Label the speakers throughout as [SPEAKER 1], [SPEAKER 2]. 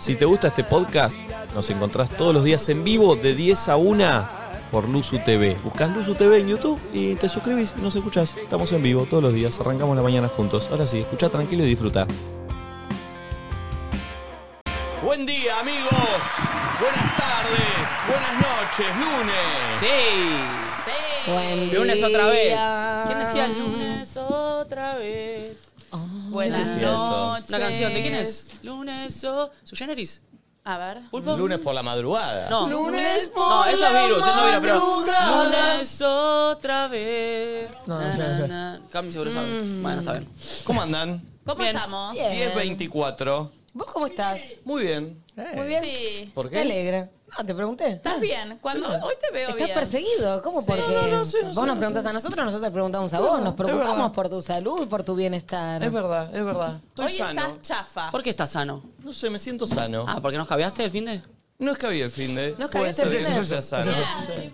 [SPEAKER 1] Si te gusta este podcast, nos encontrás todos los días en vivo de 10 a 1 por Luzu TV. Buscás Luzu TV en YouTube y te suscribís y nos escuchás. Estamos en vivo todos los días, arrancamos la mañana juntos. Ahora sí, escucha tranquilo y disfruta. Buen día, amigos. Buenas tardes, buenas noches, lunes.
[SPEAKER 2] Sí.
[SPEAKER 3] Buen
[SPEAKER 2] Lunes otra vez.
[SPEAKER 3] día.
[SPEAKER 2] ¿Quién decía lunes otra vez?
[SPEAKER 1] ¿Quién
[SPEAKER 2] Buenas
[SPEAKER 1] decía eso?
[SPEAKER 2] noches. Una canción, ¿de quién es? Lunes o. ¿Su generis?
[SPEAKER 4] A ver.
[SPEAKER 2] ¿Pulpo?
[SPEAKER 5] Lunes por la madrugada.
[SPEAKER 2] No.
[SPEAKER 3] Lunes por
[SPEAKER 2] No, eso es
[SPEAKER 3] la
[SPEAKER 2] virus, eso es virus, pero.
[SPEAKER 3] madrugada.
[SPEAKER 2] Lunes otra vez.
[SPEAKER 1] No,
[SPEAKER 2] Na,
[SPEAKER 1] ya,
[SPEAKER 2] na,
[SPEAKER 1] ya.
[SPEAKER 2] na. Cami seguro sabe. Bueno, está bien.
[SPEAKER 1] ¿Cómo andan?
[SPEAKER 4] ¿Cómo
[SPEAKER 2] Bien.
[SPEAKER 4] estamos?
[SPEAKER 3] Mm. Bien.
[SPEAKER 1] 10.24.
[SPEAKER 3] ¿Vos cómo estás?
[SPEAKER 1] Muy bien.
[SPEAKER 3] Muy bien.
[SPEAKER 4] Eh. Sí.
[SPEAKER 1] ¿Por
[SPEAKER 3] Te
[SPEAKER 1] qué?
[SPEAKER 3] alegra. No, te pregunté.
[SPEAKER 4] ¿Estás bien? Cuando hoy te veo
[SPEAKER 3] ¿Estás
[SPEAKER 4] bien.
[SPEAKER 3] perseguido? ¿Cómo? Porque vos nos preguntás a nosotros, nosotros te preguntamos a vos. Nos preocupamos por tu salud, por tu bienestar.
[SPEAKER 1] Es verdad, es verdad. Estoy
[SPEAKER 4] Hoy
[SPEAKER 1] sano.
[SPEAKER 4] estás chafa.
[SPEAKER 2] ¿Por qué estás sano?
[SPEAKER 1] No sé, me siento sano.
[SPEAKER 2] Ah, ¿porque nos caviaste el fin de?
[SPEAKER 1] No escabí el fin de.
[SPEAKER 3] ¿No escabiste el
[SPEAKER 1] Puede ser
[SPEAKER 3] fin
[SPEAKER 1] que
[SPEAKER 3] de?
[SPEAKER 1] yo sea sano. Sí.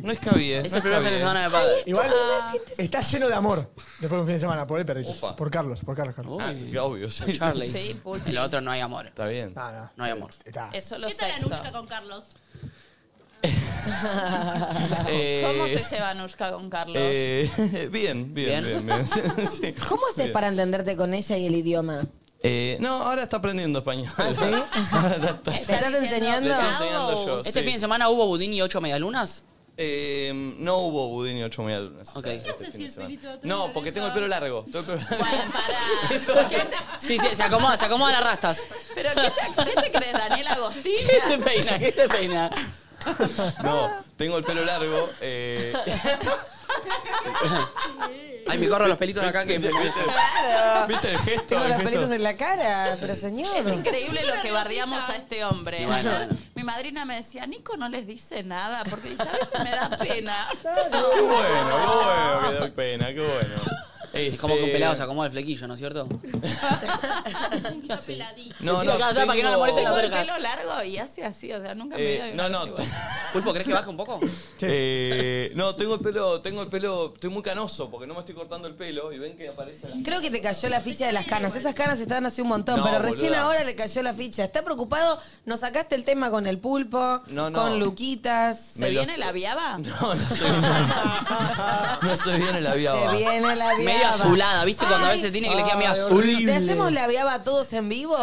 [SPEAKER 1] No escabí.
[SPEAKER 2] Es
[SPEAKER 1] no
[SPEAKER 2] el primer fin de
[SPEAKER 1] escabié.
[SPEAKER 2] semana de padre.
[SPEAKER 5] Igual
[SPEAKER 2] Ah.
[SPEAKER 3] ah,
[SPEAKER 6] Está lleno de amor. Después de un fin de semana por él, pero
[SPEAKER 1] Opa.
[SPEAKER 6] por Carlos, por Carlos, Carlos.
[SPEAKER 1] Ah,
[SPEAKER 2] Uy,
[SPEAKER 1] qué obvio, sí.
[SPEAKER 2] Charlie.
[SPEAKER 4] Sí, pulpo.
[SPEAKER 2] El otro no hay amor.
[SPEAKER 1] Está bien.
[SPEAKER 6] Ah, no.
[SPEAKER 2] No hay amor.
[SPEAKER 6] Está.
[SPEAKER 4] Es solo
[SPEAKER 7] ¿Qué tal
[SPEAKER 4] sexo.
[SPEAKER 7] Anushka con Carlos?
[SPEAKER 1] Eh,
[SPEAKER 4] ¿Cómo se lleva Anushka con Carlos?
[SPEAKER 1] eh, bien, bien, bien.
[SPEAKER 2] Bien.
[SPEAKER 1] bien. Sí.
[SPEAKER 3] ¿Cómo haces
[SPEAKER 1] Bien.
[SPEAKER 3] para entenderte con ella y el idioma?
[SPEAKER 1] Eh, no, ahora está aprendiendo español.
[SPEAKER 3] ¿Ah, sí? ¿Te estás
[SPEAKER 4] diciendo
[SPEAKER 3] enseñando?
[SPEAKER 1] Le estoy
[SPEAKER 4] bravo.
[SPEAKER 1] enseñando yo.
[SPEAKER 2] ¿Este
[SPEAKER 1] sí.
[SPEAKER 2] fin de semana hubo budín y ocho medialunas?
[SPEAKER 1] Eh, no hubo budín y ocho media lunas.
[SPEAKER 2] Ok.
[SPEAKER 1] Este fin de semana. No, porque tengo el pelo largo. Tengo el pelo largo.
[SPEAKER 4] Bueno, pará. ¿Qué te-
[SPEAKER 2] Sí, sí, se acomoda, se acomoda las rastas.
[SPEAKER 4] ¿Pero qué te, qué te crees, Daniel Agostín?
[SPEAKER 2] ¿Qué se peina? ¿Qué se peina?
[SPEAKER 1] No, tengo el pelo largo. eh,
[SPEAKER 2] Ay, me corro los pelitos de acá que me...
[SPEAKER 3] Claro.
[SPEAKER 1] ¿Viste el gesto?
[SPEAKER 3] Tengo
[SPEAKER 1] El
[SPEAKER 3] los
[SPEAKER 1] gesto.
[SPEAKER 3] pelitos en la cara, pero señor.
[SPEAKER 4] Es increíble lo que bardeamos a este hombre.
[SPEAKER 2] Bueno,
[SPEAKER 4] Ayer
[SPEAKER 2] bueno.
[SPEAKER 4] mi madrina me decía, Nico no les dice nada, porque dice, a veces me da pena.
[SPEAKER 1] Qué bueno, qué bueno, que doy pena, qué bueno.
[SPEAKER 2] Es como que un pelado se
[SPEAKER 1] Este,
[SPEAKER 2] acomoda el flequillo, ¿no es cierto? ¿Qué hace?
[SPEAKER 1] No,
[SPEAKER 2] Sí,
[SPEAKER 1] no,
[SPEAKER 2] acá está, para que no le moleste las
[SPEAKER 1] tengo-
[SPEAKER 4] Tengo el
[SPEAKER 2] orejas.
[SPEAKER 4] pelo largo y hace así, o sea, nunca me
[SPEAKER 1] eh,
[SPEAKER 4] dio
[SPEAKER 1] no, no.
[SPEAKER 2] Pulpo, ¿crees que baje un poco?
[SPEAKER 1] Eh, no, tengo el pelo, tengo el pelo, estoy muy canoso porque no me estoy cortando el pelo y ven que aparece la...
[SPEAKER 3] Creo que te cayó la ficha de las canas. Esas canas están hace un montón,
[SPEAKER 1] No,
[SPEAKER 3] pero recién
[SPEAKER 1] boluda.
[SPEAKER 3] ahora le cayó la ficha. Está preocupado, nos sacaste el tema con el pulpo,
[SPEAKER 1] No, no.
[SPEAKER 3] con Luquitas.
[SPEAKER 4] ¿Se
[SPEAKER 1] Me lo-
[SPEAKER 4] viene la viaba?
[SPEAKER 1] No, no se viene. No se viene la vía
[SPEAKER 3] Se
[SPEAKER 1] abajo.
[SPEAKER 3] viene la viaba.
[SPEAKER 2] Medio azulada, ¿viste? Cuando a
[SPEAKER 3] Ay.
[SPEAKER 2] veces tiene que le queda medio
[SPEAKER 3] Ay,
[SPEAKER 2] azul.
[SPEAKER 3] ¿Le hacemos la viaba a todos en vivo?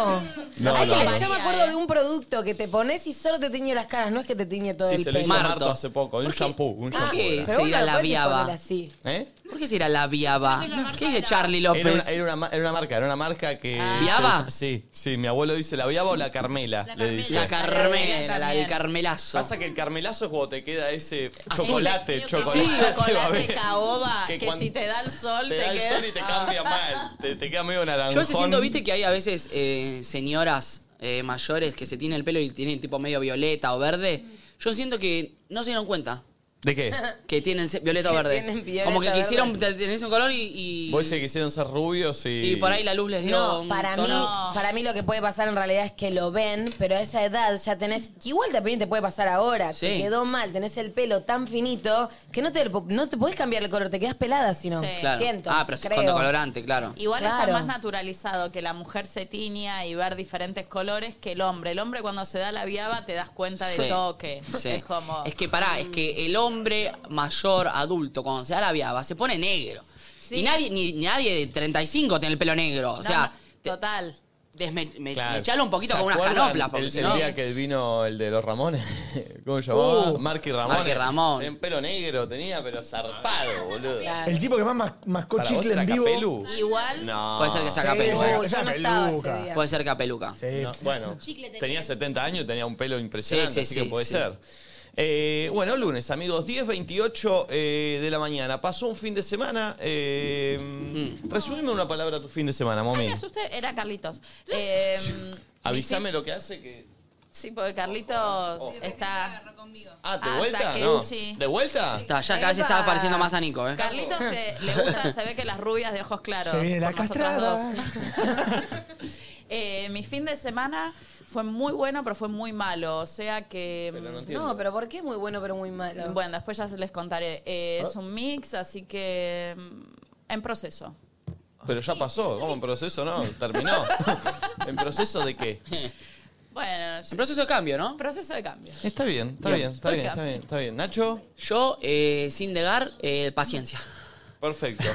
[SPEAKER 1] No,
[SPEAKER 3] Ay,
[SPEAKER 1] no,
[SPEAKER 3] que
[SPEAKER 1] no.
[SPEAKER 3] Yo me acuerdo de un producto que te pones y solo te tiñe las caras, no es que te tiñe todo
[SPEAKER 1] Sí,
[SPEAKER 3] el
[SPEAKER 1] se lo hizo
[SPEAKER 3] pelo.
[SPEAKER 2] Marto.
[SPEAKER 1] Marto hace poco, un shampoo, un
[SPEAKER 2] ¿Por
[SPEAKER 1] shampoo.
[SPEAKER 2] qué?
[SPEAKER 1] era.
[SPEAKER 3] Pero
[SPEAKER 2] se
[SPEAKER 3] vos
[SPEAKER 2] irá
[SPEAKER 3] no
[SPEAKER 2] la
[SPEAKER 3] podés ir
[SPEAKER 2] viaba.
[SPEAKER 3] poner así.
[SPEAKER 1] ¿Eh?
[SPEAKER 2] ¿Por qué se irá la viaba?
[SPEAKER 7] Porque la marca
[SPEAKER 2] ¿Qué dice
[SPEAKER 7] era-
[SPEAKER 2] Charlie
[SPEAKER 1] Era
[SPEAKER 2] López? Ah.
[SPEAKER 1] una, era, una, ma- era una marca, era una marca que...
[SPEAKER 2] ¿Viaba?
[SPEAKER 1] se- Sí, sí, mi abuelo dice la viaba o la Carmela,
[SPEAKER 7] La
[SPEAKER 1] le dice.
[SPEAKER 2] La Carmela, la del
[SPEAKER 4] También.
[SPEAKER 2] Carmelazo.
[SPEAKER 1] Pasa que el carmelazo es cuando te queda ese chocolate,
[SPEAKER 7] Sí,
[SPEAKER 1] chocolate,
[SPEAKER 4] chocolate
[SPEAKER 1] babé.
[SPEAKER 4] caoba, que,
[SPEAKER 1] cuando
[SPEAKER 4] si te da el sol,
[SPEAKER 1] te
[SPEAKER 4] te,
[SPEAKER 1] da el
[SPEAKER 4] queda... Ah.
[SPEAKER 1] sol y te cambia mal, te, te queda medio naranjón.
[SPEAKER 2] Ah. Yo a veces siento, viste, que hay a veces eh, señoras eh, mayores que se tienen el pelo y tienen tipo medio violeta o verde. Yo siento que no se dieron cuenta
[SPEAKER 1] ¿De qué?
[SPEAKER 2] que tienen se- violeta o
[SPEAKER 3] Que
[SPEAKER 2] verde.
[SPEAKER 3] tienen violeta
[SPEAKER 2] Como que
[SPEAKER 3] verde.
[SPEAKER 2] quisieron tener un color y, y,
[SPEAKER 1] Vos decís que quisieron ser rubios y...
[SPEAKER 2] y por ahí la luz les dio
[SPEAKER 3] No,
[SPEAKER 2] un
[SPEAKER 3] para mí,
[SPEAKER 2] tono.
[SPEAKER 3] para mí lo que puede pasar en realidad es que lo ven, pero a esa edad ya tenés, que igual también te puede pasar ahora, te
[SPEAKER 2] Sí.
[SPEAKER 3] quedó mal, tenés el pelo tan finito que no te, no te podés cambiar el color, te quedás pelada si no.
[SPEAKER 4] Sí.
[SPEAKER 2] Claro.
[SPEAKER 3] Siento,
[SPEAKER 2] ah, pero sí,
[SPEAKER 3] creo.
[SPEAKER 2] con colorante, claro.
[SPEAKER 4] Igual
[SPEAKER 3] Claro.
[SPEAKER 4] está más naturalizado que la mujer se tiña y ver diferentes colores que el hombre. El hombre cuando se da la viaba te das cuenta de
[SPEAKER 2] Sí,
[SPEAKER 4] toque.
[SPEAKER 2] sí.
[SPEAKER 4] Es como...
[SPEAKER 2] que pará, es que el hombre mayor, adulto, cuando se da la viaba, se pone negro.
[SPEAKER 4] Sí.
[SPEAKER 2] Y nadie, ni nadie de 35 tiene el pelo negro. O
[SPEAKER 4] No,
[SPEAKER 2] sea,
[SPEAKER 4] no,
[SPEAKER 2] te-
[SPEAKER 4] total.
[SPEAKER 2] desme- me-
[SPEAKER 1] Claro.
[SPEAKER 2] mechalo un poquito
[SPEAKER 1] ¿Se
[SPEAKER 2] con unas
[SPEAKER 1] acuerdan
[SPEAKER 2] canoplas, porque
[SPEAKER 1] el,
[SPEAKER 2] si
[SPEAKER 1] el
[SPEAKER 2] no.
[SPEAKER 1] día que vino el de los Ramones, ¿cómo se llamaba?
[SPEAKER 6] Uh,
[SPEAKER 1] Marky Ramón.
[SPEAKER 2] Marky Ramón.
[SPEAKER 1] En pelo negro tenía, pero zarpado, boludo.
[SPEAKER 6] El tipo que más mas- mascó
[SPEAKER 1] ¿Para vos
[SPEAKER 6] chicle
[SPEAKER 1] era
[SPEAKER 6] en vivo.
[SPEAKER 1] Capelu?
[SPEAKER 4] Igual...
[SPEAKER 1] No.
[SPEAKER 2] Puede ser que sea eh.
[SPEAKER 6] Sí,
[SPEAKER 2] capeluca.
[SPEAKER 6] esa-
[SPEAKER 3] Uy,
[SPEAKER 6] esa
[SPEAKER 3] yo no estaba ese
[SPEAKER 6] peluca.
[SPEAKER 3] día.
[SPEAKER 2] Puede ser capeluca.
[SPEAKER 6] Sí.
[SPEAKER 1] No, bueno,
[SPEAKER 7] Chicle tenía.
[SPEAKER 1] tenía 70 años y tenía un pelo impresionante,
[SPEAKER 2] Sí, sí,
[SPEAKER 1] así que
[SPEAKER 2] sí,
[SPEAKER 1] puede
[SPEAKER 2] sí.
[SPEAKER 1] ser. Eh, bueno, lunes, amigos, 10.28 eh, de la mañana. Pasó un fin de semana. Eh, Resumime una palabra tu fin de semana,
[SPEAKER 4] Ay,
[SPEAKER 3] Ah,
[SPEAKER 1] mami.
[SPEAKER 4] me asusté. Era Carlitos. Eh,
[SPEAKER 1] Avísame
[SPEAKER 4] mi
[SPEAKER 1] lo que hace que...
[SPEAKER 4] fi- Sí, porque Carlitos está...
[SPEAKER 1] Ah, ¿de
[SPEAKER 4] Hasta
[SPEAKER 1] vuelta?
[SPEAKER 4] que
[SPEAKER 1] No.
[SPEAKER 4] Uchi.
[SPEAKER 1] ¿De vuelta?
[SPEAKER 2] Está, ya cada vez está
[SPEAKER 3] Epa.
[SPEAKER 2] apareciendo más a Nico, ¿eh?
[SPEAKER 4] Carlitos se- le gusta, se ve que las rubias de ojos claros.
[SPEAKER 6] Se viene la
[SPEAKER 4] por nosotras
[SPEAKER 6] castrada.
[SPEAKER 4] dos. Eh, mi fin de semana fue muy bueno, pero fue muy malo. O sea que. mm,
[SPEAKER 1] Pero no entiendo.
[SPEAKER 3] No, pero ¿por qué es muy bueno pero muy malo?
[SPEAKER 4] Bueno,
[SPEAKER 1] Ah.
[SPEAKER 4] después ya se les contaré. Eh, Es un mix, así que. mm, En proceso.
[SPEAKER 1] Pero ya pasó. ¿Cómo? ¿En proceso no? ¿Terminó? ¿En proceso de qué?
[SPEAKER 4] Bueno,
[SPEAKER 2] En proceso de cambio, ¿no?
[SPEAKER 4] proceso de cambio.
[SPEAKER 1] Está bien, está bien, está bien, está bien, está bien. Nacho,
[SPEAKER 2] Yo, eh, sin negar, eh, paciencia.
[SPEAKER 1] perfecto.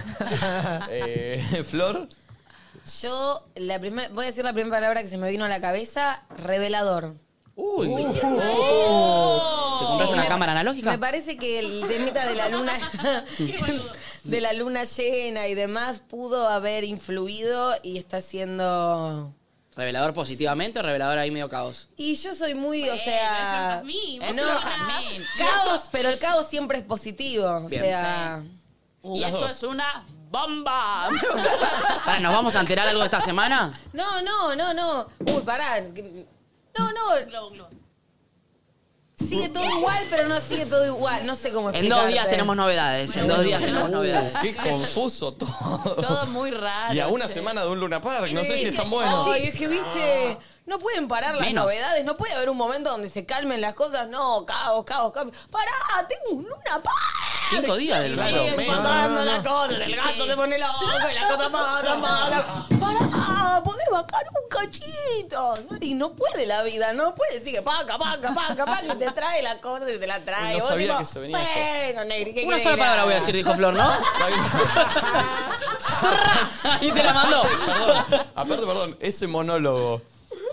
[SPEAKER 1] Eh, Flor,
[SPEAKER 3] Yo la primer- voy a decir la primera palabra que se me vino a la cabeza, revelador.
[SPEAKER 2] Uy. ¿Te compras
[SPEAKER 3] Sí,
[SPEAKER 2] una
[SPEAKER 3] me-
[SPEAKER 2] cámara
[SPEAKER 3] Me
[SPEAKER 2] analógica?
[SPEAKER 3] parece que el temita de la luna de la luna llena y demás pudo haber influido y está siendo
[SPEAKER 2] ¿Revelador positivamente o revelador ahí medio caos?
[SPEAKER 3] y yo soy muy, o
[SPEAKER 8] Bueno,
[SPEAKER 3] sea,
[SPEAKER 8] es lo mismo,
[SPEAKER 3] eh,
[SPEAKER 8] vos
[SPEAKER 3] no,
[SPEAKER 8] lo sabés.
[SPEAKER 4] Amén.
[SPEAKER 3] caos, pero el caos siempre es positivo, o
[SPEAKER 2] Bien. Uh,
[SPEAKER 3] sea,
[SPEAKER 4] Y esto es una bomba.
[SPEAKER 2] Pará, ¿Nos vamos a enterar algo esta semana?
[SPEAKER 3] no, no, no, no. Uy, pará. es que- No, no,
[SPEAKER 8] Globo, globo.
[SPEAKER 3] sigue todo igual, pero no sigue todo igual. No sé cómo
[SPEAKER 2] En dos días
[SPEAKER 3] explicarte.
[SPEAKER 2] tenemos novedades. En dos días tenemos novedades.
[SPEAKER 1] qué confuso todo.
[SPEAKER 4] Todo muy raro.
[SPEAKER 1] Y a una
[SPEAKER 4] che.
[SPEAKER 1] semana de un Luna Park, no sé si
[SPEAKER 3] Sí.
[SPEAKER 1] es tan bueno.
[SPEAKER 3] Ay, es que viste, no pueden parar las
[SPEAKER 2] Ah. Menos.
[SPEAKER 3] novedades, no puede haber un momento donde se calmen las cosas. No, caos, caos, caos. Pará, tengo un luna par.
[SPEAKER 2] Cinco días del
[SPEAKER 1] Claro,
[SPEAKER 2] rato.
[SPEAKER 1] menos.
[SPEAKER 3] la cosa, el gato se pone loco y la cosa mata, mata. Pará, podés bajar un cachito. Y no puede la vida, no puede. Sigue paca, paca, paca, paca y te trae la cosa y te la trae.
[SPEAKER 1] No
[SPEAKER 3] Vos
[SPEAKER 1] sabía que se venía esto.
[SPEAKER 3] Bueno, negri, ¿qué
[SPEAKER 2] Una
[SPEAKER 3] querés
[SPEAKER 2] sola
[SPEAKER 3] que
[SPEAKER 2] palabra
[SPEAKER 3] haga?
[SPEAKER 2] voy a decir, dijo Flor, ¿no? y te la mandó.
[SPEAKER 1] Perdón, aparte, perdón, ese monólogo.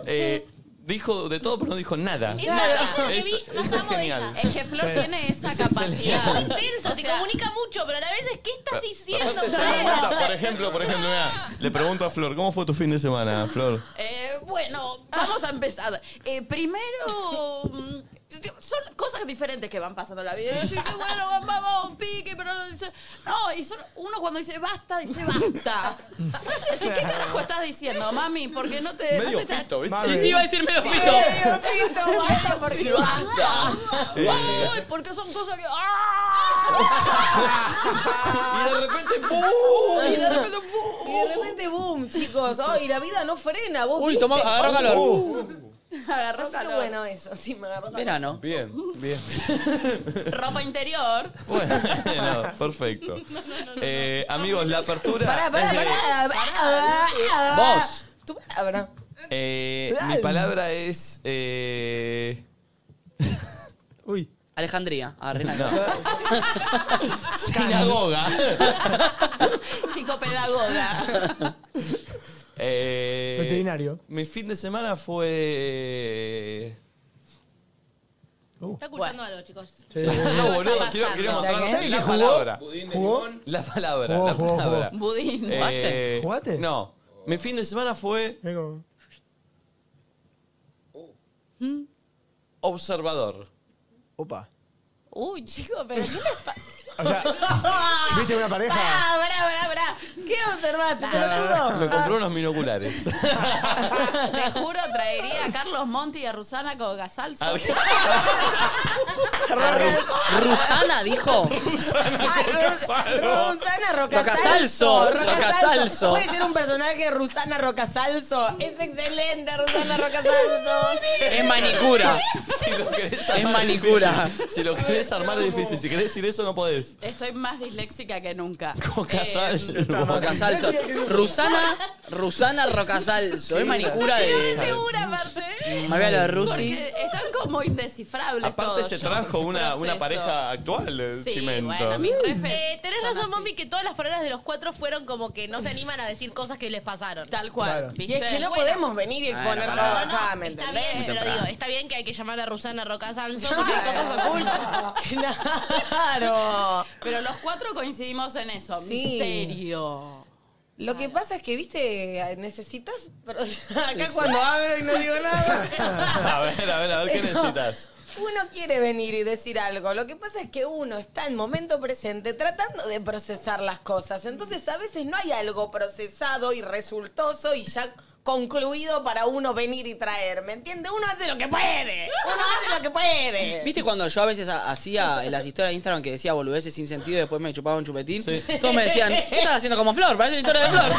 [SPEAKER 1] eh, dijo de todo, pero no dijo nada.
[SPEAKER 8] Esa es
[SPEAKER 1] Eso,
[SPEAKER 8] que vi,
[SPEAKER 1] eso es
[SPEAKER 8] matamos de
[SPEAKER 1] genial.
[SPEAKER 8] ella.
[SPEAKER 4] Es que Flor tiene esa capacidad.
[SPEAKER 8] Intensa, te comunica mucho, pero a la vez es, ¿qué estás diciendo?
[SPEAKER 1] Aparte, se da vuelta, por ejemplo, por ejemplo, mirá, le pregunto a Flor, ¿cómo fue tu fin de semana, Flor?
[SPEAKER 4] Eh, bueno, vamos a empezar. Eh, primero, mm, son cosas diferentes que van pasando en la vida. Yo digo, bueno, vamos, un pique, pero no dice. No, y son, uno cuando dice basta, dice basta. Es decir, ¿qué carajo estás diciendo, mami? Porque no te. no
[SPEAKER 1] Medio
[SPEAKER 4] te-
[SPEAKER 1] pito,
[SPEAKER 2] Sí,
[SPEAKER 1] ¿viste?
[SPEAKER 2] sí, iba a decir medio pito.
[SPEAKER 3] Pinto, basta, porque
[SPEAKER 4] Ay, porque son cosas que. ¡Ah!
[SPEAKER 1] Y de repente, ¡pum!
[SPEAKER 4] Y de repente,
[SPEAKER 3] Y de repente, boom, chicos. Ay, la vida no frena. Vos
[SPEAKER 2] Uy,
[SPEAKER 3] viste? Uh.
[SPEAKER 2] toma, agarró calor.
[SPEAKER 4] ¡pum! agarró
[SPEAKER 3] Así que
[SPEAKER 4] calor.
[SPEAKER 3] bueno eso. Sí, me agarró calor.
[SPEAKER 2] Verano.
[SPEAKER 1] Bien, bien.
[SPEAKER 4] Ropa interior.
[SPEAKER 1] Bueno, perfecto. Eh, amigos, la apertura.
[SPEAKER 3] Pará, pará,
[SPEAKER 1] es de-
[SPEAKER 3] pará. pará.
[SPEAKER 2] Vos.
[SPEAKER 3] Tu palabra.
[SPEAKER 1] Eh, mi palabra es. eh,
[SPEAKER 6] Uy.
[SPEAKER 2] Alejandría. Ah, Renato.
[SPEAKER 1] sinagoga.
[SPEAKER 4] Psicopedagoga.
[SPEAKER 1] Eh,
[SPEAKER 6] Veterinario.
[SPEAKER 1] Mi fin de semana fue.
[SPEAKER 8] Está ocultando algo, chicos.
[SPEAKER 6] Sí.
[SPEAKER 1] No, boludo,
[SPEAKER 4] está
[SPEAKER 1] quiero, quiero
[SPEAKER 4] pasando?
[SPEAKER 1] mostrar
[SPEAKER 6] ¿Sabes
[SPEAKER 1] la
[SPEAKER 6] que jugó?
[SPEAKER 1] palabra.
[SPEAKER 6] ¿Jugó?
[SPEAKER 1] La palabra,
[SPEAKER 6] Jugó,
[SPEAKER 1] la
[SPEAKER 6] jugó,
[SPEAKER 1] palabra.
[SPEAKER 4] Budín.
[SPEAKER 1] Eh,
[SPEAKER 2] ¿Jugaste?
[SPEAKER 6] ¿Jugaste?
[SPEAKER 1] No. Mi fin de semana fue
[SPEAKER 6] Mirá cómo-
[SPEAKER 1] Uh. observador.
[SPEAKER 6] Opa.
[SPEAKER 4] Uy, chico, pero ¿qué les pasa?
[SPEAKER 6] O sea, ¿viste una pareja?
[SPEAKER 3] Ah, pará, pará, pará. ¿Qué
[SPEAKER 4] Ah,
[SPEAKER 3] observaste, pelotudo?
[SPEAKER 1] Me compré unos binoculares.
[SPEAKER 4] Te juro, traería a Carlos Monti y a Rusana como Gasalso.
[SPEAKER 2] Rusana dijo.
[SPEAKER 3] Rusana
[SPEAKER 2] Rocasalso,
[SPEAKER 3] Rocasalso.
[SPEAKER 2] Rocasalso.
[SPEAKER 3] Puede ser un personaje Rusana Rocasalso. Es excelente, Rusana Rocasalso.
[SPEAKER 2] Es manicura.
[SPEAKER 1] Si lo querés
[SPEAKER 2] Es
[SPEAKER 1] armar es
[SPEAKER 2] manicura.
[SPEAKER 1] difícil. Si lo querés armar es difícil. Si querés decir eso, no podés.
[SPEAKER 4] Estoy más disléxica que nunca.
[SPEAKER 1] Casal.
[SPEAKER 2] Rocasalso. Rusana, Rusana Rocasalso. Es manicura de.
[SPEAKER 8] Segura, aparte.
[SPEAKER 2] Me voy a lo de Rusi.
[SPEAKER 4] Porque están como indescifrables
[SPEAKER 1] Aparte
[SPEAKER 4] todos.
[SPEAKER 1] se
[SPEAKER 4] Yo-
[SPEAKER 1] trajo una, una
[SPEAKER 4] proceso.
[SPEAKER 1] pareja actual de
[SPEAKER 4] Sí,
[SPEAKER 1] Chimento.
[SPEAKER 4] bueno, mis refes
[SPEAKER 8] Eh, tenés
[SPEAKER 4] son
[SPEAKER 8] razón,
[SPEAKER 4] así.
[SPEAKER 8] mami, que todas las palabras de los cuatro fueron como que no se animan a decir cosas que les pasaron.
[SPEAKER 4] Tal cual,
[SPEAKER 6] Claro.
[SPEAKER 4] ¿viste?
[SPEAKER 3] Y es que no
[SPEAKER 8] Bueno.
[SPEAKER 3] podemos venir y exponer todo
[SPEAKER 8] No, no,
[SPEAKER 3] acá, ¿me
[SPEAKER 8] está
[SPEAKER 3] entendés?
[SPEAKER 8] bien, pero digo, está bien que hay que llamar a Rusana Roca Sanso porque hay cosas ocultas.
[SPEAKER 3] Claro.
[SPEAKER 4] Pero los cuatro coincidimos en eso.
[SPEAKER 3] Sí.
[SPEAKER 4] Misterio.
[SPEAKER 3] Lo que pasa es que, viste, necesitas. pero- acá cuando hablo y no digo nada.
[SPEAKER 1] A ver, a ver, a ver, ¿qué necesitas?
[SPEAKER 3] Uno quiere venir y decir algo. Lo que pasa es que uno está en momento presente tratando de procesar las cosas. Entonces, a veces no hay algo procesado y resultoso y ya concluido para uno venir y traer. ¿Me entiende? Uno hace lo que puede. Uno hace lo que puede.
[SPEAKER 2] ¿Viste cuando yo a veces ha- hacía en las historias de Instagram que decía boludeces sin sentido y después me chupaba un chupetín? Todos me decían, ¿qué estás haciendo como Flor? Parece la historia de Flor.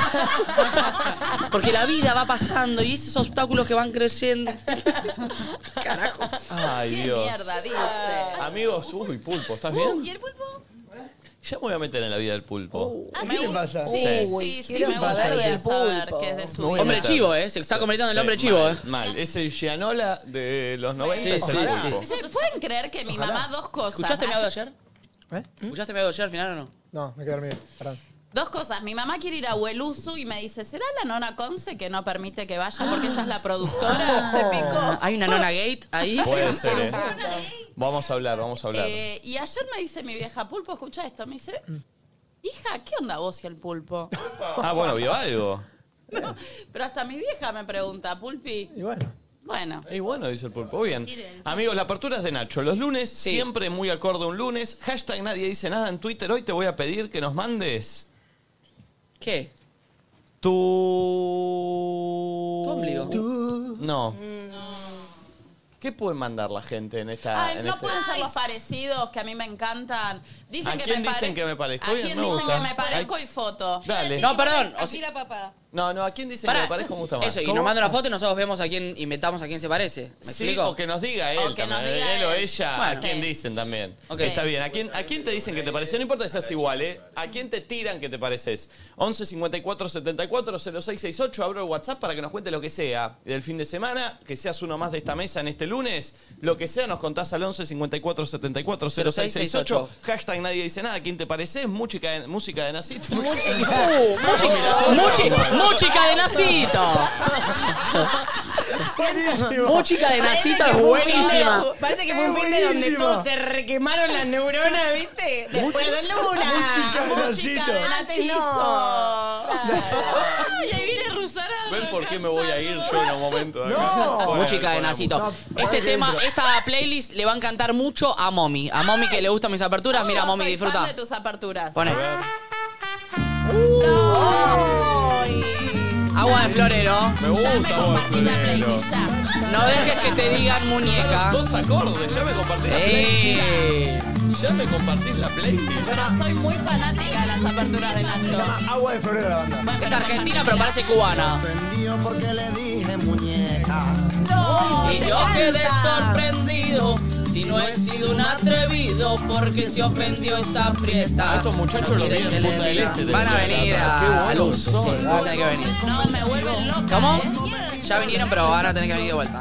[SPEAKER 2] Porque la vida va pasando y esos obstáculos que van creciendo. Carajo.
[SPEAKER 1] Ay,
[SPEAKER 4] ¿Qué
[SPEAKER 1] Dios.
[SPEAKER 4] mierda dice?
[SPEAKER 1] Amigos, uy, pulpo, ¿estás bien?
[SPEAKER 8] ¿Y el pulpo?
[SPEAKER 1] Ya me voy a meter en la vida del pulpo.
[SPEAKER 4] Uh,
[SPEAKER 6] ¿Qué te pasa?
[SPEAKER 4] Sí,
[SPEAKER 3] Uy,
[SPEAKER 4] sí, sí,
[SPEAKER 3] quiero
[SPEAKER 4] me
[SPEAKER 3] saber
[SPEAKER 4] gustaría
[SPEAKER 3] del
[SPEAKER 4] saber
[SPEAKER 3] pulpo.
[SPEAKER 4] que es de su
[SPEAKER 1] Me voy a
[SPEAKER 4] vida.
[SPEAKER 2] Hombre
[SPEAKER 1] meter.
[SPEAKER 2] chivo, ¿eh? Se está convirtiendo en el hombre
[SPEAKER 1] Sí,
[SPEAKER 2] chivo,
[SPEAKER 1] mal,
[SPEAKER 2] ¿eh?
[SPEAKER 1] Mal, es el Gianola de los 90.
[SPEAKER 2] Sí,
[SPEAKER 1] es el
[SPEAKER 2] sí,
[SPEAKER 1] pulpo.
[SPEAKER 4] Sí, ¿Pueden creer que mi mamá dos cosas?
[SPEAKER 2] ¿Escuchaste mi audio ayer?
[SPEAKER 6] ¿Eh?
[SPEAKER 2] ¿Escuchaste mi audio ayer al final o no?
[SPEAKER 6] No, me quedé dormido. Perdón.
[SPEAKER 4] Dos cosas. Mi mamá quiere ir a Huelusu y me dice, ¿será la nona Conce que no permite que vaya porque ella es la productora?
[SPEAKER 2] Ah.
[SPEAKER 4] Se
[SPEAKER 1] Ah.
[SPEAKER 4] picó.
[SPEAKER 2] Hay una nona gate ahí.
[SPEAKER 1] Puede ser, ¿eh? Vamos a hablar, vamos a hablar.
[SPEAKER 4] Eh, y ayer me dice mi vieja pulpo, escucha esto, me dice, hija, ¿qué onda vos y el pulpo?
[SPEAKER 1] Ah, bueno, vio algo.
[SPEAKER 4] Pero hasta mi vieja me pregunta, pulpi,
[SPEAKER 6] Y bueno.
[SPEAKER 4] bueno.
[SPEAKER 1] Y bueno, dice el pulpo, bien. Amigos, la apertura es de Nacho. Los lunes, siempre muy acorde a un lunes. Hashtag nadie dice nada en Twitter. Hoy te voy a pedir que nos mandes
[SPEAKER 2] ¿Qué?
[SPEAKER 1] tu...
[SPEAKER 2] Tu ombligo.
[SPEAKER 1] No.
[SPEAKER 4] Mm,
[SPEAKER 1] ¿Qué pueden mandar la gente en esta...
[SPEAKER 4] Ay,
[SPEAKER 1] en
[SPEAKER 4] no
[SPEAKER 1] este-
[SPEAKER 4] pueden ser los parecidos que a mí me encantan. Dicen
[SPEAKER 1] ¿A
[SPEAKER 4] que
[SPEAKER 1] quién
[SPEAKER 4] me
[SPEAKER 1] dicen
[SPEAKER 4] pare-
[SPEAKER 1] que me parezco?
[SPEAKER 4] ¿A
[SPEAKER 1] Bien,
[SPEAKER 4] quién
[SPEAKER 1] me
[SPEAKER 4] dicen
[SPEAKER 1] gusta.
[SPEAKER 4] que me parezco y foto?
[SPEAKER 1] Dale.
[SPEAKER 2] No, perdón. o
[SPEAKER 9] Así
[SPEAKER 2] si-
[SPEAKER 9] la papada.
[SPEAKER 1] No, no, ¿a quién dicen
[SPEAKER 2] pará.
[SPEAKER 1] que me parezco me gusta más?
[SPEAKER 2] Eso, y
[SPEAKER 1] ¿Cómo?
[SPEAKER 2] nos manda una foto y nosotros vemos a quién inventamos a quién se parece. ¿Me
[SPEAKER 1] Sí,
[SPEAKER 2] explico?
[SPEAKER 1] o que nos diga él,
[SPEAKER 4] O que nos
[SPEAKER 1] también,
[SPEAKER 4] diga
[SPEAKER 1] él, o
[SPEAKER 4] él.
[SPEAKER 1] ella, a
[SPEAKER 2] Bueno.
[SPEAKER 1] quién
[SPEAKER 4] Sí.
[SPEAKER 1] dicen también.
[SPEAKER 2] Ok.
[SPEAKER 1] Está bien, ¿A quién, ¿a quién te dicen que te pareció? No importa que seas igual, ¿eh? ¿A quién te tiran que te pareces? 11 54 74 0668, abro el WhatsApp para que nos cuente lo que sea del fin de semana, que seas uno más de esta mesa en este lunes, lo que sea, nos contás al 11 54 74 0668, hashtag nadie dice nada, ¿quién te pareces? Música de, música de Nacito.
[SPEAKER 2] Uh, Muchi, Muchi, Muchica de Nacito.
[SPEAKER 6] Buenísimo.
[SPEAKER 2] Muchica de Nacito es
[SPEAKER 3] Buenísima.
[SPEAKER 2] buenísima.
[SPEAKER 3] Parece que fue un
[SPEAKER 6] Es
[SPEAKER 3] fin de donde
[SPEAKER 6] buenísima.
[SPEAKER 3] todos se requemaron las neuronas, ¿viste? Después de
[SPEAKER 6] Música
[SPEAKER 3] Luna.
[SPEAKER 6] de
[SPEAKER 4] Chica
[SPEAKER 6] Nachito.
[SPEAKER 4] de
[SPEAKER 3] Antes
[SPEAKER 4] Nachizo.
[SPEAKER 3] no.
[SPEAKER 9] Ay, ahí viene Rusana.
[SPEAKER 1] ¿Ven por qué me voy a ir yo en un momento? ¿eh? de acá?
[SPEAKER 6] No.
[SPEAKER 1] Bueno,
[SPEAKER 2] Muchica de
[SPEAKER 1] bueno,
[SPEAKER 2] Nacito.
[SPEAKER 6] No,
[SPEAKER 2] Este
[SPEAKER 6] no,
[SPEAKER 2] tema,
[SPEAKER 6] no.
[SPEAKER 2] esta playlist le va a encantar mucho a Momi. A Momi que le gustan mis aperturas. Mira,
[SPEAKER 4] Yo
[SPEAKER 2] Momi,
[SPEAKER 4] soy fan
[SPEAKER 2] disfruta.
[SPEAKER 4] de tus aperturas.
[SPEAKER 2] Pone.
[SPEAKER 1] a ver.
[SPEAKER 2] Agua de florero.
[SPEAKER 1] Me
[SPEAKER 4] ya me
[SPEAKER 1] gusta, vos,
[SPEAKER 4] compartí la
[SPEAKER 1] Florero.
[SPEAKER 4] playlist ya.
[SPEAKER 2] No dejes que te digan muñeca.
[SPEAKER 1] Dos acordes, ya me compartís la playlist.
[SPEAKER 2] Eh.
[SPEAKER 1] Ya me compartís la playlist.
[SPEAKER 4] Pero soy muy fanática de las aperturas de Nacho.
[SPEAKER 6] Agua de florero de la banda.
[SPEAKER 2] Es argentina, pero parece cubana.
[SPEAKER 10] Ofendido porque le dije muñeca.
[SPEAKER 4] No,
[SPEAKER 2] Y
[SPEAKER 4] te
[SPEAKER 2] yo
[SPEAKER 4] encanta.
[SPEAKER 2] quedé sorprendido si no he sido un atrevido porque se ofendió esa prieta.
[SPEAKER 1] A estos muchachos
[SPEAKER 2] No
[SPEAKER 1] los
[SPEAKER 2] quieren
[SPEAKER 1] vi en
[SPEAKER 2] que le
[SPEAKER 1] Punta del
[SPEAKER 2] diga.
[SPEAKER 1] Este, de
[SPEAKER 2] Van a
[SPEAKER 1] Punta del
[SPEAKER 2] venir
[SPEAKER 1] Este. Qué
[SPEAKER 2] a,
[SPEAKER 1] buenos
[SPEAKER 2] al uso.
[SPEAKER 1] son.
[SPEAKER 2] sí, van a tener que venir.
[SPEAKER 4] No, me vuelven loca.
[SPEAKER 2] ¿Cómo?
[SPEAKER 4] ¿eh?
[SPEAKER 2] Ya vinieron, pero van a tener que venir de vuelta.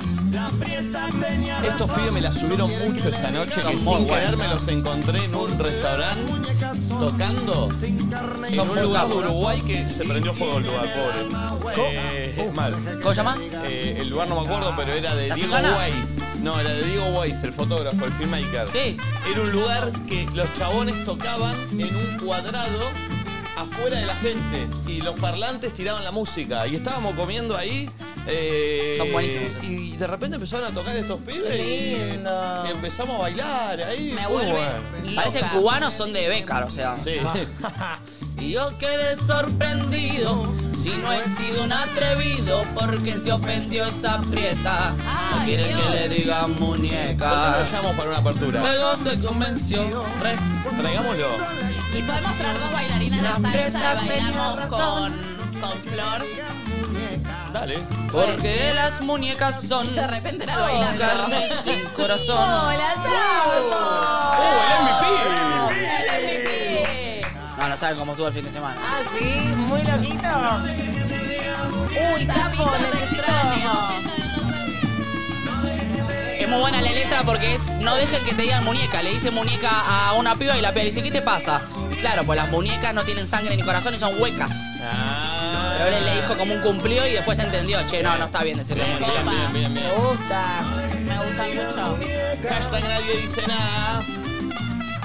[SPEAKER 1] Estos pibes me la subieron mucho esa noche
[SPEAKER 2] Son
[SPEAKER 1] que
[SPEAKER 2] muy
[SPEAKER 1] sin querer
[SPEAKER 2] buenos.
[SPEAKER 1] me los encontré en un restaurante tocando en un lugar de Uruguay que se prendió fuego el lugar, pobre. Eh, mal.
[SPEAKER 2] ¿Cómo se llama?
[SPEAKER 1] Eh, el lugar no me acuerdo, pero era de
[SPEAKER 2] ¿La
[SPEAKER 1] Diego
[SPEAKER 2] Susana?
[SPEAKER 1] Weiss. No, era de Diego Weiss, el fotógrafo, el filmmaker.
[SPEAKER 2] Sí.
[SPEAKER 1] Era un lugar que los chabones tocaban en un cuadrado afuera de la gente y los parlantes tiraban la música. Y estábamos comiendo ahí. eh,
[SPEAKER 2] Son buenísimos.
[SPEAKER 1] Y de repente empezaron a tocar estos pibes y, y empezamos a bailar ahí.
[SPEAKER 4] Me
[SPEAKER 1] Muy
[SPEAKER 4] vuelve
[SPEAKER 1] bueno.
[SPEAKER 4] loca.
[SPEAKER 2] Parecen cubanos, son de Bécar, o sea. Ah.
[SPEAKER 1] Sí.
[SPEAKER 2] Y yo quedé sorprendido si no he sido un atrevido porque se ofendió esa prieta. No
[SPEAKER 4] Ay,
[SPEAKER 2] quieren que
[SPEAKER 4] Dios.
[SPEAKER 2] le diga
[SPEAKER 1] ¿Por qué no
[SPEAKER 2] muñeca.
[SPEAKER 1] lo llamamos para una apertura?
[SPEAKER 2] Luego se convenció. re-
[SPEAKER 1] Traigámoslo.
[SPEAKER 4] Y puedes mostrar dos bailarinas de salsa que bailamos con, con Flor.
[SPEAKER 1] Dale.
[SPEAKER 2] Porque las muñecas son
[SPEAKER 4] De repente era
[SPEAKER 2] con
[SPEAKER 4] bailando.
[SPEAKER 2] carne y sin corazón.
[SPEAKER 1] ¡Oh, el MVP!
[SPEAKER 2] No, no saben cómo estuvo el fin de semana.
[SPEAKER 3] Ah, sí, muy loquito. Uy, sapo,
[SPEAKER 4] Zapitos de
[SPEAKER 3] necesito.
[SPEAKER 4] extraño.
[SPEAKER 2] Es muy buena la letra porque es no dejen que te digan muñeca. Le dice muñeca a una piba y la piba le dice, ¿qué te pasa? Claro, pues las muñecas no tienen sangre ni corazón y son huecas.
[SPEAKER 1] Ah.
[SPEAKER 2] Pero él le dijo como un cumplido y después entendió, che, no, no está bien decirle
[SPEAKER 1] Bien,
[SPEAKER 2] muñeca.
[SPEAKER 1] bien, bien, bien, bien.
[SPEAKER 3] Me gusta.
[SPEAKER 4] Me gusta mucho.
[SPEAKER 1] Hashtag nadie dice nada.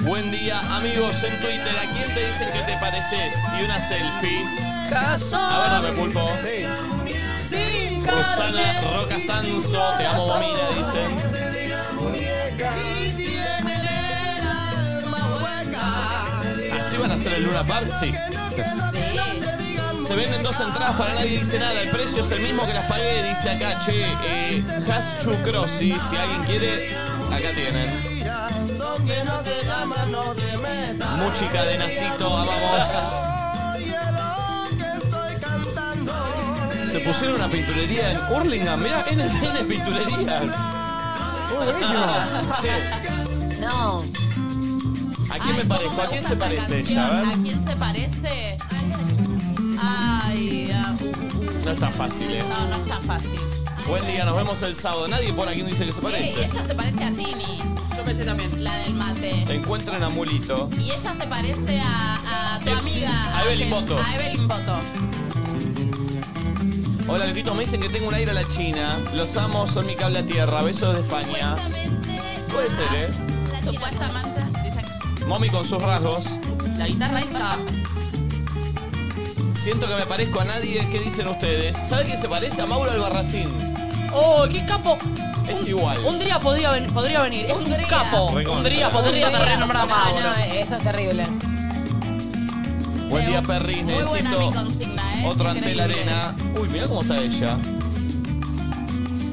[SPEAKER 1] Buen día, amigos en Twitter. ¿A quién te dicen que te pareces? Y una selfie. A ver, dame pulpo.
[SPEAKER 2] sin
[SPEAKER 1] Rosana Roca Sanso, te amo Momina, dicen. ¿Así van a hacer el Luna Park? Sí.
[SPEAKER 4] Sí.
[SPEAKER 1] Se venden dos entradas para nadie dice nada. El precio es el mismo que las pagué, dice acá, che. Eh, Hashu Crossi, si alguien quiere, acá tienen. Música de Nacito, amamos. Se pusieron una pinturería en Hurlingham, mirá, N N pinturería.
[SPEAKER 6] Uy, buenísimo.
[SPEAKER 1] Sí.
[SPEAKER 3] No.
[SPEAKER 1] ¿A quién me
[SPEAKER 4] ¿Cómo
[SPEAKER 1] parezco? ¿A
[SPEAKER 4] me gusta
[SPEAKER 1] quién se
[SPEAKER 4] esta
[SPEAKER 1] parece
[SPEAKER 4] canción?
[SPEAKER 1] ella? A
[SPEAKER 4] ¿A
[SPEAKER 1] ver.
[SPEAKER 4] quién se parece? Ay, a-
[SPEAKER 1] No está fácil, ¿eh?
[SPEAKER 4] no, no está fácil.
[SPEAKER 1] Buen día, nos vemos el sábado. Nadie por aquí dice que se
[SPEAKER 4] Ey,
[SPEAKER 1] parece.
[SPEAKER 4] ella se parece a Tini. Yo pensé también. La del mate.
[SPEAKER 1] Te encuentran a Mulito.
[SPEAKER 4] Y ella se parece a, a tu
[SPEAKER 1] Eh,
[SPEAKER 4] amiga.
[SPEAKER 1] a Evelyn
[SPEAKER 4] que-
[SPEAKER 1] Boto.
[SPEAKER 4] A Evelyn Boto.
[SPEAKER 1] Hola, loquitos, me dicen que tengo un aire a la China. Los amo, son mi cable a tierra. Besos de España. Puede ser, ¿eh?
[SPEAKER 4] Supuestamente. Dicen que
[SPEAKER 1] Mommy con sus rasgos.
[SPEAKER 4] la guitarra está.
[SPEAKER 1] Siento que me parezco a nadie. ¿Qué dicen ustedes? ¿Sabe quién se parece? A Mauro Albarracín.
[SPEAKER 2] ¡Oh, qué capo!
[SPEAKER 1] Es igual.
[SPEAKER 2] Un dría podría, ven- podría venir. Es un
[SPEAKER 4] Hungría.
[SPEAKER 2] capo.
[SPEAKER 1] Recontra.
[SPEAKER 2] Un dría podría te renombrar a
[SPEAKER 3] Ah, No,
[SPEAKER 2] Mauro.
[SPEAKER 3] no, eso es terrible.
[SPEAKER 1] Buen
[SPEAKER 4] Che,
[SPEAKER 1] día, Perris.
[SPEAKER 4] muy buena
[SPEAKER 1] Necesito
[SPEAKER 4] mi consigna, ¿eh?
[SPEAKER 1] otro ante la
[SPEAKER 4] Increíble.
[SPEAKER 1] arena. Uy, mirá cómo está ella.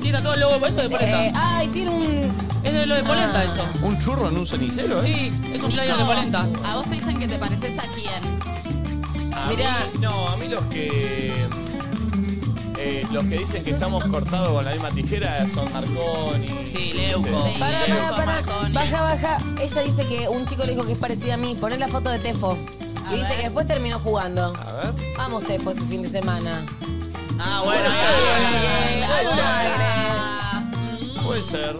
[SPEAKER 2] Sí, está todo el logo, por eso de
[SPEAKER 3] Eh,
[SPEAKER 2] polenta.
[SPEAKER 3] ay, tiene un.
[SPEAKER 2] Es de lo
[SPEAKER 4] Ah.
[SPEAKER 2] de polenta eso.
[SPEAKER 1] Ah. Un churro en un cenicero, ¿eh?
[SPEAKER 2] Sí, es un flyer de
[SPEAKER 4] Nico,
[SPEAKER 2] polenta.
[SPEAKER 4] A vos te dicen que te pareces a quién.
[SPEAKER 1] Ah, A
[SPEAKER 11] Mirá.
[SPEAKER 1] mí- no, a mí los que. eh, los que dicen que estamos cortados con la misma tijera son Marconi.
[SPEAKER 2] Sí, Leuco.
[SPEAKER 4] Sí,
[SPEAKER 3] Pará,
[SPEAKER 4] Leo
[SPEAKER 3] pará, pará.
[SPEAKER 4] Marconi.
[SPEAKER 3] Baja, baja. Ella dice que un chico le dijo que es parecida a mí. Poner la foto de Tefo.
[SPEAKER 4] A
[SPEAKER 3] Y dice
[SPEAKER 4] ver.
[SPEAKER 3] que después terminó jugando.
[SPEAKER 1] A ver.
[SPEAKER 3] Vamos, Tefo, ese fin de semana.
[SPEAKER 2] Ah, bueno,
[SPEAKER 1] Puede
[SPEAKER 2] ahí, ahí, ahí.
[SPEAKER 1] ser, puede
[SPEAKER 4] Ah,
[SPEAKER 1] ser, puede ser.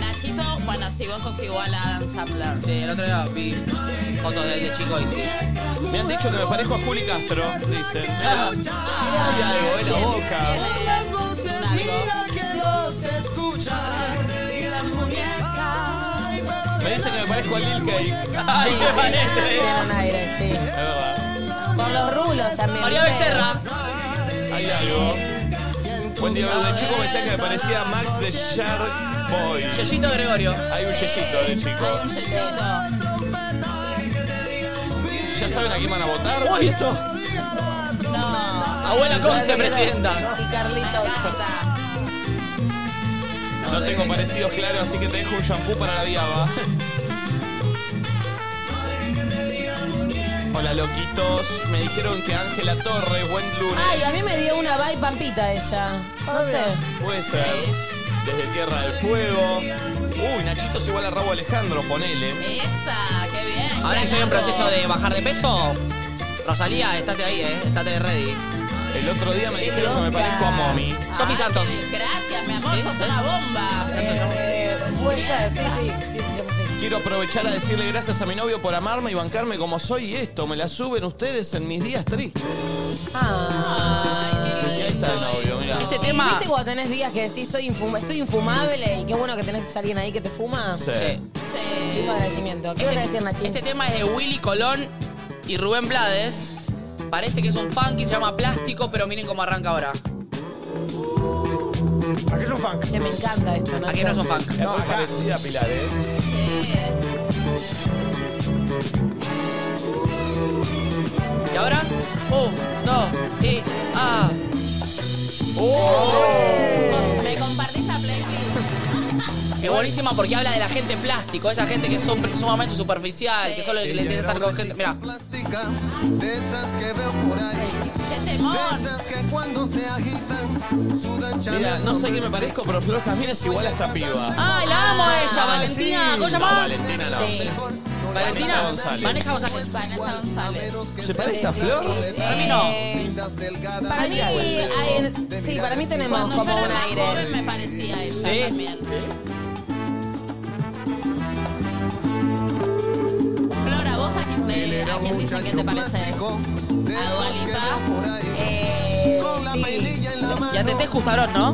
[SPEAKER 4] Nachito, bueno, si vos sos igual a Adam Sandler.
[SPEAKER 2] Sí, el otro día vi fotos de él de chico y sí.
[SPEAKER 1] Me han dicho que me parezco a Juli Castro, dicen.
[SPEAKER 2] Ah,
[SPEAKER 1] Hay algo en la boca. Me dicen que me parezco a Lil Cake. Es
[SPEAKER 2] Ay, se parece.
[SPEAKER 3] Tiene un aire, sí.
[SPEAKER 1] verdad.
[SPEAKER 3] Con los rulos también.
[SPEAKER 2] María
[SPEAKER 3] ¿viste?
[SPEAKER 2] Becerra.
[SPEAKER 1] Hay algo. Buen día, de chico me decían que me parecía a Max de Shark Boy.
[SPEAKER 2] Yellito Gregorio.
[SPEAKER 1] Hay un yesito de chico.
[SPEAKER 4] Yeyito.
[SPEAKER 1] ¿Ya saben a quién van a votar? ¡Uy, esto!
[SPEAKER 4] No.
[SPEAKER 2] Abuela Conce, presidenta.
[SPEAKER 3] Y Carlitos.
[SPEAKER 1] No tengo parecidos claros, así que te dejo un shampoo para la viaba. Hola, loquitos. Me dijeron que Ángela Torres, buen lunes.
[SPEAKER 3] Ay, a mí me dio una vibe pampita ella. No sé.
[SPEAKER 1] Puede ser. Desde Tierra del Fuego. Uy, Nachito es igual a Rabo Alejandro, ponele.
[SPEAKER 4] Esa, qué bien.
[SPEAKER 2] Ahora que estoy en
[SPEAKER 4] Bravo.
[SPEAKER 2] proceso de bajar de peso. Rosalía, estate ahí, eh. Estate ready. Ah.
[SPEAKER 1] El otro día me dijeron que me
[SPEAKER 3] grosa.
[SPEAKER 1] parezco a Mommy.
[SPEAKER 4] Ay,
[SPEAKER 2] Sofi Santos.
[SPEAKER 4] Gracias, mi amor,
[SPEAKER 2] Sí,
[SPEAKER 4] sos
[SPEAKER 2] sí.
[SPEAKER 4] una bomba.
[SPEAKER 3] Eh, puede ser, sí, sí, sí, sí, sí, sí.
[SPEAKER 1] Quiero aprovechar a decirle gracias a mi novio por amarme y bancarme como soy y esto. Me la suben ustedes en mis días tristes.
[SPEAKER 3] Ay,
[SPEAKER 1] Y ahí está el novio, mira.
[SPEAKER 2] Este tema.
[SPEAKER 3] Ah. ¿Viste cuando tenés días que decís soy infuma- estoy infumable y qué bueno que tenés a alguien ahí que te fuma?
[SPEAKER 2] Sí.
[SPEAKER 4] Sí.
[SPEAKER 3] Lindo agradecimiento. ¿Qué vas a decir, Nachín?
[SPEAKER 2] Este tema es de Willy Colón y Rubén Blades. Parece que es un funky, se llama Plástico, pero miren cómo arranca ahora.
[SPEAKER 12] ¿A qué es un funk?
[SPEAKER 3] Che, me encanta esto, ¿no?
[SPEAKER 2] Aquí no es un funk.
[SPEAKER 1] Es muy parecida a Pilar, ¿eh?
[SPEAKER 2] ¿Y ahora? Un, dos y. ¡Ah!
[SPEAKER 1] Oh.
[SPEAKER 4] Me compartís la playlist.
[SPEAKER 2] Es buenísima porque habla de la gente en plástico, esa gente que es sum- sumamente superficial,
[SPEAKER 4] Sí.
[SPEAKER 2] que solo le le interesa estar con gente. Mira,
[SPEAKER 6] Plástica, de esas que veo por ahí.
[SPEAKER 4] ¡Qué
[SPEAKER 6] De
[SPEAKER 4] temor!
[SPEAKER 6] esas que cuando se agitan,
[SPEAKER 3] Ah,
[SPEAKER 6] sudan
[SPEAKER 1] Mira,
[SPEAKER 6] chalas.
[SPEAKER 1] no sé a qué me parezco, pero Flor Jazmín es igual a esta piba.
[SPEAKER 2] ¡Ay, la amo a ella! Valentina, ¿cómo se
[SPEAKER 1] Ah, No,
[SPEAKER 2] llama?
[SPEAKER 1] Valentina no.
[SPEAKER 3] Sí.
[SPEAKER 2] Valentina
[SPEAKER 1] Vanessa González.
[SPEAKER 2] Vanessa González.
[SPEAKER 4] Vanessa González.
[SPEAKER 1] ¿Se parece a Flor?
[SPEAKER 2] Para mí no.
[SPEAKER 3] Eh, Para mí, hay en- sí, para mí tenemos
[SPEAKER 4] Cuando yo
[SPEAKER 3] como
[SPEAKER 4] era
[SPEAKER 3] un
[SPEAKER 4] más joven
[SPEAKER 3] aire.
[SPEAKER 4] me parecía a ella
[SPEAKER 2] Sí.
[SPEAKER 4] también. Flora, ¿vos a quién, te, a quién dicen que te pareces? ¿A Dua Lipa?
[SPEAKER 3] Eh, sí.
[SPEAKER 2] Y a Tete Custarón, ¿no?
[SPEAKER 3] A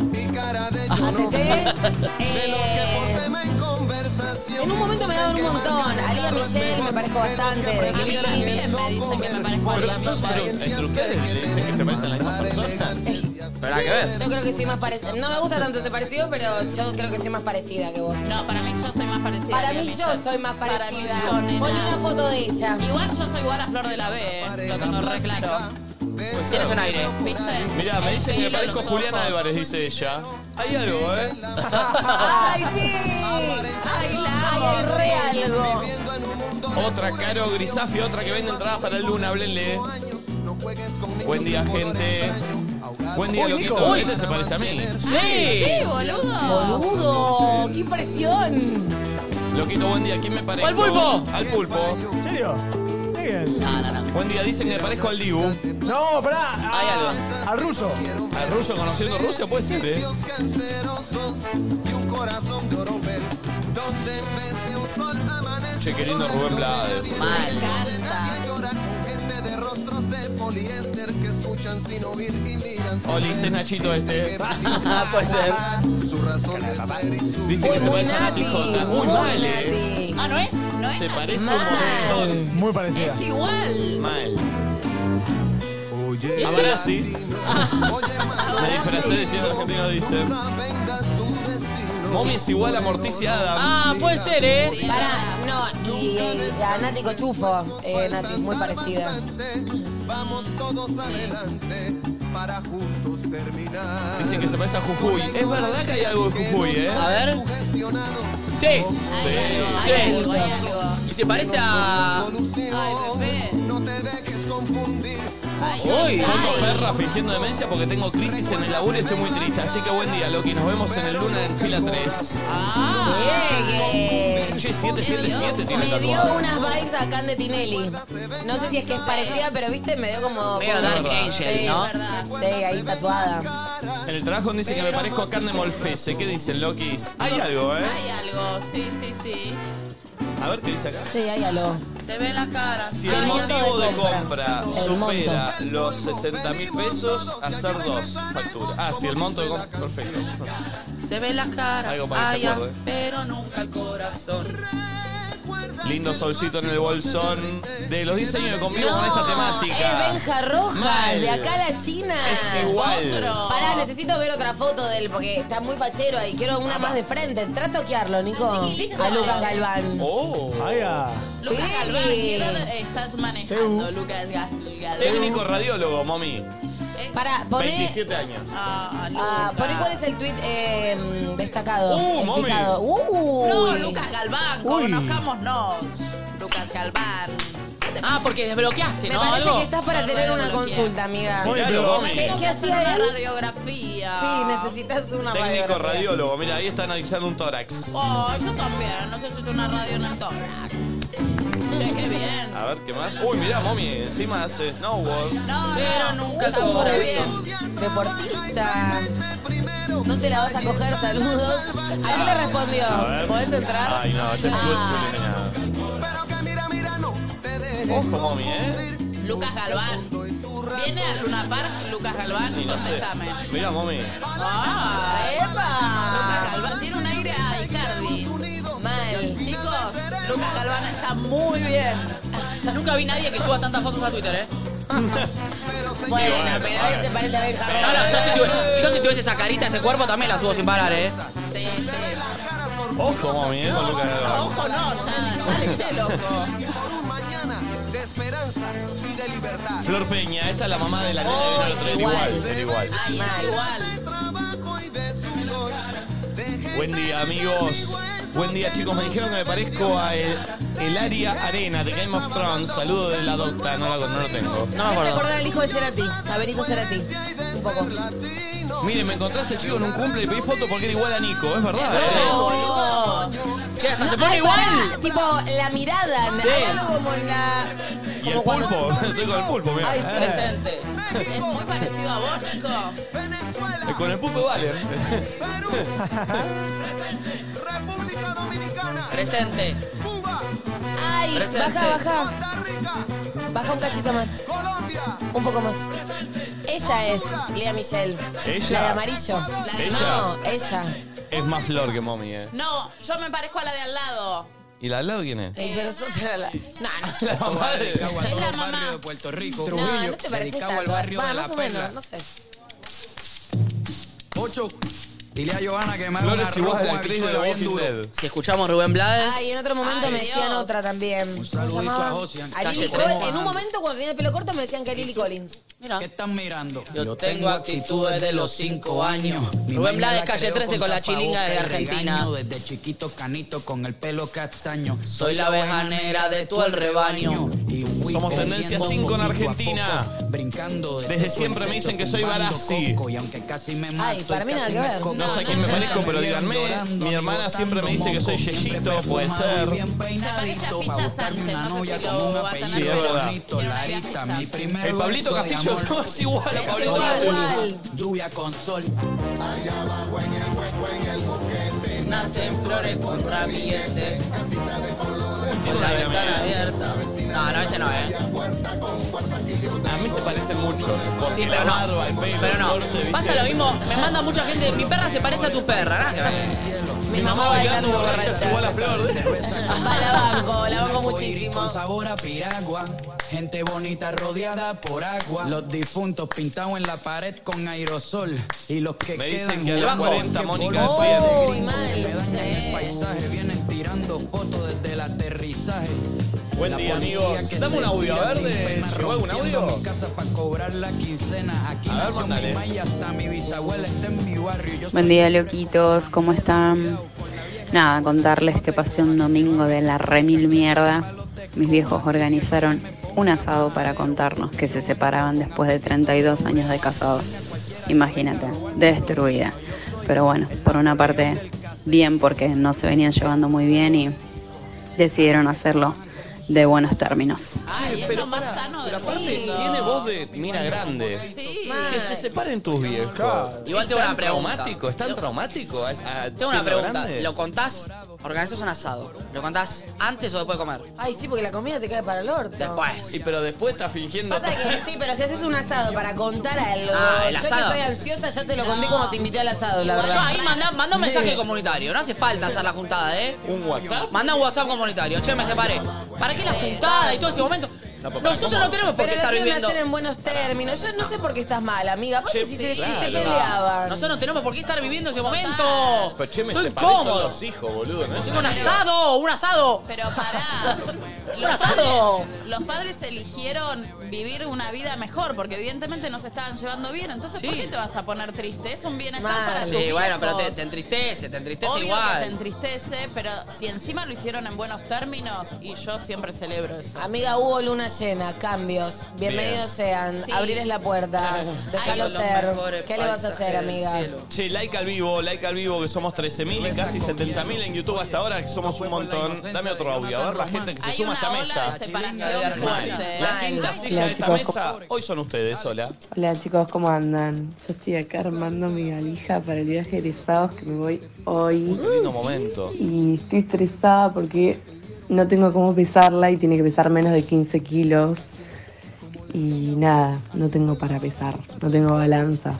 [SPEAKER 3] Teté. Eh, en un momento me daban un montón. A Lía Michelle me parezco bastante. De
[SPEAKER 4] A mí
[SPEAKER 3] Kelly Green.
[SPEAKER 4] también me dicen que me parezco a Lía
[SPEAKER 1] Pero
[SPEAKER 4] Michelle.
[SPEAKER 1] entre ustedes le dicen que se parecen las mismas personas.
[SPEAKER 2] Pero nada que ver.
[SPEAKER 3] Yo creo que soy más parecida. No me gusta tanto ese parecido, pero yo creo que soy más parecida que vos.
[SPEAKER 4] No, para mí yo soy más parecida a
[SPEAKER 3] Para
[SPEAKER 4] Lía
[SPEAKER 3] mí yo
[SPEAKER 4] Michelle.
[SPEAKER 3] soy más
[SPEAKER 4] Para mí
[SPEAKER 3] parecida.
[SPEAKER 4] yo, nena.
[SPEAKER 3] Pon una foto de ella.
[SPEAKER 4] Igual yo soy igual a Flor de la B, eh, lo tengo re claro.
[SPEAKER 2] Tienes un aire.
[SPEAKER 4] ¿Viste?
[SPEAKER 1] Mirá, me
[SPEAKER 4] El
[SPEAKER 1] dicen que me
[SPEAKER 4] pelo,
[SPEAKER 1] parezco a
[SPEAKER 4] los
[SPEAKER 1] Juliana
[SPEAKER 4] ojos.
[SPEAKER 1] Álvarez, dice ella. Hay algo, ¿eh?
[SPEAKER 3] ¡Ay, sí!
[SPEAKER 4] Ay,
[SPEAKER 3] ¡Ay,
[SPEAKER 4] la
[SPEAKER 3] el re algo!
[SPEAKER 1] Otra Caro Grisafi, otra que vende entradas para el Luna, háblenle. Buen día, gente. Buen día,
[SPEAKER 12] Uy, Nico.
[SPEAKER 1] loquito.
[SPEAKER 12] Uy.
[SPEAKER 1] Este se parece a mí.
[SPEAKER 2] Ah, ¡Sí!
[SPEAKER 4] boludo.
[SPEAKER 3] ¡Boludo! ¡Qué impresión!
[SPEAKER 1] Loquito, buen día. ¿Quién me parece?
[SPEAKER 2] ¡Al pulpo!
[SPEAKER 1] Al pulpo.
[SPEAKER 13] ¿En serio? Qué bien.
[SPEAKER 2] No, no, no.
[SPEAKER 1] Buen día, dicen que me parezco al Dibu.
[SPEAKER 13] No, pará. a-
[SPEAKER 2] Hay algo.
[SPEAKER 13] Al ruso.
[SPEAKER 1] Al ruso conociendo Rusia puede ser, ¿eh?
[SPEAKER 6] Vicios cancerosos y un corazón de Orobel, donde en vez de un sol amanece
[SPEAKER 1] Che, qué lindo
[SPEAKER 6] una
[SPEAKER 1] Rubén
[SPEAKER 6] luz
[SPEAKER 1] Blades.
[SPEAKER 6] de nadie
[SPEAKER 2] Mal.
[SPEAKER 6] llora, nadie llora, con gente de rostros de poliéster que escuchan sin oír y miran sin
[SPEAKER 1] Oli, ese
[SPEAKER 6] ver.
[SPEAKER 1] es Nachito este.
[SPEAKER 6] Que vacían
[SPEAKER 2] Ah, puede ser.
[SPEAKER 6] Su razón de ser y su
[SPEAKER 1] Dicen que se parece a Nati Jota. Muy mal, ¿eh?
[SPEAKER 14] Ah, ¿no es? No es.
[SPEAKER 1] Se parece un
[SPEAKER 4] Mal.
[SPEAKER 1] montón.
[SPEAKER 13] Muy parecida.
[SPEAKER 4] Es igual.
[SPEAKER 1] Mal.
[SPEAKER 6] Oye,
[SPEAKER 1] Ahora sí.
[SPEAKER 6] Martino, oye,
[SPEAKER 1] Me
[SPEAKER 6] Martino,
[SPEAKER 1] disfracé de ciudadano argentino, dice.
[SPEAKER 6] nunca vendas tu destino.
[SPEAKER 1] Mommy es igual a Morticia Adam.
[SPEAKER 2] Ah, puede ser, ¿eh?
[SPEAKER 3] Pará, no, y eh, a Nati Cochufo, eh, Nati, muy parecida.
[SPEAKER 6] Vamos todos adelante para juntos terminar.
[SPEAKER 1] Dicen que se parece a Jujuy. Es verdad que hay algo de Jujuy, ¿eh?
[SPEAKER 2] A ver.
[SPEAKER 6] Sugestionados.
[SPEAKER 2] Sí,
[SPEAKER 1] Sí.
[SPEAKER 2] sí. Y se parece a.
[SPEAKER 6] Solución. No te dejes confundir.
[SPEAKER 1] Uy, ando perra fingiendo demencia porque tengo crisis en el laburo y estoy muy triste. Así que buen día, Loki. Nos vemos en el Luna en fila 3.
[SPEAKER 6] Ah.
[SPEAKER 3] Bien.
[SPEAKER 1] Che, 777 tiene
[SPEAKER 3] Me dio
[SPEAKER 1] tatuado.
[SPEAKER 3] unas vibes a Cande Tinelli. No sé si es que es parecida, pero viste, me dio como.
[SPEAKER 2] Medio Dark Angel,
[SPEAKER 3] Sí,
[SPEAKER 2] ¿no?
[SPEAKER 3] Sí, ahí tatuada.
[SPEAKER 1] En el trabajo dice que me parezco a Cande Molfese. ¿Qué dicen, Lokis? Hay algo, ¿eh?
[SPEAKER 14] Hay algo, sí, sí, sí.
[SPEAKER 1] A ver qué dice acá.
[SPEAKER 4] Sí, hay algo.
[SPEAKER 2] Se ven las caras.
[SPEAKER 1] Si el
[SPEAKER 3] Sí,
[SPEAKER 1] motivo de
[SPEAKER 3] de compra.
[SPEAKER 1] compra
[SPEAKER 3] El
[SPEAKER 1] supera los 60 mil pesos, hacer dos facturas. Ah, si el monto de compra. Perfecto.
[SPEAKER 2] Se ven las caras.
[SPEAKER 1] Algo para que
[SPEAKER 2] ay,
[SPEAKER 1] se acuerde.
[SPEAKER 2] ah, pero nunca el corazón.
[SPEAKER 1] Lindo solcito en el bolsón. De los diseños que convivo con esta
[SPEAKER 3] Es
[SPEAKER 1] temática.
[SPEAKER 3] Benja Rojas,
[SPEAKER 1] Mal.
[SPEAKER 3] de acá a la China.
[SPEAKER 1] Es igual.
[SPEAKER 3] Pará, necesito ver otra foto de él porque está muy fachero ahí. Quiero una más de frente. Trata de toquearlo, Nico. A Lucas Galván.
[SPEAKER 1] Oh.
[SPEAKER 13] Ahí a-
[SPEAKER 4] Lucas
[SPEAKER 3] Sí.
[SPEAKER 4] Galván, ¿qué edad estás manejando, Lucas Gal- Galván?
[SPEAKER 1] Técnico radiólogo, mami.
[SPEAKER 3] Pará, poné.
[SPEAKER 1] 27 años.
[SPEAKER 4] Ah,
[SPEAKER 3] Ah,
[SPEAKER 4] Lucas.
[SPEAKER 3] poné cuál es el tweet eh, destacado.
[SPEAKER 1] Uh,
[SPEAKER 3] el
[SPEAKER 1] mami.
[SPEAKER 3] fijado. Uh.
[SPEAKER 4] No, Lucas Galván,
[SPEAKER 13] Uy.
[SPEAKER 4] conozcámonos. Lucas Galván.
[SPEAKER 2] Ah, porque desbloqueaste,
[SPEAKER 3] Me
[SPEAKER 2] ¿no?
[SPEAKER 3] parece
[SPEAKER 2] ¿Algo?
[SPEAKER 3] que estás para
[SPEAKER 4] Yo
[SPEAKER 3] tener
[SPEAKER 4] re
[SPEAKER 3] una
[SPEAKER 4] bloqueé.
[SPEAKER 3] consulta, amiga.
[SPEAKER 1] Muy
[SPEAKER 3] Sí.
[SPEAKER 1] bien, mami.
[SPEAKER 3] ¿Qué, qué
[SPEAKER 4] Hacer
[SPEAKER 3] hacía
[SPEAKER 4] una
[SPEAKER 3] él?
[SPEAKER 4] radiografía.
[SPEAKER 3] Sí, necesitas una
[SPEAKER 1] Técnico
[SPEAKER 3] radiografía.
[SPEAKER 1] radiólogo. Mira, ahí está analizando un tórax.
[SPEAKER 4] Oh, yo también, no necesito una radio en el tórax. Che, qué bien.
[SPEAKER 1] A ver, ¿qué más? Uy, mirá, mami. Encima hace snowboard.
[SPEAKER 4] No,
[SPEAKER 2] Pero
[SPEAKER 4] no,
[SPEAKER 2] nunca
[SPEAKER 4] está
[SPEAKER 2] el
[SPEAKER 4] muy
[SPEAKER 2] corazón.
[SPEAKER 4] bien.
[SPEAKER 3] Deportista. No te la vas a coger, saludos. ¿A qué le respondió?
[SPEAKER 1] A ver.
[SPEAKER 3] ¿Podés entrar?
[SPEAKER 1] Ay, no, este fue
[SPEAKER 3] Ah.
[SPEAKER 1] nada.
[SPEAKER 6] Pero que mira, mira, no te dejes
[SPEAKER 1] Ojo, mami, ¿eh?
[SPEAKER 4] Lucas Galván.
[SPEAKER 6] Doy su razón.
[SPEAKER 4] Viene a Luna Park, Lucas Galván,
[SPEAKER 1] Y no sé.
[SPEAKER 4] contéstame.
[SPEAKER 1] Mira, mami.
[SPEAKER 4] Ah, Lucas
[SPEAKER 3] ¡Epa!
[SPEAKER 4] Galván tiene un aire a Icardi.
[SPEAKER 3] Mal.
[SPEAKER 4] Chicos, Lucas Galván está muy bien.
[SPEAKER 2] Nunca vi nadie que suba tantas fotos a Twitter, ¿eh?
[SPEAKER 3] Bueno, pero a veces parece a Benja
[SPEAKER 2] No, no,
[SPEAKER 3] Rojas.
[SPEAKER 2] yo, si tuve- yo si tuviese esa carita, ese cuerpo, también la subo sin parar, ¿eh?
[SPEAKER 4] Sí, sí.
[SPEAKER 1] Ojo, mami, ¿eh? Con Lucas Galván.
[SPEAKER 4] Ojo, no, ya, ya le eché el ojo.
[SPEAKER 6] Y por un mañana
[SPEAKER 1] ¿eh?
[SPEAKER 6] de esperanza y de libertad.
[SPEAKER 1] Flor Peña, esta es la mamá de la nena de Vinotto, era igual, era igual.
[SPEAKER 4] Ay, es igual.
[SPEAKER 6] Trabajo y de sudor. Dejen
[SPEAKER 1] Buen día, amigos. Buen día, chicos. Me dijeron que me parezco a el, el Aria Arena de Game of Thrones. Saludo de la docta, no, la- no lo tengo.
[SPEAKER 2] No me
[SPEAKER 3] Me hace
[SPEAKER 2] acuerdo.
[SPEAKER 3] acordar al hijo de Cerati, a Benito Cerati. Un poco.
[SPEAKER 1] Miren, me encontraste, chicos, en un cumple y pedí foto porque era igual a Nico, es verdad, ¿eh?
[SPEAKER 4] boludo.
[SPEAKER 2] Che, hasta se pone igual.
[SPEAKER 3] Ah, tipo, la mirada.
[SPEAKER 1] Sí.
[SPEAKER 3] Hay algo como en la...
[SPEAKER 1] Y el pulpo, estoy con el pulpo, mira.
[SPEAKER 3] Ay, sí.
[SPEAKER 4] Presente. Es muy parecido a vos, Nico.
[SPEAKER 1] Eh, Con el pulpo vale.
[SPEAKER 6] Perú, República Dominicana,
[SPEAKER 2] Presente.
[SPEAKER 6] Cuba,
[SPEAKER 3] Ay,
[SPEAKER 2] Presente.
[SPEAKER 3] baja, baja.
[SPEAKER 6] Costa Rica,
[SPEAKER 3] Baja un cachito más.
[SPEAKER 6] Colombia.
[SPEAKER 3] Un poco más. Ella es Lea Michelle.
[SPEAKER 1] ¿Ella?
[SPEAKER 3] La de amarillo.
[SPEAKER 4] La de
[SPEAKER 1] ¿Ella?
[SPEAKER 3] No, ella.
[SPEAKER 1] Es más flor que mommy, ¿eh?
[SPEAKER 4] No, yo me parezco a la de al lado.
[SPEAKER 1] ¿Y la de al lado quién es?
[SPEAKER 3] Ay, pero sos- la- No, no.
[SPEAKER 1] La mamá de...
[SPEAKER 4] Es la mamá.
[SPEAKER 15] Puerto Rico.
[SPEAKER 3] No, no te pareces tanto. Va, más o menos, no sé.
[SPEAKER 15] Ocho. Dile a Johanna que me haga
[SPEAKER 1] Flor
[SPEAKER 15] una
[SPEAKER 1] es igual a la
[SPEAKER 15] ropa
[SPEAKER 1] actriz de The
[SPEAKER 15] habichuela bien
[SPEAKER 1] Walking
[SPEAKER 15] duro.
[SPEAKER 1] Dead.
[SPEAKER 2] Si escuchamos Rubén Blades.
[SPEAKER 3] Ay, en otro momento
[SPEAKER 4] Ay,
[SPEAKER 3] me decían
[SPEAKER 4] Dios.
[SPEAKER 3] otra también.
[SPEAKER 15] Un
[SPEAKER 3] ¿Cómo
[SPEAKER 15] saludito
[SPEAKER 3] llamaba?
[SPEAKER 15] a Ocean.
[SPEAKER 3] A Lily
[SPEAKER 2] Calle
[SPEAKER 3] Collins.
[SPEAKER 2] Tremont.
[SPEAKER 3] En un momento cuando tenía el pelo corto me decían que era Lily Collins.
[SPEAKER 2] Mira.
[SPEAKER 15] ¿Qué están mirando?
[SPEAKER 2] Yo tengo actitudes de los cinco años. Rubén Blades, calle 13 con la chilinga de
[SPEAKER 15] de
[SPEAKER 2] Argentina.
[SPEAKER 15] Desde chiquito canito con el pelo castaño.
[SPEAKER 2] Soy la abeja negra de todo el rebaño.
[SPEAKER 15] Y un
[SPEAKER 1] Somos tendencia 5 en Argentina.
[SPEAKER 6] Brincando de
[SPEAKER 1] Desde
[SPEAKER 6] teco
[SPEAKER 1] siempre
[SPEAKER 6] en
[SPEAKER 1] me dicen
[SPEAKER 6] techo,
[SPEAKER 1] que soy
[SPEAKER 6] tumbando
[SPEAKER 1] Barassi.
[SPEAKER 6] coco, y aunque casi me mato,
[SPEAKER 15] Ay, para
[SPEAKER 6] y
[SPEAKER 15] mí nada
[SPEAKER 6] casi
[SPEAKER 15] que
[SPEAKER 6] me
[SPEAKER 15] ver.
[SPEAKER 6] coco,
[SPEAKER 1] No sé a quién me parezco, pero díganme. Mi hermana siempre me dice que soy yeyito, puede ser.
[SPEAKER 16] parece a Ficha Sánchez, no sé si lo va a tener.
[SPEAKER 1] Sí, es verdad. El
[SPEAKER 6] El
[SPEAKER 1] Pablito Castillo no es igual a Pablito
[SPEAKER 15] igual.
[SPEAKER 1] Castillo.
[SPEAKER 15] Igual.
[SPEAKER 6] Lluvia con sol.
[SPEAKER 2] Nacen flores con ramillete. Con la ventana abierta. No, no, este no, ¿eh?
[SPEAKER 1] A mí se ¿eh? parecen muchos. Porque
[SPEAKER 2] Sí,
[SPEAKER 1] la
[SPEAKER 2] pero no.
[SPEAKER 1] barba, el pelo,
[SPEAKER 2] Pero
[SPEAKER 1] el
[SPEAKER 2] no.
[SPEAKER 1] corte, ¿viste?
[SPEAKER 2] Pasa lo mismo. Me manda mucha gente. Mi perra se parece a tu perra, nada que ver.
[SPEAKER 15] Mi
[SPEAKER 1] Mamá bailando borracha es igual a Flor.
[SPEAKER 15] Papá, la banco, la banco
[SPEAKER 6] Coirí
[SPEAKER 15] muchísimo.
[SPEAKER 6] Con sabor a piragua, gente bonita rodeada por agua. Los difuntos pintados en la pared con aerosol. Y los que
[SPEAKER 1] Me
[SPEAKER 6] quedan
[SPEAKER 1] dicen que a los
[SPEAKER 6] bajo,
[SPEAKER 1] 40
[SPEAKER 6] que
[SPEAKER 1] Mónica
[SPEAKER 6] por-
[SPEAKER 1] Fierro.
[SPEAKER 15] Uy,
[SPEAKER 6] que le
[SPEAKER 15] mal.
[SPEAKER 6] dañan el
[SPEAKER 15] sí.
[SPEAKER 6] paisaje. Vienen tirando fotos desde el aterrizaje.
[SPEAKER 1] Buen
[SPEAKER 6] La
[SPEAKER 1] día,
[SPEAKER 6] policía
[SPEAKER 1] amigos.
[SPEAKER 6] que
[SPEAKER 1] Dame
[SPEAKER 6] se
[SPEAKER 1] un audio, a
[SPEAKER 6] tira
[SPEAKER 1] ver,
[SPEAKER 6] sin
[SPEAKER 1] de-
[SPEAKER 6] pena,
[SPEAKER 1] ¿llegó algún
[SPEAKER 6] rompiendo
[SPEAKER 1] audio?
[SPEAKER 6] mi casa para cobrar la quincena. Aquí
[SPEAKER 1] A ver,
[SPEAKER 6] nació mi
[SPEAKER 1] mandale.
[SPEAKER 6] ma y hasta mi bisabuela está en mi barrio. Yo
[SPEAKER 17] Buen
[SPEAKER 6] soy
[SPEAKER 17] día,
[SPEAKER 6] siempre
[SPEAKER 17] loquitos, ¿cómo están? Nada, contarles que pasé un domingo de la remil mierda. Mis viejos organizaron un asado para contarnos que se separaban después de 32 años de casados. Imagínate, destruida. Pero bueno, por una parte, bien porque no se venían llevando muy bien y decidieron hacerlo de buenos términos.
[SPEAKER 4] Ay, es lo más sano
[SPEAKER 1] Pero
[SPEAKER 4] del
[SPEAKER 1] aparte,
[SPEAKER 4] mundo.
[SPEAKER 1] tiene voz de mina grande.
[SPEAKER 4] Sí.
[SPEAKER 2] Ah.
[SPEAKER 1] Que se separen tus viejos.
[SPEAKER 2] Igual tengo
[SPEAKER 1] ¿Es tan
[SPEAKER 2] una pregunta.
[SPEAKER 1] traumático? ¿Es tan traumático? ¿Es- a-
[SPEAKER 2] Tengo una
[SPEAKER 1] siendo
[SPEAKER 2] pregunta.
[SPEAKER 1] grande?
[SPEAKER 2] ¿Lo contás? Organizás un asado. ¿Lo contás antes o después de comer?
[SPEAKER 15] Ay, sí, porque la comida te cae para el orto.
[SPEAKER 2] Después.
[SPEAKER 1] Y pero después estás fingiendo.
[SPEAKER 3] Pasa que sí, pero si haces un asado para contar algo.
[SPEAKER 2] Ah, el
[SPEAKER 3] yo
[SPEAKER 2] asado.
[SPEAKER 3] que soy ansiosa ya te lo conté como te invité al asado, la
[SPEAKER 2] Yo
[SPEAKER 3] verdad.
[SPEAKER 2] ahí mandá, mandá un mensaje comunitario. No hace falta hacer la juntada, ¿eh?
[SPEAKER 1] ¿Un WhatsApp?
[SPEAKER 2] Manda un WhatsApp comunitario. Che, me separé. ¿Para qué la juntada y todo ese momento? Nosotros no tenemos por
[SPEAKER 3] Pero
[SPEAKER 2] qué
[SPEAKER 3] lo
[SPEAKER 2] estar
[SPEAKER 3] quieren
[SPEAKER 2] viviendo.
[SPEAKER 3] hacer en buenos términos. Yo no sé por qué estás mal, amiga. Aparte,
[SPEAKER 1] Che,
[SPEAKER 3] si se, si
[SPEAKER 1] claro.
[SPEAKER 3] se peleaban.
[SPEAKER 2] Nosotros no tenemos por qué estar viviendo ese momento.
[SPEAKER 1] Pero che, me
[SPEAKER 2] Estoy
[SPEAKER 1] separé son
[SPEAKER 2] incómodo.
[SPEAKER 1] los hijos, boludo. ¿no?
[SPEAKER 2] Un asado, un asado.
[SPEAKER 4] Pero pará.
[SPEAKER 2] Un asado.
[SPEAKER 4] padres- los padres eligieron vivir una vida mejor porque evidentemente no se estaban llevando bien. Entonces, ¿por
[SPEAKER 2] Sí.
[SPEAKER 4] qué te vas a poner triste? Es un bienestar
[SPEAKER 3] Mal.
[SPEAKER 4] para tus
[SPEAKER 2] Sí, bueno, pero te,
[SPEAKER 4] viejos.
[SPEAKER 2] te entristece, te entristece
[SPEAKER 4] Ah, Obvio
[SPEAKER 2] igual.
[SPEAKER 4] que te entristece, pero si encima lo hicieron en buenos términos, y yo siempre celebro eso.
[SPEAKER 3] Amiga, hubo luna llena, cambios. Bienvenidos sean.
[SPEAKER 4] Sí.
[SPEAKER 3] Abrirles la puerta. Déjalo
[SPEAKER 2] Ay, los mejores
[SPEAKER 3] ser. ¿Qué le vas a
[SPEAKER 2] paisajes
[SPEAKER 3] hacer,
[SPEAKER 2] del
[SPEAKER 3] amiga?
[SPEAKER 2] cielo.
[SPEAKER 1] Che, like al vivo, like al vivo, que somos 13.000 y casi 70.000 en YouTube hasta ahora, que somos un montón. Dame otro audio, a ver la gente que se
[SPEAKER 4] Hay
[SPEAKER 1] suma a
[SPEAKER 4] una
[SPEAKER 1] esta
[SPEAKER 4] ola
[SPEAKER 1] mesa.
[SPEAKER 2] Chiringa
[SPEAKER 4] de separación
[SPEAKER 2] de
[SPEAKER 4] fuerte.
[SPEAKER 1] La quinta silla de esta mesa, hoy son ustedes, hola.
[SPEAKER 17] Hola chicos, ¿cómo andan? Yo estoy acá armando mi valija para el viaje de sábados que me voy hoy.
[SPEAKER 1] Qué lindo momento.
[SPEAKER 17] Y estoy estresada porque no tengo cómo pesarla y tiene que pesar menos de 15 kilos. Y nada, no tengo para pesar, no tengo balanza.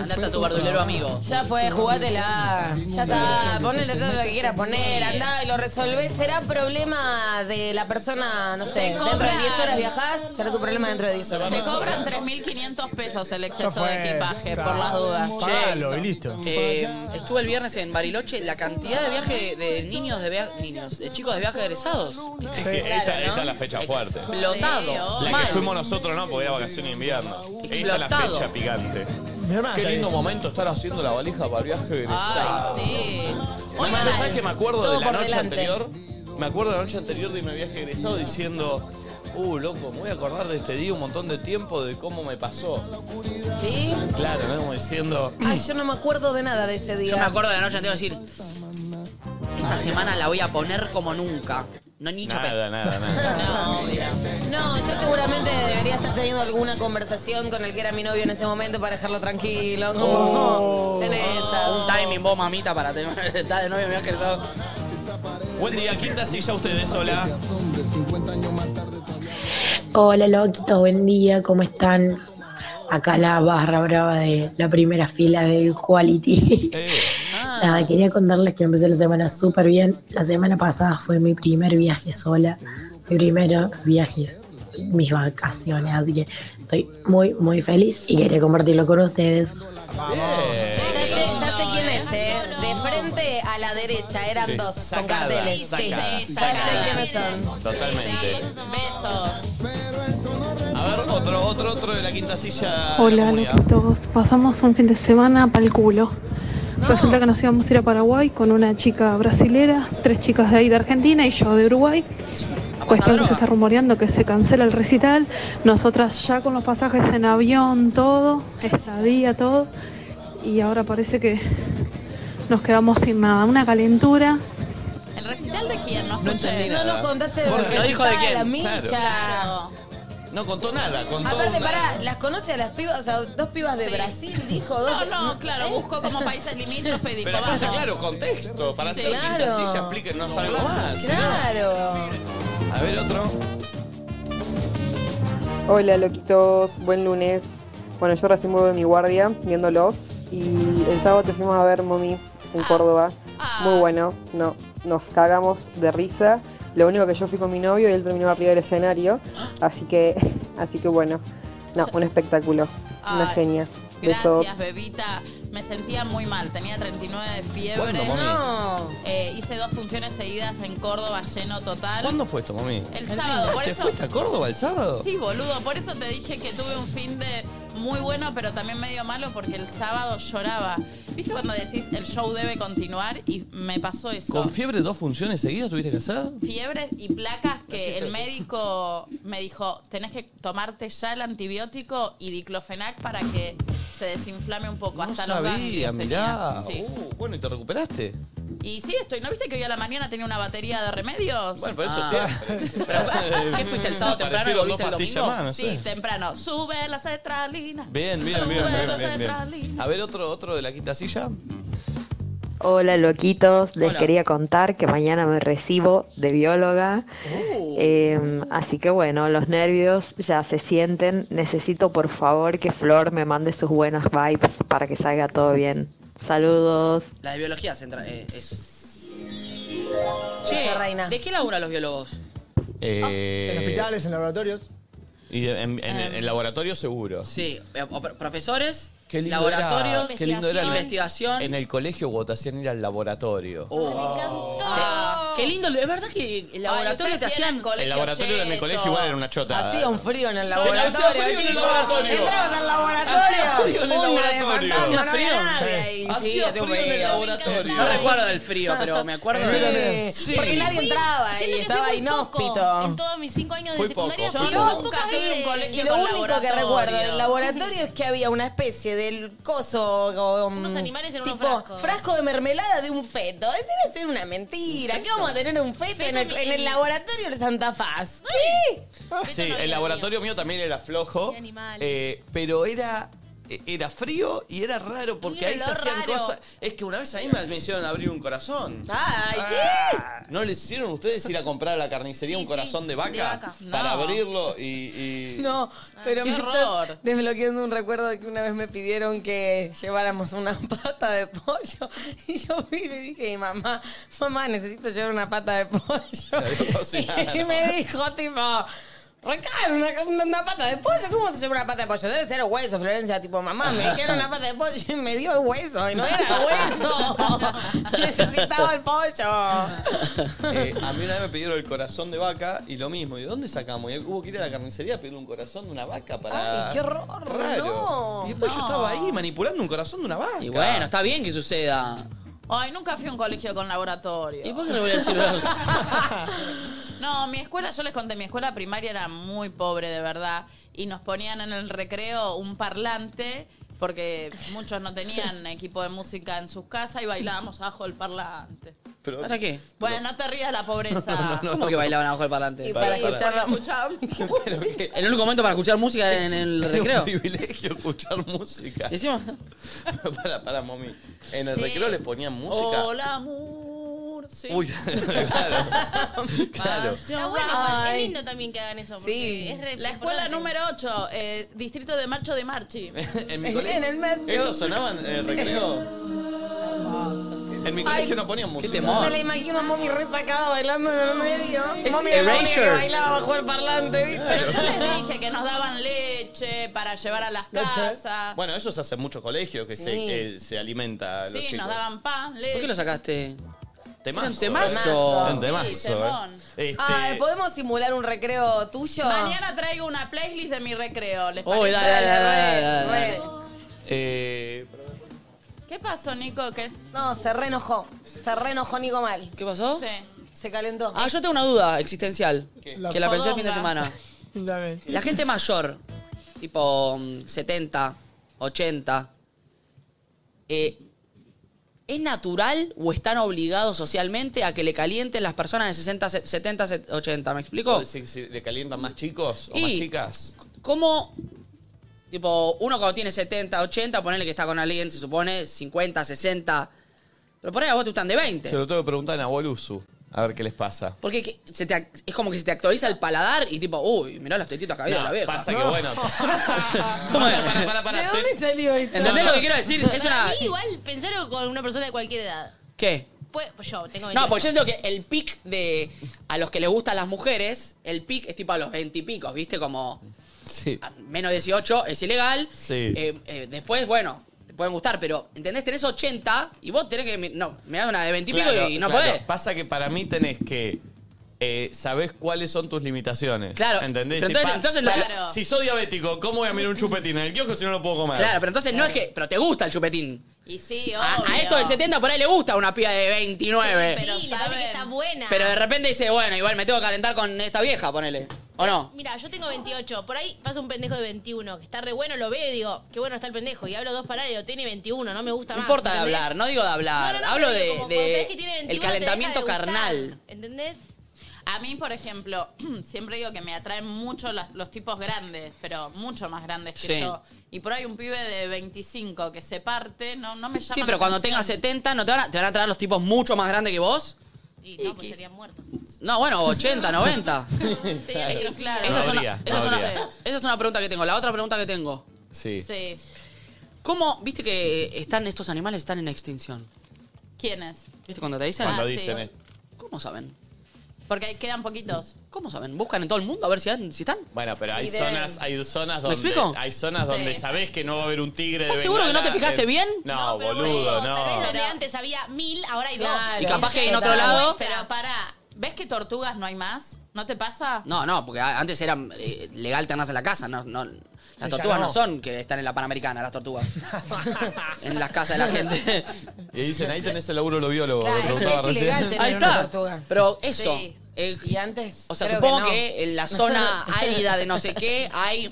[SPEAKER 2] Andate a tu verdulero amigo.
[SPEAKER 3] Ya fue, jugátela. Ya está, ponele todo lo que quieras poner, andá y lo resolvés. ¿Será problema de la persona, no sé,
[SPEAKER 4] Te
[SPEAKER 3] dentro de
[SPEAKER 4] cobran.
[SPEAKER 3] 10 horas viajás? ¿Será tu problema dentro de 10 horas?
[SPEAKER 4] Te cobran 3.500 pesos el
[SPEAKER 18] Ya
[SPEAKER 4] exceso
[SPEAKER 18] fue.
[SPEAKER 4] de equipaje,
[SPEAKER 18] Claro.
[SPEAKER 4] por las dudas.
[SPEAKER 18] Pagalo y listo.
[SPEAKER 2] Eh, estuve el viernes en Bariloche, la cantidad de viaje de niños de via- niños, de chicos de viaje egresados,
[SPEAKER 1] Es que esta, esta es la fecha fuerte.
[SPEAKER 2] explotado,
[SPEAKER 1] La que
[SPEAKER 2] mal.
[SPEAKER 1] fuimos nosotros, ¿no? Porque era vacaciones de invierno. Esta es la
[SPEAKER 2] Explotado.
[SPEAKER 1] fecha picante.
[SPEAKER 18] Mi hermana.
[SPEAKER 1] Qué
[SPEAKER 18] está
[SPEAKER 1] lindo
[SPEAKER 18] ahí.
[SPEAKER 1] momento estar haciendo la valija para el viaje de egresado.
[SPEAKER 4] Ay, sí.
[SPEAKER 1] Hoy
[SPEAKER 4] Mal.
[SPEAKER 1] ¿sabes que me acuerdo
[SPEAKER 3] Todo
[SPEAKER 1] de la
[SPEAKER 3] por
[SPEAKER 1] noche
[SPEAKER 3] delante.
[SPEAKER 1] anterior? Me acuerdo de la noche anterior de mi viaje egresado diciendo, uh, loco, me voy a acordar de este día un montón de tiempo de cómo me pasó.
[SPEAKER 3] ¿Sí?
[SPEAKER 1] Claro, ¿no? Como diciendo,
[SPEAKER 3] Ay, yo no me acuerdo de nada de ese día.
[SPEAKER 2] Yo me acuerdo de la noche anterior decir, esta semana la voy a poner como nunca. No ni chapé.
[SPEAKER 1] nada, nada, nada.
[SPEAKER 2] No, mira.
[SPEAKER 3] No, yo seguramente debería estar teniendo alguna conversación con el que era mi novio en ese momento para dejarlo tranquilo. No,
[SPEAKER 18] Oh.
[SPEAKER 3] en
[SPEAKER 2] Un
[SPEAKER 3] esas.
[SPEAKER 2] timing vos, mamita, para tener estar de novio en viaje egresado.
[SPEAKER 1] Buen día, quinta silla ustedes, hola.
[SPEAKER 17] Hola loquitos, buen día, ¿cómo están? Acá la barra brava de la primera fila del Quality.
[SPEAKER 1] Eh,
[SPEAKER 17] Nada, quería contarles que empecé la semana súper bien. La semana pasada fue mi primer viaje sola, mi primer viaje, mis vacaciones, así que estoy muy, muy feliz y quería compartirlo con ustedes.
[SPEAKER 1] bien.
[SPEAKER 3] Ya sé, ya sé quién es, ¿eh? De frente a la derecha eran
[SPEAKER 1] Sí.
[SPEAKER 3] dos con
[SPEAKER 1] Sacada,
[SPEAKER 3] carteles.
[SPEAKER 1] sacada,
[SPEAKER 3] sí, ya sé
[SPEAKER 1] sacada.
[SPEAKER 3] quiénes son.
[SPEAKER 1] Totalmente.
[SPEAKER 4] Besos.
[SPEAKER 1] A ver, otro, otro, otro de la quinta silla. de la
[SPEAKER 17] Hola,
[SPEAKER 1] comunidad.
[SPEAKER 17] loquitos. Pasamos un fin de semana pa'l culo. Resulta que nos íbamos a ir a Paraguay con una chica brasilera, tres chicas de ahí de Argentina y yo de Uruguay.
[SPEAKER 19] Cuestión que se está rumoreando que se cancela el recital. Nosotras ya con los pasajes en avión, todo, estadía, todo. Y ahora parece que nos quedamos sin nada. Una calentura.
[SPEAKER 4] ¿El recital de quién? No,
[SPEAKER 1] No
[SPEAKER 4] escuché.
[SPEAKER 1] entendí nada.
[SPEAKER 6] No contaste
[SPEAKER 1] Porque
[SPEAKER 6] del
[SPEAKER 1] lo dijo de
[SPEAKER 6] recital,
[SPEAKER 1] quién.
[SPEAKER 6] la micha.
[SPEAKER 1] Claro. No contó nada, contó.
[SPEAKER 6] Aparte,
[SPEAKER 1] una-
[SPEAKER 6] pará, las conoce a las pibas, o sea, dos pibas de
[SPEAKER 4] ¿eh? Sí.
[SPEAKER 6] Brasil, dijo
[SPEAKER 4] No,
[SPEAKER 6] dos. ¿Eh?
[SPEAKER 4] no, claro, busco como países limítrofes y dijo,
[SPEAKER 1] Pero aparte,
[SPEAKER 4] vamos.
[SPEAKER 1] claro, contexto. Para
[SPEAKER 4] Sí,
[SPEAKER 1] hacer quinta
[SPEAKER 4] claro.
[SPEAKER 1] silla, explíquenos algo más.
[SPEAKER 6] Claro.
[SPEAKER 1] A ver, otro.
[SPEAKER 20] Hola, loquitos, buen lunes. Bueno, yo recién vuelvo de mi guardia viéndolos y el sábado te fuimos a ver Mommy en Córdoba. Muy bueno, no, nos cagamos de risa. Lo único que yo fui con mi novio y él terminó arriba del escenario, así que, así que bueno, no, un espectáculo, una
[SPEAKER 4] Ay,
[SPEAKER 20] genia. Besos.
[SPEAKER 4] Gracias, bebita. Me sentía muy mal. Tenía 39 de fiebre.
[SPEAKER 1] ¿Cuándo, mami? No.
[SPEAKER 4] Eh, hice dos funciones seguidas en Córdoba, lleno total.
[SPEAKER 1] ¿Cuándo fue esto, mami?
[SPEAKER 4] El sábado, por
[SPEAKER 1] ¿Te
[SPEAKER 4] eso.
[SPEAKER 1] fuiste a Córdoba el sábado?
[SPEAKER 4] Sí, boludo. Por eso te dije que tuve un fin de muy bueno, pero también medio malo, porque el sábado lloraba. ¿Viste cuando decís el show debe continuar? Y me pasó eso.
[SPEAKER 1] ¿Con fiebre dos funciones seguidas tuviste que hacer?
[SPEAKER 4] fiebres y placas que el médico me dijo, tenés que tomarte ya el antibiótico y diclofenac para que se desinflame un poco hasta los
[SPEAKER 1] Sabía,
[SPEAKER 4] ganglios
[SPEAKER 1] ah, mirá.
[SPEAKER 4] tenía. Sí.
[SPEAKER 1] Uh, bueno, ¿y te recuperaste?
[SPEAKER 4] Y sí, estoy, ¿no viste que hoy a la mañana tenía una batería de remedios? Ah,
[SPEAKER 1] Bueno, pero eso siempre.
[SPEAKER 4] ¿Qué fuiste el sábado temprano y
[SPEAKER 1] Aparecieron
[SPEAKER 4] volviste el
[SPEAKER 1] dos pastillas
[SPEAKER 4] domingo?
[SPEAKER 1] más, no
[SPEAKER 4] sí,
[SPEAKER 1] sé.
[SPEAKER 4] temprano. Sube la cetralina.
[SPEAKER 1] Bien, bien, bien,
[SPEAKER 4] Sube
[SPEAKER 1] bien,
[SPEAKER 4] la
[SPEAKER 1] bien, bien.
[SPEAKER 4] cetralina.
[SPEAKER 1] A ver, otro, otro de la quinta silla.
[SPEAKER 21] Hola loquitos, les
[SPEAKER 1] Hola.
[SPEAKER 21] quería contar que mañana me recibo de bióloga, Eh, así que bueno, los nervios ya se sienten, necesito por favor que Flor me mande sus buenas vibes para que salga todo bien. Saludos.
[SPEAKER 2] La de biología se entra, eh, es.
[SPEAKER 6] Che, reina.
[SPEAKER 2] ¿De qué laburan los biólogos?
[SPEAKER 1] Eh,
[SPEAKER 22] En hospitales, en laboratorios.
[SPEAKER 1] Y en, en-
[SPEAKER 6] Em.
[SPEAKER 1] en el laboratorio seguro.
[SPEAKER 2] Sí, eh, o pro- profesores,
[SPEAKER 1] Qué lindo
[SPEAKER 2] laboratorios,
[SPEAKER 1] era- qué lindo era en el-
[SPEAKER 2] investigación.
[SPEAKER 1] En el colegio vos te hacían ir al laboratorio.
[SPEAKER 2] Ah, qué lindo, es verdad que el laboratorio te hacían
[SPEAKER 1] El laboratorio de mi colegio igual era una chota.
[SPEAKER 3] Hacía un frío en el
[SPEAKER 1] Se
[SPEAKER 3] laboratorio.
[SPEAKER 1] hacía frío en el
[SPEAKER 3] chicos.
[SPEAKER 1] laboratorio.
[SPEAKER 3] Entrabas al laboratorio.
[SPEAKER 1] Hacía frío en el
[SPEAKER 3] Una de
[SPEAKER 1] laboratorio.
[SPEAKER 3] fantasma,
[SPEAKER 1] Hacía
[SPEAKER 3] no había
[SPEAKER 1] frío.
[SPEAKER 3] nadie ahí.
[SPEAKER 1] Hacía
[SPEAKER 3] Sí,
[SPEAKER 1] frío en el laboratorio.
[SPEAKER 2] No recuerdo del frío, pero me acuerdo de.
[SPEAKER 3] Sí. Porque nadie entraba y estaba
[SPEAKER 8] En
[SPEAKER 3] inhóspito.
[SPEAKER 8] todos mis cinco años de
[SPEAKER 3] Fui
[SPEAKER 8] secundaria
[SPEAKER 3] poco,
[SPEAKER 8] fui
[SPEAKER 3] fui
[SPEAKER 8] muy
[SPEAKER 3] poco.
[SPEAKER 8] pocas
[SPEAKER 3] Sí,
[SPEAKER 8] veces.
[SPEAKER 3] y lo único que recuerdo del laboratorio es que había una especie del coso um,
[SPEAKER 8] Unos animales en unos
[SPEAKER 3] tipo,
[SPEAKER 8] frascos.
[SPEAKER 3] frasco de mermelada de un feto Este debe ser una mentira ¿qué vamos a tener un feto, en, el, en el laboratorio de Santa Faz ¿Qué?
[SPEAKER 1] Sí, eh, el laboratorio mío también era flojo. eh, pero era. eh, Era frío y era raro porque
[SPEAKER 3] Tenía
[SPEAKER 1] ahí
[SPEAKER 3] un
[SPEAKER 1] se
[SPEAKER 3] olor
[SPEAKER 1] hacían
[SPEAKER 3] raro.
[SPEAKER 1] cosas. Es que una vez a mí me me hicieron abrir un corazón.
[SPEAKER 3] ay
[SPEAKER 6] Ah.
[SPEAKER 1] ¿qué? ¿No les hicieron ustedes ir a comprar a la carnicería un corazón de vaca?
[SPEAKER 6] de vaca.
[SPEAKER 1] Para
[SPEAKER 6] No.
[SPEAKER 1] abrirlo y. y-
[SPEAKER 6] No,
[SPEAKER 8] Ah.
[SPEAKER 6] pero
[SPEAKER 1] qué
[SPEAKER 6] me
[SPEAKER 1] horror.
[SPEAKER 6] estás desbloqueando un recuerdo de que una vez me pidieron que lleváramos una pata de pollo y yo fui y le dije, mamá, mamá, necesito llevar una pata de pollo.
[SPEAKER 1] cocinar.
[SPEAKER 6] Y me dijo,
[SPEAKER 3] tipo Recal, una, una- una pata de pollo. ¿Cómo se lleva una pata de pollo? Debe ser hueso, Florencia. Tipo, mamá, me dijeron una pata de pollo y me dio el hueso. Y no era hueso. Necesitaba el pollo.
[SPEAKER 1] Eh, a mí una vez me pidieron el corazón de vaca y lo mismo. ¿Y de dónde sacamos? Y hubo que ir a la carnicería a pedir un corazón de una vaca para.
[SPEAKER 2] Ay, qué
[SPEAKER 1] horror! Raro. y después yo
[SPEAKER 4] No.
[SPEAKER 1] estaba ahí manipulando un corazón de una vaca.
[SPEAKER 2] Y bueno, está bien que suceda.
[SPEAKER 4] Ay, nunca fui a un colegio con laboratorio.
[SPEAKER 2] ¿Y por qué le voy a decir algo?
[SPEAKER 4] No, mi escuela, yo les conté, mi escuela primaria era muy pobre, de verdad. Y nos ponían en el recreo un parlante, porque muchos no tenían equipo de música en sus casas y bailábamos abajo el parlante.
[SPEAKER 1] Pero-
[SPEAKER 2] ¿Para qué?
[SPEAKER 4] Bueno, no te rías de la pobreza.
[SPEAKER 2] ¿Cómo que bailaban abajo el parlante?
[SPEAKER 4] Y para Pará, escuchar pará.
[SPEAKER 2] El único momento para escuchar música era en el
[SPEAKER 1] Era
[SPEAKER 2] recreo.
[SPEAKER 1] un privilegio escuchar música.
[SPEAKER 2] Hicimos.
[SPEAKER 1] para, para, mami. En el
[SPEAKER 4] Sí.
[SPEAKER 1] recreo les ponían música.
[SPEAKER 4] Hola, amor. Sí.
[SPEAKER 1] Uy, claro. claro.
[SPEAKER 8] Está bueno, igual, es
[SPEAKER 4] Ay.
[SPEAKER 8] lindo también que hagan eso. Porque es re
[SPEAKER 4] La escuela número 8, eh, distrito de Marcho de Marchi.
[SPEAKER 1] En mi colegio. ¿Estos sonaban en el recreo? En mi colegio no ponían música.
[SPEAKER 3] Me la imagino a mommy resacada bailando en el medio.
[SPEAKER 1] Es
[SPEAKER 3] Mommy era la única
[SPEAKER 1] Erasure.
[SPEAKER 3] que bailaba bajo el parlante, ¿viste?
[SPEAKER 4] Pero yo les dije que nos daban leche para llevar a las casas.
[SPEAKER 1] Bueno, ellos hacen muchos colegios que
[SPEAKER 4] Sí.
[SPEAKER 1] se, eh, se alimenta a los
[SPEAKER 4] Sí,
[SPEAKER 1] chicos.
[SPEAKER 4] nos daban pan, leche.
[SPEAKER 2] ¿Por qué lo sacaste?
[SPEAKER 1] Temazo.
[SPEAKER 2] Eran temazo.
[SPEAKER 1] Eran temazo,
[SPEAKER 4] Sí, temón. Ah,
[SPEAKER 1] eh. Este,
[SPEAKER 6] Ay, ¿podemos simular un recreo tuyo?
[SPEAKER 4] Mañana traigo una playlist de mi recreo. ¿Les
[SPEAKER 2] Uy,
[SPEAKER 4] parece?
[SPEAKER 2] dale, dale, dale, dale,
[SPEAKER 4] Re,
[SPEAKER 2] dale.
[SPEAKER 4] re.
[SPEAKER 1] eh,
[SPEAKER 4] ¿Qué pasó, Nico? ¿Qué?
[SPEAKER 6] No, se reenojó. Se reenojó Nico mal.
[SPEAKER 2] ¿Qué pasó?
[SPEAKER 4] Sí.
[SPEAKER 3] Se calentó.
[SPEAKER 2] Ah, yo tengo una duda existencial. Que la pensé el fin de
[SPEAKER 3] podonga.
[SPEAKER 2] semana.
[SPEAKER 6] Dame.
[SPEAKER 2] La gente mayor, tipo mm, 70, 80, eh, ¿es natural o están obligados socialmente a que le calienten las personas de 60, se- 70, se- 80? ¿Me explico?
[SPEAKER 1] ¿Le calientan más chicos o
[SPEAKER 2] Oh. Y-
[SPEAKER 1] más chicas?
[SPEAKER 2] ¿Cómo, tipo, uno cuando tiene 70, 80, ponele que está con alguien, se supone, 50, 60, pero por ahí a vos te gustan de 20?
[SPEAKER 1] Se lo tengo que preguntar a Abolusu. A ver qué les pasa.
[SPEAKER 2] Porque que- se te ac- es como que se te actualiza el paladar y tipo, uy, mirá las tetitas que había de
[SPEAKER 1] No,
[SPEAKER 2] la vieja.
[SPEAKER 1] pasa que, No. bueno,
[SPEAKER 3] ¿De dónde salió esto?
[SPEAKER 2] ¿Entendés lo que quiero decir? Es
[SPEAKER 8] Para
[SPEAKER 2] una...
[SPEAKER 8] mí igual pensarlo con una persona de cualquier edad.
[SPEAKER 2] ¿Qué?
[SPEAKER 8] Pues, pues yo tengo
[SPEAKER 2] No,
[SPEAKER 8] 21.
[SPEAKER 2] porque yo siento que el pic de... A los que les gustan las mujeres, el pic es tipo a los 20 y picos, ¿viste? Como
[SPEAKER 1] Sí.
[SPEAKER 2] menos 18 es ilegal.
[SPEAKER 1] Sí.
[SPEAKER 2] Eh, eh, después, bueno, te pueden gustar, pero, ¿entendés? Tenés 80 y vos tenés que... mi- No, me das una de 20 y pico
[SPEAKER 1] Claro,
[SPEAKER 2] y no
[SPEAKER 1] claro.
[SPEAKER 2] podés.
[SPEAKER 1] Pasa que para mí tenés que. Eh, sabés cuáles son tus limitaciones.
[SPEAKER 2] Claro.
[SPEAKER 1] ¿Entendés?
[SPEAKER 2] Pero entonces-
[SPEAKER 1] pa-
[SPEAKER 2] entonces lo-
[SPEAKER 1] pa- Si soy diabético, ¿cómo voy a mirar un chupetín en el kiosco si no lo puedo comer?
[SPEAKER 2] Claro, pero entonces no es que... Pero te gusta el chupetín.
[SPEAKER 8] Y sí, obvio.
[SPEAKER 2] A, a esto de 70 por ahí le gusta una piba de 29. pero,
[SPEAKER 8] Sí, la verdad que está buena.
[SPEAKER 2] de repente dice, bueno, igual me tengo que calentar con esta vieja, ponele. ¿O no?
[SPEAKER 8] Mira, yo tengo 28. Por ahí pasa un pendejo de 21 que está re bueno, lo veo y digo, qué bueno está el pendejo. Y hablo dos palabras y digo, tiene 21, no me gusta
[SPEAKER 2] No
[SPEAKER 8] más.
[SPEAKER 2] importa de
[SPEAKER 8] ¿entendés?
[SPEAKER 2] hablar, no digo de hablar.
[SPEAKER 8] No, no, no,
[SPEAKER 2] Hablo
[SPEAKER 8] pero digo,
[SPEAKER 2] de,
[SPEAKER 8] como
[SPEAKER 2] de
[SPEAKER 8] cuando sabés que tiene 21
[SPEAKER 2] el
[SPEAKER 8] te deja de
[SPEAKER 2] calentamiento
[SPEAKER 8] gustar.
[SPEAKER 2] carnal.
[SPEAKER 4] ¿Entendés? A mí, por ejemplo, siempre digo que me atraen mucho las- los tipos grandes, pero mucho más grandes que
[SPEAKER 2] Sí.
[SPEAKER 4] yo. Y por ahí un pibe de 25 que se parte, no, no me llama
[SPEAKER 2] Sí,
[SPEAKER 4] la
[SPEAKER 2] pero cuando
[SPEAKER 4] atención.
[SPEAKER 2] tengas 70, ¿no te van, a, ¿te van a traer los tipos mucho más grandes que vos?
[SPEAKER 8] Y no, pues estarían muertos.
[SPEAKER 2] No, bueno, 80, 90.
[SPEAKER 8] Claro. Claro.
[SPEAKER 2] Esa, es
[SPEAKER 8] No
[SPEAKER 2] una,
[SPEAKER 8] habría,
[SPEAKER 2] esa es
[SPEAKER 8] no
[SPEAKER 2] una-
[SPEAKER 8] habría.
[SPEAKER 2] esa es una pregunta que tengo. La otra pregunta que tengo.
[SPEAKER 1] Sí.
[SPEAKER 4] Sí.
[SPEAKER 2] ¿Cómo, viste que están estos animales están en extinción?
[SPEAKER 4] ¿Quiénes?
[SPEAKER 2] ¿Viste cuando te dicen?
[SPEAKER 4] Cuando Ah, sí. dicen esto.
[SPEAKER 2] ¿Cómo saben?
[SPEAKER 4] Porque ahí quedan poquitos.
[SPEAKER 2] ¿Cómo saben? ¿Buscan en todo el mundo a ver si, han- si están?
[SPEAKER 1] Bueno, pero hay
[SPEAKER 2] Y de-
[SPEAKER 1] zonas, hay zonas
[SPEAKER 2] ¿Me
[SPEAKER 1] donde.
[SPEAKER 2] explico?
[SPEAKER 1] Hay zonas
[SPEAKER 2] Sí.
[SPEAKER 1] donde sabés que no va a haber un tigre. de
[SPEAKER 2] ¿Estás seguro que no
[SPEAKER 1] Bengala
[SPEAKER 2] te fijaste
[SPEAKER 1] en-
[SPEAKER 2] bien?
[SPEAKER 1] No,
[SPEAKER 8] Pero
[SPEAKER 1] boludo,
[SPEAKER 8] Tal vez
[SPEAKER 1] no.
[SPEAKER 8] donde antes había mil, ahora hay dos.
[SPEAKER 4] Claro.
[SPEAKER 2] Y capaz que en otro lado-
[SPEAKER 4] Pero pará, ¿ves que tortugas no hay más? ¿No te pasa?
[SPEAKER 2] No, no, porque a- antes era eh, legal tenerlas en la casa. No, no,
[SPEAKER 4] ya
[SPEAKER 2] las tortugas no.
[SPEAKER 4] no.
[SPEAKER 2] son que están en la Panamericana, las tortugas. en las casas de la gente.
[SPEAKER 1] Y dicen, ahí tenés el laburo de biólogo.
[SPEAKER 2] Claro,
[SPEAKER 1] me
[SPEAKER 2] es-
[SPEAKER 1] preguntaba
[SPEAKER 2] es
[SPEAKER 1] recién.
[SPEAKER 2] ilegal tener Ahí una está. tortuga. Pero eso,
[SPEAKER 3] Sí. Eh,
[SPEAKER 2] y
[SPEAKER 3] antes.
[SPEAKER 2] O sea,
[SPEAKER 3] creo
[SPEAKER 2] supongo que,
[SPEAKER 3] no.
[SPEAKER 2] en la zona árida de no sé qué hay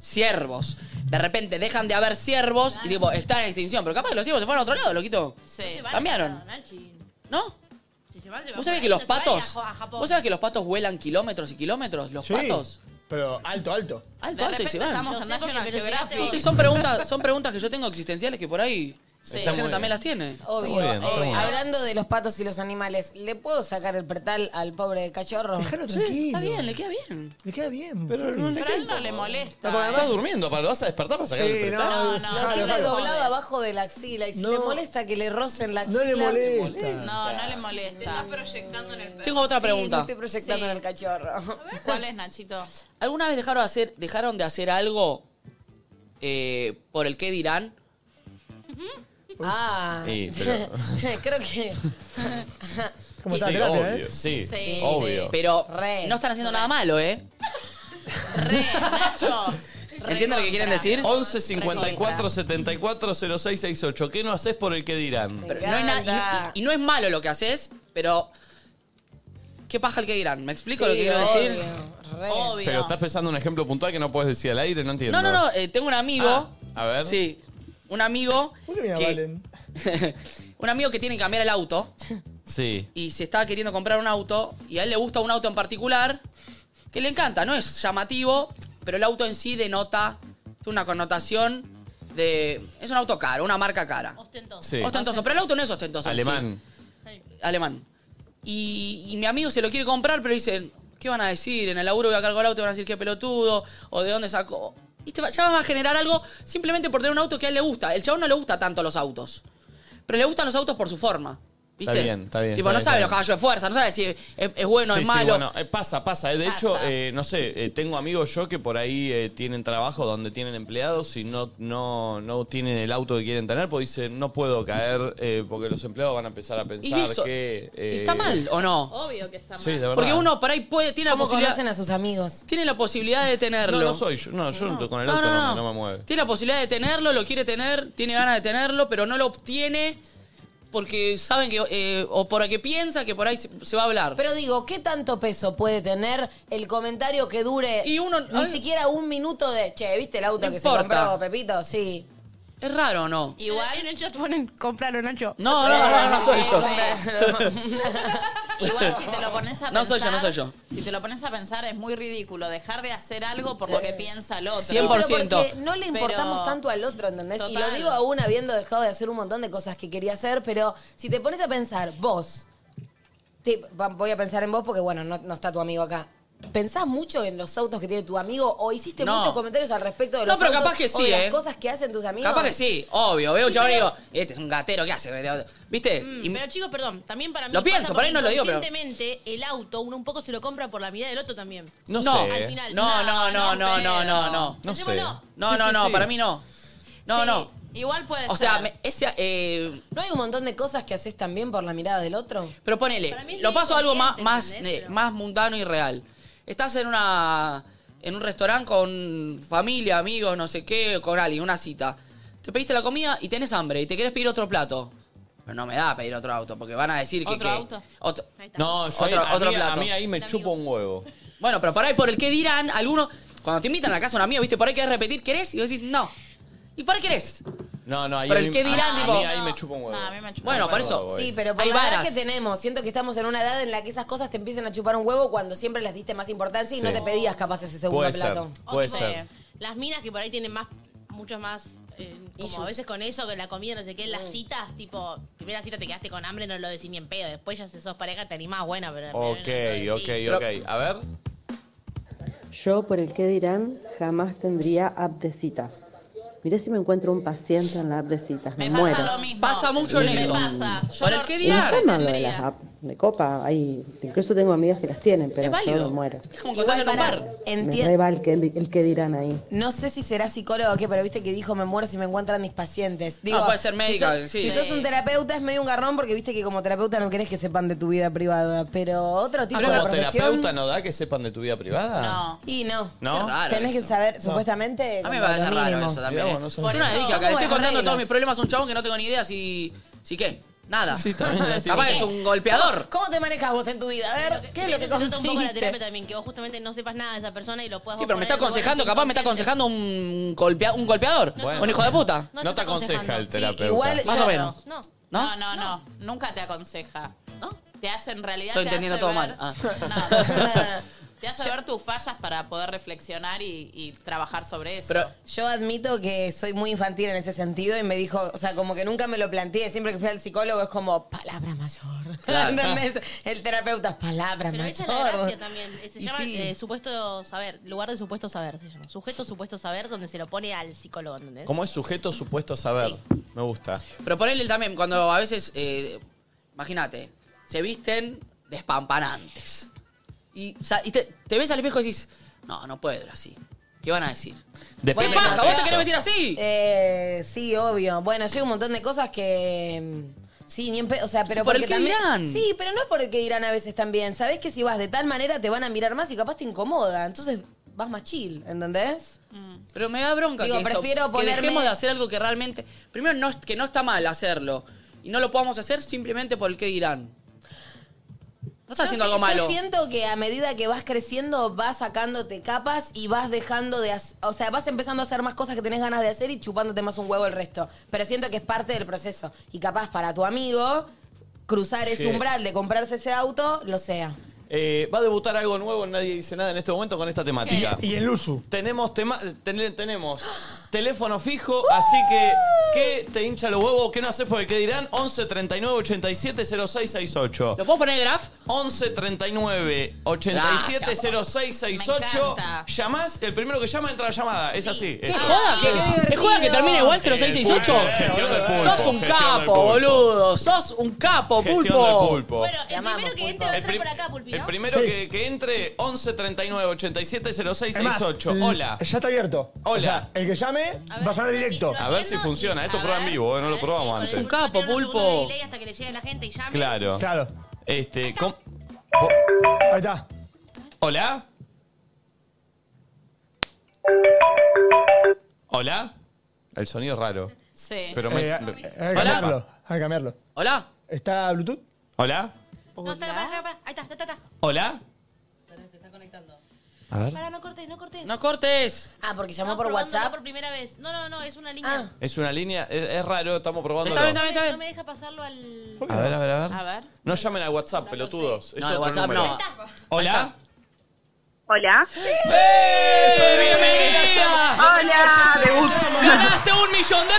[SPEAKER 2] ciervos. De repente dejan de haber ciervos y tipo, están en extinción. Pero capaz que los ciervos se fueron a otro lado, loquito.
[SPEAKER 4] Sí.
[SPEAKER 2] Cambiaron. ¿No?
[SPEAKER 8] Si se van, se
[SPEAKER 2] ¿Vos
[SPEAKER 8] van por
[SPEAKER 2] sabés
[SPEAKER 8] ahí,
[SPEAKER 2] que
[SPEAKER 8] no
[SPEAKER 2] los
[SPEAKER 8] se van a
[SPEAKER 2] patos.
[SPEAKER 8] Jo- a Japón.
[SPEAKER 2] ¿Vos sabés que los patos vuelan kilómetros y kilómetros? ¿Los
[SPEAKER 6] Sí,
[SPEAKER 2] patos?
[SPEAKER 6] Pero alto, alto.
[SPEAKER 2] Alto, alto y se van.
[SPEAKER 4] estamos en
[SPEAKER 8] No sé por qué,
[SPEAKER 4] National
[SPEAKER 8] pero
[SPEAKER 4] Geographic.
[SPEAKER 2] No sé, son preguntas, son preguntas que yo tengo existenciales que por ahí la gente también las tiene.
[SPEAKER 3] Obvio. Eh, hablando de los patos y los animales, ¿le puedo sacar el pretal al pobre de cachorro? Déjalo
[SPEAKER 6] tranquilo.
[SPEAKER 3] Está
[SPEAKER 2] bien, le queda bien.
[SPEAKER 6] Le queda bien.
[SPEAKER 1] Pero no le
[SPEAKER 4] Pero a él no le molesta.
[SPEAKER 1] Estás durmiendo, Pablo. Vas a despertar para sacar
[SPEAKER 6] Sí,
[SPEAKER 1] el
[SPEAKER 6] no,
[SPEAKER 1] pretal?
[SPEAKER 6] no,
[SPEAKER 3] Lo
[SPEAKER 6] Déjalo,
[SPEAKER 3] tiene
[SPEAKER 6] déjalo.
[SPEAKER 3] doblado abajo de la axila y si le molesta que le rocen la axila.
[SPEAKER 6] No le molesta.
[SPEAKER 4] No, no le molesta. Te estás
[SPEAKER 8] proyectando en el perro.
[SPEAKER 2] Tengo otra
[SPEAKER 3] Sí, me
[SPEAKER 2] pregunta.
[SPEAKER 3] estoy proyectando en el cachorro.
[SPEAKER 4] ¿Cuál es, Nachito?
[SPEAKER 2] ¿Alguna vez dejaron de hacer, dejaron de hacer algo eh, por el que dirán?
[SPEAKER 3] Ah.
[SPEAKER 2] Sí, pero-
[SPEAKER 3] Creo que.
[SPEAKER 6] Como
[SPEAKER 2] Sí,
[SPEAKER 6] está terapia,
[SPEAKER 1] obvio,
[SPEAKER 6] ¿eh?
[SPEAKER 1] sí,
[SPEAKER 3] Sí,
[SPEAKER 1] obvio.
[SPEAKER 2] Pero
[SPEAKER 3] Re.
[SPEAKER 2] no están haciendo nada malo, ¿eh? ¿Entienden lo que quieren decir?
[SPEAKER 1] 11 54 74 06 68. ¿Qué no haces por el que dirán?
[SPEAKER 2] Pero no hay nada- y no- y, y no es malo lo que haces, pero. ¿Qué paja el que dirán? ¿Me explico lo que quiero decir?
[SPEAKER 4] Obvio.
[SPEAKER 1] Pero estás pensando en un ejemplo puntual que no puedes decir al aire, no entiendo. Ah.
[SPEAKER 2] No, no, no. eh, tengo un amigo.
[SPEAKER 1] A ver.
[SPEAKER 2] Sí. Un amigo.
[SPEAKER 6] Mira,
[SPEAKER 2] que-
[SPEAKER 6] Valen.
[SPEAKER 2] un amigo que tiene que cambiar el auto.
[SPEAKER 1] Sí.
[SPEAKER 2] y se está queriendo comprar un auto y a él le gusta un auto en particular que le encanta, no es llamativo, pero el auto en sí denota tiene una connotación de es un auto caro, una marca cara.
[SPEAKER 8] Ostentoso.
[SPEAKER 1] Sí.
[SPEAKER 2] Ostentoso, pero el auto no es ostentoso. en sí.
[SPEAKER 1] Alemán.
[SPEAKER 2] Alemán. Y, y mi amigo se lo quiere comprar, pero dicen, ¿qué van a decir? En el laburo voy a cargar el auto y van a decir qué pelotudo o de dónde sacó. Y te va- ya van a generar algo simplemente por tener un auto que a él le gusta. El chabón no le gusta tanto los autos. Pero le gustan los autos por su forma. ¿Viste?
[SPEAKER 1] Está bien, está bien,
[SPEAKER 2] Tipo,
[SPEAKER 1] está
[SPEAKER 2] no
[SPEAKER 1] bien,
[SPEAKER 2] sabe los
[SPEAKER 1] está bien.
[SPEAKER 2] caballos de fuerza, no sabe si es, es bueno,
[SPEAKER 1] Sí,
[SPEAKER 2] es
[SPEAKER 1] sí,
[SPEAKER 2] malo.
[SPEAKER 1] bueno, eh, pasa, pasa. eh. De hecho, eh, no sé, eh, tengo amigos yo que por ahí eh, tienen trabajo donde tienen empleados y no, no, no tienen el auto que quieren tener, pues dicen, no puedo caer eh, porque los empleados van a empezar a pensar
[SPEAKER 2] eso?
[SPEAKER 1] que... eh,
[SPEAKER 2] ¿Está mal o no?
[SPEAKER 4] Obvio que está
[SPEAKER 1] Sí, de verdad.
[SPEAKER 2] Porque uno por ahí puede, tiene la
[SPEAKER 3] ¿Cómo
[SPEAKER 2] posibilidad.
[SPEAKER 3] conocen a sus amigos?
[SPEAKER 2] Tiene la posibilidad de tenerlo.
[SPEAKER 1] No, no soy yo. No, yo no, estoy con el
[SPEAKER 2] No,
[SPEAKER 1] auto,
[SPEAKER 2] no,
[SPEAKER 1] no,
[SPEAKER 2] no.
[SPEAKER 1] me- no me mueve.
[SPEAKER 2] Tiene la posibilidad de tenerlo, lo quiere tener, tiene ganas de tenerlo, pero no lo obtiene porque saben que, eh, o porque piensa que por ahí se, se va a hablar.
[SPEAKER 3] Pero digo, ¿qué tanto peso puede tener el comentario que dure
[SPEAKER 2] Y uno-
[SPEAKER 3] ni
[SPEAKER 2] ay.
[SPEAKER 3] siquiera un minuto de, che, ¿viste el auto
[SPEAKER 2] No
[SPEAKER 3] que
[SPEAKER 2] importa.
[SPEAKER 3] se compró Pepito? Sí.
[SPEAKER 2] ¿Es raro o no?
[SPEAKER 8] Igual en el chat ponen, compralo, Nacho.
[SPEAKER 2] No, no, no, no soy yo.
[SPEAKER 4] Igual si te lo pones a pensar.
[SPEAKER 2] No soy yo, no soy yo.
[SPEAKER 4] Si te lo pones a pensar es muy ridículo dejar de hacer algo por lo que piensa el otro.
[SPEAKER 2] 100%.
[SPEAKER 3] Porque Eh, no le importamos
[SPEAKER 4] Pero-
[SPEAKER 3] tanto al otro, ¿entendés? Y lo
[SPEAKER 4] Total.
[SPEAKER 3] digo aún habiendo dejado de hacer un montón de cosas que quería hacer, pero si te pones a pensar, vos, te- va- voy a pensar en vos porque, bueno, no, no está tu amigo acá. ¿Pensás mucho en los autos que tiene tu amigo o hiciste
[SPEAKER 2] No.
[SPEAKER 3] muchos comentarios al respecto de
[SPEAKER 2] No,
[SPEAKER 3] los
[SPEAKER 2] pero
[SPEAKER 3] autos
[SPEAKER 2] capaz que
[SPEAKER 3] o
[SPEAKER 2] sí,
[SPEAKER 3] de las
[SPEAKER 2] ¿eh?
[SPEAKER 3] cosas que hacen tus amigos?
[SPEAKER 2] Capaz que sí, obvio. Veo un chabón y digo, este es un gatero, ¿qué
[SPEAKER 4] Mm,
[SPEAKER 2] hace? ¿Viste? Y-
[SPEAKER 8] Mm, Pero chicos, perdón, también para mí.
[SPEAKER 2] Lo pienso,
[SPEAKER 8] pasa
[SPEAKER 2] por ahí no
[SPEAKER 8] porque
[SPEAKER 2] lo digo, pero-
[SPEAKER 8] Inconscientemente, el auto uno un poco se lo compra por la mirada del otro también.
[SPEAKER 2] No sé.
[SPEAKER 8] Al final.
[SPEAKER 2] No, no, no, no, no, no, no.
[SPEAKER 1] No sé.
[SPEAKER 2] No, no,
[SPEAKER 1] Sí, sí,
[SPEAKER 2] no,
[SPEAKER 1] sí.
[SPEAKER 2] para mí no. No, no.
[SPEAKER 4] Igual puede
[SPEAKER 2] O sea, me- ese... eh,
[SPEAKER 3] ¿No hay un montón de cosas que haces también por la mirada del otro?
[SPEAKER 2] Pero ponele,
[SPEAKER 3] Para mí es
[SPEAKER 2] lo paso a algo más,
[SPEAKER 3] inconsciente,
[SPEAKER 2] más, eh, más mundano y real. Estás en una en un restaurante con familia, amigos, no sé qué, con alguien, una cita. Te pediste la comida y tenés hambre y te querés pedir otro plato. Pero no me da pedir otro auto, porque van a decir que...
[SPEAKER 4] ¿Otro
[SPEAKER 2] que-
[SPEAKER 4] auto?
[SPEAKER 2] Otro,
[SPEAKER 1] No, yo
[SPEAKER 2] otro,
[SPEAKER 1] ahí- a,
[SPEAKER 2] otro
[SPEAKER 1] mí,
[SPEAKER 2] plato.
[SPEAKER 1] a mí ahí me chupa un huevo.
[SPEAKER 2] Bueno, pero por ahí, por el que dirán, algunos... Cuando te invitan a la casa de un amigo, ¿viste? Por ahí querés repetir, ¿querés? Y vos decís, no. ¿Y por ahí querés.
[SPEAKER 1] No, no, ahí
[SPEAKER 2] Pero
[SPEAKER 1] a mí-
[SPEAKER 2] el que dirán,
[SPEAKER 1] a,
[SPEAKER 2] tipo-
[SPEAKER 1] a mí ahí me chupa un huevo.
[SPEAKER 2] Bueno,
[SPEAKER 1] un
[SPEAKER 2] por
[SPEAKER 1] huevo,
[SPEAKER 2] eso.
[SPEAKER 1] voy.
[SPEAKER 3] Sí, pero por
[SPEAKER 2] Hay
[SPEAKER 3] la edad
[SPEAKER 2] varas.
[SPEAKER 3] que tenemos, siento que estamos en una edad en la que esas cosas te empiezan a chupar un huevo cuando siempre las diste más importancia y
[SPEAKER 1] Sí.
[SPEAKER 3] no te pedías capaz ese segundo
[SPEAKER 1] Puede ser,
[SPEAKER 3] plato.
[SPEAKER 1] puede ser.
[SPEAKER 8] Las minas que por ahí tienen más, muchos más. eh, como a veces con eso, con la comida, no sé qué, en
[SPEAKER 3] Mm.
[SPEAKER 8] las citas, tipo, primera cita te quedaste con hambre, no lo decís ni en pedo. Después ya si sos pareja te animás, bueno, pero.
[SPEAKER 1] Ok, ok, ok. A ver.
[SPEAKER 20] Yo, por el que dirán, jamás tendría app de citas. Miré si me encuentro un paciente en la app de citas, me, muero.
[SPEAKER 2] Pasa mucho en eso. Por el que
[SPEAKER 20] Un
[SPEAKER 2] dirán.
[SPEAKER 20] tema lo de las app de copa, ahí, incluso tengo amigas que las tienen, pero yo
[SPEAKER 2] válido.
[SPEAKER 20] me muero.
[SPEAKER 2] Como encontrarse en un bar.
[SPEAKER 20] Me
[SPEAKER 3] Entiendo.
[SPEAKER 20] re va el que, el que dirán ahí.
[SPEAKER 3] No sé si será psicólogo o qué, pero viste que dijo me muero si me encuentran mis pacientes. Digo,
[SPEAKER 2] Ah, puede ser médica,
[SPEAKER 3] Si sos,
[SPEAKER 2] sí.
[SPEAKER 3] si sos un terapeuta es medio un garrón porque viste que como terapeuta no querés que sepan de tu vida privada, pero otro tipo de
[SPEAKER 1] ¿Como
[SPEAKER 3] profesión...
[SPEAKER 1] terapeuta no da que sepan de tu vida privada?
[SPEAKER 2] Ah.
[SPEAKER 3] Y no.
[SPEAKER 1] ¿No? Qué raro
[SPEAKER 3] Tenés que
[SPEAKER 1] eso.
[SPEAKER 3] saber,
[SPEAKER 1] No.
[SPEAKER 3] supuestamente...
[SPEAKER 2] A mí me
[SPEAKER 3] como
[SPEAKER 2] parece
[SPEAKER 3] lo
[SPEAKER 2] raro
[SPEAKER 3] mínimo.
[SPEAKER 2] eso también.
[SPEAKER 1] Mirá
[SPEAKER 2] ¿eh?
[SPEAKER 1] vos, no
[SPEAKER 2] Yo
[SPEAKER 1] sabía.
[SPEAKER 2] una vez dije
[SPEAKER 3] Son
[SPEAKER 2] acá, le
[SPEAKER 3] como
[SPEAKER 2] estoy
[SPEAKER 3] las
[SPEAKER 2] contando todos
[SPEAKER 3] reglas.
[SPEAKER 2] mis problemas a un chabón que no tengo ni idea si. si qué. Nada.
[SPEAKER 1] Sí, sí, también la tiene.
[SPEAKER 2] Capaz que es un golpeador.
[SPEAKER 3] ¿Cómo te manejas vos en tu vida? A ver, ¿qué es lo que
[SPEAKER 8] Eso se trata un poco la
[SPEAKER 3] conseguiste?
[SPEAKER 8] terapia también, que vos justamente no sepas nada de esa persona y lo puedas
[SPEAKER 2] Sí, pero me está
[SPEAKER 8] poner en el lugar
[SPEAKER 2] aconsejando, capaz me está aconsejando un, golpea- un golpeador.
[SPEAKER 1] Bueno.
[SPEAKER 2] Un hijo de puta.
[SPEAKER 1] No te aconseja el terapeuta.
[SPEAKER 2] Más o menos.
[SPEAKER 4] No.
[SPEAKER 2] ¿No?
[SPEAKER 4] No, no, Nunca te aconseja. ¿No? Te hace en realidad.
[SPEAKER 2] Estoy
[SPEAKER 4] te
[SPEAKER 2] entendiendo
[SPEAKER 4] hace
[SPEAKER 2] todo
[SPEAKER 4] ver-
[SPEAKER 2] mal. Ah.
[SPEAKER 4] Te hace ver tus fallas para poder reflexionar y, y trabajar sobre eso.
[SPEAKER 3] Yo admito que soy muy infantil en ese sentido y me dijo, o sea, como que nunca me lo planteé. Siempre que fui al psicólogo es como palabra mayor.
[SPEAKER 8] Claro.
[SPEAKER 3] ¿Entendés? El terapeuta es palabra
[SPEAKER 8] Pero
[SPEAKER 3] mayor.
[SPEAKER 8] esa es la gracia también. Se
[SPEAKER 3] Y
[SPEAKER 8] llama
[SPEAKER 3] sí.
[SPEAKER 8] eh, supuesto saber, lugar de supuesto saber se llama. Sujeto supuesto saber donde se lo pone al psicólogo, ¿entendés?
[SPEAKER 1] Como es sujeto supuesto saber. Me gusta.
[SPEAKER 2] Pero ponele también, cuando a veces. eh, Imagínate, se visten despampanantes. Y, o sea, y te, te ves al espejo y decís, no, no puedo ir así. ¿Qué van a decir?
[SPEAKER 1] Depende
[SPEAKER 2] ¿Qué pasa? ¿Vos
[SPEAKER 1] del
[SPEAKER 2] te
[SPEAKER 1] contexto.
[SPEAKER 2] querés vestir así?
[SPEAKER 3] Eh, sí, obvio. Bueno, yo hay un montón de cosas que. mm, Sí, ni en pe- O sea, pero
[SPEAKER 2] Por el
[SPEAKER 3] porque
[SPEAKER 2] que
[SPEAKER 3] también-
[SPEAKER 2] dirán.
[SPEAKER 3] Sí, pero no es por el que dirán a veces también. Sabés que si vas de tal manera te van a mirar más y capaz te incomoda. Entonces vas más chill, ¿entendés?
[SPEAKER 2] Pero me da bronca
[SPEAKER 3] Digo,
[SPEAKER 2] que eso,
[SPEAKER 3] prefiero
[SPEAKER 2] que
[SPEAKER 3] ponerme-
[SPEAKER 2] dejemos de hacer algo que realmente... Primero, no, es- que no está mal hacerlo. Y no lo podamos hacer simplemente por el que dirán. No está
[SPEAKER 3] Yo
[SPEAKER 2] haciendo
[SPEAKER 3] sí-
[SPEAKER 2] algo malo.
[SPEAKER 3] Yo siento que a medida que vas creciendo, vas sacándote capas y vas dejando de hacer. O sea, vas empezando a hacer más cosas que tenés ganas de hacer y chupándote más un huevo el resto. Pero siento que es parte del proceso. Y capaz para tu amigo, cruzar ese
[SPEAKER 1] Sí.
[SPEAKER 3] umbral de comprarse ese auto, lo sea.
[SPEAKER 1] Eh, va a debutar algo nuevo, nadie dice nada en este momento con esta temática.
[SPEAKER 6] Y el uso.
[SPEAKER 1] Tenemos, tema- ten- tenemos teléfono fijo, así que ¿qué te hincha los huevos? ¿Qué no haces por el que dirán? 11 39 87 06 68.
[SPEAKER 2] ¿Lo puedo poner el Ah, graf?
[SPEAKER 1] 11 39 87 06 68. Llamás, el primero que llama entra a la llamada, es así.
[SPEAKER 2] ¿Qué joda que- ¿Qué joda que termine igual 0668?
[SPEAKER 1] Eh, gestión del pulpo,
[SPEAKER 2] Sos un
[SPEAKER 1] gestión del
[SPEAKER 2] capo,
[SPEAKER 1] pulpo.
[SPEAKER 2] boludo. Sos un capo,
[SPEAKER 1] Gestión
[SPEAKER 2] pulpo.
[SPEAKER 1] del pulpo. Bueno,
[SPEAKER 8] el primero que entra
[SPEAKER 1] El
[SPEAKER 8] entra
[SPEAKER 1] prim-
[SPEAKER 8] por acá, Pulpi,
[SPEAKER 1] El
[SPEAKER 8] ¿no?
[SPEAKER 1] primero que, que entre, 11 39 87 06
[SPEAKER 6] Es más,
[SPEAKER 1] 68.
[SPEAKER 6] l-
[SPEAKER 1] Hola.
[SPEAKER 6] Ya está abierto.
[SPEAKER 1] Hola.
[SPEAKER 6] El que llame va a sonar directo.
[SPEAKER 1] A ver si funciona. Esto prueba en vivo, eh, no lo probamos antes.
[SPEAKER 2] capo,
[SPEAKER 8] Pulpo. Delay hasta que le llegue la gente y llame.
[SPEAKER 1] Claro.
[SPEAKER 6] Claro.
[SPEAKER 1] Este, ¿cómo-
[SPEAKER 6] Ahí está.
[SPEAKER 1] ¿Hola? ¿Hola? El sonido es raro.
[SPEAKER 4] Sí.
[SPEAKER 1] Pero me-
[SPEAKER 6] Eh,
[SPEAKER 1] me-
[SPEAKER 6] eh, cambiarlo. a cambiarlo.
[SPEAKER 2] ¿Hola?
[SPEAKER 6] ¿Está Bluetooth?
[SPEAKER 1] ¿Hola?
[SPEAKER 8] No, está acá, para acá, para acá. Ahí está, está, está, está.
[SPEAKER 1] ¿Hola?
[SPEAKER 8] Se está conectando.
[SPEAKER 1] A ver.
[SPEAKER 8] Para, no cortes, no cortes.
[SPEAKER 2] ¡No cortes!
[SPEAKER 3] Ah, porque
[SPEAKER 8] Estamos probándolo por primera vez. No, no, no, es una
[SPEAKER 2] Ah,
[SPEAKER 8] línea.
[SPEAKER 1] Es una línea, es, es raro, estamos probando.
[SPEAKER 8] No me deja pasarlo al.
[SPEAKER 1] A ver, a ver, a ver.
[SPEAKER 8] A ver.
[SPEAKER 1] No llamen al WhatsApp, pelotudos. Es
[SPEAKER 2] No, al
[SPEAKER 1] otro
[SPEAKER 2] WhatsApp
[SPEAKER 1] número.
[SPEAKER 2] no.
[SPEAKER 1] ¿Hola?
[SPEAKER 20] Hola.
[SPEAKER 2] ¡Eh! ¡Hola! ¡Ganaste un millón de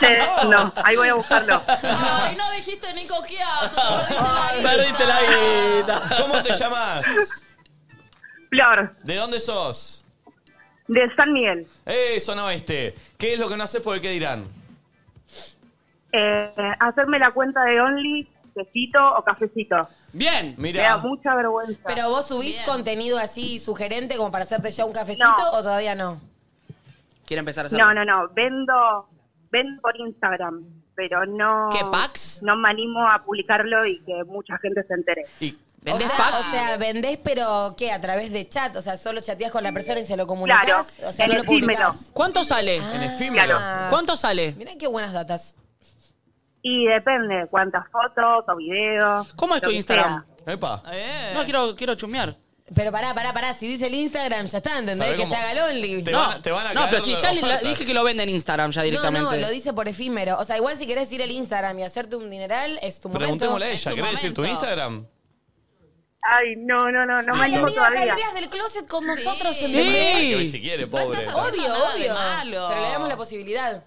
[SPEAKER 2] pesos!
[SPEAKER 20] No, ahí voy a buscarlo.
[SPEAKER 4] Ay, no dijiste ni coqueado. Te
[SPEAKER 1] Perdiste la guita. ¿Cómo te llamas?
[SPEAKER 20] Flor,
[SPEAKER 1] ¿De dónde sos?
[SPEAKER 20] de San Miguel.
[SPEAKER 1] Eh, zona oeste. ¿Qué es lo que no haces por el que dirán?
[SPEAKER 20] Eh, hacerme la cuenta de Only, tecito o cafecito.
[SPEAKER 2] Bien.
[SPEAKER 20] Me da mucha vergüenza.
[SPEAKER 3] Pero vos subís contenido así sugerente como para hacerte ya un cafecito o todavía no?
[SPEAKER 2] Quiere empezar a hacer.
[SPEAKER 20] No, no, no. Vendo, vendo por Instagram, pero no.
[SPEAKER 2] ¿Qué, packs?
[SPEAKER 20] No me animo a publicarlo y que mucha gente se entere.
[SPEAKER 3] O
[SPEAKER 20] ¿Vendés
[SPEAKER 3] sea,
[SPEAKER 20] packs?
[SPEAKER 3] O sea, vendés, pero ¿qué? A través de chat. O sea, solo chateás con la persona y se lo comunicás.
[SPEAKER 20] Claro,
[SPEAKER 3] O sea,
[SPEAKER 20] en
[SPEAKER 3] no lo
[SPEAKER 20] efímero.
[SPEAKER 3] publicás.
[SPEAKER 2] ¿Cuánto sale?
[SPEAKER 20] En efímero. Claro.
[SPEAKER 2] ¿Cuánto sale?
[SPEAKER 3] Ah, Mirá qué buenas datas.
[SPEAKER 20] Y depende cuántas fotos o videos.
[SPEAKER 2] ¿Cómo es
[SPEAKER 20] lo
[SPEAKER 2] tu
[SPEAKER 20] que
[SPEAKER 2] Instagram? Eh.
[SPEAKER 1] Epa.
[SPEAKER 2] No, quiero, quiero chumear.
[SPEAKER 3] Pero pará, pará, pará. Si dice el Instagram, ya está, ¿entendés?
[SPEAKER 2] ¿Sabés
[SPEAKER 3] Que
[SPEAKER 2] cómo?
[SPEAKER 3] se haga el only.
[SPEAKER 2] no, no, pero si ya le- la- dije que lo vende en Instagram ya directamente.
[SPEAKER 3] No, no, lo dice por efímero. O sea, igual si querés ir al Instagram y hacerte un dineral, es tu momento.
[SPEAKER 1] Preguntémosle a ella. ¿Querés decir tu Instagram?
[SPEAKER 20] Ay, no, no, no, no me
[SPEAKER 3] Ay,
[SPEAKER 20] animo
[SPEAKER 3] amiga,
[SPEAKER 20] todavía.
[SPEAKER 3] saldrías del closet con nosotros en
[SPEAKER 1] Que hoy si quiere, pobre.
[SPEAKER 3] Obvio,
[SPEAKER 4] nada de
[SPEAKER 3] obvio.
[SPEAKER 4] malo.
[SPEAKER 3] Pero le damos la posibilidad.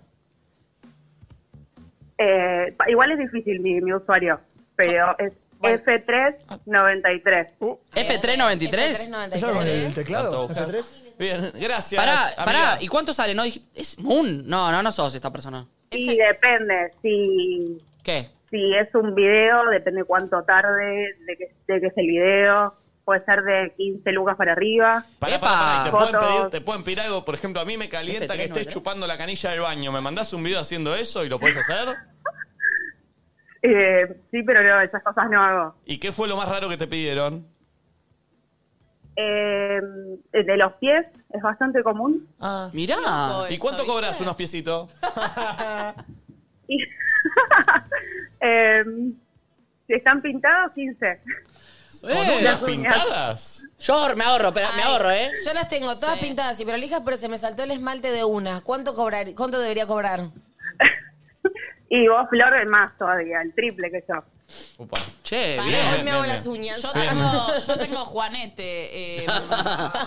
[SPEAKER 20] Eh, pa- igual es difícil mi, mi usuario,
[SPEAKER 2] Ah,
[SPEAKER 20] pero es F393.
[SPEAKER 2] Eh, F393.
[SPEAKER 6] Uh, ¿Es algo con el teclado?
[SPEAKER 1] Tanto
[SPEAKER 6] ¿F3?
[SPEAKER 1] Bien, gracias.
[SPEAKER 2] Pará,
[SPEAKER 1] amiga.
[SPEAKER 2] pará, ¿y cuánto sale? No, dij- es Moon. No, no, no sos esta persona.
[SPEAKER 20] Y depende, si,
[SPEAKER 2] ¿Qué?
[SPEAKER 20] si es un video, depende cuánto tarde, de qué de qué es el video. Puede ser de 15 lucas para arriba.
[SPEAKER 1] Pará, pará, pará, y te, pueden
[SPEAKER 20] Fotos.
[SPEAKER 1] pedir, te pueden pedir algo. Por ejemplo, a mí me calienta que estés chupando la canilla del baño. ¿Me mandás un video haciendo eso y lo podés hacer?
[SPEAKER 20] Eh, sí, pero no, esas cosas no hago.
[SPEAKER 1] ¿Y qué fue lo más raro que te pidieron?
[SPEAKER 20] Eh, de los pies es bastante común.
[SPEAKER 6] Ah.
[SPEAKER 2] Mirá.
[SPEAKER 1] ¿Y cuánto cobras unos piecitos?
[SPEAKER 20] Eh, si están pintados, 15.
[SPEAKER 1] ¿Con unas pintadas?
[SPEAKER 2] Yo me ahorro, pero me
[SPEAKER 3] Ay,
[SPEAKER 2] ahorro, ¿eh?
[SPEAKER 3] Yo las tengo todas pintadas y prolijas, pero se me saltó el esmalte de una. ¿Cuánto cobrar, cuánto debería cobrar?
[SPEAKER 20] Y vos, Flor, el más todavía, el triple que yo.
[SPEAKER 1] Upa.
[SPEAKER 2] Che,
[SPEAKER 4] Pará,
[SPEAKER 1] bien.
[SPEAKER 4] hoy
[SPEAKER 1] bien,
[SPEAKER 4] me hago
[SPEAKER 1] bien.
[SPEAKER 4] las
[SPEAKER 3] uñas.
[SPEAKER 4] Yo
[SPEAKER 1] Bien.
[SPEAKER 4] tengo, yo tengo Juanete. eh,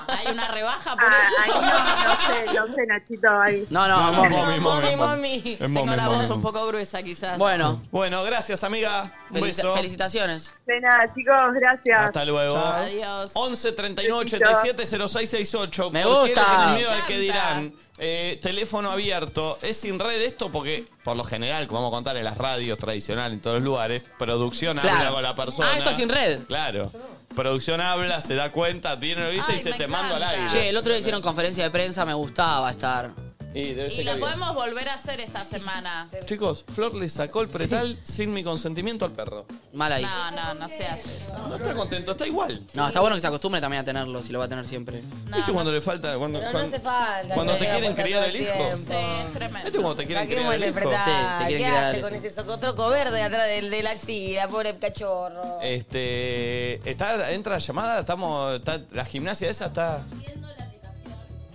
[SPEAKER 4] hay una rebaja por
[SPEAKER 20] Ah,
[SPEAKER 4] eso.
[SPEAKER 20] ahí no, no sé, no sé, Nachito, ahí.
[SPEAKER 2] No, no,
[SPEAKER 1] No,
[SPEAKER 2] momi.
[SPEAKER 1] mami, mami, mami. Es
[SPEAKER 4] Tengo
[SPEAKER 1] mami,
[SPEAKER 4] la
[SPEAKER 1] mami,
[SPEAKER 4] voz un
[SPEAKER 1] mami.
[SPEAKER 4] poco gruesa, quizás.
[SPEAKER 2] Bueno.
[SPEAKER 1] Bueno, gracias, amiga. Un
[SPEAKER 2] Felici-
[SPEAKER 1] beso.
[SPEAKER 2] felicitaciones.
[SPEAKER 20] De nada, chicos, gracias.
[SPEAKER 1] Hasta luego.
[SPEAKER 2] Chao.
[SPEAKER 4] Adiós.
[SPEAKER 1] 11 39 87 0668.
[SPEAKER 2] Me
[SPEAKER 1] ¿Por qué le
[SPEAKER 2] gusta.
[SPEAKER 1] tenés miedo
[SPEAKER 2] Me
[SPEAKER 1] al que dirán? Eh, teléfono abierto. Es sin red esto porque, por lo general, como vamos a contar en las radios tradicionales, en todos los lugares, producción
[SPEAKER 2] Claro.
[SPEAKER 1] habla con la persona.
[SPEAKER 2] Ah, esto es sin red.
[SPEAKER 1] Claro. Producción habla, se da cuenta, viene lo dice y se te manda al aire.
[SPEAKER 2] Che, el otro día hicieron conferencia de prensa, me gustaba estar.
[SPEAKER 1] Y debe
[SPEAKER 4] Y
[SPEAKER 1] ser
[SPEAKER 4] la
[SPEAKER 1] que-
[SPEAKER 4] podemos volver a hacer esta semana.
[SPEAKER 1] Chicos, Flor le sacó el pretal sin mi consentimiento al perro.
[SPEAKER 2] Mal ahí.
[SPEAKER 4] No, no, no se hace eso.
[SPEAKER 1] No está contento, está igual.
[SPEAKER 2] No, está bueno que se acostumbre también a tenerlo, si lo va a tener siempre.
[SPEAKER 1] ¿Viste cuando le falta? Cuando,
[SPEAKER 3] Pero no
[SPEAKER 1] cuando-
[SPEAKER 3] hace falta.
[SPEAKER 1] cuando
[SPEAKER 3] se
[SPEAKER 1] te
[SPEAKER 3] le da
[SPEAKER 1] quieren
[SPEAKER 3] vuelta
[SPEAKER 1] criar
[SPEAKER 3] todo
[SPEAKER 1] el
[SPEAKER 3] el
[SPEAKER 1] hijo.
[SPEAKER 3] tiempo.
[SPEAKER 1] ¿Viste cuando te quieren criar el
[SPEAKER 3] Saquémosle
[SPEAKER 1] hijo?
[SPEAKER 3] apretar. ¿Qué
[SPEAKER 2] criar el
[SPEAKER 3] hace con ese socotroco verde atrás del, de la axila, pobre cachorro?
[SPEAKER 1] Este, está, entra llamada, estamos, está- la gimnasia esa está.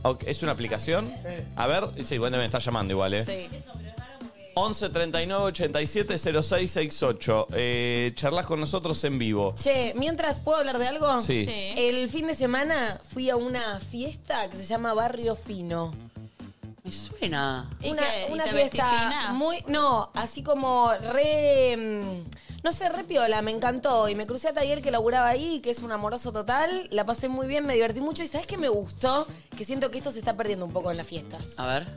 [SPEAKER 1] Ok, ¿Es una aplicación? A ver, sí, bueno, me está llamando igual, ¿eh? 11 39 87 06 68. Eh, charlas con nosotros en vivo.
[SPEAKER 3] Che, mientras, ¿puedo hablar de algo?
[SPEAKER 1] Sí. Sí.
[SPEAKER 3] El fin de semana fui a una fiesta que se llama Barrio Fino.
[SPEAKER 2] Me suena.
[SPEAKER 3] Una,
[SPEAKER 4] qué? ¿Y
[SPEAKER 3] una
[SPEAKER 4] te
[SPEAKER 3] fiesta
[SPEAKER 4] vestís fina?
[SPEAKER 3] muy. No, así como re. mm, No sé, re piola, me encantó. Y me crucé a Tayel que laburaba ahí, que es un amoroso total. La pasé muy bien, me divertí mucho. ¿Y sabes qué me gustó? Que siento que esto se está perdiendo un poco en las fiestas.
[SPEAKER 2] A ver.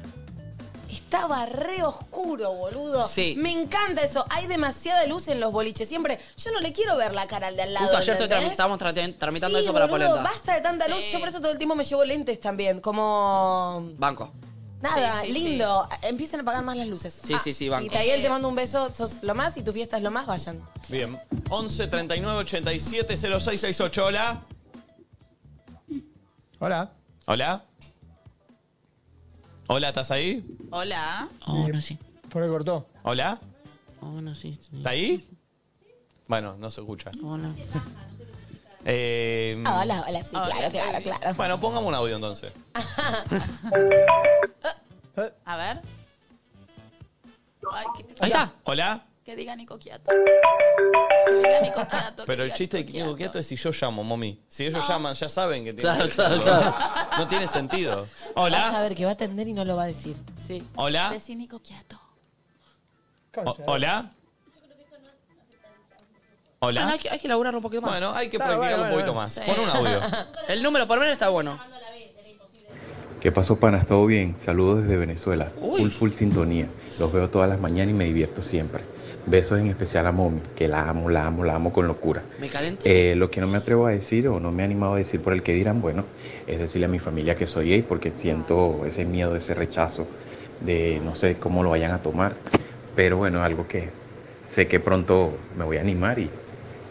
[SPEAKER 3] Estaba re oscuro, boludo.
[SPEAKER 2] Sí.
[SPEAKER 3] Me encanta eso. Hay demasiada luz en los boliches. Siempre. Yo no le quiero ver la cara al de al lado.
[SPEAKER 2] Justo ayer estoy
[SPEAKER 3] ¿entendés?
[SPEAKER 2] trami- estábamos tra- tramitando
[SPEAKER 3] Sí,
[SPEAKER 2] eso para
[SPEAKER 3] boludo,
[SPEAKER 2] Polenta.
[SPEAKER 3] Basta de tanta luz. Yo por eso todo el tiempo me llevo lentes también. Como.
[SPEAKER 2] Banco.
[SPEAKER 3] Nada,
[SPEAKER 4] Sí, sí,
[SPEAKER 3] lindo. Empiecen a apagar más las luces.
[SPEAKER 2] Sí, sí, sí, banco.
[SPEAKER 3] Y Tayel, te mando un beso. Sos lo más y tu fiesta es lo más. Vayan.
[SPEAKER 1] Bien. 11 39 87 06 68. Hola.
[SPEAKER 6] Hola.
[SPEAKER 1] Hola. Hola, ¿estás ahí?
[SPEAKER 4] Hola.
[SPEAKER 6] Hola,
[SPEAKER 2] Oh, sí. Oh,
[SPEAKER 6] Por ahí cortó.
[SPEAKER 1] ¿Hola?
[SPEAKER 2] no, sí.
[SPEAKER 1] ¿Está ahí? Bueno, no se escucha.
[SPEAKER 2] Hola.
[SPEAKER 1] Eh,
[SPEAKER 3] Ah, Hola, hola, sí,
[SPEAKER 4] Ah, Hola.
[SPEAKER 3] claro, claro, claro.
[SPEAKER 1] Bueno, pongamos un audio entonces.
[SPEAKER 4] Ah.
[SPEAKER 1] Eh.
[SPEAKER 4] A ver. Ay, que,
[SPEAKER 1] ¿Hola?
[SPEAKER 4] que diga Nico Quiato. Que diga Nico Quiato.
[SPEAKER 1] Pero el chiste de Nico Quieto es si yo llamo, mami. Si ellos llaman, ya saben que tiene
[SPEAKER 2] Claro,
[SPEAKER 1] que-
[SPEAKER 2] claro, claro.
[SPEAKER 1] No tiene sentido.
[SPEAKER 3] Vas
[SPEAKER 1] ¿Hola?
[SPEAKER 3] a ver que va a atender y no lo va a decir.
[SPEAKER 4] Sí.
[SPEAKER 1] ¿Hola?
[SPEAKER 4] Decí Nico Quiato.
[SPEAKER 1] O- ¿Hola?
[SPEAKER 3] Ah.
[SPEAKER 1] ¿Hola?
[SPEAKER 2] Bueno, hay, que, hay que laburar un poquito más.
[SPEAKER 1] Bueno, hay que Claro, practicar bueno, un poquito bueno. más. Pon un audio.
[SPEAKER 2] El número por menos está bueno.
[SPEAKER 23] ¿Qué pasó, panas? ¿Todo bien? Saludos desde Venezuela.
[SPEAKER 2] Uy.
[SPEAKER 23] Full, full sintonía. Los veo todas las mañanas y me divierto siempre. Besos en especial a Momi, que la amo, la amo, la amo con locura.
[SPEAKER 2] Me calento.
[SPEAKER 23] Eh, lo que no me atrevo a decir o no me he animado a decir por el que dirán, bueno, es decirle a mi familia que soy gay porque siento ese miedo, ese rechazo de no sé cómo lo vayan a tomar. Pero bueno, algo que sé que pronto me voy a animar y,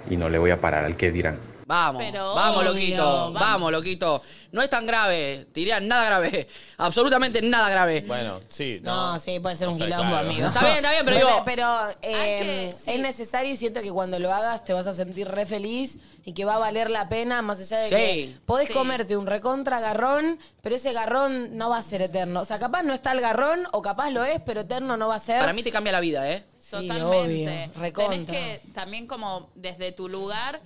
[SPEAKER 23] y no le voy a parar al que dirán.
[SPEAKER 2] Vamos, vamos,
[SPEAKER 4] obvio,
[SPEAKER 2] loquito, vamos. loquito. No es tan grave, te diría nada grave, absolutamente nada grave.
[SPEAKER 1] Bueno, sí,
[SPEAKER 3] No, sí, puede ser
[SPEAKER 2] No
[SPEAKER 3] un
[SPEAKER 2] sé,
[SPEAKER 3] quilombo,
[SPEAKER 2] claro.
[SPEAKER 3] amigo.
[SPEAKER 2] Está bien, está bien, pero
[SPEAKER 3] O sea,
[SPEAKER 2] digo-
[SPEAKER 3] pero, eh, es necesario y siento que cuando lo hagas te vas a sentir re feliz y que va a valer la pena, más allá de
[SPEAKER 2] Sí.
[SPEAKER 3] que podés
[SPEAKER 2] Sí.
[SPEAKER 3] comerte un recontra garrón, pero ese garrón no va a ser eterno. O sea, capaz no está el garrón o capaz lo es, pero eterno no va a ser.
[SPEAKER 2] Para mí te cambia la vida, ¿eh?
[SPEAKER 4] Totalmente.
[SPEAKER 3] obvio, recontra.
[SPEAKER 4] Tenés que también como desde tu lugar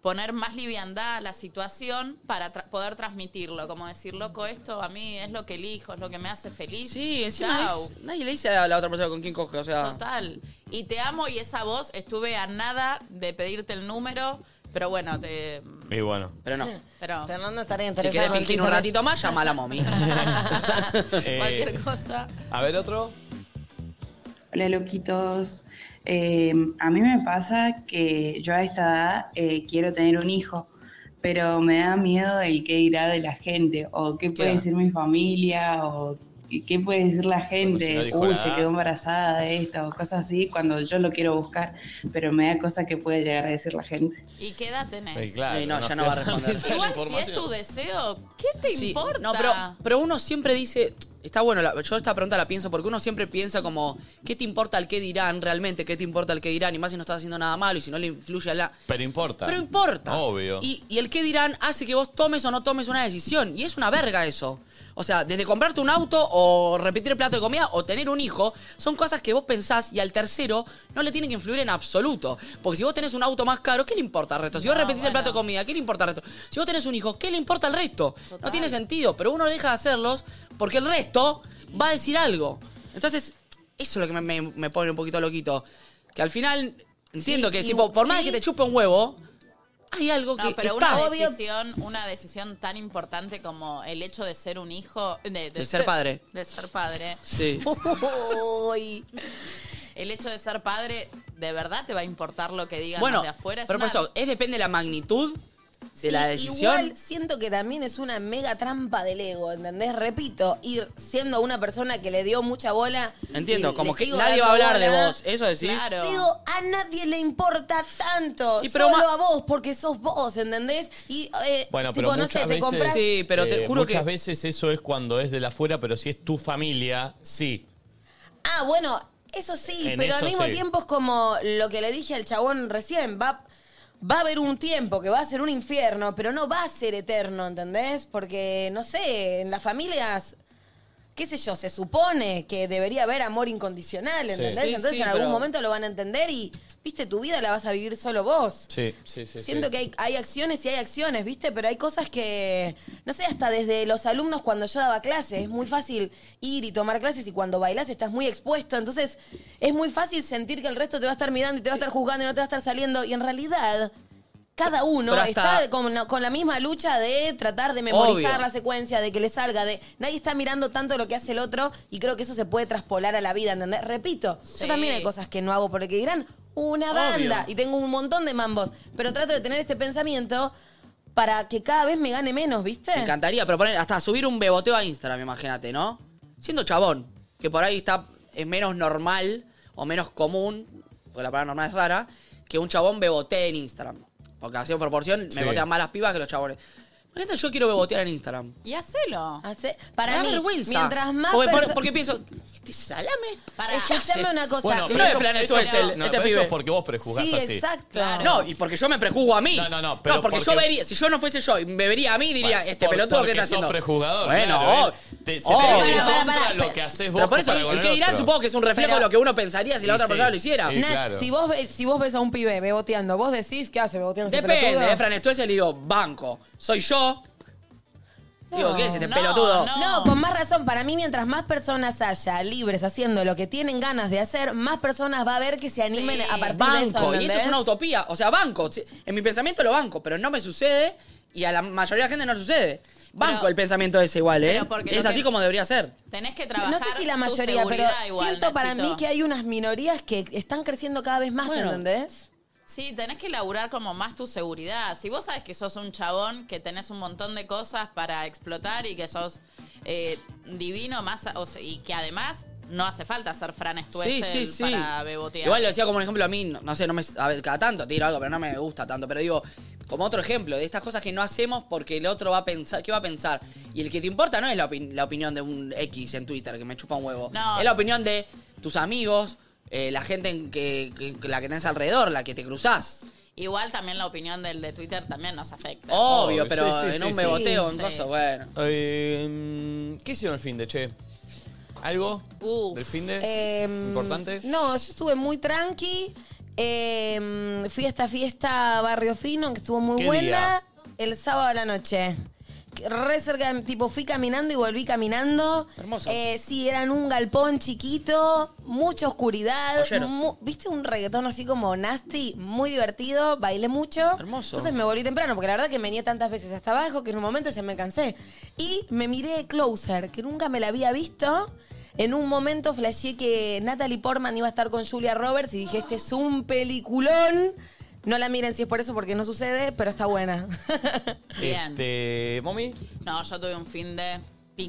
[SPEAKER 4] poner más liviandad a la situación para tra- poder transmitirlo. Como decir, loco, esto a mí es lo que elijo, es lo que me hace feliz.
[SPEAKER 2] Sí, encima
[SPEAKER 4] Chau.
[SPEAKER 2] es- nadie le dice a la otra persona con quién coge, o sea.
[SPEAKER 4] Total. Y te amo y esa voz, estuve a nada de pedirte el número, pero bueno, te...
[SPEAKER 1] Y bueno.
[SPEAKER 2] Pero no.
[SPEAKER 4] Pero,
[SPEAKER 3] Fernando estaría
[SPEAKER 2] Si
[SPEAKER 3] interesado.
[SPEAKER 2] querés
[SPEAKER 3] en
[SPEAKER 2] fingir un
[SPEAKER 3] quizás-
[SPEAKER 2] ratito más, llama a la mommy.
[SPEAKER 1] Eh,
[SPEAKER 4] Cualquier cosa.
[SPEAKER 1] a ver otro.
[SPEAKER 17] Hola loquitos. Eh, a mí me pasa que yo a esta edad eh, quiero tener un hijo, pero me da miedo el qué dirá de la gente, o qué puede
[SPEAKER 24] Claro.
[SPEAKER 17] decir mi familia, o qué puede decir la
[SPEAKER 24] si no
[SPEAKER 17] gente,
[SPEAKER 24] dijo
[SPEAKER 17] uy,
[SPEAKER 24] la
[SPEAKER 17] se
[SPEAKER 24] edad".
[SPEAKER 17] quedó embarazada de esto, o cosas así, cuando yo lo quiero buscar, pero me da cosa que puede llegar a decir la gente.
[SPEAKER 4] ¿Y qué edad tenés?
[SPEAKER 2] Eh, claro, Sí, no, no, ya no va a responder.
[SPEAKER 4] Igual si es
[SPEAKER 2] Información.
[SPEAKER 4] tu deseo, ¿qué te
[SPEAKER 2] Sí,
[SPEAKER 4] importa?
[SPEAKER 2] No, pero, pero uno siempre dice. Está bueno, la- yo esta pregunta la pienso porque uno siempre piensa como, ¿qué te importa el qué dirán realmente? ¿Qué te importa el qué dirán? Y más si no estás haciendo nada malo y si no le influye a la.
[SPEAKER 1] Pero importa.
[SPEAKER 2] Pero importa.
[SPEAKER 1] Obvio.
[SPEAKER 2] Y, y el qué dirán hace que vos tomes o no tomes una decisión. Y es una verga eso. O sea, desde comprarte un auto o repetir el plato de comida o tener un hijo, son cosas que vos pensás y al tercero no le tienen que influir en absoluto. Porque si vos tenés un auto más caro, ¿qué le importa al resto? Si vos repetís el plato de comida, ¿qué le importa al resto? Si vos tenés un hijo, ¿qué le importa al resto? No tiene sentido, pero uno deja de hacerlos porque el resto va a decir algo. Entonces, eso es lo que me, me- me pone un poquito loquito. Que al final, entiendo que
[SPEAKER 4] y-
[SPEAKER 2] tipo, por más
[SPEAKER 4] sí.
[SPEAKER 2] que te chupe un huevo, hay algo que
[SPEAKER 4] No, pero
[SPEAKER 2] está.
[SPEAKER 4] una decisión, una decisión tan importante como el hecho de ser un hijo, de, de
[SPEAKER 2] De ser padre.
[SPEAKER 4] de ser padre,
[SPEAKER 2] Sí.
[SPEAKER 4] Uy. el hecho de ser padre, de verdad te va a importar lo que digan
[SPEAKER 2] Bueno,
[SPEAKER 4] los de afuera. Es
[SPEAKER 2] pero por
[SPEAKER 4] una-
[SPEAKER 2] eso, es depende de la magnitud de
[SPEAKER 3] Sí,
[SPEAKER 2] la decisión.
[SPEAKER 3] Igual siento que también es una mega trampa del ego, ¿entendés? Repito, ir siendo una persona que le dio mucha bola.
[SPEAKER 2] Entiendo,
[SPEAKER 3] y
[SPEAKER 2] como
[SPEAKER 3] le
[SPEAKER 2] que
[SPEAKER 3] sigo
[SPEAKER 2] nadie va a
[SPEAKER 3] dando
[SPEAKER 2] hablar de
[SPEAKER 3] bola,
[SPEAKER 2] vos, ¿eso decís? Claro.
[SPEAKER 3] Digo, a nadie le importa tanto.
[SPEAKER 2] Y pero
[SPEAKER 3] solo
[SPEAKER 2] ma-
[SPEAKER 3] a vos, porque sos vos, ¿entendés? Y, eh,
[SPEAKER 1] Bueno, pero
[SPEAKER 3] tipo, no sé, te
[SPEAKER 1] muchas veces, eh,
[SPEAKER 3] compras.
[SPEAKER 2] Sí, pero te juro
[SPEAKER 1] muchas
[SPEAKER 2] que-
[SPEAKER 1] veces eso es cuando es de la afuera, pero si es tu familia, sí.
[SPEAKER 3] Ah, bueno, eso sí,
[SPEAKER 1] En
[SPEAKER 3] pero
[SPEAKER 1] eso
[SPEAKER 3] al mismo
[SPEAKER 1] sí.
[SPEAKER 3] tiempo es como lo que le dije al chabón recién, va, va a haber un tiempo que va a ser un infierno, pero no va a ser eterno, ¿entendés? Porque, no sé, en las familias, qué sé yo, se supone que debería haber amor incondicional,
[SPEAKER 1] Sí.
[SPEAKER 3] ¿entendés?
[SPEAKER 1] Sí,
[SPEAKER 3] Entonces
[SPEAKER 1] sí,
[SPEAKER 3] en algún
[SPEAKER 1] pero-
[SPEAKER 3] momento lo van a entender y, viste, tu vida la vas a vivir solo vos.
[SPEAKER 1] Sí, sí, sí.
[SPEAKER 3] Siento que hay, hay acciones y hay acciones, ¿viste? Pero hay cosas que, no sé, hasta desde los alumnos cuando yo daba clases, es muy fácil ir y tomar clases y cuando bailas estás muy expuesto, entonces es muy fácil sentir que el resto te va a estar mirando y te va a estar juzgando y no te va a estar saliendo y en realidad... Cada uno
[SPEAKER 2] Pero hasta-
[SPEAKER 3] está con, con la misma lucha de tratar de memorizar
[SPEAKER 2] Obvio.
[SPEAKER 3] la secuencia, de que le salga, de nadie está mirando tanto lo que hace el otro y creo que eso se puede traspolar a la vida, ¿entendés? Repito, yo también hay cosas que no hago porque dirán una
[SPEAKER 2] Obvio.
[SPEAKER 3] banda y tengo un montón de mambos, pero trato de tener este pensamiento para que cada vez me gane menos, ¿viste?
[SPEAKER 2] Me encantaría, pero poner hasta subir un beboteo a Instagram, imagínate, ¿no? Siendo chabón, que por ahí está es menos normal o menos común, porque la palabra normal es rara, que un chabón bebotee en Instagram. Porque así en proporción me
[SPEAKER 1] Sí.
[SPEAKER 2] botean más las pibas que los chabones. La neta, yo quiero bebotear en Instagram.
[SPEAKER 4] Y hacelo.
[SPEAKER 3] Para
[SPEAKER 2] Me da
[SPEAKER 3] mí,
[SPEAKER 2] vergüenza.
[SPEAKER 3] mientras más
[SPEAKER 2] Porque, por-
[SPEAKER 3] perso-
[SPEAKER 2] porque pienso, ¿este salame?
[SPEAKER 3] Para escuchame una cosa.
[SPEAKER 2] Bueno, pero no es Planet
[SPEAKER 1] eso,
[SPEAKER 2] Twelve,
[SPEAKER 1] no,
[SPEAKER 2] el-
[SPEAKER 1] no,
[SPEAKER 2] este
[SPEAKER 1] pero eso
[SPEAKER 2] pibe.
[SPEAKER 1] es porque vos prejuzgás
[SPEAKER 3] Sí,
[SPEAKER 1] así.
[SPEAKER 3] exacto.
[SPEAKER 2] No, y porque yo me prejuzgo a mí.
[SPEAKER 1] No, no, no, pero
[SPEAKER 2] porque, yo
[SPEAKER 1] porque-
[SPEAKER 2] vería, si yo no fuese yo y me vería a mí, diría,
[SPEAKER 1] Bueno,
[SPEAKER 2] este
[SPEAKER 1] por-
[SPEAKER 2] pelotudo que
[SPEAKER 1] porque
[SPEAKER 2] está
[SPEAKER 1] sos
[SPEAKER 2] haciendo.
[SPEAKER 1] prejugador,
[SPEAKER 2] Bueno,
[SPEAKER 1] claro,
[SPEAKER 2] ob-
[SPEAKER 1] ¿eh? Te- se te
[SPEAKER 2] obvio.
[SPEAKER 1] viene contra lo que haces vos
[SPEAKER 2] Pero por eso,
[SPEAKER 1] para con
[SPEAKER 2] el
[SPEAKER 1] el
[SPEAKER 2] que dirán
[SPEAKER 1] otro.
[SPEAKER 2] supongo que es un reflejo
[SPEAKER 3] Pero-
[SPEAKER 2] de lo que uno pensaría si la
[SPEAKER 1] Y
[SPEAKER 2] otra
[SPEAKER 1] sí,
[SPEAKER 2] persona lo hiciera.
[SPEAKER 1] y
[SPEAKER 3] Nach, si, vos ve- si vos ves a un pibe beboteando, vos decís, ¿qué hace beboteando? ese
[SPEAKER 2] Depende,
[SPEAKER 3] pelotudo?
[SPEAKER 2] de Fran Estuese le digo, banco, soy yo. Digo, ¿qué es este
[SPEAKER 3] No,
[SPEAKER 2] pelotudo?
[SPEAKER 3] No. con más razón. Para mí, mientras más personas haya libres haciendo lo que tienen ganas de hacer, más personas va a ver que se animen a partir de eso.
[SPEAKER 2] Banco, y eso
[SPEAKER 3] ¿entendés?
[SPEAKER 2] es una utopía. O sea, banco. si- En mi pensamiento lo banco, pero no me sucede y a la mayoría de la gente no le sucede. Banco
[SPEAKER 4] Pero-
[SPEAKER 2] el pensamiento ese igual, ¿eh?
[SPEAKER 4] pero porque
[SPEAKER 2] Es
[SPEAKER 4] lo
[SPEAKER 2] así
[SPEAKER 4] que-
[SPEAKER 2] como debería ser.
[SPEAKER 4] Tenés que trabajar.
[SPEAKER 3] No sé si la
[SPEAKER 4] tu
[SPEAKER 3] mayoría, pero
[SPEAKER 4] seguridad igual,
[SPEAKER 3] siento para
[SPEAKER 4] Nachito.
[SPEAKER 3] mí que hay unas minorías que están creciendo cada vez más,
[SPEAKER 4] Bueno.
[SPEAKER 3] ¿entendés?
[SPEAKER 4] Sí, tenés que laburar como más tu seguridad. Si vos sabes que sos un chabón, que tenés un montón de cosas para explotar y que sos eh, divino más o sea, y que además no hace falta ser Fran
[SPEAKER 2] Sí,
[SPEAKER 4] Estuesel
[SPEAKER 2] sí, sí.
[SPEAKER 4] para bebotear.
[SPEAKER 2] Igual lo decía como un ejemplo a mí, no, no sé, no me, a ver, cada tanto tiro algo, pero no me gusta tanto. Pero digo, como otro ejemplo de estas cosas que no hacemos porque el otro va a pensar, ¿qué va a pensar? Y el que te importa no es la, opin- la opinión de un X en Twitter que me chupa un huevo.
[SPEAKER 4] No.
[SPEAKER 2] Es la opinión de tus amigos, eh, la gente en que, que- que la que tenés alrededor, la que te cruzás.
[SPEAKER 4] Igual también la opinión del de Twitter también nos afecta.
[SPEAKER 2] Obvio,
[SPEAKER 1] Obvio,
[SPEAKER 2] pero
[SPEAKER 1] sí, sí,
[SPEAKER 2] en
[SPEAKER 1] sí,
[SPEAKER 2] un
[SPEAKER 1] sí.
[SPEAKER 2] beboteo, en
[SPEAKER 4] Sí.
[SPEAKER 2] cosas, bueno.
[SPEAKER 1] Eh, ¿Qué hicieron el fin de, che? ¿Algo?
[SPEAKER 3] Uh.
[SPEAKER 1] ¿Del fin de?
[SPEAKER 3] Em,
[SPEAKER 1] ¿Importante?
[SPEAKER 3] No, yo estuve muy tranqui. em, fui a esta fiesta Barrio Fino, que estuvo muy
[SPEAKER 1] ¿Qué
[SPEAKER 3] buena. El sábado a la noche. Re cerca, de- tipo, fui caminando y volví caminando. Hermoso. sí, eran un galpón chiquito, mucha oscuridad.
[SPEAKER 2] Olleros.
[SPEAKER 3] mu- ¿Viste un reggaetón así como nasty? Muy divertido, bailé mucho.
[SPEAKER 2] Hermoso.
[SPEAKER 3] Entonces me volví temprano, porque la verdad que me venía tantas veces hasta abajo que en un momento ya me cansé. Y me miré Closer, que nunca me la había visto. En un momento flashé que Natalie Portman iba a estar con Julia Roberts y dije, este es un peliculón. No la miren si es por eso, porque no sucede, pero está buena.
[SPEAKER 4] Bien.
[SPEAKER 1] Este, ¿Momi?
[SPEAKER 4] No, yo tuve un fin de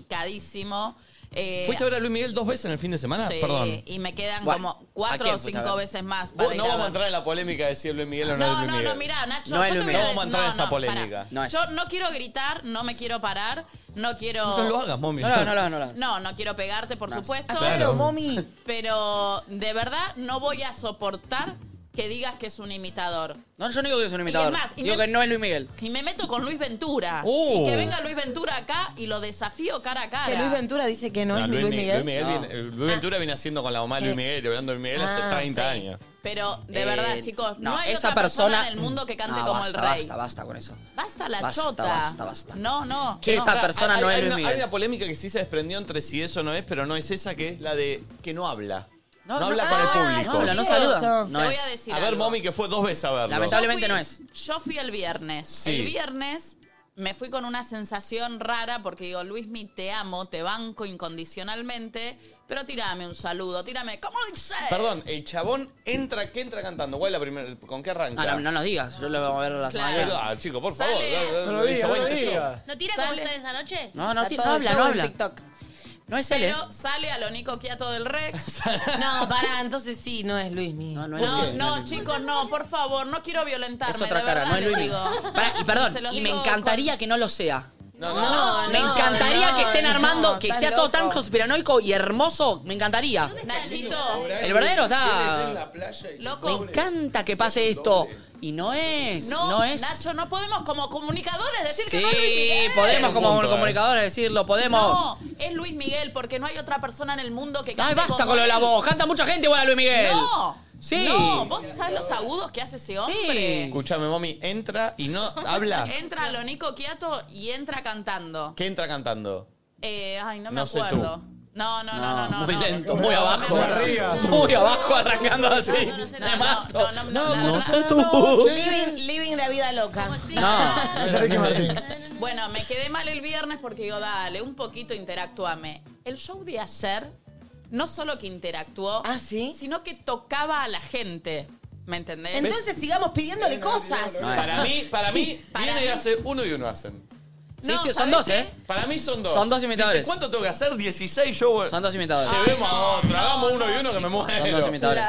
[SPEAKER 4] picadísimo. Eh,
[SPEAKER 1] ¿Fuiste a ver a Luis Miguel dos veces en el fin de semana?
[SPEAKER 4] sí,
[SPEAKER 1] Perdón.
[SPEAKER 4] Y me quedan
[SPEAKER 1] Gua-
[SPEAKER 4] como
[SPEAKER 1] ¿A
[SPEAKER 4] cuatro
[SPEAKER 1] quién
[SPEAKER 4] o
[SPEAKER 1] fuiste a
[SPEAKER 4] cinco
[SPEAKER 1] ver?
[SPEAKER 4] veces más.
[SPEAKER 1] Vos-
[SPEAKER 4] para ir
[SPEAKER 1] no
[SPEAKER 4] a
[SPEAKER 1] vamos a
[SPEAKER 4] ver.
[SPEAKER 1] entrar en la polémica de si es Luis Miguel o
[SPEAKER 4] No,
[SPEAKER 1] no, es Luis
[SPEAKER 4] no,
[SPEAKER 1] Miguel.
[SPEAKER 4] no, mirá, Nacho,
[SPEAKER 1] No es
[SPEAKER 4] yo
[SPEAKER 1] Luis
[SPEAKER 4] te voy
[SPEAKER 1] Miguel.
[SPEAKER 4] a-
[SPEAKER 1] No vamos a entrar
[SPEAKER 4] no,
[SPEAKER 1] en esa
[SPEAKER 4] no,
[SPEAKER 1] polémica.
[SPEAKER 4] pará. Yo no quiero gritar, no me quiero parar, no quiero...
[SPEAKER 1] No lo hagas, mami.
[SPEAKER 2] No lo hagas, no lo hagas, no lo hagas.
[SPEAKER 4] No, no quiero pegarte, por
[SPEAKER 2] Más.
[SPEAKER 4] supuesto.
[SPEAKER 1] Claro, mami.
[SPEAKER 4] Pero de verdad no voy a soportar que digas que es un imitador.
[SPEAKER 2] No, yo no digo que es un imitador.
[SPEAKER 4] Y es más, y
[SPEAKER 2] digo
[SPEAKER 4] me-
[SPEAKER 2] que no es Luis Miguel.
[SPEAKER 4] Y me meto con Luis Ventura.
[SPEAKER 2] Oh.
[SPEAKER 4] Y que venga Luis Ventura acá y lo desafío cara a cara.
[SPEAKER 3] Que Luis Ventura dice que no, es ni
[SPEAKER 1] Luis,
[SPEAKER 3] Luis
[SPEAKER 1] Mi-
[SPEAKER 3] Miguel.
[SPEAKER 1] Luis,
[SPEAKER 3] No.
[SPEAKER 1] viene- eh, Luis Ventura viene haciendo con la mamá de Luis Miguel y hablando de Luis Miguel
[SPEAKER 4] Eh, Ah,
[SPEAKER 1] hace 30
[SPEAKER 4] sí.
[SPEAKER 1] años.
[SPEAKER 4] Pero de
[SPEAKER 2] Eh,
[SPEAKER 4] verdad, chicos, no,
[SPEAKER 2] no,
[SPEAKER 4] hay
[SPEAKER 2] esa
[SPEAKER 4] otra persona,
[SPEAKER 2] persona-
[SPEAKER 4] en el mundo que cante
[SPEAKER 1] Ah,
[SPEAKER 2] No,
[SPEAKER 4] como el
[SPEAKER 2] basta,
[SPEAKER 4] rey.
[SPEAKER 2] basta, basta con eso.
[SPEAKER 4] Basta la
[SPEAKER 2] Basta,
[SPEAKER 4] chota.
[SPEAKER 2] basta, basta.
[SPEAKER 4] No, no.
[SPEAKER 1] Che,
[SPEAKER 4] no.
[SPEAKER 1] pará, hay- hay una- Hay una polémica que sí se desprendió entre si eso no es, pero no es esa, que es la de que no habla. No,
[SPEAKER 4] no-
[SPEAKER 1] habla
[SPEAKER 4] ah,
[SPEAKER 1] con el
[SPEAKER 4] no
[SPEAKER 1] público.
[SPEAKER 4] habla, no saluda. Eso. No Te voy es. a decir
[SPEAKER 1] ver,
[SPEAKER 4] algo.
[SPEAKER 1] Momi, que fue dos veces a verlo.
[SPEAKER 2] Lamentablemente no es.
[SPEAKER 4] Yo fui el viernes.
[SPEAKER 1] Sí.
[SPEAKER 4] El viernes me fui con una sensación rara porque digo, Luismi, te amo, te banco incondicionalmente, pero tírame un saludo, tírame, ¿cómo dice?
[SPEAKER 1] Perdón, el chabón entra, ¿qué entra cantando? ¿Cuál es la primera? ¿Con qué arranca?
[SPEAKER 2] Ah, no, no nos digas, yo lo voy a ver la semana
[SPEAKER 1] Claro.
[SPEAKER 2] que viene.
[SPEAKER 1] Ah, chico, por favor.
[SPEAKER 2] Sale.
[SPEAKER 1] eh,
[SPEAKER 2] No lo
[SPEAKER 1] hizo
[SPEAKER 2] diga, no lo
[SPEAKER 1] 20
[SPEAKER 2] diga.
[SPEAKER 1] shows.
[SPEAKER 8] ¿No tira como ustedes anoche?
[SPEAKER 2] No, no,
[SPEAKER 8] Está
[SPEAKER 2] ti- no
[SPEAKER 8] todo
[SPEAKER 2] habla,
[SPEAKER 8] show
[SPEAKER 2] no
[SPEAKER 8] en
[SPEAKER 2] habla.
[SPEAKER 8] TikTok.
[SPEAKER 2] No es él, ¿eh?
[SPEAKER 4] Pero sale a lo Nico Quiato del Rex.
[SPEAKER 3] No, pará, entonces sí, no es Luis Miguel.
[SPEAKER 2] No,
[SPEAKER 4] No, no, chicos, no, por favor, no quiero violentarme.
[SPEAKER 2] Es otra
[SPEAKER 4] de
[SPEAKER 2] cara,
[SPEAKER 4] verdad
[SPEAKER 2] no es
[SPEAKER 4] les
[SPEAKER 2] Luis Miguel.
[SPEAKER 4] digo.
[SPEAKER 2] Pará, y
[SPEAKER 4] Se
[SPEAKER 2] perdón,
[SPEAKER 4] los
[SPEAKER 2] y me
[SPEAKER 4] digo
[SPEAKER 2] encantaría que no lo sea.
[SPEAKER 1] No,
[SPEAKER 4] no,
[SPEAKER 2] Me
[SPEAKER 4] no,
[SPEAKER 2] encantaría
[SPEAKER 4] no,
[SPEAKER 2] que estén
[SPEAKER 4] no,
[SPEAKER 2] armando, que
[SPEAKER 4] estás
[SPEAKER 2] sea todo
[SPEAKER 4] loco.
[SPEAKER 2] tan conspiranoico y hermoso. Me encantaría.
[SPEAKER 4] Nachito.
[SPEAKER 2] El verdadero está.
[SPEAKER 4] Loco.
[SPEAKER 2] Me encanta que pase esto. Y no es,
[SPEAKER 4] No,
[SPEAKER 2] no es.
[SPEAKER 4] Nacho, no podemos como comunicadores decir que
[SPEAKER 2] Sí,
[SPEAKER 4] no es Luis Miguel.
[SPEAKER 2] podemos como
[SPEAKER 1] Punto, eh.
[SPEAKER 2] comunicadores decirlo, podemos.
[SPEAKER 4] No, es Luis Miguel porque no hay otra persona en el mundo que cante
[SPEAKER 2] Ay, basta
[SPEAKER 4] como
[SPEAKER 2] con lo de la
[SPEAKER 4] él.
[SPEAKER 2] voz. Canta mucha gente igual a Luis Miguel.
[SPEAKER 4] No.
[SPEAKER 2] Sí.
[SPEAKER 4] No, vos sabés los agudos que hace ese hombre.
[SPEAKER 1] Escuchame, Momi, entra y no habla.
[SPEAKER 4] Entra lo Nico Quiato y entra cantando.
[SPEAKER 1] ¿Qué entra cantando?
[SPEAKER 4] Eh, ay, no me
[SPEAKER 1] No sé tú.
[SPEAKER 4] acuerdo. No, no, no, no, no.
[SPEAKER 1] muy
[SPEAKER 4] no.
[SPEAKER 1] lento, muy abajo.
[SPEAKER 2] Muy abajo arrancando así. Me mato. No, no sé tú.
[SPEAKER 3] Living, living la vida loca.
[SPEAKER 24] Eh,
[SPEAKER 4] Bueno, me quedé mal el viernes porque digo, dale, un poquito interactúame. El show de ayer no solo que interactuó, sino que tocaba a la gente. ¿Me entendés?
[SPEAKER 3] Entonces sigamos pidiéndole cosas.
[SPEAKER 1] Para mí, para mí,
[SPEAKER 4] eh. para
[SPEAKER 1] viene y
[SPEAKER 4] mí.
[SPEAKER 1] hace uno y uno hacen.
[SPEAKER 2] Sí, sí, son dos, ¿eh?
[SPEAKER 1] Para mí son dos.
[SPEAKER 2] Son dos imitadores.
[SPEAKER 1] Dice, ¿Cuánto tengo que hacer? 16 yo.
[SPEAKER 2] Son dos imitadores.
[SPEAKER 1] Llevemos a otro, hagamos uno y uno que me muero.
[SPEAKER 2] Son dos imitadores.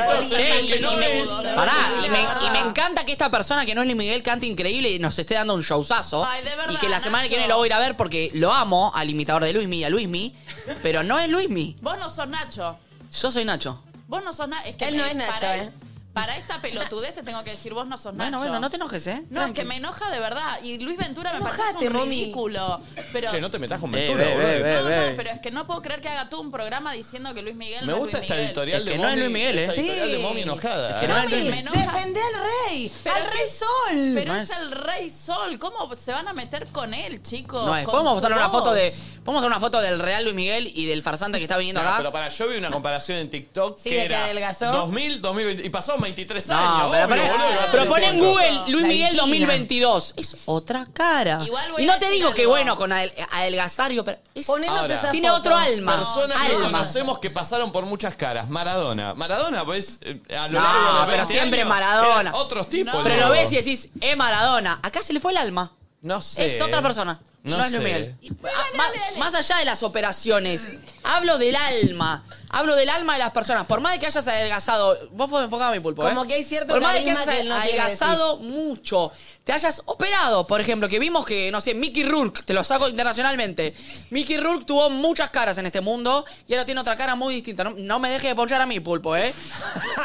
[SPEAKER 1] Entonces,
[SPEAKER 2] Che,
[SPEAKER 1] el que
[SPEAKER 2] y-
[SPEAKER 1] no
[SPEAKER 2] y me-
[SPEAKER 1] es-
[SPEAKER 2] Pará, y me, y me encanta que esta persona que no es Luis Miguel cante increíble y nos esté dando un showzazo. y que la semana que viene lo voy a ir a ver porque lo amo al imitador de Luismi, a Luismi, pero no es Luismi.
[SPEAKER 4] Vos no sos Nacho.
[SPEAKER 2] Yo soy Nacho.
[SPEAKER 4] Vos no sos Nacho.
[SPEAKER 25] Él no es Nacho,
[SPEAKER 4] para, e-,
[SPEAKER 25] ¿eh?
[SPEAKER 4] Para esta pelotudez te tengo que decir, vos no sos Nacho.
[SPEAKER 2] Bueno, bueno, no te enojes, ¿eh?
[SPEAKER 4] No, es que me enoja de verdad. Y Luis Ventura me parece
[SPEAKER 2] Enojate,
[SPEAKER 4] un
[SPEAKER 2] Romy.
[SPEAKER 4] ridículo. Pero,
[SPEAKER 1] Che, no te metas con
[SPEAKER 2] Eh,
[SPEAKER 1] Ventura,
[SPEAKER 2] ve,
[SPEAKER 1] boludo.
[SPEAKER 2] ve, ve, ve.
[SPEAKER 4] pero es que no puedo creer que haga tú un programa diciendo que Luis Miguel
[SPEAKER 1] Me
[SPEAKER 4] no
[SPEAKER 1] gusta
[SPEAKER 4] es Luis
[SPEAKER 1] esta
[SPEAKER 4] Miguel.
[SPEAKER 1] editorial
[SPEAKER 2] Es
[SPEAKER 1] de
[SPEAKER 2] que no es
[SPEAKER 1] Momi.
[SPEAKER 2] Luis Miguel, ¿eh?
[SPEAKER 1] Esta editorial
[SPEAKER 2] Sí.
[SPEAKER 1] de Momi enojada.
[SPEAKER 2] Es que no es Luis Miguel.
[SPEAKER 4] Defende al rey, al rey sol. Pero
[SPEAKER 2] No
[SPEAKER 4] es
[SPEAKER 2] es-
[SPEAKER 4] el rey sol. ¿Cómo se van a meter con él, chicos?
[SPEAKER 2] No es.
[SPEAKER 4] Con
[SPEAKER 2] Podemos
[SPEAKER 4] su
[SPEAKER 2] mostrar una
[SPEAKER 4] voz.
[SPEAKER 2] foto de. Podemos hacer una foto del Real Luis Miguel y del farsante que está viniendo
[SPEAKER 1] No,
[SPEAKER 2] acá.
[SPEAKER 1] pero para yo vi una comparación en TikTok
[SPEAKER 2] Sí,
[SPEAKER 1] que
[SPEAKER 2] de que
[SPEAKER 1] era
[SPEAKER 2] adelgazó.
[SPEAKER 1] 2000, 2020 y pasó 23
[SPEAKER 2] No,
[SPEAKER 1] años.
[SPEAKER 2] pero
[SPEAKER 1] obvio,
[SPEAKER 2] pará.
[SPEAKER 1] boludo, que va a ser
[SPEAKER 2] Pero
[SPEAKER 1] el
[SPEAKER 2] pon en
[SPEAKER 1] teatro.
[SPEAKER 4] Ah,
[SPEAKER 2] Google Luis
[SPEAKER 1] La
[SPEAKER 2] Miguel
[SPEAKER 1] inquina.
[SPEAKER 2] 2022. Es otra Ah, cara.
[SPEAKER 1] Igual voy
[SPEAKER 2] y
[SPEAKER 1] a
[SPEAKER 2] no te
[SPEAKER 1] decir
[SPEAKER 2] digo que
[SPEAKER 1] algo.
[SPEAKER 2] bueno con adel- adelgazar, digo, pero es-
[SPEAKER 1] Ahora,
[SPEAKER 2] tiene otro alma.
[SPEAKER 1] Personas que
[SPEAKER 2] alma.
[SPEAKER 1] conocemos que pasaron por muchas caras. Maradona. Maradona, pues, eh, a lo
[SPEAKER 2] No,
[SPEAKER 1] largo de los
[SPEAKER 2] pero
[SPEAKER 1] 20
[SPEAKER 2] siempre
[SPEAKER 1] años,
[SPEAKER 2] Maradona.
[SPEAKER 1] eran Otros tipos.
[SPEAKER 2] pero lo
[SPEAKER 1] loco.
[SPEAKER 2] ves y decís, eh, Maradona. Acá se le fue el alma.
[SPEAKER 1] No sé.
[SPEAKER 2] Es otra persona. No,
[SPEAKER 1] No
[SPEAKER 2] es Luis
[SPEAKER 1] sé.
[SPEAKER 2] Miguel. Ah, ma- más allá de las operaciones, hablo del alma. Hablo del alma de las personas. Por más de que hayas adelgazado, vos podés enfocar a mi pulpo.
[SPEAKER 25] Como
[SPEAKER 2] ¿eh?
[SPEAKER 25] que hay cierto
[SPEAKER 2] Por más de que
[SPEAKER 25] carisma
[SPEAKER 2] hayas
[SPEAKER 25] que él no tiene,
[SPEAKER 2] adelgazado mucho, te hayas operado, por ejemplo, que vimos que, no sé, Mickey Rourke, te lo saco internacionalmente. Mickey Rourke tuvo muchas caras en este mundo y ahora tiene otra cara muy distinta. No, no me dejes de ponchar a mi pulpo, ¿eh?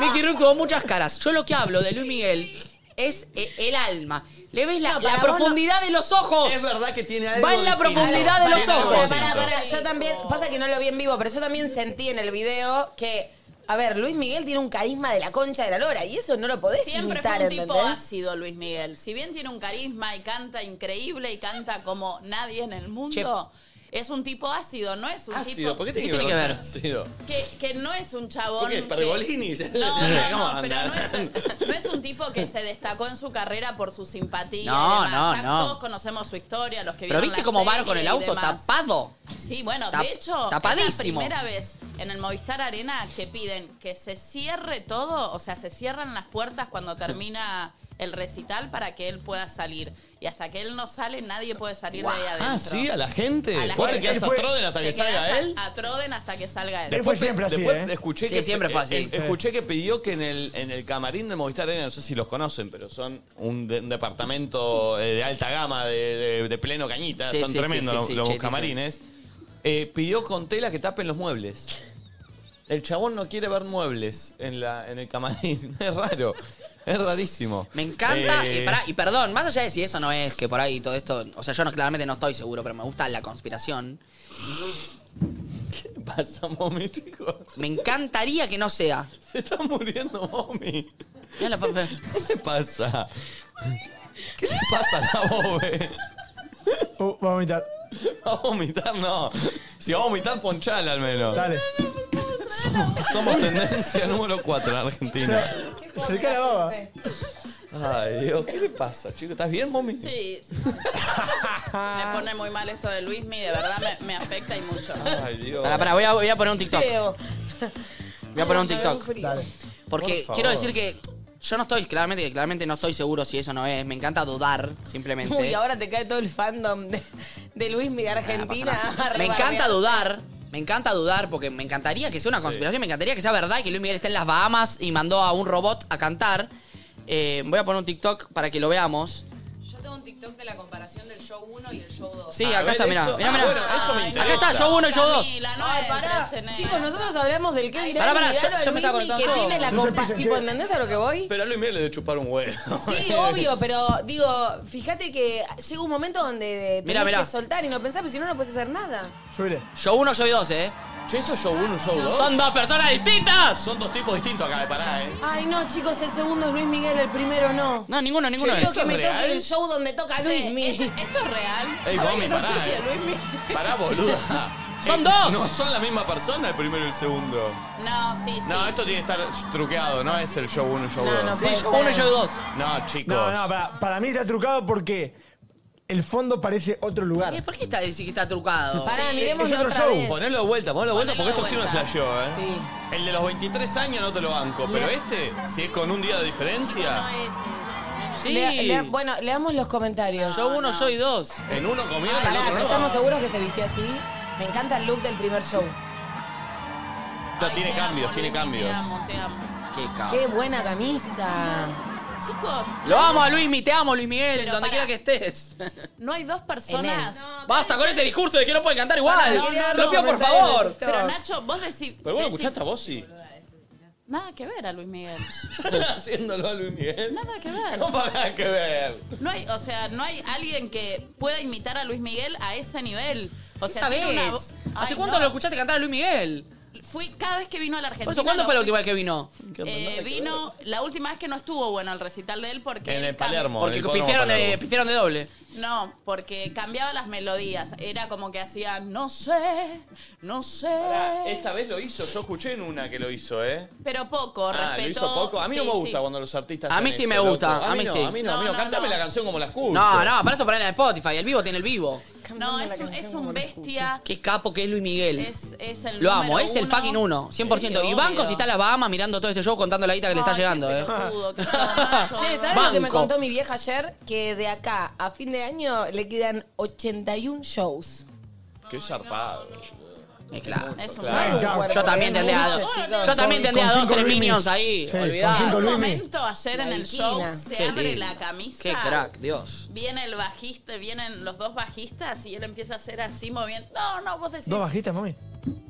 [SPEAKER 2] Mickey Rourke tuvo muchas caras. Yo lo que hablo de Luis Miguel es eh, el alma. Le ves la, la
[SPEAKER 25] Ah, para vos
[SPEAKER 2] profundidad de los ojos.
[SPEAKER 1] Es verdad que tiene algo
[SPEAKER 2] Va en la
[SPEAKER 1] distinto.
[SPEAKER 2] profundidad de
[SPEAKER 1] Tiene
[SPEAKER 2] los
[SPEAKER 1] algo
[SPEAKER 2] ojos.
[SPEAKER 1] distinto.
[SPEAKER 3] Pará, pará, yo también, pasa que no lo vi en vivo, pero yo también sentí en el video que, a ver, Luis Miguel tiene un carisma de la concha de la lora y eso no lo podés
[SPEAKER 4] Siempre
[SPEAKER 3] imitar,
[SPEAKER 4] fue un tipo
[SPEAKER 3] ¿entendés?
[SPEAKER 4] ácido Luis Miguel. Si bien tiene un carisma y canta increíble y canta como nadie en el mundo, es un tipo ácido, no es un
[SPEAKER 1] Ácido,
[SPEAKER 4] tipo
[SPEAKER 1] ¿por qué tiene,
[SPEAKER 2] tiene que ver?
[SPEAKER 1] Ácido.
[SPEAKER 4] que, que no es un chabón.
[SPEAKER 1] ¿Por
[SPEAKER 4] que-
[SPEAKER 1] qué? Pergolini.
[SPEAKER 4] No,
[SPEAKER 1] ¿Cómo
[SPEAKER 4] no, no,
[SPEAKER 1] anda?
[SPEAKER 4] pero no es un tipo que se destacó en su carrera por su simpatía. y
[SPEAKER 2] No,
[SPEAKER 4] demás.
[SPEAKER 2] no,
[SPEAKER 4] Ya
[SPEAKER 2] no.
[SPEAKER 4] Todos conocemos su historia, los que
[SPEAKER 2] Pero
[SPEAKER 4] vieron
[SPEAKER 2] viste
[SPEAKER 4] la
[SPEAKER 2] cómo van con
[SPEAKER 4] serie
[SPEAKER 2] el
[SPEAKER 4] y
[SPEAKER 2] auto
[SPEAKER 4] demás.
[SPEAKER 2] tapado.
[SPEAKER 4] Sí, bueno,
[SPEAKER 2] Tap-
[SPEAKER 4] de hecho, es la
[SPEAKER 2] tapadísimo.
[SPEAKER 4] primera vez en el Movistar Arena que piden que se cierre todo, o sea, se cierran las puertas cuando termina el recital para que él pueda salir. Y hasta que él no sale, nadie puede salir de ahí adentro.
[SPEAKER 1] Ah, sí, a la gente.
[SPEAKER 4] A la
[SPEAKER 1] ¿Vos te
[SPEAKER 4] gente.
[SPEAKER 1] quedas
[SPEAKER 4] Él
[SPEAKER 1] a
[SPEAKER 4] fue-
[SPEAKER 1] Troden hasta que
[SPEAKER 4] Te quedás
[SPEAKER 1] salga
[SPEAKER 4] a-
[SPEAKER 1] él?
[SPEAKER 4] A Troden hasta que salga él. ¿eh?
[SPEAKER 1] después escuché
[SPEAKER 2] Sí,
[SPEAKER 1] que
[SPEAKER 2] siempre fue así.
[SPEAKER 1] eh, escuché que pidió que en el, en el camarín de Movistar Arena, no sé si los conocen, pero son un, de- un departamento eh, de alta gama, de, de- de pleno cañita,
[SPEAKER 2] Sí,
[SPEAKER 1] son
[SPEAKER 2] sí,
[SPEAKER 1] tremendos
[SPEAKER 2] sí,
[SPEAKER 1] los,
[SPEAKER 2] sí,
[SPEAKER 1] los
[SPEAKER 2] chetísimo.
[SPEAKER 1] camarines. Eh, pidió con tela que tapen los muebles. El chabón no quiere ver muebles en, la, en el camarín. Es raro. Es rarísimo.
[SPEAKER 2] Me encanta,
[SPEAKER 1] Eh,
[SPEAKER 2] y, pará, y perdón, más allá de si eso no es que por ahí todo esto, o sea, yo no, claramente no estoy seguro, pero me gusta la conspiración.
[SPEAKER 1] ¿Qué pasa, Momi, chico?
[SPEAKER 2] Me encantaría que no sea.
[SPEAKER 1] Se está muriendo, Momi.
[SPEAKER 2] Mirá la papá.
[SPEAKER 1] ¿Qué le pasa? ¿Qué le pasa a la bobe?
[SPEAKER 6] Uh, va a vomitar.
[SPEAKER 1] Va a vomitar, no. Si va a vomitar, ponchala al menos.
[SPEAKER 6] Dale.
[SPEAKER 1] Somos tendencia número 4 en Argentina.
[SPEAKER 6] Cerca la baba.
[SPEAKER 1] Ay, Dios, ¿qué le pasa, chico? ¿Estás bien, Momi?
[SPEAKER 4] Sí, sí. me pone muy mal esto de Luismi, de verdad me, me afecta y mucho.
[SPEAKER 1] Ay, Dios.
[SPEAKER 2] Pará, pará, voy a, voy a poner un TikTok.
[SPEAKER 4] Creo.
[SPEAKER 2] Voy a poner un
[SPEAKER 4] Me
[SPEAKER 2] TikTok.
[SPEAKER 4] veo frío. Dale.
[SPEAKER 2] Porque
[SPEAKER 4] Por favor.
[SPEAKER 2] quiero decir que yo no estoy, claramente, claramente no estoy seguro si eso no es. Me encanta dudar, simplemente.
[SPEAKER 3] Uy, ahora te cae todo el fandom de, de Luis de Argentina.
[SPEAKER 2] Me encanta dudar. Me encanta dudar porque me encantaría que sea una conspiración, me encantaría que sea verdad y que Luis Miguel esté en las Bahamas y mandó a un robot a cantar. Eh, voy a poner un TikTok para que lo veamos.
[SPEAKER 15] Yo tengo un TikTok de la comparación del show 1 y el show 2.
[SPEAKER 2] Sí,
[SPEAKER 1] Ah,
[SPEAKER 2] acá está, mirá. Mirá, mirá. acá
[SPEAKER 3] interesa.
[SPEAKER 2] está, yo uno y yo dos.
[SPEAKER 15] Camila,
[SPEAKER 3] No, Ay, pará. Chicos, nosotros hablamos del qué
[SPEAKER 2] Pará,
[SPEAKER 3] dirán
[SPEAKER 2] pará,
[SPEAKER 3] y
[SPEAKER 2] yo-
[SPEAKER 3] miralo a
[SPEAKER 2] yo me estaba
[SPEAKER 3] Luismi
[SPEAKER 2] cortando
[SPEAKER 3] que
[SPEAKER 2] todo.
[SPEAKER 3] tiene la
[SPEAKER 2] No se
[SPEAKER 3] compa-
[SPEAKER 2] pisen
[SPEAKER 3] tipo,
[SPEAKER 2] que-
[SPEAKER 3] ¿entendés a lo que voy?
[SPEAKER 1] Pero a Luis Miguel le de chupar un huevo.
[SPEAKER 3] Sí, obvio, pero digo, fíjate que llega un momento donde tenés
[SPEAKER 2] Mirá, mirá.
[SPEAKER 3] que soltar y no pensás, pero si no, no puedes hacer nada.
[SPEAKER 2] Yo uno, yo dos, eh.
[SPEAKER 1] Che, esto es show uno, show dos.
[SPEAKER 2] Son dos personas distintas.
[SPEAKER 1] Son dos tipos distintos acá de pará, eh.
[SPEAKER 3] Ay, no, chicos, el segundo es Luis Miguel, el primero no.
[SPEAKER 2] No, ninguno, ninguno
[SPEAKER 3] Quiero
[SPEAKER 2] es.
[SPEAKER 3] que me
[SPEAKER 2] ¿Esto es
[SPEAKER 3] toque
[SPEAKER 2] real?
[SPEAKER 3] el show donde toca Luis Miguel.
[SPEAKER 4] ¿Esto es real? Ay,
[SPEAKER 1] Ey, Momi,
[SPEAKER 4] no sé
[SPEAKER 1] pará,
[SPEAKER 4] si
[SPEAKER 1] eh.
[SPEAKER 4] es Luismi.
[SPEAKER 1] Pará, boluda.
[SPEAKER 2] Son
[SPEAKER 1] Eh,
[SPEAKER 2] dos.
[SPEAKER 1] No son la misma persona, el primero y el segundo.
[SPEAKER 4] No, sí, sí.
[SPEAKER 1] No, esto tiene que estar truqueado, no es el show 1 show
[SPEAKER 4] No,
[SPEAKER 1] 2.
[SPEAKER 4] no
[SPEAKER 6] Sí, puede show ser. uno y show
[SPEAKER 2] dos.
[SPEAKER 1] No, chicos.
[SPEAKER 6] No, no, para, para mí está trucado porque el fondo parece otro lugar.
[SPEAKER 2] ¿Por qué está, decís que está trucado?
[SPEAKER 3] Pará, miremos
[SPEAKER 6] es otro show.
[SPEAKER 1] Ponelo de vuelta, ponelo de vuelta porque esto sí
[SPEAKER 2] Ponelo
[SPEAKER 1] me
[SPEAKER 2] de
[SPEAKER 1] flasheó, ¿eh?
[SPEAKER 2] Sí.
[SPEAKER 1] El de los 23 años no te lo banco, pero
[SPEAKER 2] Le-
[SPEAKER 1] este, si es con un día de diferencia.
[SPEAKER 2] Sí.
[SPEAKER 3] Le- le- bueno, leamos los comentarios. Ah,
[SPEAKER 2] Yo uno, yo y dos.
[SPEAKER 1] En uno comieron,
[SPEAKER 3] Pará,
[SPEAKER 1] en el otro
[SPEAKER 3] pero
[SPEAKER 1] no.
[SPEAKER 3] estamos seguros que se vistió así. Me encanta el look del primer show.
[SPEAKER 1] No, tiene cambios, tiene cambios.
[SPEAKER 4] Te amo.
[SPEAKER 2] Qué
[SPEAKER 3] Qué buena camisa.
[SPEAKER 4] Chicos,
[SPEAKER 2] Lo amo a Luismi, te amo Luis Miguel,
[SPEAKER 4] Pero
[SPEAKER 2] donde quiera que estés.
[SPEAKER 4] no hay dos personas.
[SPEAKER 2] Basta con ese discurso de que no pueden cantar igual.
[SPEAKER 4] No, no,
[SPEAKER 2] Lo
[SPEAKER 4] no,
[SPEAKER 2] pido
[SPEAKER 4] no,
[SPEAKER 2] por
[SPEAKER 4] está
[SPEAKER 2] favor.
[SPEAKER 4] Pero Nacho, vos decís.
[SPEAKER 1] Pero bueno,
[SPEAKER 4] decís-
[SPEAKER 1] escuchaste a vos sí.
[SPEAKER 4] Nada que ver a Luis Miguel.
[SPEAKER 1] Haciéndolo a Luis Miguel.
[SPEAKER 4] Nada que ver.
[SPEAKER 1] No para nada que ver.
[SPEAKER 4] No hay, o sea, no hay alguien que pueda imitar a Luis Miguel a ese nivel. O
[SPEAKER 2] ¿Qué
[SPEAKER 4] sea,
[SPEAKER 2] sabés?
[SPEAKER 4] tiene una vo-
[SPEAKER 2] ¿Hace
[SPEAKER 4] Ay,
[SPEAKER 2] cuánto
[SPEAKER 4] no.
[SPEAKER 2] lo escuchaste cantar a Luis Miguel?
[SPEAKER 4] Fui cada vez que vino a la Argentina.
[SPEAKER 2] Por eso, ¿cuándo
[SPEAKER 4] lo
[SPEAKER 2] fue la
[SPEAKER 4] fui-
[SPEAKER 2] última vez que vino?
[SPEAKER 4] Eh, vino la última vez que no estuvo bueno el recital de él porque
[SPEAKER 2] En
[SPEAKER 4] él
[SPEAKER 2] el
[SPEAKER 4] cam-
[SPEAKER 2] Palermo. Porque
[SPEAKER 1] en el Hipódromo
[SPEAKER 2] pifiaron de,
[SPEAKER 1] Palermo.
[SPEAKER 2] pifiaron de doble.
[SPEAKER 4] no porque cambiaba las melodías era como que hacía no sé no
[SPEAKER 1] Pará,
[SPEAKER 4] sé
[SPEAKER 1] Esta vez lo hizo, yo escuché en una que lo hizo, ¿eh.
[SPEAKER 4] pero poco
[SPEAKER 1] Ah,
[SPEAKER 4] respeto
[SPEAKER 1] lo hizo poco. A mí no
[SPEAKER 4] sí,
[SPEAKER 1] me
[SPEAKER 4] sí.
[SPEAKER 1] gusta cuando los artistas.
[SPEAKER 2] A
[SPEAKER 1] hacen
[SPEAKER 2] mí sí
[SPEAKER 1] eso,
[SPEAKER 2] me gusta,
[SPEAKER 1] loco.
[SPEAKER 2] a mí
[SPEAKER 1] no,
[SPEAKER 2] sí.
[SPEAKER 1] A mí no, a mí no. Cántame la canción como la escucho.
[SPEAKER 2] No, no, para eso ponen en Spotify. El vivo tiene el vivo.
[SPEAKER 4] no es un, es un bestia
[SPEAKER 2] Qué capo que es Luis Miguel.
[SPEAKER 4] es, es el
[SPEAKER 2] Lo amo,
[SPEAKER 4] número
[SPEAKER 2] es el
[SPEAKER 4] uno.
[SPEAKER 2] fucking uno, 100%. y Banco si está en las Bahamas mirando todo este show contando la guita que le está llegando, eh.
[SPEAKER 3] Che, ¿sabes lo que me
[SPEAKER 2] Banco.
[SPEAKER 3] contó mi vieja ayer? Que de acá a fin de año le quedan 81 shows.
[SPEAKER 1] Qué zarpado.
[SPEAKER 2] Eh, claro.
[SPEAKER 4] Es
[SPEAKER 1] un
[SPEAKER 2] Claro. Yo también
[SPEAKER 3] Es
[SPEAKER 2] tendría
[SPEAKER 3] mucho,
[SPEAKER 2] dos-
[SPEAKER 3] chicos.
[SPEAKER 2] yo también
[SPEAKER 3] Con-
[SPEAKER 2] tendría
[SPEAKER 3] con
[SPEAKER 2] dos,
[SPEAKER 3] cinco
[SPEAKER 2] tres
[SPEAKER 3] Luimis.
[SPEAKER 2] minions ahí,
[SPEAKER 3] Sí,
[SPEAKER 2] olvidá.
[SPEAKER 3] con cinco
[SPEAKER 4] un
[SPEAKER 3] Luimis.
[SPEAKER 4] momento ayer en el show
[SPEAKER 3] Bailarina.
[SPEAKER 4] se
[SPEAKER 2] Qué
[SPEAKER 4] abre
[SPEAKER 2] lindo.
[SPEAKER 4] la camisa
[SPEAKER 2] Qué crack, Dios.
[SPEAKER 4] viene el bajista vienen los dos bajistas y él empieza a hacer así moviendo no no vos decís
[SPEAKER 6] ¿Dos bajitas, mami?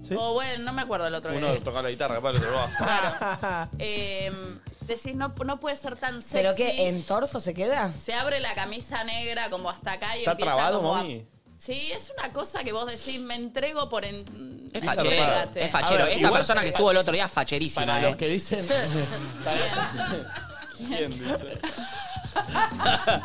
[SPEAKER 6] ¿Sí?
[SPEAKER 4] o bueno no me acuerdo el otro
[SPEAKER 1] Uno
[SPEAKER 4] que-
[SPEAKER 1] toca la guitarra, capaz el otro bajo.
[SPEAKER 4] Eh, decís, no, no puede ser tan sexy.
[SPEAKER 3] ¿Pero qué? ¿En torso se queda?
[SPEAKER 4] Se abre la camisa negra como hasta acá y
[SPEAKER 3] ¿Está
[SPEAKER 4] empieza
[SPEAKER 3] trabado,
[SPEAKER 4] como a-
[SPEAKER 3] mami?
[SPEAKER 4] Sí, es una cosa que vos decís, me entrego por... en-
[SPEAKER 2] Es
[SPEAKER 4] me
[SPEAKER 2] fachero,
[SPEAKER 4] entregate.
[SPEAKER 2] es fachero.
[SPEAKER 1] A ver,
[SPEAKER 2] Esta
[SPEAKER 1] igual-
[SPEAKER 2] persona que estuvo el otro día es facherísima,
[SPEAKER 1] Para
[SPEAKER 2] eh.
[SPEAKER 1] los que dicen. ¿Quién dice?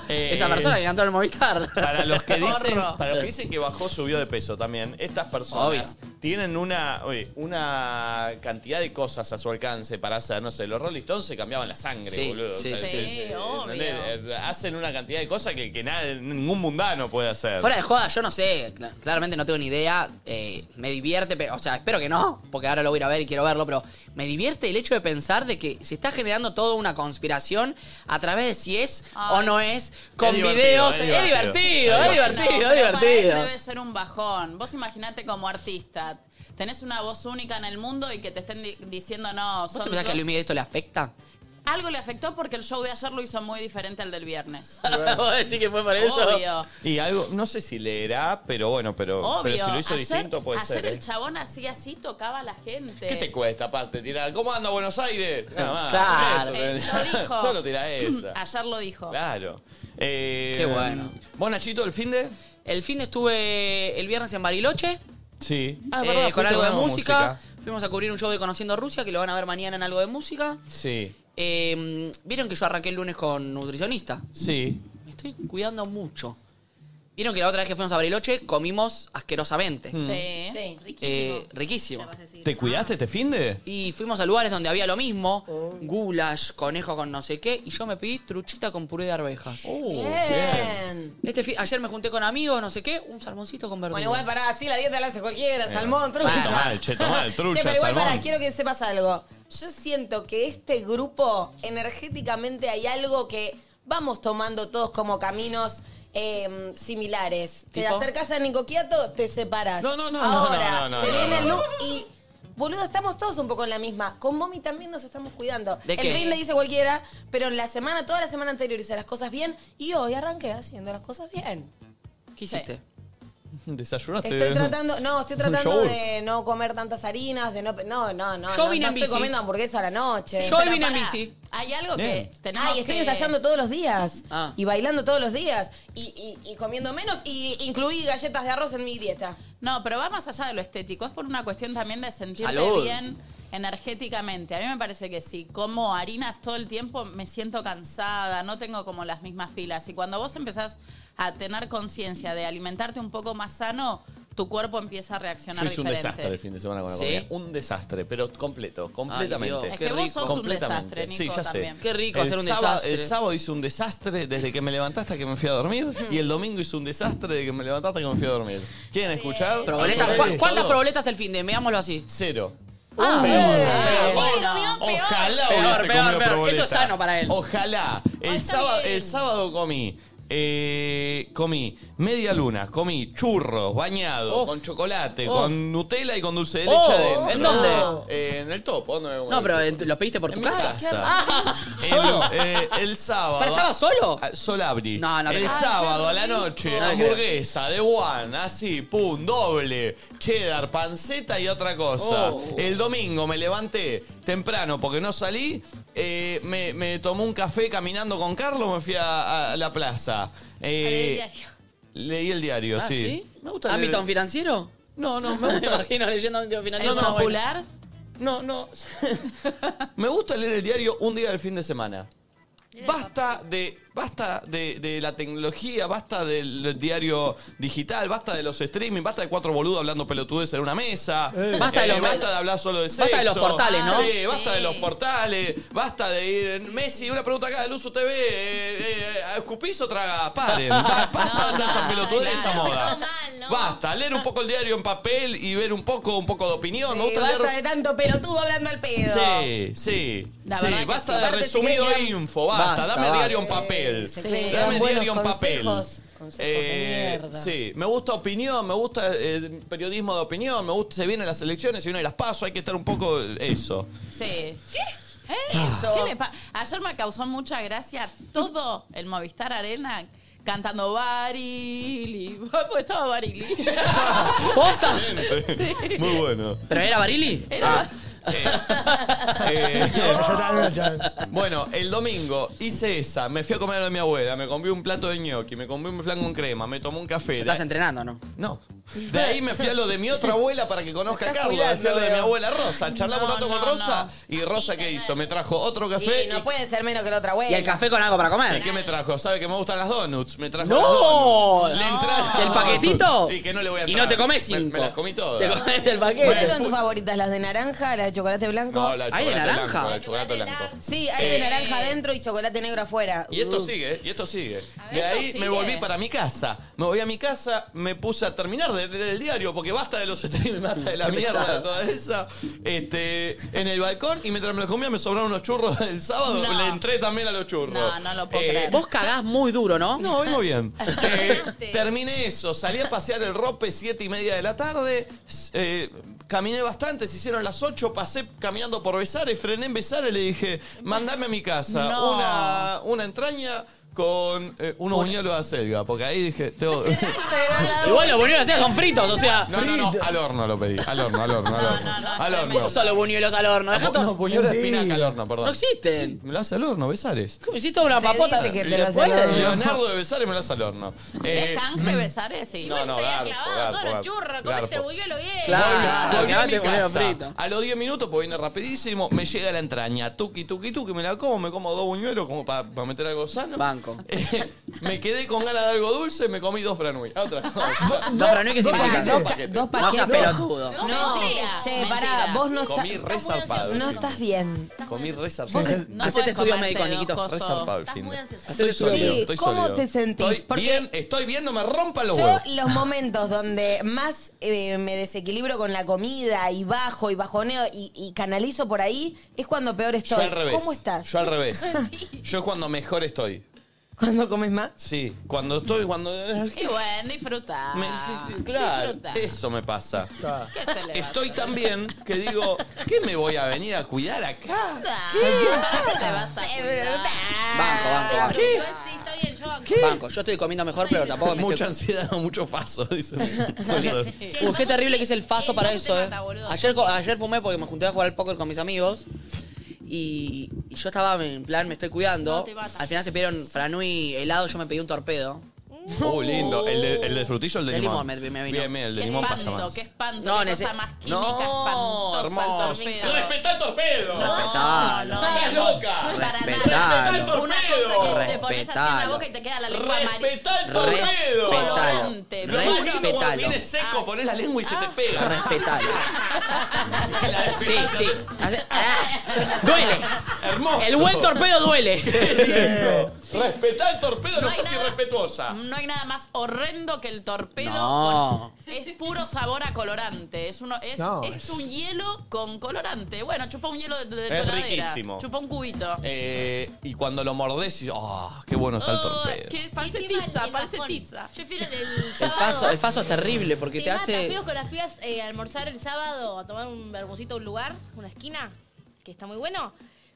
[SPEAKER 2] Esa persona que cantó en el Movistar.
[SPEAKER 1] Eh, Para los que dicen,
[SPEAKER 2] Horror.
[SPEAKER 1] para los que dicen que bajó, subió de peso también, estas personas tienen una, oye, una cantidad de cosas a su alcance para hacer, no sé, los Rolling Stones se cambiaban la sangre,
[SPEAKER 2] Sí,
[SPEAKER 1] boludo.
[SPEAKER 2] sí, sí. Sí, obvio.
[SPEAKER 1] ¿entendés? Eh, Hacen una cantidad de cosas que, que nada- ningún mundano puede hacer.
[SPEAKER 2] Fuera de joda, yo no sé, cl- claramente no tengo ni idea, eh, me divierte, pe- o sea, espero que no, porque ahora lo voy a ir a ver y quiero verlo, pero me divierte el hecho de pensar de que se está generando toda una conspiración a través de si es o no es, con
[SPEAKER 1] divertido,
[SPEAKER 2] videos,
[SPEAKER 1] es
[SPEAKER 2] es
[SPEAKER 1] divertido.
[SPEAKER 2] divertido, es
[SPEAKER 1] Es
[SPEAKER 2] divertido, es
[SPEAKER 4] pero para él
[SPEAKER 2] divertido.
[SPEAKER 4] debe ser un bajón. Vos imaginate como artista. Tenés una voz única en el mundo y que te estén di- diciendo no.
[SPEAKER 2] ¿Vos
[SPEAKER 4] son
[SPEAKER 2] te pensás que a
[SPEAKER 4] dos-
[SPEAKER 2] Luis Miguel esto le afecta?
[SPEAKER 4] Algo le afectó porque el show de ayer lo hizo muy diferente al del viernes.
[SPEAKER 2] ¿Vos decís que fue por eso?
[SPEAKER 4] Obvio.
[SPEAKER 1] Y algo, no sé si leerá, pero bueno, pero,
[SPEAKER 4] Obvio.
[SPEAKER 1] pero si lo hizo
[SPEAKER 4] ayer,
[SPEAKER 1] distinto puede
[SPEAKER 4] ayer
[SPEAKER 1] ser. ¿eh?
[SPEAKER 4] el chabón hacía así, tocaba a la gente.
[SPEAKER 1] ¿Qué te cuesta aparte tirar? ¿Cómo anda Buenos Aires? Nada más.
[SPEAKER 4] Claro.
[SPEAKER 1] Eso,
[SPEAKER 4] Eh, lo dijo.
[SPEAKER 1] Solo tira esa.
[SPEAKER 4] Ayer lo dijo.
[SPEAKER 1] Claro. Eh,
[SPEAKER 2] Qué bueno.
[SPEAKER 1] ¿Vos, Nachito, el fin de?
[SPEAKER 2] El fin de estuve el viernes en Bariloche,
[SPEAKER 1] Sí.
[SPEAKER 2] eh, con algo de música. Fuimos a cubrir un show de Conociendo Rusia, que lo van a ver mañana en algo de música.
[SPEAKER 1] Sí,
[SPEAKER 2] Eh, Vieron que yo arranqué el lunes con nutricionista.
[SPEAKER 1] sí.
[SPEAKER 2] Me estoy cuidando mucho. Vieron que la otra vez que fuimos a Bariloche comimos asquerosamente.
[SPEAKER 1] Mm.
[SPEAKER 4] Sí.
[SPEAKER 8] Sí,
[SPEAKER 2] Eh, riquísimo.
[SPEAKER 1] ¿Te cuidaste este fin de?
[SPEAKER 2] Y fuimos a lugares donde había lo mismo, goulash, conejo con no sé qué, y yo me pedí truchita con puré de arvejas.
[SPEAKER 1] Uh,
[SPEAKER 3] Oh, Bien.
[SPEAKER 2] Este fi- ayer me junté con amigos, no sé qué, un salmoncito con verdura.
[SPEAKER 3] Bueno, igual pará, así la dieta la hace cualquiera,
[SPEAKER 2] Eh,
[SPEAKER 3] salmón, trucha.
[SPEAKER 2] bueno. Tomá
[SPEAKER 1] el che, tomá el trucha,
[SPEAKER 3] Che, pero igual
[SPEAKER 1] salmón.
[SPEAKER 3] pará, quiero que sepas algo. Yo siento que este grupo, energéticamente hay algo que vamos tomando todos como caminos eh, similares. Te
[SPEAKER 1] ¿Tipo?
[SPEAKER 3] acercas a Nico Quiato, te separas.
[SPEAKER 1] No, no, no, no,
[SPEAKER 3] Ahora,
[SPEAKER 1] no, no, no,
[SPEAKER 3] se
[SPEAKER 1] no, Ah,
[SPEAKER 3] viene
[SPEAKER 1] no.
[SPEAKER 3] Lu y... Boludo, estamos todos un poco en la misma. Con Momi también nos estamos cuidando.
[SPEAKER 2] ¿De
[SPEAKER 3] el
[SPEAKER 2] qué?
[SPEAKER 3] fin le dice cualquiera, pero en la semana, toda la semana anterior hice las cosas bien y hoy arranqué haciendo las cosas bien.
[SPEAKER 2] ¿Qué hiciste?
[SPEAKER 1] ¿Desayunaste?
[SPEAKER 3] Estoy tratando, no, estoy tratando
[SPEAKER 1] yogur.
[SPEAKER 3] de no comer tantas harinas, de no, no, no, no.
[SPEAKER 2] Yo
[SPEAKER 3] no,
[SPEAKER 2] vine
[SPEAKER 3] no
[SPEAKER 2] en
[SPEAKER 3] estoy
[SPEAKER 2] bici.
[SPEAKER 3] comiendo hamburguesa a la noche.
[SPEAKER 4] Sí,
[SPEAKER 2] Yo
[SPEAKER 4] pero
[SPEAKER 2] vine en
[SPEAKER 4] pará,
[SPEAKER 2] bici.
[SPEAKER 4] Hay algo
[SPEAKER 2] Bien.
[SPEAKER 4] que tenemos
[SPEAKER 3] Ay, estoy
[SPEAKER 4] que-
[SPEAKER 3] ensayando todos los días.
[SPEAKER 2] Ah.
[SPEAKER 3] Y bailando todos los días. Y, y- y comiendo menos. Y incluí galletas de arroz en mi dieta.
[SPEAKER 4] No, pero va más allá de lo estético. Es por una cuestión también de sentirte
[SPEAKER 2] Salud.
[SPEAKER 4] bien energéticamente. A mí me parece que sí. Como harinas todo el tiempo, me siento cansada, no tengo como las mismas pilas. Y cuando vos empezás a tener conciencia de alimentarte un poco más sano, tu cuerpo empieza a reaccionar
[SPEAKER 1] Yo hice un
[SPEAKER 4] diferente.
[SPEAKER 1] desastre el fin de semana con la
[SPEAKER 2] ¿Sí?
[SPEAKER 1] comida. Un desastre, pero completo, completamente.
[SPEAKER 2] Dios, Es que qué vos rico. sos un desastre,
[SPEAKER 1] sí,
[SPEAKER 2] Nico,
[SPEAKER 1] ya
[SPEAKER 2] también.
[SPEAKER 1] sé.
[SPEAKER 2] Qué rico
[SPEAKER 1] El
[SPEAKER 2] hacer un
[SPEAKER 1] sábado-
[SPEAKER 2] desastre.
[SPEAKER 1] El sábado hice un desastre desde que me levanté hasta que me fui a dormir. y el domingo hice un desastre desde que me levanté hasta que me fui a dormir. ¿Quieren escuchar?
[SPEAKER 2] Proboletas, ¿cu- ¿Cuántas proboletas el fin de? Veámoslo así.
[SPEAKER 1] Cero.
[SPEAKER 2] Ah,
[SPEAKER 1] Peor,
[SPEAKER 2] eh,
[SPEAKER 1] peor.
[SPEAKER 2] bueno.
[SPEAKER 1] Ojalá
[SPEAKER 2] Peor,
[SPEAKER 1] hubiese
[SPEAKER 2] peor,
[SPEAKER 1] comido
[SPEAKER 2] peor.
[SPEAKER 1] proboleta.
[SPEAKER 2] Eso es sano para él.
[SPEAKER 1] Ojalá. El, sábado, el sábado comí. eh, comí media luna, comí churros, bañado,
[SPEAKER 2] Uf.
[SPEAKER 1] con chocolate,
[SPEAKER 2] Oh.
[SPEAKER 1] con Nutella y con dulce de leche
[SPEAKER 2] Oh.
[SPEAKER 1] adentro.
[SPEAKER 2] ¿En dónde?
[SPEAKER 1] Eh, en el top. ¿dónde me comí?
[SPEAKER 2] No, pero eh, ¿lo pediste por tu
[SPEAKER 1] mi
[SPEAKER 2] casa?
[SPEAKER 1] casa.
[SPEAKER 2] Ah,
[SPEAKER 1] El- eh, el sábado.
[SPEAKER 2] ¿Pero estaba solo?
[SPEAKER 1] Ah, Solabri.
[SPEAKER 2] No, no,
[SPEAKER 1] El
[SPEAKER 2] pero-
[SPEAKER 1] sábado a
[SPEAKER 2] Ay,
[SPEAKER 1] la
[SPEAKER 2] qué
[SPEAKER 1] noche,
[SPEAKER 2] rico.
[SPEAKER 1] hamburguesa de one, así, pum, doble, cheddar, panceta y otra cosa.
[SPEAKER 2] Oh.
[SPEAKER 1] El domingo me levanté temprano porque no salí, eh, me, me tomé un café caminando con Carlos, me fui a, a la plaza. Eh, leí el diario,
[SPEAKER 2] Ah,
[SPEAKER 1] sí.
[SPEAKER 2] ¿sí?
[SPEAKER 1] Me gusta leer-
[SPEAKER 2] ¿Ámbito financiero?
[SPEAKER 1] No, no, me gusta.
[SPEAKER 2] imagino leyendo ámbito financiero.
[SPEAKER 1] No, no,
[SPEAKER 2] popular?
[SPEAKER 1] No, no. Me gusta leer el diario un día del fin de semana. Basta de, basta de, de la tecnología, basta del diario digital, basta de los streaming, basta de cuatro boludos hablando pelotudes en una mesa.
[SPEAKER 2] Eh. Basta de los-
[SPEAKER 1] basta de hablar solo de sexo.
[SPEAKER 2] basta de los portales, ¿no?
[SPEAKER 1] Sí, basta de los portales, basta de ir en Messi, una pregunta acá de Luzu TV, eh, eh, ¿escupís o tragás? Paren, ba- basta de esa pelotudez de esa moda. Basta, leer un poco el diario en papel y ver un poco, un poco de opinión. Me
[SPEAKER 3] Sí,
[SPEAKER 1] gusta leer
[SPEAKER 3] Eh, basta de tanto pelotudo hablando al pedo.
[SPEAKER 1] Sí, sí.
[SPEAKER 3] La
[SPEAKER 1] sí.
[SPEAKER 3] verdad que
[SPEAKER 1] Basta
[SPEAKER 3] sí.
[SPEAKER 1] de
[SPEAKER 3] Aparte, si
[SPEAKER 1] resumido e
[SPEAKER 3] querían-
[SPEAKER 1] info, basta.
[SPEAKER 2] Basta,
[SPEAKER 1] Dame
[SPEAKER 2] basta.
[SPEAKER 1] diario en papel.
[SPEAKER 3] Sí,
[SPEAKER 1] Dame
[SPEAKER 3] dan buenos
[SPEAKER 1] diario en papel.
[SPEAKER 3] consejos, consejos de
[SPEAKER 1] Eh,
[SPEAKER 3] mierda.
[SPEAKER 1] sí, me gusta opinión, me gusta eh, periodismo de opinión, me gusta, se vienen las elecciones, se vienen las pasos, hay que estar un poco eh, eso.
[SPEAKER 4] Sí. ¿Qué? ¿Eh? ¿Qué le pa- Ayer me causó mucha gracia todo el Movistar Arena cantando Barili. Pues estaba Barili.
[SPEAKER 2] ¿Posta?
[SPEAKER 1] Muy bueno.
[SPEAKER 2] ¿Pero era Ah, Barili?
[SPEAKER 1] Eh, Bueno, el domingo hice esa, me fui a comer a lo de mi abuela, me comí un plato de ñoqui, me comí un flan con crema, me tomé un café.
[SPEAKER 2] ¿Estás
[SPEAKER 1] De-
[SPEAKER 2] entrenando, no?
[SPEAKER 1] No. De ahí me fui a lo de mi otra abuela para que conozca a
[SPEAKER 2] Estás
[SPEAKER 1] Carlos. Me fui a lo de mi
[SPEAKER 2] cuidando,
[SPEAKER 1] abuela Rosa. Charlamos
[SPEAKER 3] No,
[SPEAKER 1] un rato con
[SPEAKER 3] no,
[SPEAKER 1] Rosa. ¿Y Rosa qué hizo? Me trajo otro café.
[SPEAKER 3] Y no puede ser menos que la otra
[SPEAKER 1] y
[SPEAKER 3] güey.
[SPEAKER 2] con algo para comer?
[SPEAKER 1] ¿Y qué me trajo? ¿Sabe que me gustan las donuts? Me trajo.
[SPEAKER 2] ¡No!
[SPEAKER 1] las donuts. Le
[SPEAKER 2] No.
[SPEAKER 1] entraron-
[SPEAKER 2] ¿Del paquetito?
[SPEAKER 1] Y que no le voy a
[SPEAKER 2] Y
[SPEAKER 1] entrar.
[SPEAKER 2] no te comés
[SPEAKER 1] Me-
[SPEAKER 2] cinco.
[SPEAKER 1] Me, las comí todas.
[SPEAKER 2] Te comés del
[SPEAKER 3] ¿Cuáles son tus favoritas? ¿Las de naranja, las de chocolate blanco?
[SPEAKER 1] No, la de chocolate blanco, la de chocolate blanco.
[SPEAKER 3] Sí, hay de
[SPEAKER 1] Eh,
[SPEAKER 3] naranja adentro y chocolate negro afuera.
[SPEAKER 1] Y esto
[SPEAKER 3] Uh.
[SPEAKER 1] sigue, y esto sigue. de
[SPEAKER 3] esto
[SPEAKER 1] ahí
[SPEAKER 3] sigue.
[SPEAKER 1] me volví para mi casa. Me voy a mi casa, me puse a terminar de leer el diario, porque basta de los streams, basta de la
[SPEAKER 2] Qué
[SPEAKER 1] mierda, de
[SPEAKER 2] pesado.
[SPEAKER 1] toda esa. Este, en el balcón, y mientras me lo comía me sobraron unos churros del sábado,
[SPEAKER 2] No.
[SPEAKER 1] le entré también a los churros.
[SPEAKER 2] No, no lo puedo
[SPEAKER 1] Eh,
[SPEAKER 2] creer. Vos cagás muy duro, ¿no?
[SPEAKER 1] No, vengo bien. Terminé eso, salí a pasear el rope siete y media de la tarde, s- eh, caminé bastante, se hicieron las 8, pasé caminando por Besares, frené en Besares y le dije, mandame a mi casa
[SPEAKER 2] No.
[SPEAKER 1] una, una entraña con eh, unos buñuelos de acelga, porque ahí dije, tengo...
[SPEAKER 2] Igual los buñuelos hacías con fritos, o sea.
[SPEAKER 1] No, no, no, al horno lo pedí, al horno, al horno, al horno. al horno.
[SPEAKER 2] No solo buñuelos al horno. dejá todo-
[SPEAKER 1] No, buñuelos de espinaca al horno, perdón.
[SPEAKER 2] No existen.
[SPEAKER 1] Me lo hace al horno, Besares.
[SPEAKER 2] ¿Cómo hiciste una papota?
[SPEAKER 1] Leonardo de Besares me lo hace al horno. Eh,
[SPEAKER 4] ¿Es canje Besares? Sí.
[SPEAKER 1] No, no, garpo, garpo, garpo, garpo.
[SPEAKER 4] Claro,
[SPEAKER 1] Volví a
[SPEAKER 4] cagaste
[SPEAKER 1] mi
[SPEAKER 4] con el
[SPEAKER 1] casa.
[SPEAKER 4] frito.
[SPEAKER 1] A los 10 minutos, pues viene rapidísimo, me llega la entraña, tuqui, tuqui, tuqui, me la como, me como dos buñuelos como para meter algo sano. Eh,
[SPEAKER 2] Banco.
[SPEAKER 1] me quedé con ganas de algo dulce, me comí dos franui. Otra cosa.
[SPEAKER 2] Dos franui que significa.
[SPEAKER 1] Dos paquetes.
[SPEAKER 3] Dos
[SPEAKER 2] No seas
[SPEAKER 3] paquetes.
[SPEAKER 2] pelotudo.
[SPEAKER 3] No, che, pará, vos no estás.
[SPEAKER 1] Comí re zarpado.
[SPEAKER 3] No estás bien.
[SPEAKER 1] Comí re zarpado.
[SPEAKER 3] Vos no
[SPEAKER 2] Hacete
[SPEAKER 3] podés
[SPEAKER 2] estudio
[SPEAKER 3] comerte
[SPEAKER 2] médico,
[SPEAKER 3] dos
[SPEAKER 2] Niquito.
[SPEAKER 3] cosas.
[SPEAKER 1] Re zarpado el fin.
[SPEAKER 2] Hacete
[SPEAKER 1] Estoy
[SPEAKER 2] estudio
[SPEAKER 1] sólido,
[SPEAKER 2] médico.
[SPEAKER 1] estoy
[SPEAKER 3] ¿cómo
[SPEAKER 1] sólido.
[SPEAKER 3] te sentís?
[SPEAKER 1] Estoy
[SPEAKER 3] Porque-
[SPEAKER 1] bien, estoy bien, no me rompan los
[SPEAKER 3] Yo
[SPEAKER 1] huevos.
[SPEAKER 3] los momentos donde más eh, me desequilibro con la comida y bajo y bajoneo y, y canalizo por ahí es cuando peor estoy.
[SPEAKER 1] Yo al revés.
[SPEAKER 3] ¿Cómo estás?
[SPEAKER 1] Yo al revés. Yo es cuando mejor estoy.
[SPEAKER 3] ¿Cuándo comes más?
[SPEAKER 1] Sí, cuando estoy, cuando...
[SPEAKER 4] Y bueno, disfruta.
[SPEAKER 1] Me- sí, sí, claro,
[SPEAKER 4] Disfruta.
[SPEAKER 1] eso me pasa.
[SPEAKER 4] ¿Qué se le va a
[SPEAKER 1] Estoy
[SPEAKER 4] hacer?
[SPEAKER 1] tan bien que digo, ¿qué me voy a venir a cuidar acá?
[SPEAKER 4] Nah, ¿Para qué te vas a cuidar?
[SPEAKER 2] Banco, banco, banco.
[SPEAKER 8] Sí, está bien, yo banco.
[SPEAKER 2] Banco, yo estoy comiendo mejor, pero tampoco me
[SPEAKER 1] Mucha
[SPEAKER 2] estoy...
[SPEAKER 1] ansiedad o mucho faso, dice.
[SPEAKER 2] Uh, qué terrible que es el faso para eso, eh. Ayer, co- ayer fumé porque me junté a jugar al póker con mis amigos. Y, y yo estaba en plan, me estoy cuidando. Al final se pidieron franui helado, yo me pedí un torpedo.
[SPEAKER 1] Uh, lindo. ¿El de, el de frutillo o el de
[SPEAKER 2] De
[SPEAKER 1] limón?
[SPEAKER 2] limón me- me vino.
[SPEAKER 1] Bien, bien, el de
[SPEAKER 4] Qué
[SPEAKER 1] limón pasa
[SPEAKER 4] espanto,
[SPEAKER 1] más.
[SPEAKER 4] qué espanto.
[SPEAKER 2] No,
[SPEAKER 4] No,
[SPEAKER 2] nece-
[SPEAKER 4] cosa más química
[SPEAKER 1] No,
[SPEAKER 4] espantosa.
[SPEAKER 1] hermoso.
[SPEAKER 4] el torpedo.
[SPEAKER 1] Respetá el torpedo.
[SPEAKER 2] Respetá, no.
[SPEAKER 1] Estás loca.
[SPEAKER 2] Respetá.
[SPEAKER 1] Respetá el torpedo.
[SPEAKER 4] Una cosa que te pones así en la
[SPEAKER 2] Respetalo.
[SPEAKER 4] boca y te queda la lengua amarilla.
[SPEAKER 1] Respetá el torpedo.
[SPEAKER 2] Respetalo.
[SPEAKER 4] Colorante,
[SPEAKER 1] Lo más lindo cuando
[SPEAKER 2] Respetalo.
[SPEAKER 1] viene seco, ponés la lengua y se te pega.
[SPEAKER 4] Ah.
[SPEAKER 2] Respetalo. Sí, sí. Hace- Ah, Duele.
[SPEAKER 1] Hermoso.
[SPEAKER 2] El buen torpedo duele.
[SPEAKER 1] Qué lindo. Respetá el torpedo, no,
[SPEAKER 4] No hay
[SPEAKER 1] seas
[SPEAKER 4] nada.
[SPEAKER 1] irrespetuosa.
[SPEAKER 4] No hay nada más horrendo que el torpedo.
[SPEAKER 1] No.
[SPEAKER 4] con- es puro sabor a colorante. Es, uno, es,
[SPEAKER 1] No,
[SPEAKER 4] es
[SPEAKER 1] es-
[SPEAKER 4] un hielo con colorante. Bueno, chupa un hielo de, de
[SPEAKER 1] Es
[SPEAKER 4] heladera.
[SPEAKER 1] riquísimo.
[SPEAKER 4] Chupa un cubito.
[SPEAKER 1] Eh, y cuando lo mordés, y, ¡oh, qué bueno está el torpedo!
[SPEAKER 4] Que parece tiza, parece tiza.
[SPEAKER 8] Yo prefiero el
[SPEAKER 2] El
[SPEAKER 8] sábado.
[SPEAKER 2] faso, el faso es terrible porque
[SPEAKER 8] Te,
[SPEAKER 2] te hace.
[SPEAKER 8] fuimos con las pibas eh, a almorzar el sábado, a tomar un vermucito a un lugar, una esquina, que está muy bueno.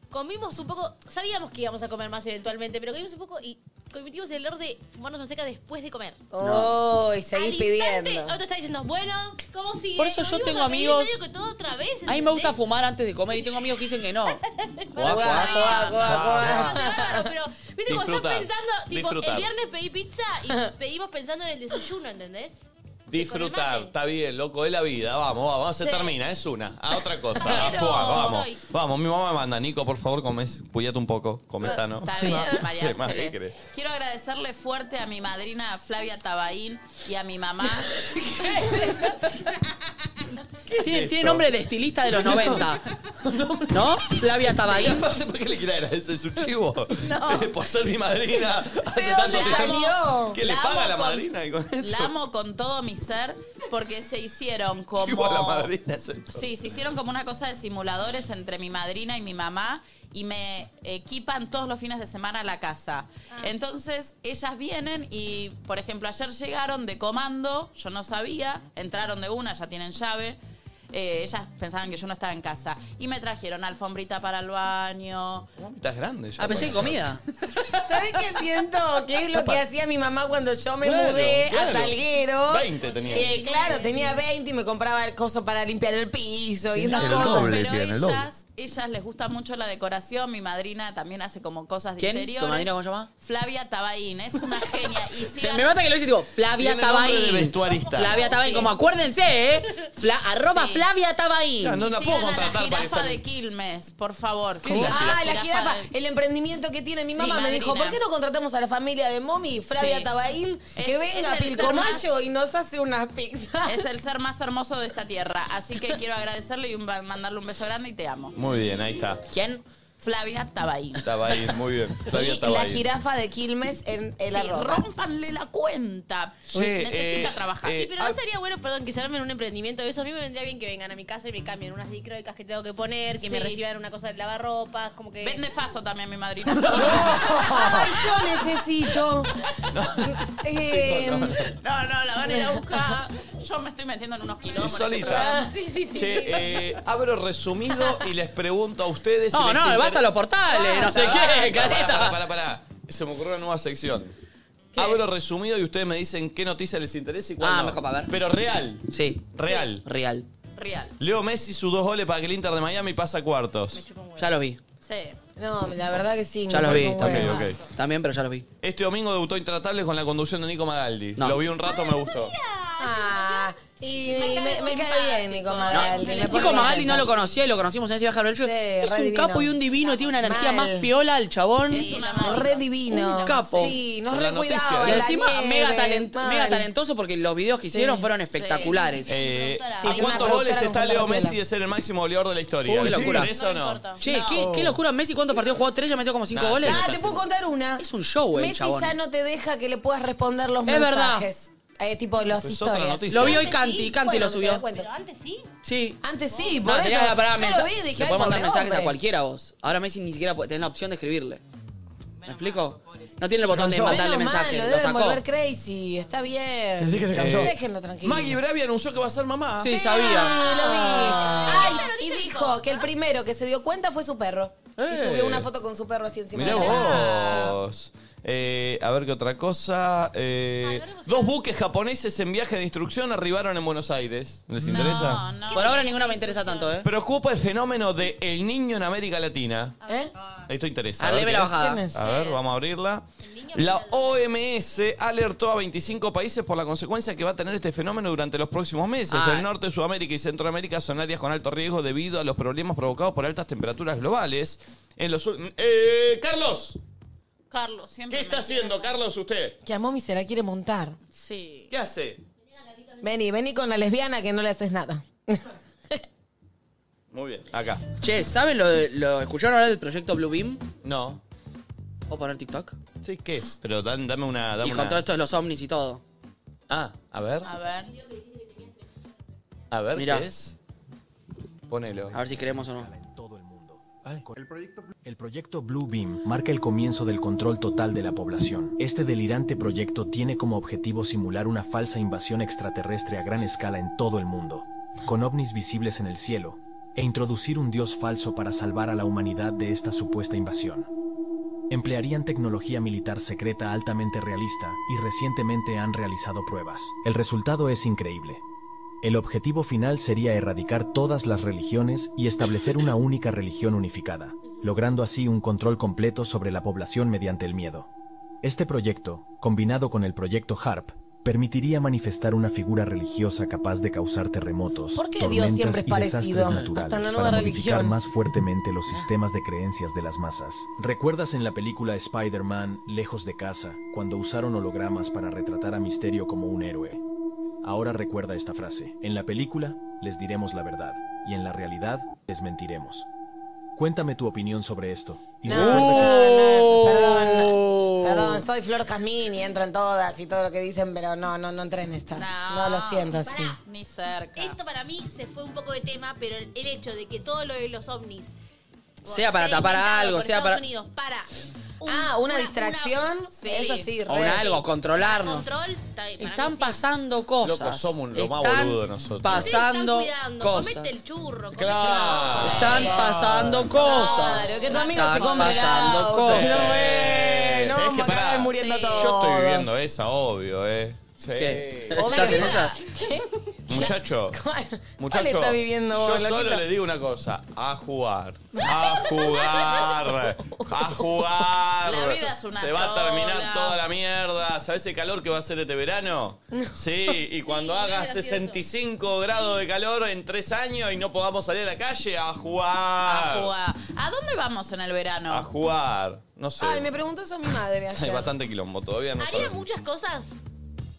[SPEAKER 8] Comimos un poco, sabíamos que íbamos a comer más eventualmente, pero comimos un poco y cometimos el error de fumarnos una seca después de comer.
[SPEAKER 3] Oh, y
[SPEAKER 8] Al
[SPEAKER 3] seguís
[SPEAKER 8] instante,
[SPEAKER 3] pidiendo.
[SPEAKER 8] Otro está diciendo, bueno, ¿cómo sigue?
[SPEAKER 2] Por eso yo
[SPEAKER 8] Volvimos
[SPEAKER 2] tengo
[SPEAKER 8] a pedir
[SPEAKER 2] amigos-
[SPEAKER 8] medio que todo otra vez,
[SPEAKER 2] A mí me gusta fumar antes de comer y tengo amigos que dicen que no. Jugá,
[SPEAKER 3] Jugá, jugá, jugá,
[SPEAKER 2] jugá.
[SPEAKER 8] Claro, pero viste como estás
[SPEAKER 1] Disfrutar.
[SPEAKER 8] pensando, tipo,
[SPEAKER 1] Disfrutar.
[SPEAKER 8] el viernes pedí pizza y pedimos pensando en el desayuno, ¿entendés?
[SPEAKER 1] Disfrutar, está bien, loco, es la vida. Vamos, vamos, se
[SPEAKER 8] Sí.
[SPEAKER 1] termina, es una. A otra cosa.
[SPEAKER 8] Pero-
[SPEAKER 1] Fua, vamos,
[SPEAKER 8] Voy.
[SPEAKER 1] vamos, mi mamá me manda, Nico, por favor, comes, cuídate un poco, come sano.
[SPEAKER 4] Está bien, María
[SPEAKER 1] ¿Qué más
[SPEAKER 4] Ángeles.
[SPEAKER 1] querés?
[SPEAKER 4] Quiero agradecerle fuerte a mi madrina Flavia Tabaín y a mi mamá.
[SPEAKER 2] Tiene, tiene nombre de estilista de los 90. ¿No? Flavia
[SPEAKER 1] Y
[SPEAKER 2] Tabaín.
[SPEAKER 1] aparte, ¿por qué le quiere agradecer su chivo? Eh, Por ser mi madrina. Hace
[SPEAKER 4] ¿De
[SPEAKER 1] tanto
[SPEAKER 4] dónde salió?
[SPEAKER 1] tiempo. ¿Qué le
[SPEAKER 4] La
[SPEAKER 1] paga
[SPEAKER 4] amo
[SPEAKER 1] la
[SPEAKER 4] con-
[SPEAKER 1] madrina? Y con esto?
[SPEAKER 4] La amo con todo mi ser porque se hicieron
[SPEAKER 1] Chivo a la
[SPEAKER 4] como.
[SPEAKER 1] madrina. es el-
[SPEAKER 4] Sí, se hicieron como una cosa de simuladores entre mi madrina y mi mamá y me equipan todos los fines de semana a la casa.
[SPEAKER 3] Ah.
[SPEAKER 4] Entonces ellas vienen y, por ejemplo, ayer llegaron de comando, yo no sabía, entraron de una, ya tienen llave. eh, ellas pensaban que yo no estaba en casa y me trajeron alfombrita para el baño.
[SPEAKER 1] Estás grande ya.
[SPEAKER 4] Ah, pensé que comida.
[SPEAKER 3] ¿Sabes qué siento? Que es lo que hacía mi mamá cuando yo me
[SPEAKER 1] Claro,
[SPEAKER 3] mudé
[SPEAKER 1] claro.
[SPEAKER 3] a Salguero.
[SPEAKER 1] 20 tenía.
[SPEAKER 3] Que, claro, tenía 20 y me compraba el coso para limpiar el piso y esas
[SPEAKER 1] El
[SPEAKER 3] cosas.
[SPEAKER 1] doble
[SPEAKER 4] Pero
[SPEAKER 1] tiene, el doble.
[SPEAKER 4] ellas, ellas les gusta mucho la decoración. Mi madrina también hace como cosas de
[SPEAKER 2] ¿Quién? ¿Tu
[SPEAKER 4] interiores.
[SPEAKER 2] madrina cómo se llama?
[SPEAKER 4] Flavia Tabaín, es una genia. Y
[SPEAKER 2] Te-
[SPEAKER 4] sigan-
[SPEAKER 2] Me mata que lo dice tipo Flavia
[SPEAKER 4] Tiene nombre de
[SPEAKER 2] Tabaín.
[SPEAKER 1] vestuarista.
[SPEAKER 2] Flavia Tabaín,
[SPEAKER 4] Sí.
[SPEAKER 2] como acuérdense, ¿eh? Fla- arroba
[SPEAKER 4] Sí.
[SPEAKER 2] Flavia Tabaín.
[SPEAKER 1] Ya, no la
[SPEAKER 4] Y
[SPEAKER 1] puedo
[SPEAKER 4] sigan a
[SPEAKER 1] contratar
[SPEAKER 4] la
[SPEAKER 1] para que
[SPEAKER 4] jirafa
[SPEAKER 1] salga.
[SPEAKER 4] de Quilmes, por favor.
[SPEAKER 1] ¿Qué es la
[SPEAKER 3] Ah, la jirafa,
[SPEAKER 4] de-
[SPEAKER 3] el emprendimiento que tiene mi mamá me dijo,
[SPEAKER 4] madrina.
[SPEAKER 3] ¿por qué no contratamos a la familia de Momi, Flavia
[SPEAKER 4] Sí.
[SPEAKER 3] Tabaín, que
[SPEAKER 4] Es-
[SPEAKER 3] venga a
[SPEAKER 4] es el ser
[SPEAKER 3] Pilcomayo y nos hace unas pizzas?
[SPEAKER 4] Es el ser más hermoso de esta tierra. Así que quiero agradecerle y un- mandarle un beso grande y te amo.
[SPEAKER 1] Muy bien, ahí está.
[SPEAKER 4] ¿Quién? Flavia Tabaín.
[SPEAKER 1] Estaba ahí, muy bien. Flavia
[SPEAKER 3] Y
[SPEAKER 1] estaba
[SPEAKER 3] la
[SPEAKER 1] ahí.
[SPEAKER 3] jirafa de Quilmes en
[SPEAKER 4] Sí,
[SPEAKER 3] el arroz.
[SPEAKER 4] rompanle la cuenta.
[SPEAKER 1] Sí, Necesita eh, trabajar. eh,
[SPEAKER 8] Sí, pero no
[SPEAKER 1] ah-
[SPEAKER 8] estaría bueno, perdón, que se armen un emprendimiento de eso. A mí me vendría bien que vengan a mi casa y me cambien unas dicroicas que tengo que poner, que me
[SPEAKER 4] Sí.
[SPEAKER 8] reciban una cosa de lavarropas, como que...
[SPEAKER 4] Vende faso también, mi madrina.
[SPEAKER 3] Ay, yo necesito. Eh,
[SPEAKER 4] No, no, la van a ir a buscar. Yo me estoy metiendo en unos kilómetros.
[SPEAKER 3] Ah,
[SPEAKER 1] solita.
[SPEAKER 4] Sí, sí, sí.
[SPEAKER 1] Che, eh, abro resumido y les pregunto a ustedes.
[SPEAKER 2] No,
[SPEAKER 1] si les
[SPEAKER 2] no,
[SPEAKER 1] inter- Ah,
[SPEAKER 2] basta los portales, no sé qué,
[SPEAKER 1] pará,
[SPEAKER 2] careta.
[SPEAKER 1] Pará, pará, pará. Se me ocurrió una nueva sección. Abro resumido y ustedes me dicen qué noticia les interesa y cuál
[SPEAKER 2] Ah,
[SPEAKER 1] no.
[SPEAKER 2] me copa, a ver.
[SPEAKER 1] Pero real.
[SPEAKER 2] Sí.
[SPEAKER 1] Real.
[SPEAKER 2] Real.
[SPEAKER 4] Real.
[SPEAKER 1] Leo Messi, sus dos goles para que el Inter de Miami pasa a cuartos.
[SPEAKER 2] Ya los vi.
[SPEAKER 4] Sí.
[SPEAKER 3] No, la verdad que sí.
[SPEAKER 2] Ya
[SPEAKER 3] me
[SPEAKER 2] los vi.
[SPEAKER 3] falta un
[SPEAKER 2] También,
[SPEAKER 3] huevo.
[SPEAKER 2] también, pero ya los vi.
[SPEAKER 1] Este domingo debutó Intratables con la conducción de Nico Magaldi.
[SPEAKER 2] No.
[SPEAKER 1] Lo vi un rato, me gustó.
[SPEAKER 3] Ah, y me, me, me cae bien Nico
[SPEAKER 2] No,
[SPEAKER 3] Magaldi. me pone
[SPEAKER 2] Nico Magaldi
[SPEAKER 3] contenta.
[SPEAKER 2] no lo conocía y lo conocimos en ese viaje a Brasil. Es un
[SPEAKER 3] redivino.
[SPEAKER 2] capo y un divino, tiene una energía
[SPEAKER 3] Mal.
[SPEAKER 2] más piola el chabón.
[SPEAKER 3] Re divino.
[SPEAKER 2] Un capo.
[SPEAKER 3] Sí, nos
[SPEAKER 2] Con
[SPEAKER 3] re
[SPEAKER 2] la noticia.
[SPEAKER 3] cuidaba,
[SPEAKER 2] Y
[SPEAKER 3] la
[SPEAKER 2] encima
[SPEAKER 3] nieve,
[SPEAKER 2] mega, talent-
[SPEAKER 3] mal.
[SPEAKER 2] mega talentoso porque los videos que hicieron fueron espectaculares.
[SPEAKER 1] Eh,
[SPEAKER 3] Sí,
[SPEAKER 1] ¿A
[SPEAKER 3] una
[SPEAKER 1] cuántos
[SPEAKER 3] productora
[SPEAKER 1] goles
[SPEAKER 3] con
[SPEAKER 1] está
[SPEAKER 3] Santa
[SPEAKER 1] Leo
[SPEAKER 3] Gabriela.
[SPEAKER 1] Messi de ser el máximo goleador de la historia?
[SPEAKER 2] Uy,
[SPEAKER 1] ¿Les
[SPEAKER 2] locura.
[SPEAKER 1] interesa o no?
[SPEAKER 2] Che, ¿qué,
[SPEAKER 1] No.
[SPEAKER 2] qué locura Messi, ¿cuántos partidos jugó? Tres, ya metió como cinco
[SPEAKER 1] Nah,
[SPEAKER 2] goles.
[SPEAKER 1] sí,
[SPEAKER 3] Ah, te puedo contar una.
[SPEAKER 2] Es un show, el
[SPEAKER 3] Messi
[SPEAKER 2] chabón.
[SPEAKER 3] ya no te deja que le puedas responder los
[SPEAKER 2] Es verdad. Pues
[SPEAKER 3] mensajes. Eh, tipo los
[SPEAKER 2] Es otra
[SPEAKER 3] historias.
[SPEAKER 2] noticia. Lo vi hoy Canti, Canti lo subió.
[SPEAKER 3] Pero
[SPEAKER 8] antes sí.
[SPEAKER 2] Sí.
[SPEAKER 3] Antes sí,
[SPEAKER 2] No,
[SPEAKER 3] por eso.
[SPEAKER 2] tenía la palabra
[SPEAKER 3] yo
[SPEAKER 2] mensa-
[SPEAKER 3] lo vi y dije,
[SPEAKER 2] le
[SPEAKER 3] ay,
[SPEAKER 2] podés mandar
[SPEAKER 3] pobre
[SPEAKER 2] mensajes a
[SPEAKER 3] hombre.
[SPEAKER 2] cualquiera vos. Ahora Messi ni siquiera puede- tenés la opción de escribirle. ¿Me explico? No tiene el botón de
[SPEAKER 1] cansó.
[SPEAKER 2] mandarle
[SPEAKER 3] Menos mal,
[SPEAKER 2] mensaje,
[SPEAKER 3] Lo
[SPEAKER 2] lo
[SPEAKER 3] deben
[SPEAKER 2] sacó.
[SPEAKER 3] volver crazy, está bien.
[SPEAKER 1] Decí que se cansó.
[SPEAKER 3] Déjenlo tranquilo.
[SPEAKER 1] Maggie Bravi anunció que va a ser mamá.
[SPEAKER 2] Sí, sabía. Ah.
[SPEAKER 3] Sí, lo vi. Ay, y dijo que el primero que se dio cuenta fue su perro. Y
[SPEAKER 1] Eh.
[SPEAKER 3] subió una foto con su perro así encima
[SPEAKER 1] Mirá
[SPEAKER 3] de la mesa.
[SPEAKER 1] vos. Eh, a ver qué otra cosa.
[SPEAKER 2] Ah,
[SPEAKER 1] Eh, dos buques japoneses en viaje de instrucción arribaron en Buenos Aires. ¿Les interesa?
[SPEAKER 2] Por ahora ninguna me interesa tanto, ¿eh?
[SPEAKER 1] Preocupa el fenómeno de El Niño en América Latina.
[SPEAKER 2] ¿Eh?
[SPEAKER 1] Esto interesa.
[SPEAKER 2] Ah,
[SPEAKER 1] A ver,
[SPEAKER 2] léeme la
[SPEAKER 1] ¿querés?
[SPEAKER 2] bajada. ¿Quién es?
[SPEAKER 1] A ver, vamos a abrirla. La OMS alertó a 25 países por la consecuencia que va a tener este fenómeno durante los próximos meses.
[SPEAKER 2] Ah.
[SPEAKER 1] El norte, Sudamérica y Centroamérica son áreas con alto riesgo debido a los problemas provocados por altas temperaturas globales. En los ul- eh, Carlos,
[SPEAKER 4] Carlos, siempre.
[SPEAKER 1] ¿qué está haciendo Carlos usted?
[SPEAKER 3] Que a Momi se la quiere montar.
[SPEAKER 4] Sí.
[SPEAKER 1] ¿Qué hace?
[SPEAKER 3] Vení, vení con la lesbiana que no le haces nada.
[SPEAKER 1] Muy bien, acá.
[SPEAKER 2] Che, ¿saben lo, de- lo escucharon hablar del proyecto Blue Beam?
[SPEAKER 1] No.
[SPEAKER 2] ¿Puedo poner TikTok?
[SPEAKER 1] Sí, ¿qué es? Pero dan- dame una. Dame
[SPEAKER 2] y
[SPEAKER 1] una-
[SPEAKER 2] con todo esto de los ovnis y todo.
[SPEAKER 1] Ah, a ver.
[SPEAKER 4] A ver.
[SPEAKER 1] A ver,
[SPEAKER 2] Mirá.
[SPEAKER 1] ¿qué es? Ponelo.
[SPEAKER 2] A ver si queremos o no.
[SPEAKER 26] El proyecto Blue Beam marca el comienzo del control total de la población. Este delirante proyecto tiene como objetivo simular una falsa invasión extraterrestre a gran escala en todo el mundo, con ovnis visibles en el cielo, e introducir un dios falso para salvar a la humanidad de esta supuesta invasión. Emplearían tecnología militar secreta altamente realista y recientemente han realizado pruebas. El resultado es increíble. El objetivo final sería erradicar todas las religiones y establecer una única religión unificada, logrando así un control completo sobre la población mediante el miedo. Este proyecto, combinado con el proyecto HARP, permitiría manifestar una figura religiosa capaz de causar terremotos,
[SPEAKER 25] ¿Por qué Dios
[SPEAKER 26] tormentas
[SPEAKER 25] siempre es
[SPEAKER 26] y desastres
[SPEAKER 25] parecido?
[SPEAKER 26] naturales
[SPEAKER 25] Hasta en la
[SPEAKER 26] para
[SPEAKER 25] nueva
[SPEAKER 26] modificar
[SPEAKER 25] religión. Ah.
[SPEAKER 26] más fuertemente los sistemas de creencias de las masas. ¿Recuerdas en la película Spider-Man, Lejos de casa, cuando usaron hologramas para retratar a Misterio como un héroe? Ahora recuerda esta frase. En la película les diremos la verdad y en la realidad les mentiremos. Cuéntame tu opinión sobre esto. Y recuerda que-
[SPEAKER 3] Perdón, perdón, soy Flor Jazmín y entro en todas y todo lo que dicen, pero no, no, no entré en esta. No, lo siento, sí.
[SPEAKER 4] Ni cerca.
[SPEAKER 8] Esto para mí se fue un poco de tema, pero el, el hecho de que todo lo de los ovnis.
[SPEAKER 4] Ah,
[SPEAKER 2] Sea para tapar
[SPEAKER 8] inventado
[SPEAKER 2] algo,
[SPEAKER 8] por
[SPEAKER 2] sea
[SPEAKER 8] Estados
[SPEAKER 2] para-
[SPEAKER 8] Unidos, para. un-
[SPEAKER 25] Ah, una distracción. Eso sí,
[SPEAKER 2] O
[SPEAKER 25] re.
[SPEAKER 2] un algo, controlarnos.
[SPEAKER 8] Control, está bien, para
[SPEAKER 2] Están
[SPEAKER 8] mí sí.
[SPEAKER 2] pasando cosas.
[SPEAKER 1] Loco, somos lo más
[SPEAKER 2] Están
[SPEAKER 1] boludo nosotros.
[SPEAKER 2] pasando
[SPEAKER 8] Ustedes están cuidando,
[SPEAKER 2] cosas.
[SPEAKER 8] Comete el churro. comete-
[SPEAKER 1] Claro.
[SPEAKER 2] Están pasando cosas.
[SPEAKER 8] Claro,
[SPEAKER 3] que tu amigo
[SPEAKER 2] Están
[SPEAKER 3] se compre el
[SPEAKER 2] pasando
[SPEAKER 3] auto.
[SPEAKER 2] cosas.
[SPEAKER 3] No, eh, no, vamos a
[SPEAKER 1] pará,
[SPEAKER 3] acabar muriendo todos.
[SPEAKER 1] Yo estoy viviendo esa, obvio, ¿eh? Sí.
[SPEAKER 2] ¿Qué?
[SPEAKER 3] ¿Estás en esa?
[SPEAKER 1] Muchacho,
[SPEAKER 3] ¿Cuál
[SPEAKER 1] muchacho,
[SPEAKER 3] está viviendo
[SPEAKER 1] yo
[SPEAKER 3] vos,
[SPEAKER 1] solo
[SPEAKER 3] loquito?
[SPEAKER 1] le digo una cosa, a jugar, a jugar, a jugar.
[SPEAKER 4] La vida es una
[SPEAKER 1] Se va a
[SPEAKER 4] sola.
[SPEAKER 1] terminar toda la mierda. ¿Sabes el calor que va a hacer este verano? Sí, y cuando haga 65 grados de calor en tres años y no podamos salir a la calle, a jugar. Ah.
[SPEAKER 4] A jugar. ¿A dónde vamos en el verano?
[SPEAKER 1] A jugar. No sé.
[SPEAKER 25] Ay, me preguntó eso mi madre
[SPEAKER 1] Hay
[SPEAKER 25] ayer.
[SPEAKER 1] bastante quilombo, todavía no
[SPEAKER 8] Haría
[SPEAKER 1] sabemos.
[SPEAKER 8] muchas cosas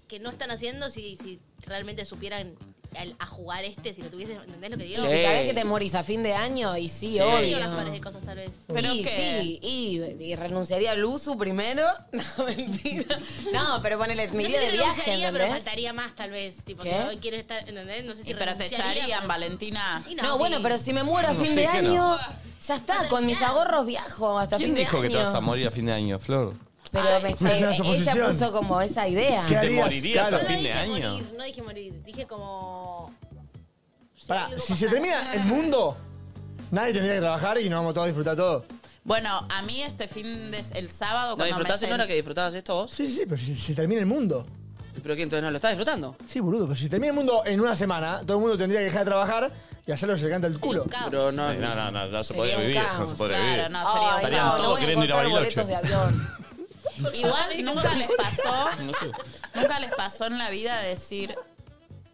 [SPEAKER 8] que no están haciendo si, si realmente supieran al- a jugar este, si lo tuviesen, ¿entendés lo que
[SPEAKER 25] Y
[SPEAKER 8] digo?
[SPEAKER 25] si sabés que te morís a fin de año, y sí,
[SPEAKER 8] Sí.
[SPEAKER 25] obvio.
[SPEAKER 8] Las peores de cosas tal vez.
[SPEAKER 25] y, sí, y, y renunciaría a Luzu primero. No, mentira. No, pero ponele mi
[SPEAKER 8] No sé
[SPEAKER 25] día
[SPEAKER 8] si
[SPEAKER 25] de
[SPEAKER 8] lo
[SPEAKER 25] viaje,
[SPEAKER 8] usaría, pero
[SPEAKER 25] ¿entendés?
[SPEAKER 8] faltaría más tal vez. Tipo,
[SPEAKER 25] ¿Qué?
[SPEAKER 8] si hoy quiero estar, ¿entendés? No sé si
[SPEAKER 4] Y pero te
[SPEAKER 8] renunciaría,
[SPEAKER 4] echarían,
[SPEAKER 8] pero-
[SPEAKER 4] Valentina.
[SPEAKER 8] Y
[SPEAKER 25] No,
[SPEAKER 8] no, sí.
[SPEAKER 25] bueno, pero si me muero a
[SPEAKER 1] No,
[SPEAKER 25] fin
[SPEAKER 1] sí,
[SPEAKER 25] de
[SPEAKER 1] que no.
[SPEAKER 25] año, ya está, con mis ahorros viajo hasta
[SPEAKER 1] ¿Quién
[SPEAKER 25] fin de
[SPEAKER 1] dijo que te
[SPEAKER 25] año.
[SPEAKER 1] vas a morir a fin de año, Flor?
[SPEAKER 25] Pero me-
[SPEAKER 6] esa es la
[SPEAKER 25] ella
[SPEAKER 6] suposición.
[SPEAKER 25] puso como esa idea.
[SPEAKER 1] Si te morirías a
[SPEAKER 6] Claro.
[SPEAKER 1] fin de
[SPEAKER 8] No dije
[SPEAKER 1] año.
[SPEAKER 8] morir, no dije morir, dije como.
[SPEAKER 6] Pará, si se termina el mundo, nadie tendría que trabajar y nos vamos todos a disfrutar todo.
[SPEAKER 4] Bueno, a mí este fin de el sábado
[SPEAKER 2] ¿No
[SPEAKER 4] cuando
[SPEAKER 2] disfrutaste?
[SPEAKER 4] me
[SPEAKER 2] ¿No
[SPEAKER 4] sen-
[SPEAKER 2] era que disfrutabas esto vos?
[SPEAKER 6] Sí, sí, pero si se termina el mundo.
[SPEAKER 2] ¿Pero qué? ¿Entonces no lo estás disfrutando?
[SPEAKER 6] Sí, boludo, pero si termina el mundo en una semana, todo el mundo tendría que dejar de trabajar y hacerlo se le canta el culo.
[SPEAKER 2] Pero no,
[SPEAKER 1] Eh, no, no, no, no se
[SPEAKER 6] Sería
[SPEAKER 1] podría
[SPEAKER 6] un
[SPEAKER 1] vivir, no
[SPEAKER 6] caos.
[SPEAKER 1] se podría
[SPEAKER 6] Claro,
[SPEAKER 1] vivir.
[SPEAKER 4] no, sería un
[SPEAKER 1] Estarían
[SPEAKER 4] caos. No
[SPEAKER 1] todos
[SPEAKER 4] voy a
[SPEAKER 1] queriendo ir a
[SPEAKER 4] encontrar
[SPEAKER 1] Bariloche.
[SPEAKER 4] Igual nunca les pasó,
[SPEAKER 1] No sé.
[SPEAKER 4] nunca les pasó en la vida decir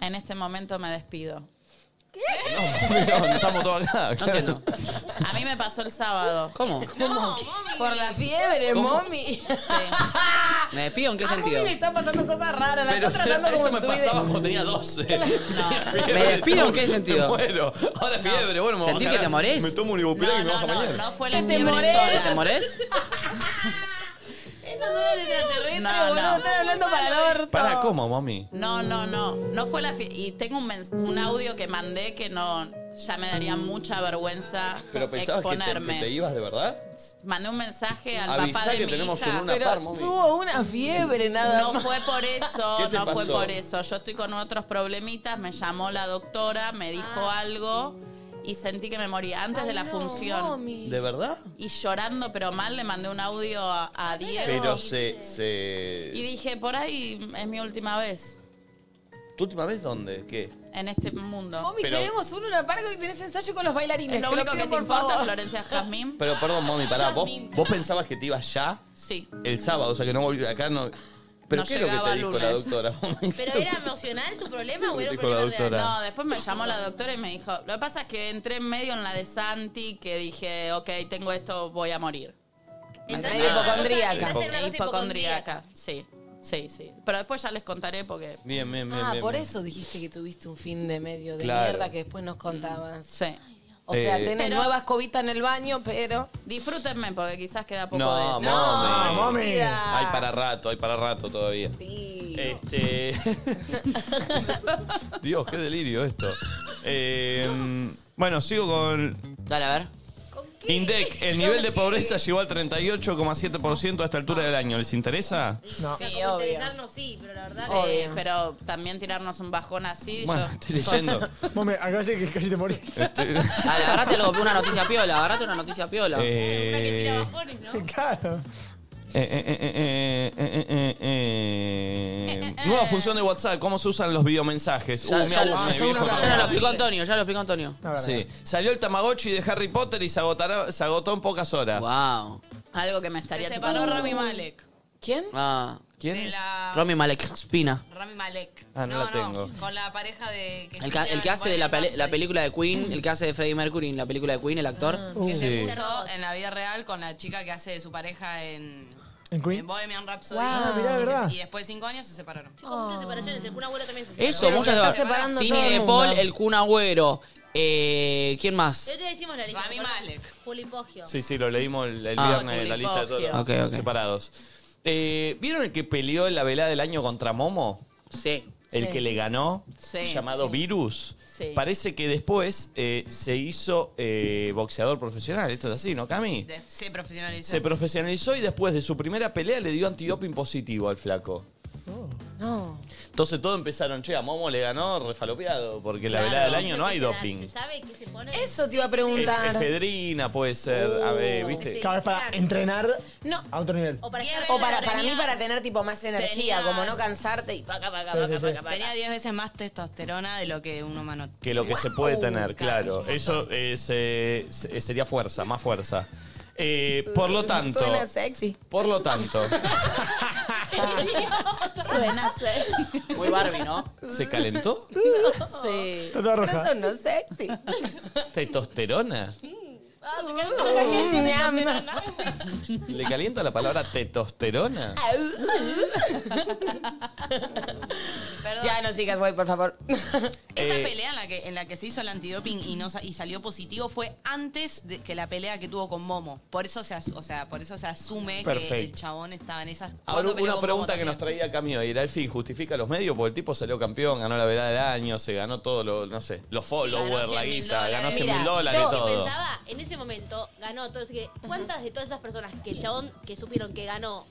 [SPEAKER 4] en este momento me despido.
[SPEAKER 1] No, estamos todos acá. claro.
[SPEAKER 4] A mí me pasó el sábado.
[SPEAKER 2] ¿Cómo?
[SPEAKER 25] Por la fiebre,
[SPEAKER 4] ¿Cómo?
[SPEAKER 25] mommy.
[SPEAKER 2] ¿Me despido
[SPEAKER 8] Ah,
[SPEAKER 2] en qué sentido?
[SPEAKER 25] Le está pasando cosas raras. La
[SPEAKER 1] Pero
[SPEAKER 25] está tratando como
[SPEAKER 1] eso
[SPEAKER 25] si
[SPEAKER 1] me
[SPEAKER 25] tuviera-
[SPEAKER 1] pasaba cuando tenía 12.
[SPEAKER 2] ¿Me despido en qué sentido?
[SPEAKER 1] Bueno, ahora fiebre, bueno, me
[SPEAKER 2] ¿Sentir que
[SPEAKER 1] bajará.
[SPEAKER 2] te morés?
[SPEAKER 1] Me tomo un ibuprofeno y me bajo mañana.
[SPEAKER 4] No fue
[SPEAKER 25] ¿Que
[SPEAKER 4] la
[SPEAKER 25] te
[SPEAKER 4] fiebre
[SPEAKER 25] morés?
[SPEAKER 4] sola.
[SPEAKER 2] ¿Te morés?
[SPEAKER 25] Estas son las extraterrestres,
[SPEAKER 4] No,
[SPEAKER 25] boludo.
[SPEAKER 4] no.
[SPEAKER 25] Están hablando para el orto.
[SPEAKER 1] Para, ¿cómo, mami?
[SPEAKER 4] No, no, no.
[SPEAKER 1] Mm.
[SPEAKER 4] No fue la fie- Y tengo un, mens- un audio que mandé que no. Ya me daría mucha vergüenza
[SPEAKER 1] ¿Pero pensabas que te,
[SPEAKER 4] exponerme.
[SPEAKER 1] que te ibas de verdad?
[SPEAKER 4] Mandé un mensaje al
[SPEAKER 1] Avisá
[SPEAKER 4] papá de
[SPEAKER 1] que
[SPEAKER 4] mi
[SPEAKER 1] tenemos
[SPEAKER 4] hija.
[SPEAKER 1] un una par, mami.
[SPEAKER 25] Tuvo una fiebre, nada
[SPEAKER 4] No
[SPEAKER 25] más.
[SPEAKER 4] fue por
[SPEAKER 1] ¿Qué
[SPEAKER 4] eso,
[SPEAKER 1] te
[SPEAKER 4] no fue
[SPEAKER 1] pasó?
[SPEAKER 4] por eso. Yo estoy con otros problemitas, me llamó la doctora, me dijo algo y sentí que me moría antes de la función.
[SPEAKER 1] ¿De verdad?
[SPEAKER 4] Y llorando pero mal le mandé un audio a, a Diego
[SPEAKER 1] Pero se, se...
[SPEAKER 4] y dije, por ahí es mi última vez
[SPEAKER 1] ¿Tu última vez dónde? ¿Qué?
[SPEAKER 4] en este mundo.
[SPEAKER 25] Mami,
[SPEAKER 1] Pero-
[SPEAKER 25] tenemos uno en Pargo y tenés ensayo con los bailarines.
[SPEAKER 4] ¿Es lo
[SPEAKER 25] te
[SPEAKER 4] único
[SPEAKER 25] pido,
[SPEAKER 4] que te
[SPEAKER 25] por
[SPEAKER 4] importa,
[SPEAKER 25] favor.
[SPEAKER 4] Florencia Jazmín?
[SPEAKER 1] Pero perdón, mami, pará. ¿Vos, vos pensabas que te ibas ya
[SPEAKER 4] Sí.
[SPEAKER 1] el sábado? O sea, que no volví acá, no... ¿Pero
[SPEAKER 4] No
[SPEAKER 1] qué es lo que
[SPEAKER 4] llegaba
[SPEAKER 1] te
[SPEAKER 4] el
[SPEAKER 1] dijo la
[SPEAKER 4] lunes.
[SPEAKER 1] doctora, mami?
[SPEAKER 8] ¿Pero era emocional tu problema o era un
[SPEAKER 1] Dijo
[SPEAKER 8] problema
[SPEAKER 1] la
[SPEAKER 8] real?
[SPEAKER 1] doctora.
[SPEAKER 4] No, después me llamó la doctora y me dijo, lo que pasa es que entré en medio en la de Santi, que dije, ok, tengo esto, voy a morir.
[SPEAKER 25] Entraste en una cosa- Hipocondríaca. entraste en una cosa
[SPEAKER 4] Hipocondríaca, sí, sí, sí. Pero después ya les contaré porque...
[SPEAKER 1] Bien, bien, bien.
[SPEAKER 25] Ah,
[SPEAKER 1] bien,
[SPEAKER 25] por
[SPEAKER 1] bien.
[SPEAKER 25] eso dijiste que tuviste un fin de medio de
[SPEAKER 1] Claro.
[SPEAKER 25] mierda que después nos contabas.
[SPEAKER 4] Sí.
[SPEAKER 3] O sea,
[SPEAKER 1] Eh,
[SPEAKER 3] tenés
[SPEAKER 1] Pero-
[SPEAKER 3] nueva escobita en el baño, pero...
[SPEAKER 4] Disfrútenme, porque quizás queda poco
[SPEAKER 1] No,
[SPEAKER 4] de...
[SPEAKER 1] mami.
[SPEAKER 3] vida.
[SPEAKER 1] Hay para rato, hay para rato todavía. Este. Dios, qué delirio esto. Eh, bueno, sigo con.
[SPEAKER 2] Dale, a ver.
[SPEAKER 1] INDEC, el nivel de pobreza llegó al 38,7% a esta altura del año. ¿Les interesa?
[SPEAKER 4] No. Sí,
[SPEAKER 8] Complementarnos, sí, pero la verdad.
[SPEAKER 4] Sí,
[SPEAKER 8] que-
[SPEAKER 4] pero también tirarnos un bajón así.
[SPEAKER 1] Bueno,
[SPEAKER 4] yo...
[SPEAKER 1] estoy leyendo.
[SPEAKER 6] Mome, acá llegué que casi te morís.
[SPEAKER 1] Este,
[SPEAKER 2] Dale, agarrate algo, una noticia piola, agarrate una noticia piola.
[SPEAKER 1] Eh,
[SPEAKER 6] Claro.
[SPEAKER 1] eh, eh, eh, eh, eh, eh, eh. Nueva función de WhatsApp, ¿cómo se usan los videomensajes?
[SPEAKER 2] Ya,
[SPEAKER 1] Uh, me
[SPEAKER 2] ya-
[SPEAKER 1] aburre,
[SPEAKER 2] ya-
[SPEAKER 1] mi viejo
[SPEAKER 2] ya
[SPEAKER 1] no-
[SPEAKER 2] lo explicó Antonio, ya lo explicó Antonio.
[SPEAKER 1] Sí. Salió el Tamagotchi de Harry Potter y se, agotará- se agotó en pocas horas.
[SPEAKER 2] Wow.
[SPEAKER 4] Algo que me estaría...
[SPEAKER 15] Se separó
[SPEAKER 4] chupando.
[SPEAKER 15] Rami Malek.
[SPEAKER 3] ¿Quién?
[SPEAKER 2] Ah.
[SPEAKER 1] ¿Quién
[SPEAKER 15] De
[SPEAKER 1] es?
[SPEAKER 15] la-
[SPEAKER 2] Romy Malek Espina.
[SPEAKER 15] Rami Malek.
[SPEAKER 2] Ah, no la tengo.
[SPEAKER 15] Con la pareja de.
[SPEAKER 2] El, ca- el que hace de la, pele- la película de Queen, el que hace de Freddie Mercury en la película de Queen, el actor.
[SPEAKER 15] Que se puso en la vida real con la chica que hace de su pareja en.
[SPEAKER 6] ¿En Queen?
[SPEAKER 15] en Bohemian Rhapsody.
[SPEAKER 6] Wow. Ah, mirá,
[SPEAKER 15] Y se-
[SPEAKER 6] verdad.
[SPEAKER 15] Y después de cinco años se separaron.
[SPEAKER 25] Ah.
[SPEAKER 8] Muchas separaciones, el Kun Abuelo también se
[SPEAKER 2] Eso, muchas gracias. Tini de Paul, el Kun Agüero. Eh, ¿Quién más?
[SPEAKER 8] Yo te decimos la lista. Rami Malek. Juli Poggio.
[SPEAKER 1] Sí, sí, lo leímos el, el
[SPEAKER 2] Ah,
[SPEAKER 1] viernes en la lista de
[SPEAKER 2] Tulipogio.
[SPEAKER 1] todos los
[SPEAKER 2] Ok, ok.
[SPEAKER 1] separados. Eh, ¿Vieron el que peleó en la velada del año contra Momo?
[SPEAKER 2] Sí.
[SPEAKER 1] El
[SPEAKER 2] Sí.
[SPEAKER 1] que le ganó,
[SPEAKER 2] Sí,
[SPEAKER 1] llamado
[SPEAKER 2] sí.
[SPEAKER 1] Virus.
[SPEAKER 2] Sí.
[SPEAKER 1] Parece que después eh, se hizo eh, boxeador profesional. Esto es así, ¿no, Cami?
[SPEAKER 15] De- se profesionalizó.
[SPEAKER 1] Se profesionalizó y después de su primera pelea le dio antidoping positivo al flaco.
[SPEAKER 15] Eh,
[SPEAKER 3] No.
[SPEAKER 1] Entonces todos empezaron, che, a Momo le ganó refalopeado, porque la
[SPEAKER 8] Claro.
[SPEAKER 1] velada del año no
[SPEAKER 8] Que
[SPEAKER 1] hay
[SPEAKER 8] se da-
[SPEAKER 1] doping.
[SPEAKER 8] ¿Se sabe qué se pone?
[SPEAKER 3] Eso te iba a preguntar.
[SPEAKER 1] Efedrina puede ser, a ver, ¿viste?
[SPEAKER 8] Uh, Sí.
[SPEAKER 6] Cada vez para entrenar
[SPEAKER 3] No.
[SPEAKER 6] a otro nivel.
[SPEAKER 8] O para,
[SPEAKER 3] O para, para mí, para tener tipo más energía, como no cansarte y paca, paca,
[SPEAKER 6] Sí,
[SPEAKER 3] paca,
[SPEAKER 6] sí, sí.
[SPEAKER 3] paca, paca.
[SPEAKER 15] Tenía 10 veces más testosterona de lo que un humano.
[SPEAKER 1] Que lo que se
[SPEAKER 8] uh,
[SPEAKER 1] puede tener, claro. Eso es, eh, se- sería fuerza, más fuerza. Eh, por lo tanto,
[SPEAKER 3] Suena sexy.
[SPEAKER 1] por lo tanto,
[SPEAKER 4] Suena ser.
[SPEAKER 2] Muy Barbie, ¿no?
[SPEAKER 1] ¿se calentó?
[SPEAKER 4] Sí.
[SPEAKER 3] No son no sexy.
[SPEAKER 1] ¿Testosterona?
[SPEAKER 15] Ah,
[SPEAKER 1] ¿Le calienta la palabra testosterona?
[SPEAKER 3] Ya no sigas, güey, por favor.
[SPEAKER 15] Esta
[SPEAKER 1] Eh,
[SPEAKER 15] pelea en la, que, en la que se hizo el antidoping y, no, sa- y salió positivo fue antes de que la pelea que tuvo con Momo. Por eso se, as- o sea, por eso se asume
[SPEAKER 1] Perfecto.
[SPEAKER 15] que el chabón estaba en esas.
[SPEAKER 1] Ahora,
[SPEAKER 15] ¿Cuándo peleó
[SPEAKER 1] Ah, una
[SPEAKER 15] con
[SPEAKER 1] pregunta
[SPEAKER 15] Momo
[SPEAKER 1] que nos
[SPEAKER 15] también?
[SPEAKER 1] traía Camilo era ¿al fin justifica los medios? Porque el tipo salió campeón, ganó la velada del año, se ganó todo lo, no sé, los followers, la
[SPEAKER 8] 100.000
[SPEAKER 1] guita, ganó 100 mil
[SPEAKER 8] Mira,
[SPEAKER 1] dólares
[SPEAKER 8] yo
[SPEAKER 1] y todo.
[SPEAKER 8] pensaba, en ese momento, ganó todo. así que, ¿cuántas de todas esas personas que el chabón que supieron que ganó,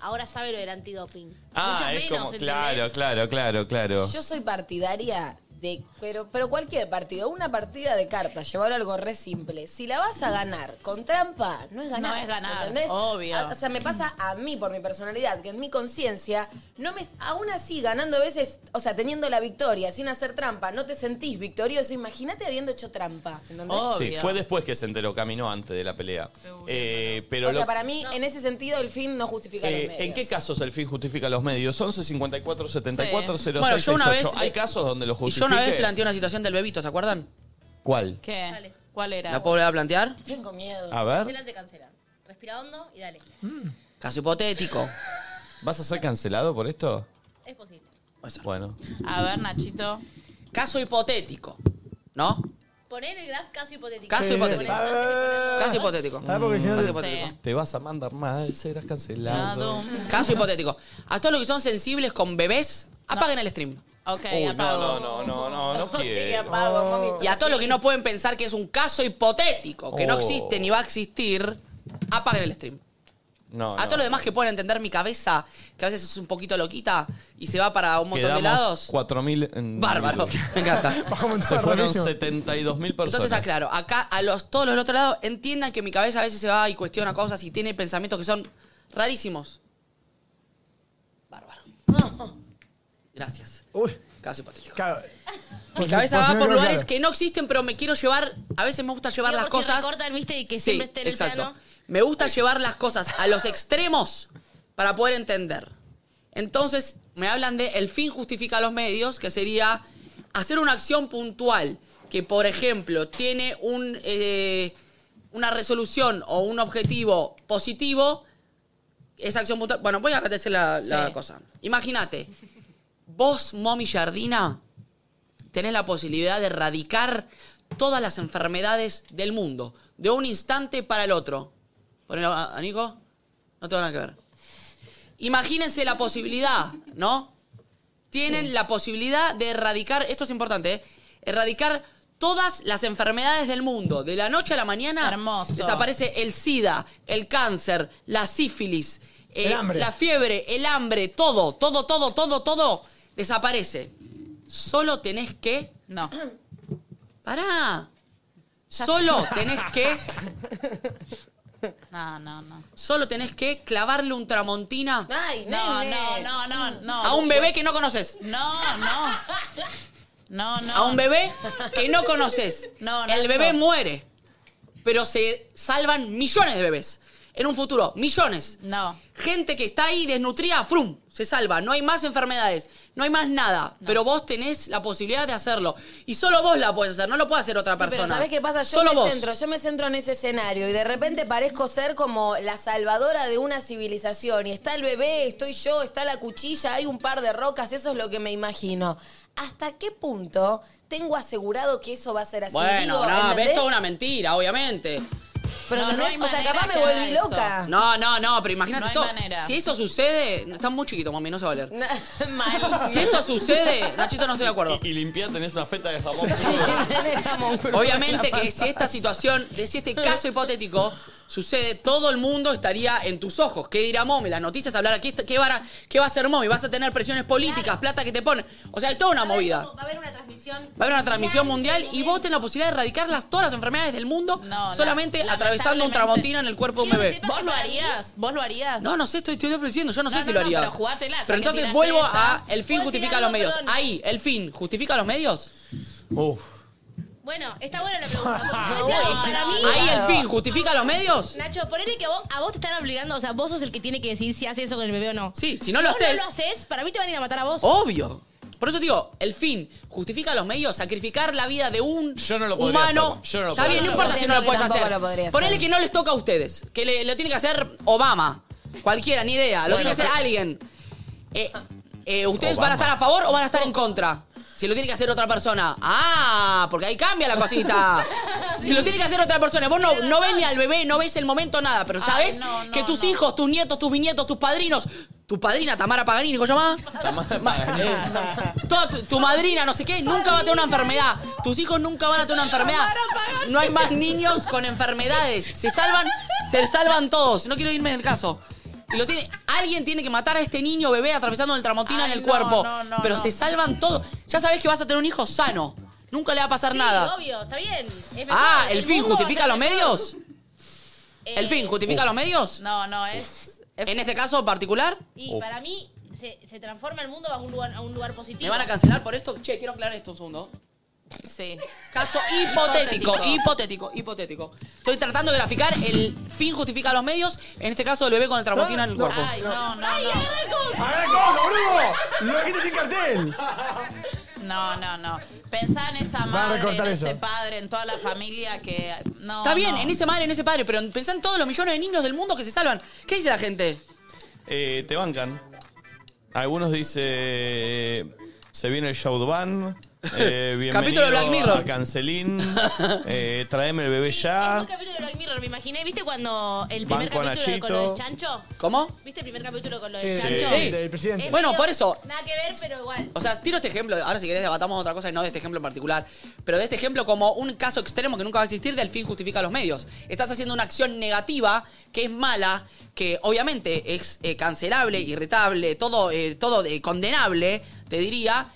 [SPEAKER 8] ahora sabe lo del antidoping?
[SPEAKER 1] Ah,
[SPEAKER 8] Mucho
[SPEAKER 1] es
[SPEAKER 8] menos,
[SPEAKER 1] como,
[SPEAKER 8] ¿entendés?
[SPEAKER 1] claro, claro, claro, claro.
[SPEAKER 3] Yo soy partidaria de. Pero, pero cualquier partido, una partida de cartas, llevar algo re simple. Si la vas a ganar con trampa, no es ganar.
[SPEAKER 4] No es ganar,
[SPEAKER 3] ¿entendés?
[SPEAKER 4] obvio.
[SPEAKER 3] A- o sea, me pasa a mí por mi personalidad, que en mi conciencia, no me. Aún así, ganando a veces, o sea, teniendo la victoria sin hacer trampa, no te sentís victorioso. Imagínate habiendo hecho trampa. ¿entendés?
[SPEAKER 1] Sí, fue después que se enteró, caminó antes de la pelea. Eh, pero
[SPEAKER 3] o sea,
[SPEAKER 1] los-
[SPEAKER 3] para mí, en ese sentido, el fin no justifica
[SPEAKER 1] eh,
[SPEAKER 3] los
[SPEAKER 1] ¿En
[SPEAKER 3] medios.
[SPEAKER 1] qué casos el fin justifica los medios? 11 54 74
[SPEAKER 2] Sí.
[SPEAKER 1] 06
[SPEAKER 2] Bueno, yo una vez-
[SPEAKER 1] 68. Hay casos donde lo
[SPEAKER 2] Y
[SPEAKER 1] justifica.
[SPEAKER 2] yo una vez planteé una situación del bebito, ¿se acuerdan?
[SPEAKER 1] ¿Cuál?
[SPEAKER 4] ¿Qué? ¿Cuál era?
[SPEAKER 2] ¿La puedo volver a plantear?
[SPEAKER 3] Tengo miedo.
[SPEAKER 1] A ver. Mm.
[SPEAKER 8] Cancela, te cancela. Respira hondo y dale.
[SPEAKER 2] Caso hipotético.
[SPEAKER 1] ¿Vas a ser cancelado por esto?
[SPEAKER 8] Es posible.
[SPEAKER 1] Bueno.
[SPEAKER 4] A ver, Nachito.
[SPEAKER 2] Caso hipotético, ¿no?
[SPEAKER 8] Poner el gran caso hipotético.
[SPEAKER 2] Caso hipotético. Caso hipotético.
[SPEAKER 1] Ah, porque si no
[SPEAKER 2] Caso
[SPEAKER 1] te-
[SPEAKER 2] hipotético.
[SPEAKER 1] Te vas a mandar mal, serás cancelado.
[SPEAKER 2] Caso hipotético. A todos los que son sensibles con bebés, apaguen el stream.
[SPEAKER 4] Ok,
[SPEAKER 1] Uy, no, no, no, no, no, no quiero.
[SPEAKER 2] Y a todos los que no pueden pensar que es un caso hipotético, que no
[SPEAKER 1] Oh.
[SPEAKER 2] existe ni va a existir, apaguen el stream.
[SPEAKER 1] No,
[SPEAKER 2] a
[SPEAKER 1] no.
[SPEAKER 2] todos los demás que pueden entender mi cabeza, que a veces es un poquito loquita y se va para un montón
[SPEAKER 1] Quedamos
[SPEAKER 2] de lados.
[SPEAKER 1] 4.000 en-
[SPEAKER 2] Bárbaro, me encanta.
[SPEAKER 1] Se fueron 72.000 personas.
[SPEAKER 2] Entonces, aclaro, acá a los, todos los del otro lado entiendan que mi cabeza a veces se va y cuestiona cosas y tiene pensamientos que son rarísimos. Bárbaro. Gracias. Caso hipotético. Mi cabeza va por lugares que Pues no existen, pero me quiero llevar. A veces me gusta llevar
[SPEAKER 8] Digo,
[SPEAKER 2] las
[SPEAKER 8] por si
[SPEAKER 2] cosas.
[SPEAKER 8] recorta el viste y que
[SPEAKER 2] Sí,
[SPEAKER 8] siempre esté en el
[SPEAKER 2] exacto.
[SPEAKER 8] plano.
[SPEAKER 2] Me gusta llevar las cosas a los extremos para poder entender. Entonces, me hablan de el fin justifica los medios, que sería hacer una acción puntual que, por ejemplo, tiene un, eh, una resolución o un objetivo positivo. Esa acción puntual. Bueno, voy a decir la, la
[SPEAKER 8] Sí.
[SPEAKER 2] cosa. Imagínate, vos, Momi Jardina, tenés la posibilidad de erradicar todas las enfermedades del mundo, de un instante para el otro. Ponelo a, a Nico, no tengo nada que ver. Imagínense la posibilidad, ¿no? Tienen la posibilidad de erradicar, esto es importante, ¿eh? erradicar todas las enfermedades del mundo. De la noche a la mañana desaparece el SIDA, el cáncer, la sífilis, eh,
[SPEAKER 6] El hambre.
[SPEAKER 2] la fiebre, el hambre, todo, todo, todo, todo, todo desaparece. Solo tenés que... No. Pará. Solo tenés que...
[SPEAKER 4] No, no, no.
[SPEAKER 2] Solo tenés que clavarle un tramontina
[SPEAKER 4] Ay, no, no,
[SPEAKER 25] nene.
[SPEAKER 4] no, no, no.
[SPEAKER 2] a un bebé que no conoces.
[SPEAKER 4] No, no. No, no.
[SPEAKER 2] A un bebé que no conoces.
[SPEAKER 4] No,
[SPEAKER 2] El
[SPEAKER 4] Nacho.
[SPEAKER 2] bebé muere. Pero se salvan millones de bebés. En un futuro, millones.
[SPEAKER 4] No.
[SPEAKER 2] Gente que está ahí desnutrida, frum, se salva. No hay más enfermedades, no hay más nada. Pero vos tenés la posibilidad de hacerlo. Y solo vos la podés hacer, no lo puede hacer otra
[SPEAKER 25] Sí,
[SPEAKER 2] persona.
[SPEAKER 25] Pero ¿sabés qué pasa? Yo
[SPEAKER 2] solo
[SPEAKER 25] me
[SPEAKER 2] vos.
[SPEAKER 25] centro, yo me centro en ese escenario y de repente parezco ser como la salvadora de una civilización. Y está el bebé, estoy yo, está la cuchilla, hay un par de rocas, eso es lo que me imagino. ¿Hasta qué punto tengo asegurado que eso va a ser así?
[SPEAKER 2] Bueno,
[SPEAKER 25] Digo,
[SPEAKER 2] no,
[SPEAKER 25] ¿entendés?
[SPEAKER 2] ves toda una mentira, obviamente.
[SPEAKER 25] Pero
[SPEAKER 4] No, no
[SPEAKER 25] ¿entendés?
[SPEAKER 4] hay
[SPEAKER 25] o sea,
[SPEAKER 4] manera
[SPEAKER 25] capaz me
[SPEAKER 4] que haga
[SPEAKER 25] volví
[SPEAKER 4] eso.
[SPEAKER 25] loca.
[SPEAKER 2] No, no, no, pero imagínate
[SPEAKER 4] No hay
[SPEAKER 2] todo.
[SPEAKER 4] manera.
[SPEAKER 2] Si eso sucede, estás muy chiquito, mami, no se va a leer.
[SPEAKER 25] Mal.
[SPEAKER 2] Si eso sucede, Nachito no estoy de acuerdo.
[SPEAKER 1] Y, y limpiar tenés una feta de jamón.
[SPEAKER 2] Obviamente que si esta situación, de- si este caso hipotético sucede, todo el mundo estaría en tus ojos. ¿Qué dirá Momi? Las noticias hablarán. ¿Qué, está- qué, van a- qué va a hacer Momi? Vas a tener presiones políticas, plata que te ponen. O sea, hay toda una movida.
[SPEAKER 8] Va a haber una transmisión.
[SPEAKER 2] Va a haber una transmisión mundial y vos tenés la posibilidad de erradicar las, todas las enfermedades del mundo solamente atravesando un tramontina en el cuerpo de un bebé.
[SPEAKER 4] ¿Vos lo harías? ¿Vos lo harías?
[SPEAKER 2] No, no sé, estoy, estoy diciendo, yo no, sé si lo haría.
[SPEAKER 4] pero jugátela, ya
[SPEAKER 2] Pero
[SPEAKER 4] que
[SPEAKER 2] entonces
[SPEAKER 4] tiraste
[SPEAKER 2] vuelvo
[SPEAKER 4] esta.
[SPEAKER 2] a el fin
[SPEAKER 8] ¿Puedo decir
[SPEAKER 2] justifica los
[SPEAKER 8] algo?
[SPEAKER 2] medios.
[SPEAKER 8] Perdón.
[SPEAKER 2] Ahí, el fin, ¿justifica los medios?
[SPEAKER 8] Bueno, está buena la pregunta. porque
[SPEAKER 2] Uy,
[SPEAKER 8] decía, para mí-
[SPEAKER 2] Ahí el fin, ¿justifica los medios?
[SPEAKER 8] Nacho, ponele que a vos, a vos te están obligando, o sea, vos sos el que tiene que decidir si hace eso con el bebé o no.
[SPEAKER 2] Sí, si no lo
[SPEAKER 8] vos
[SPEAKER 2] haces-
[SPEAKER 8] no lo haces, para mí te van a ir a matar a vos.
[SPEAKER 2] Obvio. Por eso digo, el fin justifica los medios, sacrificar la vida de un
[SPEAKER 1] Yo no lo podría
[SPEAKER 2] humano.
[SPEAKER 1] hacer. Yo no lo
[SPEAKER 2] Está
[SPEAKER 1] podría
[SPEAKER 2] bien, no
[SPEAKER 1] hacer.
[SPEAKER 2] importa si
[SPEAKER 25] Yo
[SPEAKER 2] no
[SPEAKER 25] siento
[SPEAKER 2] lo
[SPEAKER 25] que
[SPEAKER 2] puedes
[SPEAKER 25] tampoco
[SPEAKER 2] hacer.
[SPEAKER 25] lo podría
[SPEAKER 2] Ponele
[SPEAKER 25] hacer.
[SPEAKER 2] que no les toca a ustedes, que le- lo tiene que hacer Obama, cualquiera, ni idea, lo tiene
[SPEAKER 1] Bueno,
[SPEAKER 2] que hacer
[SPEAKER 1] pero-
[SPEAKER 2] alguien. Eh, eh, ¿Ustedes
[SPEAKER 1] Obama.
[SPEAKER 2] van a estar a favor o van a estar en contra? Si lo tiene que hacer otra persona. Ah, porque ahí cambia la cosita. Si lo tiene que hacer otra persona, vos no, no ves ni al bebé, no ves el momento, nada, pero sabes que tus hijos, tus nietos, tus viñetos, tus padrinos, tu padrina Tamara Paganini, ¿cómo se llama? Toda tu, tu madrina, no sé qué, nunca va a tener una enfermedad. Tus hijos nunca van a tener una enfermedad. No hay más niños con enfermedades. Se salvan, se salvan todos. No quiero irme del caso. Y lo tiene, alguien tiene que matar a este niño bebé atravesando el tramontina en el cuerpo. pero se salvan todos. Ya sabés que vas a tener un hijo sano. Nunca le va a pasar
[SPEAKER 8] Sí,
[SPEAKER 2] nada.
[SPEAKER 8] obvio, está bien. es mejor,
[SPEAKER 2] Ah, ¿el fin
[SPEAKER 8] mundo va a Eh,
[SPEAKER 2] justifica
[SPEAKER 8] ser
[SPEAKER 2] los
[SPEAKER 8] mejor.
[SPEAKER 2] medios? ¿El fin justifica
[SPEAKER 8] Uf.
[SPEAKER 2] los medios?
[SPEAKER 4] No, no, es...
[SPEAKER 2] En este caso particular,
[SPEAKER 8] Y para mí, se, se transforma el mundo a un lugar, a un lugar positivo.
[SPEAKER 2] ¿me van a cancelar por esto? Che, quiero aclarar esto un segundo.
[SPEAKER 4] Sí.
[SPEAKER 2] Caso hipotético, hipotético, hipotético. Estoy tratando de graficar el fin justifica los medios, en este caso el bebé con el tramontina en el cuerpo.
[SPEAKER 4] Ay, no, no. no.
[SPEAKER 6] ¡Agarra el coso, boludo! ¡Lo dijiste sin cartel!
[SPEAKER 4] No, no, no. Pensá en esa
[SPEAKER 6] Va a
[SPEAKER 4] madre, en
[SPEAKER 6] recortar eso.
[SPEAKER 4] ese padre, en toda la familia que. No,
[SPEAKER 2] Está bien,
[SPEAKER 4] no.
[SPEAKER 2] en ese madre, en ese padre, pero pensá en todos los millones de niños del mundo que se salvan. ¿Qué dice la gente?
[SPEAKER 1] Eh, te bancan. Algunos dice se viene el Showdown. Eh, bienvenido
[SPEAKER 2] Capítulo de Black Mirror.
[SPEAKER 1] a Cancelín. Eh, traeme el bebé
[SPEAKER 8] Un
[SPEAKER 1] ya.
[SPEAKER 8] capítulo de Black Mirror, me imaginé, ¿viste cuando el primer
[SPEAKER 1] Banco a
[SPEAKER 8] capítulo con
[SPEAKER 1] Nachito.
[SPEAKER 8] lo del chancho?
[SPEAKER 2] ¿Cómo?
[SPEAKER 8] ¿Viste el primer capítulo con lo
[SPEAKER 2] Sí,
[SPEAKER 8] del
[SPEAKER 2] sí,
[SPEAKER 8] chancho?
[SPEAKER 2] sí, del presidente.
[SPEAKER 8] Es
[SPEAKER 2] Bueno,
[SPEAKER 8] medio-
[SPEAKER 2] por eso.
[SPEAKER 8] Nada que ver, pero igual.
[SPEAKER 2] O sea, tiro este ejemplo, ahora si querés debatamos otra cosa y no de este ejemplo en particular, pero de este ejemplo como un caso extremo que nunca va a existir del fin justifica los medios. Estás haciendo una acción negativa que es mala, que obviamente es eh, cancelable, irritable, todo, eh, todo eh, condenable, te diría,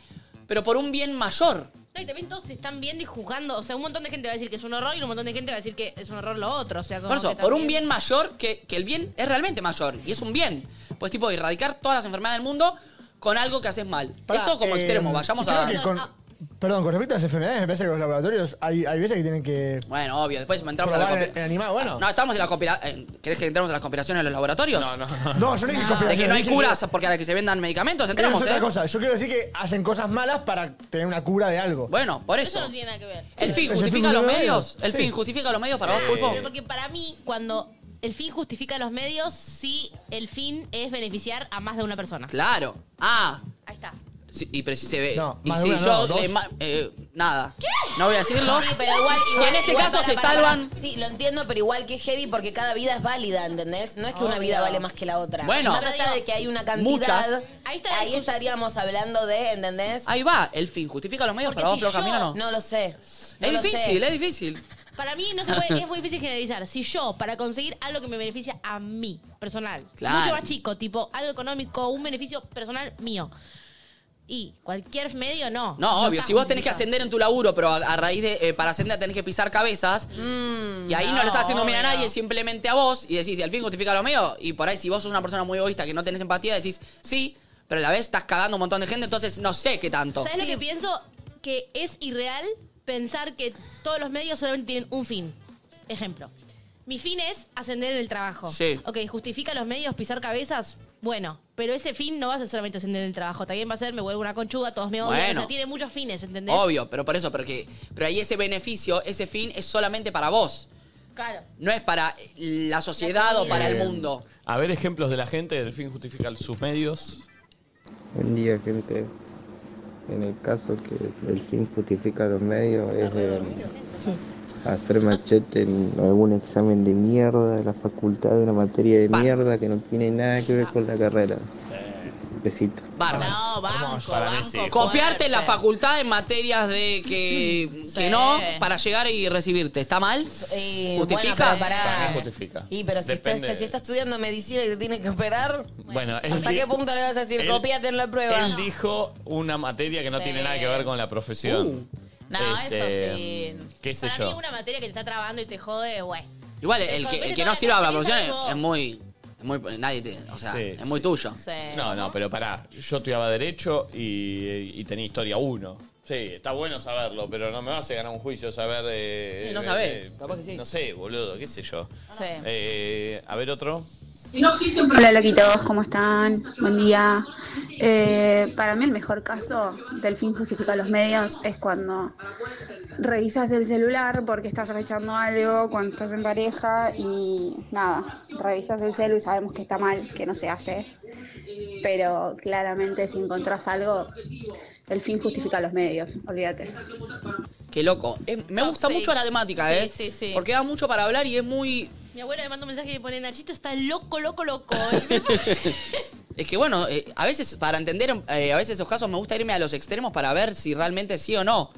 [SPEAKER 2] pero por un bien mayor.
[SPEAKER 8] No, y también todos te están viendo y juzgando. O sea, un montón de gente va a decir que es un horror y un montón de gente va a decir que es un horror lo otro. O sea, como
[SPEAKER 2] Por eso,
[SPEAKER 8] que
[SPEAKER 2] por un
[SPEAKER 8] también-
[SPEAKER 2] bien mayor, que, que el bien es realmente mayor, y es un bien. Pues tipo, erradicar todas las enfermedades del mundo con algo que haces mal.
[SPEAKER 6] Pará,
[SPEAKER 2] Eso como
[SPEAKER 6] eh,
[SPEAKER 2] extremo, vayamos
[SPEAKER 6] creo
[SPEAKER 2] a...
[SPEAKER 6] que con- Perdón, con respecto a las enfermedades, me parece que los laboratorios hay, hay veces que tienen que.
[SPEAKER 2] Bueno, obvio, después entramos a la
[SPEAKER 6] Probar
[SPEAKER 2] compila-
[SPEAKER 6] en animal, bueno.
[SPEAKER 2] No, estamos en la compilación. ¿Querés que entremos en las conspiraciones de los laboratorios? No, no.
[SPEAKER 6] No, yo no dije
[SPEAKER 2] De que
[SPEAKER 6] conspiraciones,
[SPEAKER 2] no hay
[SPEAKER 6] dije
[SPEAKER 2] curas porque a que se vendan medicamentos,
[SPEAKER 6] Pero es
[SPEAKER 2] entramos,
[SPEAKER 6] otra
[SPEAKER 2] ¿eh?
[SPEAKER 6] cosa. Yo quiero decir que hacen cosas malas para tener una cura de algo.
[SPEAKER 2] Bueno, por eso.
[SPEAKER 8] Eso no tiene nada que ver.
[SPEAKER 2] El fin
[SPEAKER 6] Ese
[SPEAKER 2] justifica
[SPEAKER 6] fin
[SPEAKER 2] los
[SPEAKER 6] de
[SPEAKER 2] medios. El
[SPEAKER 6] sí.
[SPEAKER 2] fin justifica los medios para vos, Pulpo.
[SPEAKER 8] Pero porque para mí, cuando el fin justifica los medios, sí el fin es beneficiar a más de una persona.
[SPEAKER 2] Claro. Ah.
[SPEAKER 8] Ahí está.
[SPEAKER 2] Sí, y pero si se ve.
[SPEAKER 6] No,
[SPEAKER 2] y
[SPEAKER 6] más
[SPEAKER 2] si
[SPEAKER 6] de una
[SPEAKER 2] yo
[SPEAKER 6] no, dos.
[SPEAKER 2] le ma- eh, nada. No voy a decirlo.
[SPEAKER 4] Sí, pero igual,
[SPEAKER 3] Si
[SPEAKER 4] igual-
[SPEAKER 3] en este
[SPEAKER 4] igual,
[SPEAKER 3] caso
[SPEAKER 4] para,
[SPEAKER 3] se
[SPEAKER 4] para,
[SPEAKER 3] salvan.
[SPEAKER 4] para.
[SPEAKER 3] Sí, lo entiendo, pero igual que es heavy porque cada vida es válida, ¿entendés? No es que una
[SPEAKER 4] Obvio.
[SPEAKER 3] vida vale más que la otra.
[SPEAKER 2] Bueno.
[SPEAKER 3] Más allá de que hay una cantidad,
[SPEAKER 2] Muchas. Ah,
[SPEAKER 3] ahí, estaríamos hablando de, ¿entendés?
[SPEAKER 2] Ahí va, el fin. ¿Justifica los medios para vos, pero camino no?
[SPEAKER 3] No lo sé. No
[SPEAKER 2] es
[SPEAKER 3] lo
[SPEAKER 2] difícil,
[SPEAKER 3] sé.
[SPEAKER 2] es difícil.
[SPEAKER 8] Para mí no se puede, es muy difícil generalizar. Si yo, para conseguir algo que me beneficia a mí, personal,
[SPEAKER 4] Claro.
[SPEAKER 8] mucho más chico, tipo algo económico, un beneficio personal mío, y cualquier medio, no.
[SPEAKER 2] No, obvio.
[SPEAKER 8] está
[SPEAKER 2] Si vos tenés que
[SPEAKER 8] justificado.
[SPEAKER 2] ascender en tu laburo, pero a, a raíz de. eh, para ascender tenés que pisar cabezas. y ahí Mm, no, le estás haciendo bien a
[SPEAKER 4] obvio.
[SPEAKER 2] nadie, simplemente a vos. Y decís, y al fin justifica lo mío. Y por ahí, si vos sos una persona muy egoísta que no tenés empatía, decís, sí, pero a la vez estás cagando un montón de gente, entonces no sé qué tanto.
[SPEAKER 8] ¿Sabes lo que pienso? Que es irreal pensar que todos los medios solamente tienen un fin. Ejemplo. Mi fin es ascender en el trabajo.
[SPEAKER 4] Sí.
[SPEAKER 8] Ok, justifica los medios pisar cabezas. Bueno, pero ese fin no va a ser solamente ascender en el trabajo. También va a ser me vuelvo una conchuga, todos me odian.
[SPEAKER 2] Bueno.
[SPEAKER 8] O sea, tiene muchos fines, ¿entendés?
[SPEAKER 2] Obvio, pero por eso, porque, pero ahí ese beneficio, ese fin es solamente para vos.
[SPEAKER 8] Claro.
[SPEAKER 2] No es para la sociedad o para el
[SPEAKER 1] Eh,
[SPEAKER 2] mundo.
[SPEAKER 1] A ver ejemplos de la gente, del fin justifica sus medios.
[SPEAKER 6] Buen día, gente. En el caso que el fin justifica los medios, es eh, hacer machete en algún examen de mierda de la facultad, de una materia de mierda que no tiene nada que ver con la carrera. Besito.
[SPEAKER 2] Bárbaro.
[SPEAKER 6] Para mí sí.
[SPEAKER 2] Copiarte en la facultad en materias de que, que no para llegar y recibirte. ¿Está mal?
[SPEAKER 3] Eh,
[SPEAKER 2] ¿Justifica?
[SPEAKER 3] bueno, pero pará.
[SPEAKER 1] Para mí justifica.
[SPEAKER 3] Y pero si está,
[SPEAKER 1] Depende.
[SPEAKER 3] si está estudiando medicina y te tiene que operar,
[SPEAKER 1] Bueno, él
[SPEAKER 3] ¿hasta
[SPEAKER 1] di-
[SPEAKER 3] qué punto le vas a decir
[SPEAKER 1] él-
[SPEAKER 3] copiate en la prueba?
[SPEAKER 1] Él dijo una materia que no
[SPEAKER 8] Sí.
[SPEAKER 1] tiene nada que ver con la profesión. Este,
[SPEAKER 8] No, eso sí.
[SPEAKER 1] ¿Qué sé
[SPEAKER 8] Para mí
[SPEAKER 1] yo?
[SPEAKER 8] una materia que te está trabando y te jode, güey.
[SPEAKER 2] Igual, el que, el que no sirva para la profesión es, es muy. es muy- nadie te- o sea,
[SPEAKER 1] Sí,
[SPEAKER 2] es muy
[SPEAKER 1] sí.
[SPEAKER 2] tuyo.
[SPEAKER 1] No, no, pero pará. Yo estudiaba Derecho y, y tenía Historia 1. Sí, está bueno saberlo, pero no me hace ganar un juicio saber... eh,
[SPEAKER 2] Sí, no
[SPEAKER 1] eh,
[SPEAKER 2] sabés,
[SPEAKER 1] eh,
[SPEAKER 2] capaz que sí.
[SPEAKER 1] No sé, boludo, qué sé yo.
[SPEAKER 27] Sí.
[SPEAKER 1] Eh, a ver otro.
[SPEAKER 28] Hola loquitos, ¿cómo están? Buen día. Eh, para mí el mejor caso del fin justifica los medios es cuando revisas el celular porque estás sospechando algo, cuando estás en pareja y nada, revisas el celu y sabemos que está mal, que no se hace. Pero claramente si encontrás algo, el fin justifica los medios, olvídate.
[SPEAKER 2] Qué loco. Es- me gusta mucho la temática,
[SPEAKER 8] Sí,
[SPEAKER 2] ¿eh?
[SPEAKER 8] sí, sí.
[SPEAKER 2] Porque da mucho para hablar y es muy.
[SPEAKER 8] Mi abuela me manda un mensaje y pone, Nachito está loco, loco, loco.
[SPEAKER 2] Es que bueno, eh, a veces, para entender eh, a veces esos casos, me gusta irme a los extremos para ver si realmente sí o no.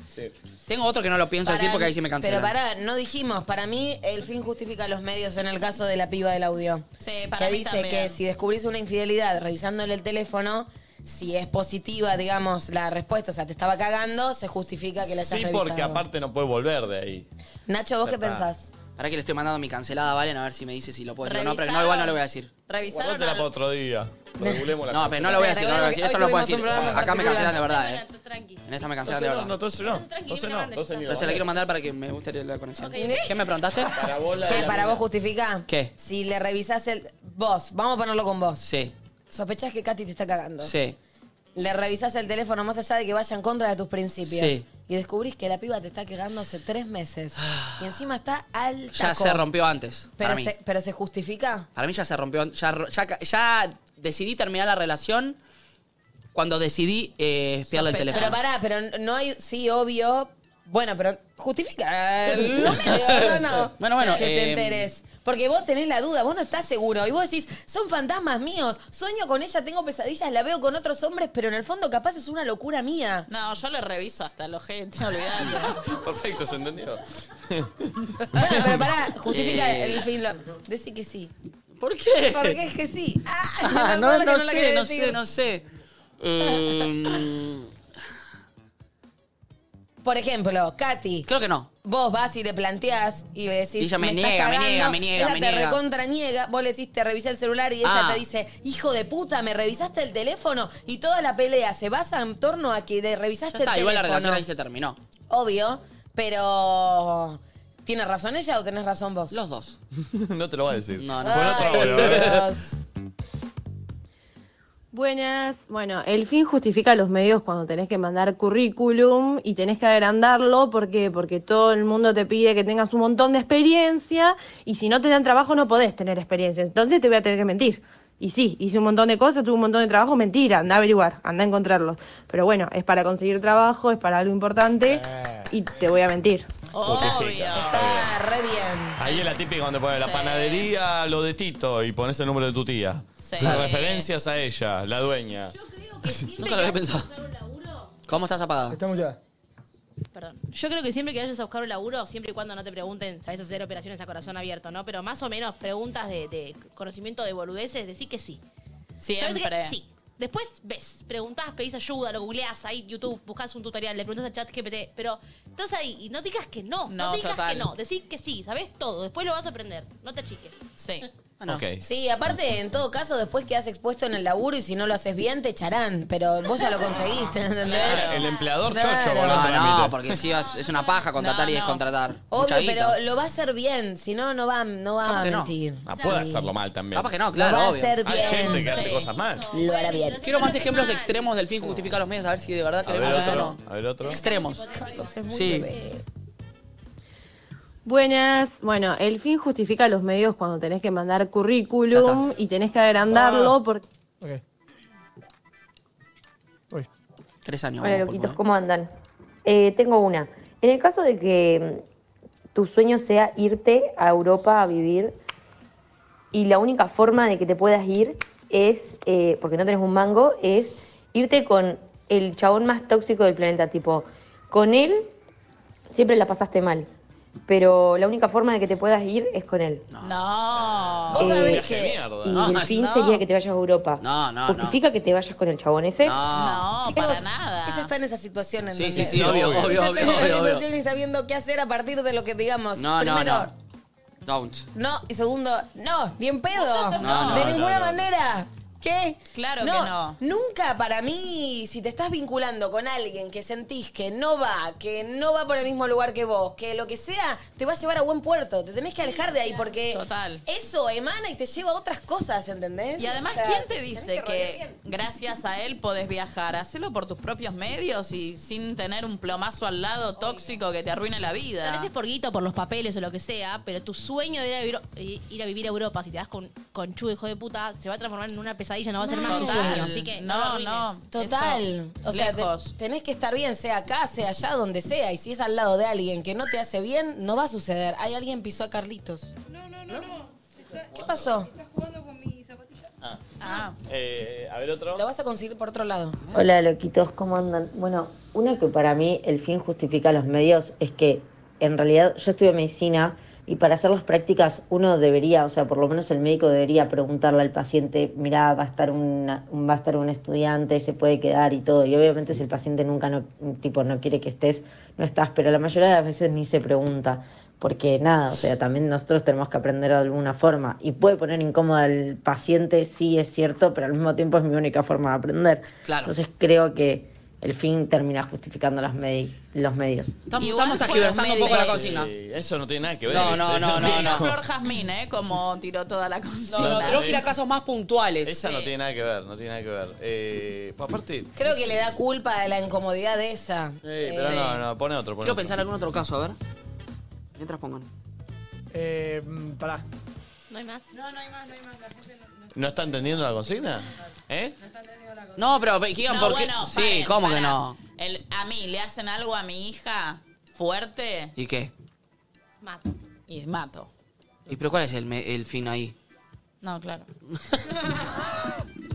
[SPEAKER 2] Tengo otro que no lo pienso
[SPEAKER 3] Para-
[SPEAKER 2] decir porque ahí sí me cancelan.
[SPEAKER 3] Pero pará, no dijimos, para mí el fin justifica los medios en el caso de la piba del audio.
[SPEAKER 4] Sí, para
[SPEAKER 3] que
[SPEAKER 4] mí
[SPEAKER 3] dice
[SPEAKER 4] también.
[SPEAKER 3] que si descubrís una infidelidad revisándole el teléfono, si es positiva, digamos, la respuesta, o sea, te estaba cagando, se justifica que la hayas
[SPEAKER 1] Sí,
[SPEAKER 3] revisado.
[SPEAKER 1] porque aparte no puede volver de ahí.
[SPEAKER 3] Nacho, ¿vos
[SPEAKER 2] Ya
[SPEAKER 3] qué
[SPEAKER 2] está.
[SPEAKER 3] pensás?
[SPEAKER 2] Pará que le estoy mandando mi cancelada a Valen a ver si me dice si lo puedo decir o no, pero no, igual no lo voy a decir.
[SPEAKER 3] Revisaron
[SPEAKER 1] Guardátela para otro día. Regulemos la
[SPEAKER 2] No,
[SPEAKER 1] cosa.
[SPEAKER 2] pero no lo voy a decir, no lo voy a decir. Esto no lo puedo decir. Acá me cancelan de verdad, eh. En esta me cancelan de
[SPEAKER 1] Entonces no,
[SPEAKER 2] verdad.
[SPEAKER 1] Ah, no, entonces no. Entonces no, entonces ni lo
[SPEAKER 2] Entonces la
[SPEAKER 1] mandé.
[SPEAKER 2] quiero mandar para que me guste la conexión.
[SPEAKER 3] Ok, ok.
[SPEAKER 2] ¿Qué me preguntaste?
[SPEAKER 3] ¿Qué para vos justifica?
[SPEAKER 2] ¿Qué?
[SPEAKER 3] Si le revisás el. Vos, vamos a ponerlo con vos.
[SPEAKER 2] Sí,
[SPEAKER 3] Sospechás que Katy te está cagando.
[SPEAKER 2] sí.
[SPEAKER 3] Le revisás el teléfono más allá de que vaya en contra de tus principios.
[SPEAKER 2] Sí.
[SPEAKER 3] Y descubrís que la piba te está cagando hace tres meses. y encima está al
[SPEAKER 2] Ah. Ya
[SPEAKER 3] taco.
[SPEAKER 2] se rompió antes.
[SPEAKER 3] Pero
[SPEAKER 2] para mí.
[SPEAKER 3] se, pero se justifica.
[SPEAKER 2] Para mí ya se rompió. Ya, ya, ya decidí terminar la relación cuando decidí eh, espiarle el teléfono.
[SPEAKER 3] Pero pará, pero no hay. Sí, obvio. Bueno, pero justifica. Lo medio, no, no.
[SPEAKER 2] Bueno, bueno,
[SPEAKER 3] Que te
[SPEAKER 2] eh,
[SPEAKER 3] enteres. Porque vos tenés la duda, vos no estás seguro. Y vos decís, son fantasmas míos, sueño con ella, tengo pesadillas, la veo con otros hombres, pero en el fondo capaz es una locura mía.
[SPEAKER 4] No, yo le reviso hasta los gente, olvidate.
[SPEAKER 1] Perfecto, ¿se entendió?
[SPEAKER 3] Bueno, pero pará, justifica
[SPEAKER 2] Eh.
[SPEAKER 3] el fin. lo- Decí que sí.
[SPEAKER 2] ¿Por qué?
[SPEAKER 3] Porque es que sí. Ah,
[SPEAKER 2] Ah,
[SPEAKER 3] solo
[SPEAKER 2] no,
[SPEAKER 3] que
[SPEAKER 2] no,
[SPEAKER 3] la
[SPEAKER 2] sé,
[SPEAKER 3] quería
[SPEAKER 2] no
[SPEAKER 3] decir.
[SPEAKER 2] sé, no sé. Mm,
[SPEAKER 3] Por ejemplo, Katy.
[SPEAKER 2] Creo que no.
[SPEAKER 3] Vos vas y le planteás y le decís.
[SPEAKER 2] Y ella me
[SPEAKER 3] estás
[SPEAKER 2] niega, me
[SPEAKER 3] cagando".
[SPEAKER 2] niega, me niega,
[SPEAKER 3] Ella
[SPEAKER 2] me
[SPEAKER 3] te
[SPEAKER 2] niega.
[SPEAKER 3] recontra niega. Vos le decís, te revisé el celular y ella
[SPEAKER 2] Ah.
[SPEAKER 3] te dice, hijo de puta, me revisaste el teléfono. Y toda la pelea se basa en torno a que te revisaste
[SPEAKER 2] está,
[SPEAKER 3] el
[SPEAKER 2] igual la
[SPEAKER 3] teléfono.
[SPEAKER 2] relación ahí se terminó.
[SPEAKER 3] Obvio, pero. ¿Tienes razón ella o tenés razón vos?
[SPEAKER 2] Los dos.
[SPEAKER 1] no te lo voy a decir. No,
[SPEAKER 2] no.
[SPEAKER 1] Con otro audio, a ver.
[SPEAKER 29] Buenas. Bueno, el fin justifica los medios cuando tenés que mandar currículum y tenés que agrandarlo. ¿Por qué? Porque todo el mundo te pide que tengas un montón de experiencia y si no te dan trabajo no podés tener experiencia. Entonces te voy a tener que mentir.
[SPEAKER 19] Y sí, hice un montón de cosas, tuve un montón de trabajo, mentira, anda a averiguar, anda a encontrarlos. Pero bueno, es para conseguir trabajo, es para algo importante y te voy a mentir.
[SPEAKER 30] Está re bien.
[SPEAKER 1] Ahí es la típica donde pones la panadería, lo de Tito y pones el número de tu tía.
[SPEAKER 2] Sí.
[SPEAKER 1] Las referencias a ella, la dueña.
[SPEAKER 2] Nunca lo había pensado. ¿Cómo estás apagada?
[SPEAKER 6] Estamos ya.
[SPEAKER 8] Perdón. Yo creo que siempre que vayas a buscar un laburo, siempre y cuando no te pregunten, sabes hacer operaciones a corazón abierto, ¿no? Pero más o menos preguntas de, de conocimiento de boludeces, decir que sí. ¿Sabes
[SPEAKER 4] Siempre.
[SPEAKER 8] que sí? Después ves, preguntás, pedís ayuda, lo googleás ahí, YouTube, buscás un tutorial, le preguntás a chat GPT, pero estás ahí y no digas que no, no,
[SPEAKER 4] No,
[SPEAKER 8] digas
[SPEAKER 4] total.
[SPEAKER 8] que no, decís que sí, sabes todo, después lo vas a aprender, no te achiques.
[SPEAKER 4] Sí.
[SPEAKER 1] Ok.
[SPEAKER 3] Sí, aparte, en todo caso, después quedas expuesto en el laburo y si no lo haces bien, te echarán. Pero vos ya lo conseguiste, ¿entendés?
[SPEAKER 1] Ah, El empleador
[SPEAKER 3] Claro.
[SPEAKER 1] chocho, boludo.
[SPEAKER 2] Ah, No, no, porque sí, es es una paja contratar y descontratar. Mucha
[SPEAKER 3] Obvio,
[SPEAKER 2] guita.
[SPEAKER 3] pero lo va a hacer bien, si no, no va, no va
[SPEAKER 2] Capaz
[SPEAKER 3] a
[SPEAKER 2] que no.
[SPEAKER 3] mentir.
[SPEAKER 1] Ah, puede hacerlo mal también.
[SPEAKER 2] Capaz que no, claro,
[SPEAKER 3] Lo va a
[SPEAKER 2] obvio.
[SPEAKER 3] hacer
[SPEAKER 1] Hay
[SPEAKER 3] bien.
[SPEAKER 1] gente que hace
[SPEAKER 2] Sí.
[SPEAKER 1] cosas mal.
[SPEAKER 3] Lo hará bien.
[SPEAKER 2] Quiero más ejemplos extremos del fin que justifica los medios, a ver si de verdad
[SPEAKER 1] A ver
[SPEAKER 2] queremos o
[SPEAKER 1] otro,
[SPEAKER 2] no.
[SPEAKER 1] a ver otro.
[SPEAKER 2] Extremos.
[SPEAKER 3] Sí.
[SPEAKER 19] Buenas. Bueno, el fin justifica los medios cuando tenés que mandar currículum y tenés que agrandarlo porque...
[SPEAKER 2] Tres años.
[SPEAKER 21] Hola,
[SPEAKER 2] vamos, por
[SPEAKER 21] loquitos,
[SPEAKER 2] favor.
[SPEAKER 21] ¿cómo andan? Eh, tengo una. En el caso de que mm, tu sueño sea irte a Europa a vivir y la única forma de que te puedas ir es, eh, porque no tenés un mango, es irte con el chabón más tóxico del planeta. Tipo, con él siempre la pasaste mal, pero la única forma de que te puedas ir es con él.
[SPEAKER 4] No.
[SPEAKER 21] Eh, Y
[SPEAKER 4] No,
[SPEAKER 21] el fin
[SPEAKER 4] no.
[SPEAKER 21] sería que te vayas a Europa.
[SPEAKER 2] No, no, no.
[SPEAKER 21] ¿Justifica que te vayas con el chabón ese?
[SPEAKER 4] No, Oh, para nada.
[SPEAKER 3] Ella está en esa situación,
[SPEAKER 2] Sí,
[SPEAKER 3] ¿entendés?
[SPEAKER 2] sí, sí,
[SPEAKER 21] Sí,
[SPEAKER 2] obvio,
[SPEAKER 21] obvio.
[SPEAKER 2] obvio,
[SPEAKER 3] Ella
[SPEAKER 2] obvio,
[SPEAKER 3] está en esa
[SPEAKER 2] obvio, obvio.
[SPEAKER 3] situación y está viendo qué hacer a partir de lo que digamos.
[SPEAKER 2] No, no,
[SPEAKER 3] Primero,
[SPEAKER 2] no. Don't.
[SPEAKER 3] No, y segundo, no, ni en pedo.
[SPEAKER 2] No, no,
[SPEAKER 3] de
[SPEAKER 2] no,
[SPEAKER 3] ninguna
[SPEAKER 2] no.
[SPEAKER 3] manera. ¿Qué?
[SPEAKER 4] Claro que no.
[SPEAKER 3] Nunca para mí, si te estás vinculando con alguien que sentís que no va, que no va por el mismo lugar que vos, que lo que sea, te va a llevar a buen puerto. Te tenés que alejar de ahí porque eso emana y te lleva a otras cosas, ¿entendés?
[SPEAKER 4] Y además,
[SPEAKER 3] O sea,
[SPEAKER 4] ¿quién te
[SPEAKER 3] tenés
[SPEAKER 4] dice
[SPEAKER 3] rodear
[SPEAKER 4] que gracias a él podés viajar? Hacelo por tus propios medios y sin tener un plomazo al lado tóxico que te arruine la
[SPEAKER 8] A
[SPEAKER 4] vida.
[SPEAKER 8] veces por guito, por los papeles o lo que sea, pero tu sueño de ir a vivir, ir a, vivir a Europa, si te das con, con Chu, hijo de puta, se va a transformar en una pesadilla, no va a ser más tu
[SPEAKER 4] Total.
[SPEAKER 8] sueño. Así que no,
[SPEAKER 4] No,
[SPEAKER 8] lo arruines.
[SPEAKER 4] no.
[SPEAKER 3] Total.
[SPEAKER 4] Eso,
[SPEAKER 3] o sea, te-
[SPEAKER 4] lejos.
[SPEAKER 3] tenés que estar bien, sea acá, sea allá, donde sea. Y si es al lado de alguien que no te hace bien, no va a suceder. Hay alguien pisó a Carlitos. No, no, no, no. ¿Qué pasó?
[SPEAKER 1] Ah.
[SPEAKER 2] Ah.
[SPEAKER 1] Eh, a ver otro.
[SPEAKER 3] Lo vas a conseguir por otro lado. ¿eh?
[SPEAKER 21] Hola, loquitos, ¿cómo andan? Bueno, una que para mí el fin justifica los medios es que en realidad yo estudio medicina y para hacer las prácticas uno debería, o sea, por lo menos el médico debería preguntarle al paciente, mirá, va a estar una- un, va a estar un estudiante, se puede quedar y todo. Y obviamente si el paciente nunca no, tipo no quiere que estés, no estás, pero la mayoría de las veces ni se pregunta. Porque nada, o sea, también nosotros tenemos que aprender de alguna forma. Y puede poner incómodo al paciente, sí es cierto, pero al mismo tiempo es mi única forma de aprender.
[SPEAKER 2] Claro.
[SPEAKER 21] Entonces creo que el fin termina justificando los, medi- los medios.
[SPEAKER 2] Estamos,
[SPEAKER 4] Igual
[SPEAKER 2] estamos
[SPEAKER 4] fue
[SPEAKER 2] tergiversando un poco la
[SPEAKER 4] medio-
[SPEAKER 2] consigna.
[SPEAKER 1] Eso no tiene nada que ver.
[SPEAKER 2] No, no, no, no,
[SPEAKER 4] Dijo
[SPEAKER 2] no.
[SPEAKER 4] Flor Jazmín, ¿eh? Como tiró toda la consigna.
[SPEAKER 1] No, no,
[SPEAKER 2] Tenemos que ir a casos más puntuales.
[SPEAKER 1] Esa no tiene nada que ver, no tiene nada que ver. Eh, aparte.
[SPEAKER 3] Creo que le da culpa de la incomodidad de esa.
[SPEAKER 1] Eh, pero
[SPEAKER 3] Eh,
[SPEAKER 1] no, no, pone otro. Pone
[SPEAKER 2] Quiero
[SPEAKER 1] otro.
[SPEAKER 2] pensar en algún otro caso, a ver. Mientras pongan.
[SPEAKER 6] Eh, mm, pará.
[SPEAKER 8] No hay más. No, no hay más, no hay más.
[SPEAKER 1] ¿No está entendiendo la consigna? ¿Eh?
[SPEAKER 2] No, pero ve, digan
[SPEAKER 4] No,
[SPEAKER 2] por qué.
[SPEAKER 4] bueno,
[SPEAKER 2] sí,
[SPEAKER 4] paren,
[SPEAKER 2] ¿cómo que
[SPEAKER 4] paren.
[SPEAKER 2] no?
[SPEAKER 4] El- a mí, ¿le hacen algo a mi hija fuerte?
[SPEAKER 2] ¿Y qué?
[SPEAKER 8] Mato.
[SPEAKER 4] Y mato.
[SPEAKER 2] ¿Y pero cuál es el, me- el fin ahí?
[SPEAKER 4] No, claro.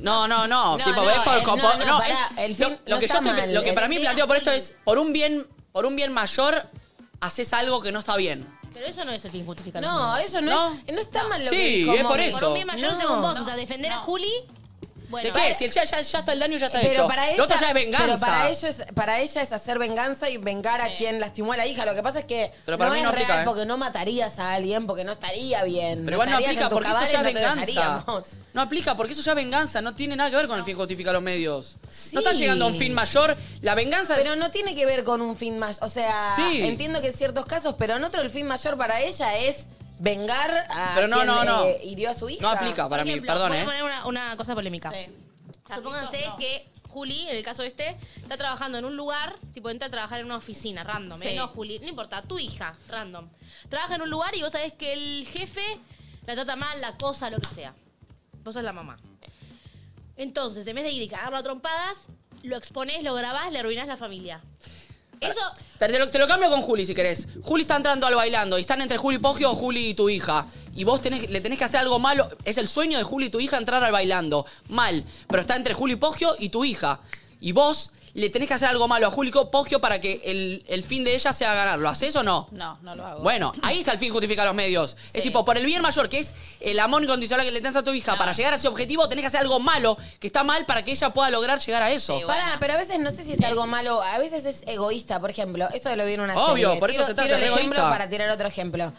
[SPEAKER 2] No, no, no.
[SPEAKER 3] No,
[SPEAKER 2] tipo,
[SPEAKER 3] no,
[SPEAKER 2] ves por,
[SPEAKER 3] eh,
[SPEAKER 2] por-
[SPEAKER 3] no, no,
[SPEAKER 2] no,
[SPEAKER 3] pará,
[SPEAKER 2] es-
[SPEAKER 3] el fin
[SPEAKER 2] lo, lo
[SPEAKER 3] no
[SPEAKER 2] que yo
[SPEAKER 3] está
[SPEAKER 2] estoy-
[SPEAKER 3] mal, ¿eh?
[SPEAKER 2] lo que
[SPEAKER 3] el
[SPEAKER 2] para mí
[SPEAKER 3] fin
[SPEAKER 2] planteo por esto es por un bien, por un bien mayor haces algo que no está bien.
[SPEAKER 8] Pero eso no es el fin justificado.
[SPEAKER 3] No, eso no, Es, no está mal lo
[SPEAKER 2] Sí,
[SPEAKER 3] que dijo
[SPEAKER 2] es por
[SPEAKER 3] Momi.
[SPEAKER 2] eso. Por un
[SPEAKER 8] bien mayor, según vos, o sea, defender a Juli. Bueno,
[SPEAKER 2] ¿De qué? Si el ya, ya, ya está el daño, ya está
[SPEAKER 3] Pero
[SPEAKER 2] hecho.
[SPEAKER 3] para,
[SPEAKER 2] lo
[SPEAKER 3] ella,
[SPEAKER 2] otro ya es venganza.
[SPEAKER 3] pero para, ello es- para ella es hacer venganza y vengar a quien lastimó a la hija. Lo que pasa es que
[SPEAKER 2] Pero para
[SPEAKER 3] no
[SPEAKER 2] mí
[SPEAKER 3] es
[SPEAKER 2] no
[SPEAKER 3] real
[SPEAKER 2] aplica, ¿eh?
[SPEAKER 3] porque no matarías a alguien, porque no estaría bien.
[SPEAKER 2] Pero igual no
[SPEAKER 3] Estarías en
[SPEAKER 2] aplica
[SPEAKER 3] tus
[SPEAKER 2] porque eso
[SPEAKER 3] cabales,
[SPEAKER 2] ya es
[SPEAKER 3] no te
[SPEAKER 2] venganza.
[SPEAKER 3] dejaríamos.
[SPEAKER 2] No aplica porque eso ya es venganza. No tiene nada que ver con el fin que justifica los medios. No está llegando a un fin mayor. La venganza es-
[SPEAKER 3] Pero no tiene que ver con un fin mayor. O sea,
[SPEAKER 2] Sí.
[SPEAKER 3] entiendo que en ciertos casos, pero en otro el fin mayor para ella es vengar a
[SPEAKER 2] Pero no,
[SPEAKER 3] quien
[SPEAKER 2] no, no.
[SPEAKER 3] eh, hirió a su hija.
[SPEAKER 2] No aplica para
[SPEAKER 8] Por
[SPEAKER 2] mí,
[SPEAKER 8] ejemplo,
[SPEAKER 2] perdón,
[SPEAKER 8] voy a
[SPEAKER 2] ¿eh?
[SPEAKER 8] poner una, una cosa polémica. Supónganse que Juli, en el caso este, está trabajando en un lugar, tipo entra a trabajar en una oficina, random, ¿eh?
[SPEAKER 4] Sí.
[SPEAKER 8] No, Juli, no importa, tu hija, random. Trabaja en un lugar y vos sabés que el jefe la trata mal, la cosa, lo que sea. esposo es la mamá. Entonces, en vez de ir y cagarlo a trompadas, lo exponés, lo grabás, le arruinás la familia. Eso,
[SPEAKER 2] Te te lo, te lo cambio con Juli si querés. Juli está entrando al bailando y están entre Juli Poggio o Juli y tu hija. Y vos tenés, le tenés que hacer algo malo. Es el sueño de Juli y tu hija entrar al bailando. Mal. Pero está entre Juli Poggio y tu hija. Y vos le tenés que hacer algo malo a Juli Poggio para que el, el fin de ella sea ganar. ¿Lo haces o no?
[SPEAKER 4] No, no lo hago.
[SPEAKER 2] Bueno, ahí está el fin justifica los medios. Es tipo, por el bien mayor, que es el amor incondicional que le tenés a tu hija, para llegar a ese objetivo tenés que hacer algo malo, que está mal para que ella pueda lograr llegar a eso.
[SPEAKER 3] Pará, pero a veces no sé si es algo malo, a veces es egoísta, por ejemplo. Esto lo vi en una serie.
[SPEAKER 2] Obvio, por eso
[SPEAKER 3] Tiro-
[SPEAKER 2] se trata,
[SPEAKER 3] tiro el
[SPEAKER 2] re
[SPEAKER 3] ejemplo
[SPEAKER 2] egoísta.
[SPEAKER 3] para tirar otro ejemplo.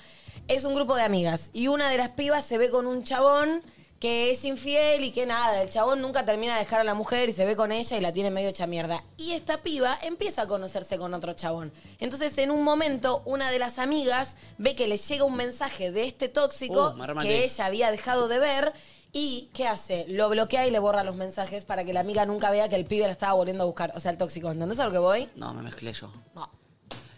[SPEAKER 3] Es un grupo de amigas y una de las pibas se ve con un chabón que es infiel y que nada, el chabón nunca termina de dejar a la mujer y se ve con ella y la tiene medio hecha mierda. Y esta piba empieza a conocerse con otro chabón. Entonces, en un momento, una de las amigas ve que le llega un mensaje de este tóxico
[SPEAKER 2] Uh, me remandé.
[SPEAKER 3] que ella había dejado de ver ¿Y qué hace? Lo bloquea y le borra los mensajes para que la amiga nunca vea que el pibe la estaba volviendo a buscar. O sea, el tóxico. ¿Entendés a lo que voy?
[SPEAKER 2] No, me mezclé yo.
[SPEAKER 3] No.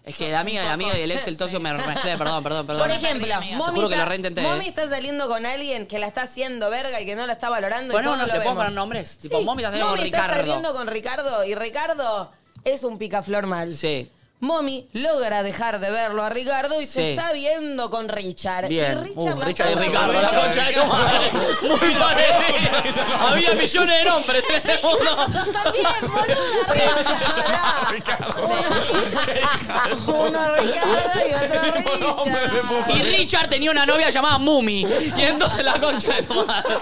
[SPEAKER 2] Es que la amiga, la amiga y el ex, el tocio me mezclé, perdón, perdón, perdón.
[SPEAKER 3] Por ejemplo,
[SPEAKER 2] te
[SPEAKER 3] Momi
[SPEAKER 2] juro que
[SPEAKER 3] está-
[SPEAKER 2] lo reintenté. ¿eh?
[SPEAKER 3] Momi está saliendo con alguien que la está haciendo verga y que no la está valorando.
[SPEAKER 2] Poné
[SPEAKER 3] y todos
[SPEAKER 2] unos-
[SPEAKER 3] lo
[SPEAKER 2] ¿le puedo
[SPEAKER 3] vemos.
[SPEAKER 2] poner nombres? Tipo, Momi está saliendo con
[SPEAKER 3] está
[SPEAKER 2] Ricardo.
[SPEAKER 3] saliendo con Ricardo y Ricardo es un picaflor mal.
[SPEAKER 2] Sí.
[SPEAKER 3] Momi logra dejar de verlo a Ricardo y se
[SPEAKER 2] Sí.
[SPEAKER 3] está viendo con Richard.
[SPEAKER 2] Bien.
[SPEAKER 3] Y Richard
[SPEAKER 2] Uh,
[SPEAKER 3] la
[SPEAKER 2] Richard y
[SPEAKER 3] está-
[SPEAKER 2] Ricardo, la concha de tu madre. Muy parecido. Había millones de nombres en este mundo.
[SPEAKER 3] Uno Ricardo y
[SPEAKER 2] otro Richard. Y Richard tenía una novia llamada Mumi. Y entonces la concha de tu madre.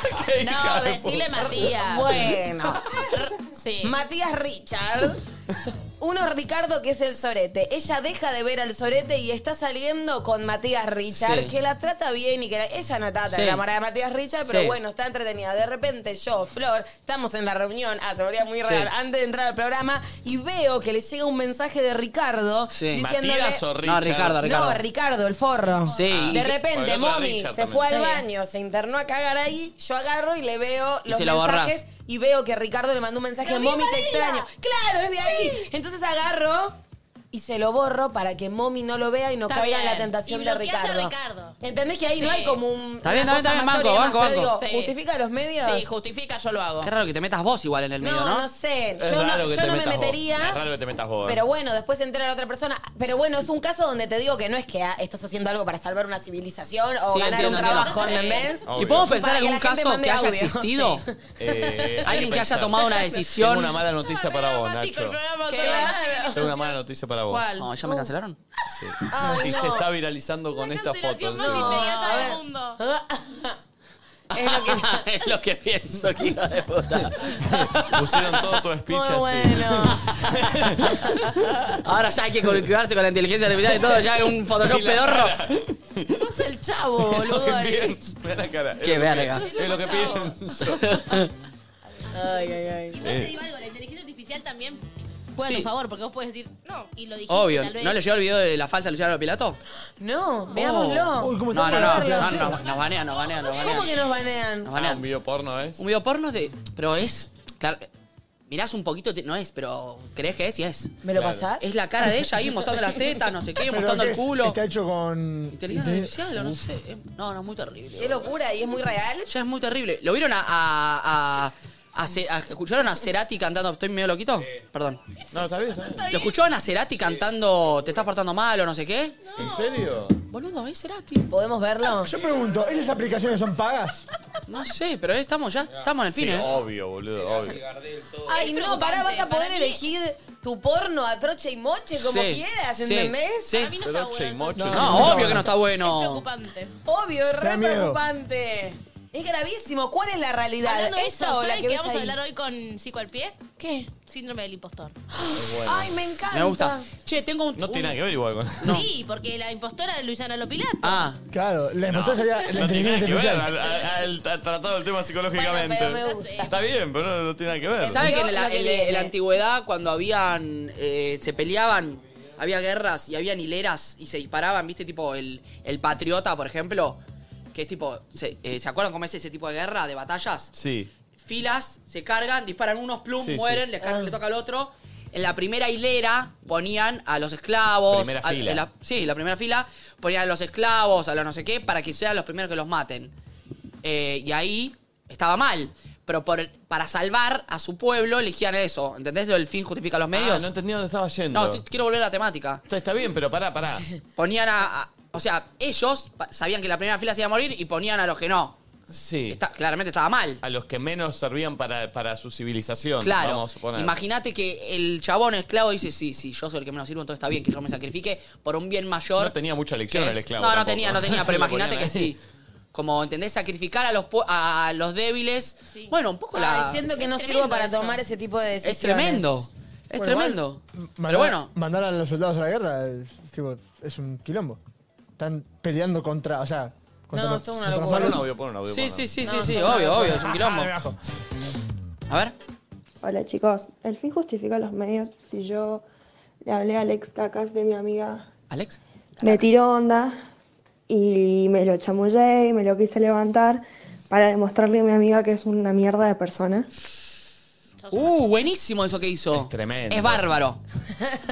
[SPEAKER 4] No, decile Matías.
[SPEAKER 3] Bueno.
[SPEAKER 4] Sí.
[SPEAKER 3] Matías Richard. Uno es Ricardo, que es el sorete. Ella deja de ver al sorete y está saliendo con Matías Richard,
[SPEAKER 31] Sí.
[SPEAKER 3] que la trata bien y que la- ella no está tan
[SPEAKER 31] Sí.
[SPEAKER 3] enamorada de Matías Richard, pero
[SPEAKER 31] Sí.
[SPEAKER 3] bueno, está entretenida. De repente yo, Flor, estamos en la reunión, ah, se volvía muy
[SPEAKER 31] Sí.
[SPEAKER 3] raro, antes de entrar al programa, y veo que le llega un mensaje de Ricardo
[SPEAKER 2] Sí.
[SPEAKER 3] diciéndole...
[SPEAKER 2] ¿Matías o Richard? No, Ricardo, Ricardo.
[SPEAKER 3] No, Ricardo, el forro.
[SPEAKER 2] Sí.
[SPEAKER 3] De
[SPEAKER 2] Ah. Porque
[SPEAKER 3] repente,
[SPEAKER 2] el otro era
[SPEAKER 3] Momi
[SPEAKER 2] Richard
[SPEAKER 3] se
[SPEAKER 2] también.
[SPEAKER 3] fue al
[SPEAKER 2] Sí.
[SPEAKER 3] baño, se internó a cagar ahí, yo agarro y le veo
[SPEAKER 2] Y
[SPEAKER 3] los
[SPEAKER 2] se lo borrás.
[SPEAKER 3] mensajes y veo que Ricardo le mandó un mensaje, Momi, te extraño. Claro, es de ahí. Entonces agarro y se lo borro para que Momi no lo vea y no
[SPEAKER 8] Está
[SPEAKER 3] caiga en
[SPEAKER 8] bien.
[SPEAKER 3] la tentación
[SPEAKER 8] Y
[SPEAKER 3] de
[SPEAKER 8] bloqueás a
[SPEAKER 3] Ricardo.
[SPEAKER 8] Ricardo.
[SPEAKER 3] ¿Entendés que ahí no
[SPEAKER 8] Sí.
[SPEAKER 3] hay como un...
[SPEAKER 2] Está bien,
[SPEAKER 3] una
[SPEAKER 2] está bien, está
[SPEAKER 3] cosa
[SPEAKER 2] bien,
[SPEAKER 3] mayor y
[SPEAKER 2] banco,
[SPEAKER 3] demás?
[SPEAKER 2] banco,
[SPEAKER 3] Pero
[SPEAKER 2] banco.
[SPEAKER 3] digo,
[SPEAKER 2] Sí.
[SPEAKER 3] ¿Justifica los medios?
[SPEAKER 4] Sí, justifica, yo lo hago.
[SPEAKER 2] Qué raro que te metas vos igual en el medio, ¿no?
[SPEAKER 3] no, no sé.
[SPEAKER 1] Es
[SPEAKER 3] Yo no,
[SPEAKER 1] raro que
[SPEAKER 3] yo
[SPEAKER 1] te
[SPEAKER 3] no me
[SPEAKER 1] metas vos. Es
[SPEAKER 3] metería.
[SPEAKER 1] raro que te metas vos. eh.
[SPEAKER 3] Pero bueno, después se entera la otra persona. Pero bueno, es un caso donde te digo que no es que ah, estás haciendo algo para salvar una civilización o
[SPEAKER 2] Sí,
[SPEAKER 3] ganar
[SPEAKER 2] entiendo,
[SPEAKER 3] un
[SPEAKER 2] entiendo.
[SPEAKER 3] trabajo, ¿entendés?
[SPEAKER 2] ¿Y podemos pensar
[SPEAKER 3] Para
[SPEAKER 2] en
[SPEAKER 3] que la
[SPEAKER 2] algún
[SPEAKER 3] gente
[SPEAKER 2] caso
[SPEAKER 3] mande
[SPEAKER 2] que haya
[SPEAKER 3] audio.
[SPEAKER 2] existido?
[SPEAKER 1] Eh, hay
[SPEAKER 2] Alguien que haya
[SPEAKER 1] pensar.
[SPEAKER 2] tomado una decisión.
[SPEAKER 1] Tengo una mala noticia para vos, Nacho. Tengo una mala noticia para vos.
[SPEAKER 2] ¿Cuál? No, ¿ya me cancelaron?
[SPEAKER 1] Sí.
[SPEAKER 3] Uh. Ay,
[SPEAKER 1] y
[SPEAKER 3] no.
[SPEAKER 1] se está viralizando con esta foto.
[SPEAKER 8] más
[SPEAKER 1] encima.
[SPEAKER 8] inmediata del
[SPEAKER 3] ver.
[SPEAKER 8] mundo.
[SPEAKER 3] Es lo que
[SPEAKER 2] es lo que pienso, que hija de puta.
[SPEAKER 1] Pusieron todo tu speech así.
[SPEAKER 2] Ahora ya hay que cuidarse con la inteligencia artificial y todo, ya hay un Photoshop
[SPEAKER 1] Y la
[SPEAKER 2] pedorro.
[SPEAKER 4] Sos el chavo,
[SPEAKER 1] Es lo
[SPEAKER 4] boludo. eh.
[SPEAKER 1] que
[SPEAKER 4] ahí.
[SPEAKER 1] pienso. Mirá la cara.
[SPEAKER 2] Qué
[SPEAKER 1] Es lo que-
[SPEAKER 2] verga.
[SPEAKER 1] Es lo que pienso.
[SPEAKER 3] Ay, ay, ay.
[SPEAKER 8] Igual
[SPEAKER 2] Eh.
[SPEAKER 8] te digo algo, la inteligencia artificial también juega a
[SPEAKER 2] Sí.
[SPEAKER 8] tu favor, porque vos puedes decir, no, y lo dijiste
[SPEAKER 2] Obvio,
[SPEAKER 8] tal vez.
[SPEAKER 2] ¿no le llegó el video de la falsa Luciana Pilato?
[SPEAKER 3] No, veámoslo.
[SPEAKER 2] no, no, no, no, no, nos banean, nos banean, nos banean.
[SPEAKER 3] ¿Cómo que nos banean?
[SPEAKER 2] Nos banean.
[SPEAKER 1] Ah, un video porno es.
[SPEAKER 2] Un video porno es de. Pero es. Claro, mirás un poquito, te- no es, pero crees que es y es.
[SPEAKER 3] ¿Me lo Claro. pasás?
[SPEAKER 2] Es la cara de ella ahí mostrando las tetas, no sé qué,
[SPEAKER 6] Pero
[SPEAKER 2] mostrando
[SPEAKER 6] ¿qué
[SPEAKER 2] el
[SPEAKER 6] es?
[SPEAKER 2] culo.
[SPEAKER 6] Está hecho con.
[SPEAKER 2] Inteligencia
[SPEAKER 6] Intel-
[SPEAKER 2] artificial, o no sé. eh, No, no, muy terrible.
[SPEAKER 3] Qué locura, y es muy real.
[SPEAKER 2] Ya es muy terrible. ¿Lo vieron a. a, a- a Ce- a- ¿Escucharon a Cerati cantando? ¿Estoy medio loquito? Perdón.
[SPEAKER 1] No, está bien, está bien.
[SPEAKER 2] ¿Lo escucharon a Cerati cantando Te estás portando mal o no sé qué?
[SPEAKER 1] ¿En serio?
[SPEAKER 2] Boludo, es Cerati.
[SPEAKER 3] ¿Podemos verlo?
[SPEAKER 6] Ah, Yo pregunto, ¿esas aplicaciones son pagas?
[SPEAKER 2] No sé, pero Eh, estamos Ah, ya, estamos en el
[SPEAKER 1] Sí,
[SPEAKER 2] fin, ¿eh?
[SPEAKER 1] obvio, boludo, obvio.
[SPEAKER 3] Ay, no, pará, vas a poder elegir tu porno a troche y moche como
[SPEAKER 2] Sí,
[SPEAKER 3] quieras,
[SPEAKER 2] sí,
[SPEAKER 3] ¿entendés?
[SPEAKER 2] sí.
[SPEAKER 3] no
[SPEAKER 1] Pero che, mocho.
[SPEAKER 2] No,
[SPEAKER 1] sí.
[SPEAKER 2] obvio que no está bueno.
[SPEAKER 8] Preocupante.
[SPEAKER 3] Obvio, es
[SPEAKER 1] Da
[SPEAKER 3] re
[SPEAKER 1] miedo.
[SPEAKER 3] preocupante. Es gravísimo. ¿Cuál es la realidad?
[SPEAKER 8] Hablando de
[SPEAKER 3] ¿Esa
[SPEAKER 8] eso,
[SPEAKER 3] o la
[SPEAKER 8] ¿sabes
[SPEAKER 3] que
[SPEAKER 8] que
[SPEAKER 3] ves
[SPEAKER 8] vamos a
[SPEAKER 3] ahí?
[SPEAKER 8] hablar hoy con Psico al pie?
[SPEAKER 3] ¿Qué?
[SPEAKER 8] Síndrome del impostor.
[SPEAKER 3] Ay, me encanta.
[SPEAKER 2] Me gusta. Che, tengo un.
[SPEAKER 1] No tiene nada que ver igual con.
[SPEAKER 8] Sí, porque la impostora es Luciana Lopilato.
[SPEAKER 2] Ah.
[SPEAKER 6] Claro, la
[SPEAKER 1] No,
[SPEAKER 6] demostró sería la
[SPEAKER 1] no tiene nada
[SPEAKER 6] inteligencia
[SPEAKER 1] que
[SPEAKER 6] artificial.
[SPEAKER 1] ver al, al- al- al tratado el tema
[SPEAKER 3] Bueno,
[SPEAKER 1] psicológicamente.
[SPEAKER 3] pero me gusta.
[SPEAKER 1] Está bien, pero no, no tiene nada que ver.
[SPEAKER 2] ¿Sabe que en
[SPEAKER 3] Lo
[SPEAKER 2] la,
[SPEAKER 3] que
[SPEAKER 2] en la- en la
[SPEAKER 3] viene.
[SPEAKER 2] antigüedad, cuando habían. eh, se peleaban, había guerras y habían hileras y se disparaban, ¿viste? Tipo el, el patriota, por ejemplo, que es tipo. ¿Se, eh, ¿se acuerdan cómo es ese tipo de guerra, de batallas?
[SPEAKER 1] Sí.
[SPEAKER 2] Filas, se cargan, disparan unos, plum,
[SPEAKER 1] Sí, sí,
[SPEAKER 2] mueren,
[SPEAKER 1] sí.
[SPEAKER 2] les ca- le toca al otro. En la primera hilera ponían a los esclavos.
[SPEAKER 1] Primera
[SPEAKER 2] a-
[SPEAKER 1] fila.
[SPEAKER 2] en la- sí, la primera fila ponían a los esclavos, a los no sé qué, para que sean los primeros que los maten. Eh, y ahí estaba mal. Pero por- para salvar a su pueblo elegían eso. ¿Entendés? El fin justifica los medios.
[SPEAKER 1] Ah, no entendí dónde estaba yendo.
[SPEAKER 2] Ah, No, estoy- quiero volver a la temática.
[SPEAKER 1] Está, está bien, pero pará, pará.
[SPEAKER 2] Ponían a, a- O sea, ellos pa- sabían que la primera fila se iba a morir y ponían a los que no.
[SPEAKER 1] Sí.
[SPEAKER 2] claramente estaba mal.
[SPEAKER 1] A los que menos servían para, para su civilización.
[SPEAKER 2] Claro.
[SPEAKER 1] Vamos a suponer.
[SPEAKER 2] Imagínate que el chabón esclavo dice: Sí, sí, yo soy el que menos sirvo, entonces está bien que yo me sacrifique por un bien mayor.
[SPEAKER 1] No tenía mucha elección
[SPEAKER 2] que
[SPEAKER 1] el
[SPEAKER 2] es-
[SPEAKER 1] esclavo.
[SPEAKER 2] No, no
[SPEAKER 1] tampoco.
[SPEAKER 2] tenía, no tenía,
[SPEAKER 1] Se
[SPEAKER 2] pero
[SPEAKER 1] lo
[SPEAKER 2] imagínate que
[SPEAKER 1] ponían ahí.
[SPEAKER 2] sí. Como, ¿entendés? Sacrificar a los, pu- a los débiles. Bueno, un poco
[SPEAKER 6] Ah,
[SPEAKER 3] Ah,
[SPEAKER 2] la.
[SPEAKER 25] Ay, siento que no
[SPEAKER 2] Es
[SPEAKER 25] sirvo para
[SPEAKER 2] tremendo eso.
[SPEAKER 25] tomar ese tipo de decisiones.
[SPEAKER 2] Es tremendo. Es
[SPEAKER 6] Bueno,
[SPEAKER 2] tremendo.
[SPEAKER 6] igual, m-
[SPEAKER 2] Pero
[SPEAKER 6] mandar-
[SPEAKER 2] bueno.
[SPEAKER 6] Mandar a los soldados a la guerra es, tipo, es un quilombo. Están peleando contra. O sea. Contra
[SPEAKER 25] No,
[SPEAKER 6] los-
[SPEAKER 25] esto es
[SPEAKER 6] contra los
[SPEAKER 1] Pon un
[SPEAKER 6] malos.
[SPEAKER 1] audio, pon un audio.
[SPEAKER 2] Sí,
[SPEAKER 1] pon un
[SPEAKER 2] sí, sí,
[SPEAKER 1] audio.
[SPEAKER 2] sí, sí,
[SPEAKER 6] no, no,
[SPEAKER 2] obvio,
[SPEAKER 6] no,
[SPEAKER 2] obvio,
[SPEAKER 6] no.
[SPEAKER 2] es un quilombo.
[SPEAKER 6] Ah, abajo.
[SPEAKER 2] A ver.
[SPEAKER 32] Hola chicos, el fin justifica los medios. Si yo le hablé a Alex Cacas de mi amiga,
[SPEAKER 2] ¿Alex?
[SPEAKER 32] me tiró onda y me lo chamullé y me lo quise levantar para demostrarle a mi amiga que es una mierda de persona.
[SPEAKER 2] Uh, buenísimo eso que hizo. Es
[SPEAKER 1] tremendo.
[SPEAKER 2] Es bárbaro.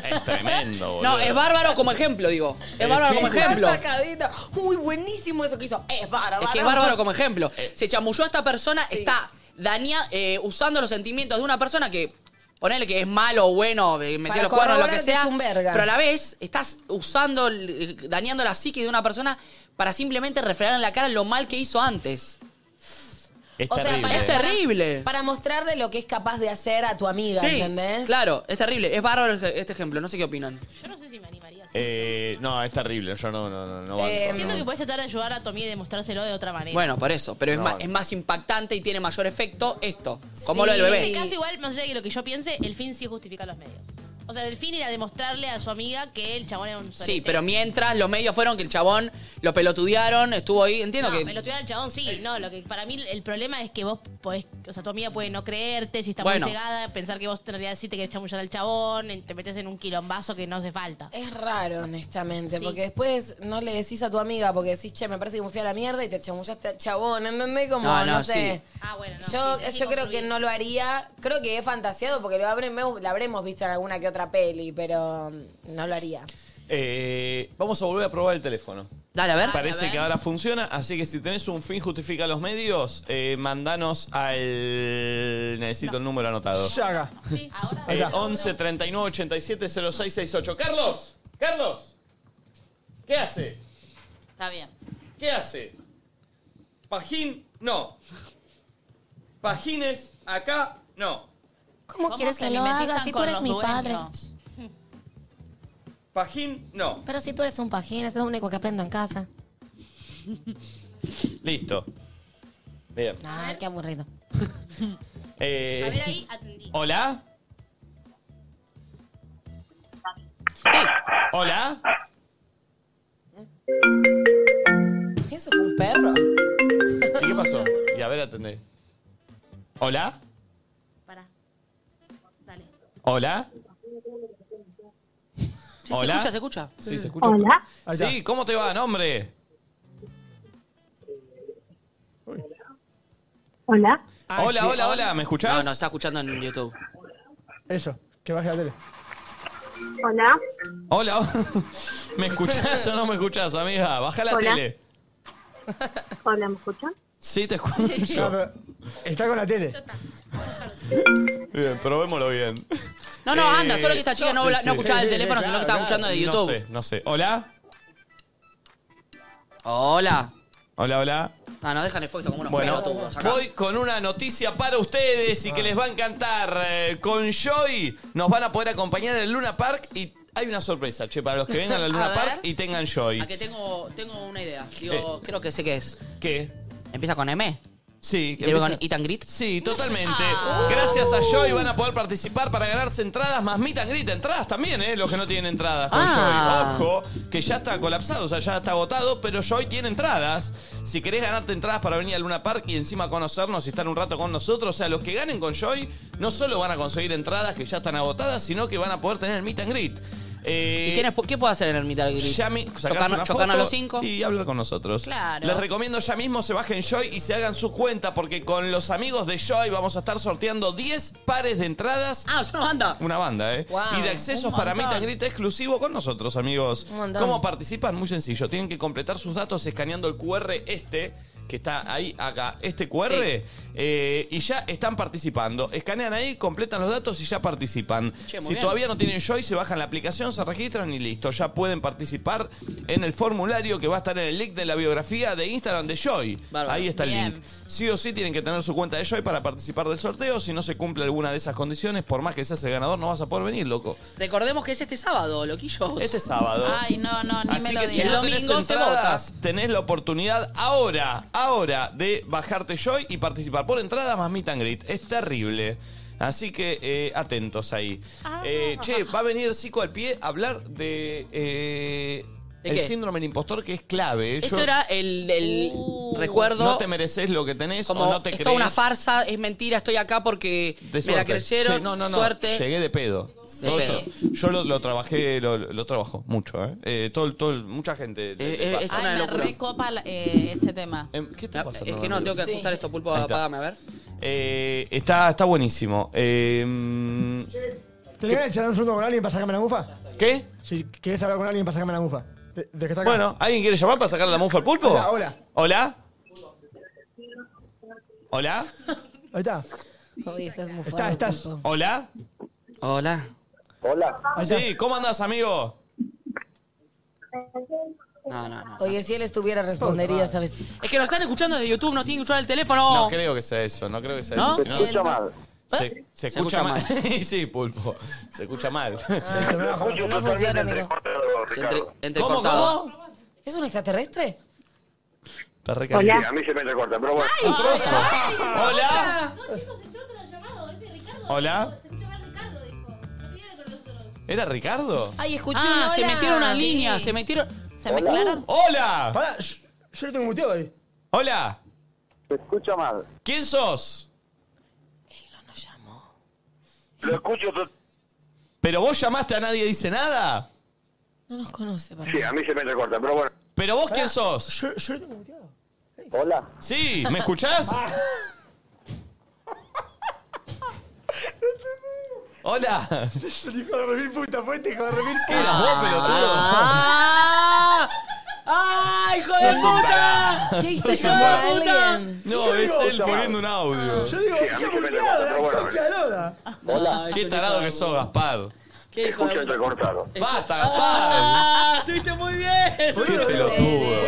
[SPEAKER 1] Es tremendo, boludo.
[SPEAKER 2] No, es bárbaro como ejemplo, digo. Es
[SPEAKER 1] El
[SPEAKER 2] bárbaro como
[SPEAKER 1] fin-
[SPEAKER 2] ejemplo.
[SPEAKER 3] Sacadita. Uy, buenísimo eso que hizo. Es bárbaro.
[SPEAKER 2] Es que es bárbaro como ejemplo.
[SPEAKER 1] Eh.
[SPEAKER 2] Se chamulló a esta persona, está daña, eh, usando los sentimientos de una persona que, ponele que es malo o bueno, eh, metió
[SPEAKER 25] Para
[SPEAKER 2] los cuernos, lo
[SPEAKER 25] corroborar
[SPEAKER 2] que
[SPEAKER 25] que
[SPEAKER 2] sea.
[SPEAKER 25] es un verga.
[SPEAKER 2] Pero a la vez estás usando, eh, dañando la psique de una persona para simplemente refregar en la cara lo mal que hizo antes.
[SPEAKER 1] Es
[SPEAKER 2] es terrible.
[SPEAKER 25] Para mostrarle lo que es capaz de hacer a tu amiga,
[SPEAKER 2] Sí,
[SPEAKER 25] ¿entendés?
[SPEAKER 2] Claro, es terrible. Es bárbaro este ejemplo. No sé qué opinan.
[SPEAKER 1] Eh, no, es terrible. Yo no, no, no, no banco,
[SPEAKER 25] Eh,
[SPEAKER 8] Siento
[SPEAKER 1] no.
[SPEAKER 8] que puedes tratar de ayudar a tu amiga y demostrárselo de otra manera.
[SPEAKER 2] Em. Bueno, por eso. Pero es,
[SPEAKER 1] No,
[SPEAKER 2] más,
[SPEAKER 1] no.
[SPEAKER 2] es más impactante y tiene mayor efecto esto. Como lo del
[SPEAKER 8] En este
[SPEAKER 2] bebé.
[SPEAKER 8] caso, igual, más allá de lo que yo piense, el fin sí justifica los medios. O sea, el fin era demostrarle a su amiga que el chabón era un solete.
[SPEAKER 2] Sí, pero mientras los medios fueron que el chabón lo pelotudearon, estuvo ahí. Entiendo
[SPEAKER 8] No,
[SPEAKER 2] que.
[SPEAKER 8] me lo tuviera el chabón, sí. No, lo que para mí el problema es que vos podés, o sea, tu amiga puede no creerte, si está
[SPEAKER 2] Bueno.
[SPEAKER 8] muy cegada, pensar que vos en realidad sí te querés chamullar al chabón, en- te metes en un quilombazo que no hace falta.
[SPEAKER 25] Es raro, honestamente,
[SPEAKER 8] Sí.
[SPEAKER 25] porque después no le decís a tu amiga porque decís, che, me parece que me fui a la mierda y te chamullaste al chabón, ¿entendés? Como,
[SPEAKER 2] No,
[SPEAKER 25] no,
[SPEAKER 2] no,
[SPEAKER 25] sé.
[SPEAKER 2] sí.
[SPEAKER 8] Ah, bueno,
[SPEAKER 25] Yo, yo creo que no lo haría. Creo que he fantaseado porque lo, habremos, lo habremos visto en alguna que otra peli, pero mm, no lo haría.
[SPEAKER 1] Eh, vamos a volver a probar el teléfono.
[SPEAKER 2] Dale, a ver.
[SPEAKER 1] Parece
[SPEAKER 2] Dale, a ver.
[SPEAKER 1] que ahora funciona, así que si tenés un fin justifica los medios, eh, mandanos al... Necesito el número anotado.
[SPEAKER 6] Yaga.
[SPEAKER 1] Eh, 11 39 87 06 68. Carlos, Carlos, ¿qué hace?
[SPEAKER 4] Está bien.
[SPEAKER 1] ¿Qué hace? Pajín, no. Pajines, acá, no.
[SPEAKER 33] ¿Cómo, quieres
[SPEAKER 4] se
[SPEAKER 33] que lo
[SPEAKER 4] mimetizan
[SPEAKER 33] haga si tú
[SPEAKER 4] con
[SPEAKER 33] eres
[SPEAKER 4] los
[SPEAKER 33] mi padre?
[SPEAKER 4] dueños?
[SPEAKER 1] Pajín, no.
[SPEAKER 33] Pero si tú eres un pajín, es lo único que aprendo en casa.
[SPEAKER 1] Listo. Bien.
[SPEAKER 33] Ay, qué aburrido.
[SPEAKER 1] Eh,
[SPEAKER 8] A ver, ahí atendí.
[SPEAKER 1] ¿Hola? ¿Hola?
[SPEAKER 25] ¿Eso fue un perro?
[SPEAKER 1] ¿Y qué pasó? Y a ver, atendé. ¿Hola?
[SPEAKER 8] Dale.
[SPEAKER 1] ¿Hola?
[SPEAKER 2] Sí,
[SPEAKER 1] ¿Hola?
[SPEAKER 2] Se escucha, se escucha.
[SPEAKER 1] Sí, se escucha.
[SPEAKER 2] Ahí está.
[SPEAKER 1] Sí, ¿cómo te va, nombre?
[SPEAKER 34] Hola.
[SPEAKER 1] Ah, hola, hola, hola, ¿me escuchás?
[SPEAKER 2] No, no, está escuchando en YouTube.
[SPEAKER 6] Eso, que baje la tele.
[SPEAKER 34] Hola.
[SPEAKER 1] Hola, hola. ¿me escuchás o no me escuchás, amiga? Baja la
[SPEAKER 34] Hola.
[SPEAKER 1] tele.
[SPEAKER 34] Hola, ¿me escuchan?
[SPEAKER 1] Sí, te escucho.
[SPEAKER 6] No, Está con la tele.
[SPEAKER 1] Bien, probémoslo bien.
[SPEAKER 2] No, no, anda, solo que esta chica no,
[SPEAKER 1] sí,
[SPEAKER 2] habla- no
[SPEAKER 1] sí.
[SPEAKER 2] escuchaba
[SPEAKER 1] Sí,
[SPEAKER 2] el
[SPEAKER 1] sí,
[SPEAKER 2] teléfono, sino que estaba
[SPEAKER 1] claro,
[SPEAKER 2] escuchando de
[SPEAKER 1] claro.
[SPEAKER 2] YouTube.
[SPEAKER 1] No sé, no sé. ¿Hola?
[SPEAKER 2] Hola.
[SPEAKER 1] Hola, hola.
[SPEAKER 2] Ah, nos dejan expuesto como unos
[SPEAKER 1] Bueno,
[SPEAKER 2] pelotudos acá.
[SPEAKER 1] voy con una noticia para ustedes y que les va a encantar. Eh, con Joy nos van a poder acompañar en el Luna Park y hay una sorpresa, che, para los que vengan
[SPEAKER 2] A
[SPEAKER 1] al Luna
[SPEAKER 2] ver.
[SPEAKER 1] Park y Eh. tengan Joy.
[SPEAKER 2] A que tengo, tengo una idea. Digo, creo que sé qué es.
[SPEAKER 1] ¿Qué?
[SPEAKER 2] ¿Empieza con M?
[SPEAKER 1] Sí.
[SPEAKER 2] ¿Y termina con
[SPEAKER 1] empieza-
[SPEAKER 2] Eat and Grit?
[SPEAKER 1] Sí, totalmente.
[SPEAKER 2] Ah.
[SPEAKER 1] Uh. Gracias a Joy van a poder participar para ganarse entradas más meet and greet. Entradas también, ¿eh? Los que no tienen entradas con
[SPEAKER 2] Ah.
[SPEAKER 1] Joy. Ojo, que ya está colapsado, o sea, ya está agotado, pero Joy tiene entradas. Si querés ganarte entradas para venir al Luna Park y encima conocernos y estar un rato con nosotros, o sea, los que ganen con Joy no solo van a conseguir entradas que ya están agotadas, sino que van a poder tener el meet and greet. Eh,
[SPEAKER 2] ¿Y quién es- qué puedo hacer en el mitad del Grit?
[SPEAKER 1] ya mi- sacás
[SPEAKER 2] Chocarnos-
[SPEAKER 1] una
[SPEAKER 2] chocarnos
[SPEAKER 1] foto
[SPEAKER 2] los cinco.
[SPEAKER 1] Y hablar con nosotros.
[SPEAKER 2] Claro.
[SPEAKER 1] Les recomiendo ya mismo se bajen Joy y se hagan su cuenta porque con los amigos de Joy vamos a estar sorteando 10 pares de entradas.
[SPEAKER 2] Ah, es una banda.
[SPEAKER 1] Una banda, ¿eh?
[SPEAKER 2] Wow,
[SPEAKER 1] y de accesos
[SPEAKER 2] un
[SPEAKER 1] para Meet and
[SPEAKER 2] montón.
[SPEAKER 1] Greet exclusivo con nosotros, amigos.
[SPEAKER 2] Un montón.
[SPEAKER 1] ¿Cómo participan? Muy sencillo. Tienen que completar sus datos escaneando el QR este que está ahí acá. Este QR
[SPEAKER 2] Sí.
[SPEAKER 1] eh, y ya están participando. Escanean ahí, completan los datos y ya participan.
[SPEAKER 23] Che, muy
[SPEAKER 1] si
[SPEAKER 23] bien.
[SPEAKER 1] todavía no tienen Joy, se bajan la aplicación, se registran y listo. Ya pueden participar en el formulario que va a estar en el link de la biografía de Instagram de Joy. Ahí está el
[SPEAKER 23] Bien.
[SPEAKER 1] link. Sí o sí tienen que tener su cuenta de Joy para participar del sorteo. Si no se cumple alguna de esas condiciones, por más que seas el ganador, no vas a poder venir, loco.
[SPEAKER 2] Recordemos que es este sábado, loquillos.
[SPEAKER 1] Este sábado.
[SPEAKER 23] Ah,
[SPEAKER 4] Ay, no, no, ni me
[SPEAKER 1] Así
[SPEAKER 4] lo
[SPEAKER 1] que si
[SPEAKER 4] digas.
[SPEAKER 1] no tenés entradas, tenés la oportunidad ahora, ahora de bajarte Joy y participar por entrada más meet and greet. Es terrible. Así que eh, atentos ahí.
[SPEAKER 2] Ah.
[SPEAKER 1] Eh, che, va a venir Zico al pie a hablar de, eh,
[SPEAKER 2] ¿De
[SPEAKER 1] el
[SPEAKER 2] qué?
[SPEAKER 1] síndrome del impostor que es clave.
[SPEAKER 2] Eso
[SPEAKER 1] Yo-
[SPEAKER 2] era el, el
[SPEAKER 1] Uh.
[SPEAKER 2] recuerdo.
[SPEAKER 1] No te mereces lo que tenés
[SPEAKER 2] como
[SPEAKER 1] o no te
[SPEAKER 2] es
[SPEAKER 1] crees.
[SPEAKER 2] toda una farsa, es mentira, estoy acá porque
[SPEAKER 1] De
[SPEAKER 2] me la
[SPEAKER 1] suerte.
[SPEAKER 2] creyeron.
[SPEAKER 1] Sí, no, no, no.
[SPEAKER 2] Suerte.
[SPEAKER 1] Llegué de pedo.
[SPEAKER 2] Sí.
[SPEAKER 1] Todo esto. Yo lo, lo trabajé, lo, lo trabajo mucho, ¿eh? Eh, todo, todo, mucha gente. le-
[SPEAKER 2] Eh,
[SPEAKER 1] le pasa.
[SPEAKER 4] Ay, me recopa la- eh, ese tema.
[SPEAKER 21] Em,
[SPEAKER 1] ¿Qué te pasa?
[SPEAKER 2] Es que no, tengo que ajustar esto, pulpo,
[SPEAKER 1] Ahí está.
[SPEAKER 2] apágame, a ver.
[SPEAKER 1] Eh, está, está buenísimo. Eh,
[SPEAKER 6] ¿Te que echar un segundo con alguien para sacarme la mufa?
[SPEAKER 1] ¿Qué?
[SPEAKER 6] Si quieres hablar con alguien para sacarme la mufa. De, de que está acá.
[SPEAKER 1] bueno, ¿alguien quiere llamar para sacar la mufa al pulpo?
[SPEAKER 6] Hola, hola.
[SPEAKER 1] ¿Hola? ¿Hola?
[SPEAKER 6] Ahí
[SPEAKER 1] ah.
[SPEAKER 6] está.
[SPEAKER 33] Hoy estás mufado.
[SPEAKER 6] Está, estás.
[SPEAKER 1] ¿Hola?
[SPEAKER 2] Hola.
[SPEAKER 1] Hola.
[SPEAKER 6] Ahí está.
[SPEAKER 1] Sí, ¿cómo andás, amigo?
[SPEAKER 2] No, no, no.
[SPEAKER 33] Oye, si él estuviera, respondería, ¿sabes?
[SPEAKER 2] Es que nos están escuchando desde YouTube, nos tienen que escuchar el teléfono.
[SPEAKER 1] No creo que sea eso, no creo que sea
[SPEAKER 2] ¿No?
[SPEAKER 1] eso.
[SPEAKER 2] Se escucha mal.
[SPEAKER 1] Se, se escucha
[SPEAKER 2] escucha
[SPEAKER 1] mal. sí, pulpo. Se escucha mal.
[SPEAKER 2] Ah.
[SPEAKER 33] No funciona, amigo.
[SPEAKER 1] ¿Cómo, cómo?
[SPEAKER 33] ¿Es un extraterrestre?
[SPEAKER 1] Está re
[SPEAKER 33] Hola.
[SPEAKER 1] caliente.
[SPEAKER 20] A mí se me recorta, pero bueno.
[SPEAKER 1] Otro, otro. Hola. Hola. ¿Era Ricardo?
[SPEAKER 25] Ay, escuché
[SPEAKER 2] Ah,
[SPEAKER 25] un
[SPEAKER 2] se
[SPEAKER 25] hola.
[SPEAKER 2] metieron una
[SPEAKER 25] Sí.
[SPEAKER 2] línea, se metieron.
[SPEAKER 25] ¿Se mezclaron?
[SPEAKER 1] ¡Hola!
[SPEAKER 6] Pará, sh- yo lo tengo muteado ahí.
[SPEAKER 1] Hola.
[SPEAKER 20] Te escucha mal.
[SPEAKER 1] ¿Quién sos?
[SPEAKER 20] Lo escucho. to-
[SPEAKER 1] ¿Pero vos llamaste a nadie dice nada?
[SPEAKER 33] No nos conoce, para
[SPEAKER 20] Sí, a mí se me recorta, pero bueno.
[SPEAKER 1] ¿Pero vos quién sos?
[SPEAKER 6] Yo, yo lo tengo muteado.
[SPEAKER 20] Hola.
[SPEAKER 1] Sí, ¿me escuchás? Hola.
[SPEAKER 6] Es un hijo de remil puta, fue este hijo de remil.
[SPEAKER 1] ¿Qué eras vos, pelotudo?
[SPEAKER 2] ¡Ah! ¡Ah, hijo de
[SPEAKER 1] Sos un
[SPEAKER 2] puta!
[SPEAKER 1] tarado.
[SPEAKER 2] ¿Qué
[SPEAKER 1] Sos
[SPEAKER 2] hizo
[SPEAKER 1] un
[SPEAKER 2] hijo de
[SPEAKER 1] tarado.
[SPEAKER 2] puta?
[SPEAKER 1] No, es él poniendo un audio.
[SPEAKER 6] Ah, Yo digo, está muteado, la concha de loda.
[SPEAKER 2] Ah,
[SPEAKER 1] Hola. Qué tarado que sos, Gaspar.
[SPEAKER 2] ¿Qué hijo de puta?
[SPEAKER 1] Basta, Gaspar.
[SPEAKER 2] ¡Ah! ¡Estuviste muy bien!
[SPEAKER 1] Qué pelotudo.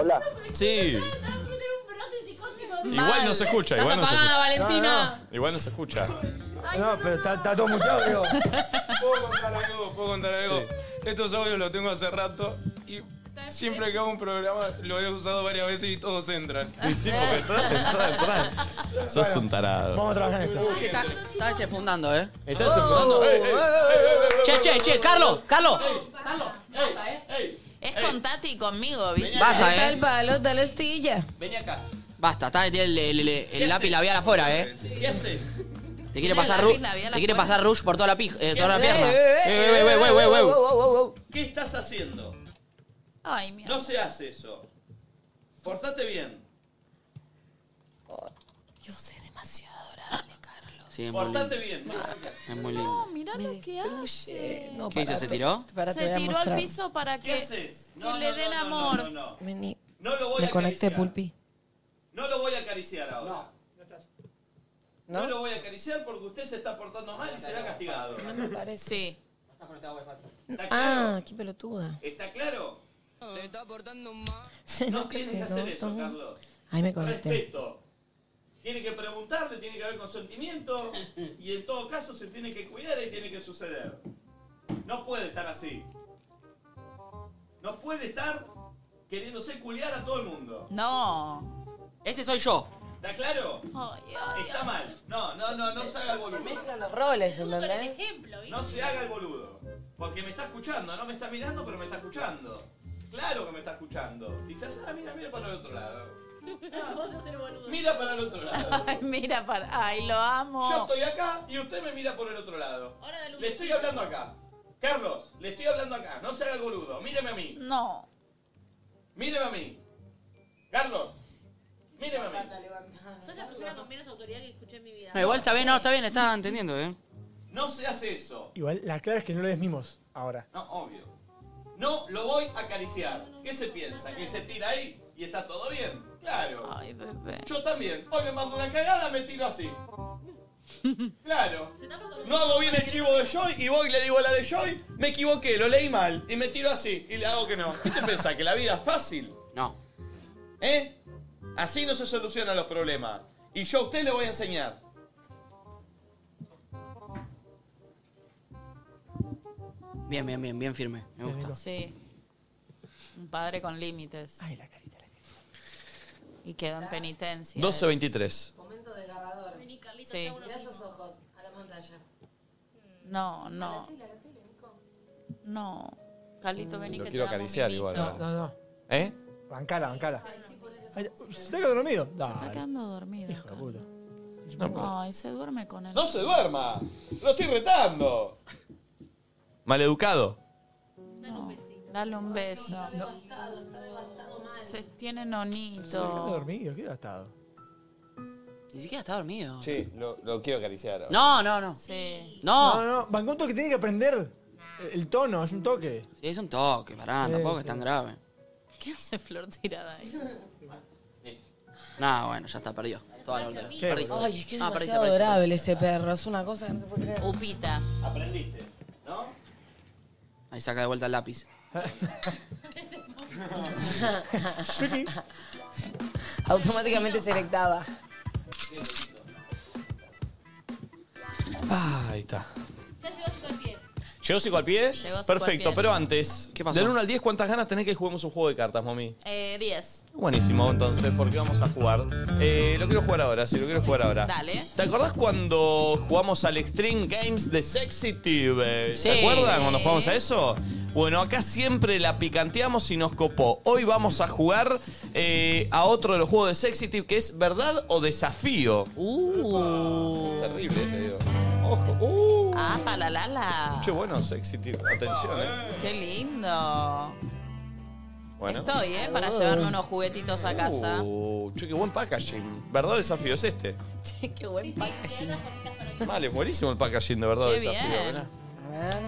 [SPEAKER 20] Hola.
[SPEAKER 1] Sí. Igual no se escucha, igual no se escucha. Igual no se escucha.
[SPEAKER 6] No, pero está, está todo muteado, digo.
[SPEAKER 21] ¿Puedo contar algo? ¿Puedo contar algo? Estos audios los tengo hace rato y siempre que hago un programa lo he usado varias veces y todos entran.
[SPEAKER 1] Y sí, porque entrás, entrás, entrás. Sos un tarado.
[SPEAKER 6] Vamos a trabajar en esto.
[SPEAKER 2] Che, está, está desenfundando, ¿eh?
[SPEAKER 1] Estás enfocando. ¡Ey, ey,
[SPEAKER 2] Che, che, che, Carlos, Carlos.
[SPEAKER 4] eh. Es con Tati y conmigo, ¿viste?
[SPEAKER 2] Basta,
[SPEAKER 33] Está el
[SPEAKER 2] ¿eh?
[SPEAKER 33] palo, está la astilla.
[SPEAKER 2] Vení acá. Basta, está tiene el, el, el- el lápiz labial afuera, ¿eh?
[SPEAKER 21] ¿Qué haces?
[SPEAKER 2] Te quiere
[SPEAKER 21] Tiene
[SPEAKER 2] pasar
[SPEAKER 21] el
[SPEAKER 2] Rush,
[SPEAKER 21] lápiz labial
[SPEAKER 2] te quiere
[SPEAKER 21] afuera.
[SPEAKER 2] pasar Rush por toda la, pij- eh, toda la
[SPEAKER 21] haces?
[SPEAKER 2] pierna.
[SPEAKER 21] Eh, eh,
[SPEAKER 2] Eh, wey, wey, wey, wey, wey.
[SPEAKER 21] ¿Qué estás haciendo?
[SPEAKER 4] Ay, mierda.
[SPEAKER 21] No se hace eso. Portate bien.
[SPEAKER 33] Dios, es demasiado adorable, Carlos.
[SPEAKER 2] Sí, es muy
[SPEAKER 21] Portate
[SPEAKER 2] lindo.
[SPEAKER 21] bien.
[SPEAKER 2] Es muy lindo.
[SPEAKER 4] Mirá lo que hace.
[SPEAKER 33] No,
[SPEAKER 2] ¿Qué hizo?
[SPEAKER 33] pará,
[SPEAKER 2] ¿Se
[SPEAKER 33] te-
[SPEAKER 2] tiró?
[SPEAKER 33] pará, te
[SPEAKER 4] Se
[SPEAKER 33] voy a
[SPEAKER 4] tiró al
[SPEAKER 33] mostrar.
[SPEAKER 4] piso para que,
[SPEAKER 21] haces?
[SPEAKER 4] que
[SPEAKER 21] No, no,
[SPEAKER 4] le
[SPEAKER 21] no,
[SPEAKER 4] den
[SPEAKER 21] no, no,
[SPEAKER 4] amor.
[SPEAKER 21] no, no.
[SPEAKER 33] Vení,
[SPEAKER 21] No lo voy
[SPEAKER 33] me
[SPEAKER 21] a
[SPEAKER 33] conecté,
[SPEAKER 21] acariciar.
[SPEAKER 33] Pulpi.
[SPEAKER 21] No lo voy a acariciar ahora. No.
[SPEAKER 33] ¿No?
[SPEAKER 21] lo voy a acariciar porque usted se está portando mal y será castigado.
[SPEAKER 33] No me parece.
[SPEAKER 4] Sí.
[SPEAKER 33] Ah, qué pelotuda.
[SPEAKER 21] ¿Está claro?
[SPEAKER 33] Se
[SPEAKER 21] No
[SPEAKER 33] nota
[SPEAKER 21] tienes
[SPEAKER 33] que
[SPEAKER 21] que hacer
[SPEAKER 33] no,
[SPEAKER 21] eso,
[SPEAKER 33] tomó.
[SPEAKER 21] Carlos.
[SPEAKER 33] Ahí me conecté.
[SPEAKER 21] Respeto. Tiene que preguntarle, tiene que haber consentimiento y en todo caso se tiene que cuidar y tiene que suceder. No puede estar así. No puede estar queriéndose culiar a todo el mundo.
[SPEAKER 4] No.
[SPEAKER 2] Ese soy yo.
[SPEAKER 21] ¿Está claro? Está mal. No, no, no, no se haga el boludo.
[SPEAKER 33] Roles, ¿entendés?
[SPEAKER 21] No se haga el boludo. Porque me está escuchando, no me está mirando, pero me está escuchando. Claro que me está escuchando. Dice, ah, mira, mira para el otro lado. Mira para el otro lado.
[SPEAKER 4] Ay, mira para. Ay, lo amo.
[SPEAKER 21] Yo estoy acá y usted me mira por el otro lado. Le estoy hablando acá. Carlos, le estoy hablando acá. No se haga el boludo. Míreme a mí.
[SPEAKER 4] No.
[SPEAKER 21] Míreme a mí. Carlos, míreme a mí.
[SPEAKER 8] Sos la persona con menos autoridad que escuché en mi vida.
[SPEAKER 2] No, igual está bien, no, está bien, está entendiendo, ¿eh?
[SPEAKER 21] No se hace eso.
[SPEAKER 6] Igual, la clave es que no le des mimos ahora.
[SPEAKER 21] No, obvio. No lo voy a acariciar. ¿Qué se piensa? ¿Que se tira ahí? y está todo bien. Claro. Yo también. Hoy me mando una cagada, me tiro así. Claro. No hago bien el chivo de Joy y voy y le digo a la de Joy, me equivoqué, lo leí mal. Y me tiro así y le hago que no. ¿Qué te pensás? ¿Que la vida es fácil?
[SPEAKER 2] No.
[SPEAKER 21] ¿Eh? Así no se solucionan los problemas. Y yo a usted le voy a enseñar.
[SPEAKER 2] Bien, bien, bien, bien firme. Me gusta.
[SPEAKER 4] Sí. Un padre con límites. Ay, la carita, Y queda en penitencia.
[SPEAKER 1] 12.23.
[SPEAKER 4] Momento desgarrador.
[SPEAKER 8] Sí.
[SPEAKER 4] Mirá
[SPEAKER 33] esos ojos a la pantalla.
[SPEAKER 4] No, no. No. Carlito, vení
[SPEAKER 1] Lo
[SPEAKER 4] que
[SPEAKER 1] quiero
[SPEAKER 4] te damos
[SPEAKER 1] acariciar
[SPEAKER 4] mimito.
[SPEAKER 1] igual. No,
[SPEAKER 6] No, no.
[SPEAKER 1] ¿Eh?
[SPEAKER 6] Bancala, bancala. Ay, ¿Se te ha quedado dormido?
[SPEAKER 4] Está
[SPEAKER 6] Dale.
[SPEAKER 4] quedando dormido.
[SPEAKER 6] Hijo de puta.
[SPEAKER 4] Ay, se duerme con él.
[SPEAKER 21] ¡No se duerma! ¡Lo estoy retando!
[SPEAKER 1] Maleducado.
[SPEAKER 4] Dale un beso. Está
[SPEAKER 33] devastado, está devastado mal.
[SPEAKER 4] Se tiene
[SPEAKER 6] Se ha quedado
[SPEAKER 4] nonito.
[SPEAKER 6] dormido, qué gastado.
[SPEAKER 2] Ni siquiera está dormido.
[SPEAKER 1] Sí, lo, lo quiero acariciar.
[SPEAKER 2] No, no, no.
[SPEAKER 4] Sí.
[SPEAKER 2] No.
[SPEAKER 6] No, no, bancó un toque, tiene que aprender el tono, es un toque.
[SPEAKER 2] Sí, es un toque, pará,
[SPEAKER 6] Sí,
[SPEAKER 2] tampoco
[SPEAKER 6] sí.
[SPEAKER 2] es tan grave.
[SPEAKER 4] ¿Qué hace Flor tirada ahí?
[SPEAKER 2] No, bueno, ya está, perdió. Toda la vuelta. Perdiste.
[SPEAKER 33] Ay, es que es
[SPEAKER 2] No, perdiste,
[SPEAKER 3] Ah,
[SPEAKER 33] demasiado
[SPEAKER 2] perdiste.
[SPEAKER 33] adorable ese perro. Es una cosa que no se puede creer.
[SPEAKER 4] Upita.
[SPEAKER 21] Aprendiste, ¿no?
[SPEAKER 2] Ahí saca de vuelta el lápiz.
[SPEAKER 33] Automáticamente selectaba.
[SPEAKER 1] Ah, ahí está.
[SPEAKER 8] Ya llegó su pie.
[SPEAKER 1] ¿Llegó Sico al pie?
[SPEAKER 4] Llegó Sico
[SPEAKER 1] Perfecto,
[SPEAKER 4] al pie.
[SPEAKER 1] pero antes.
[SPEAKER 4] ¿Qué pasó?
[SPEAKER 1] Del 1 al 10, ¿cuántas ganas tenés que juguemos un juego de cartas, mami?
[SPEAKER 4] Eh, 10.
[SPEAKER 1] Buenísimo, entonces, porque vamos a jugar. Eh, lo quiero jugar ahora, sí, lo quiero jugar ahora.
[SPEAKER 4] Dale.
[SPEAKER 1] ¿Te acordás cuando jugamos al Extreme Games de Sexytive? ¿Se
[SPEAKER 4] Sí.
[SPEAKER 1] acuerdan cuando jugamos a eso? Bueno, acá siempre la picanteamos y nos copó. Hoy vamos a jugar eh, a otro de los juegos de Sexytive que es Verdad o Desafío.
[SPEAKER 4] Uh.
[SPEAKER 1] Terrible, te digo.
[SPEAKER 4] Ah, para la la.
[SPEAKER 1] Che, bueno, Sexytive. Atención, eh.
[SPEAKER 4] Qué lindo.
[SPEAKER 1] Bueno.
[SPEAKER 4] Estoy, ¿eh? Para llevarme unos juguetitos a casa.
[SPEAKER 1] Oh. Uh, che, qué buen packaging. ¿Verdad o Desafío es este?
[SPEAKER 4] Che, Qué buen packaging.
[SPEAKER 1] Vale, buenísimo el packaging de Verdad o
[SPEAKER 4] Qué
[SPEAKER 1] Desafío.
[SPEAKER 4] bien.
[SPEAKER 1] ¿verdad?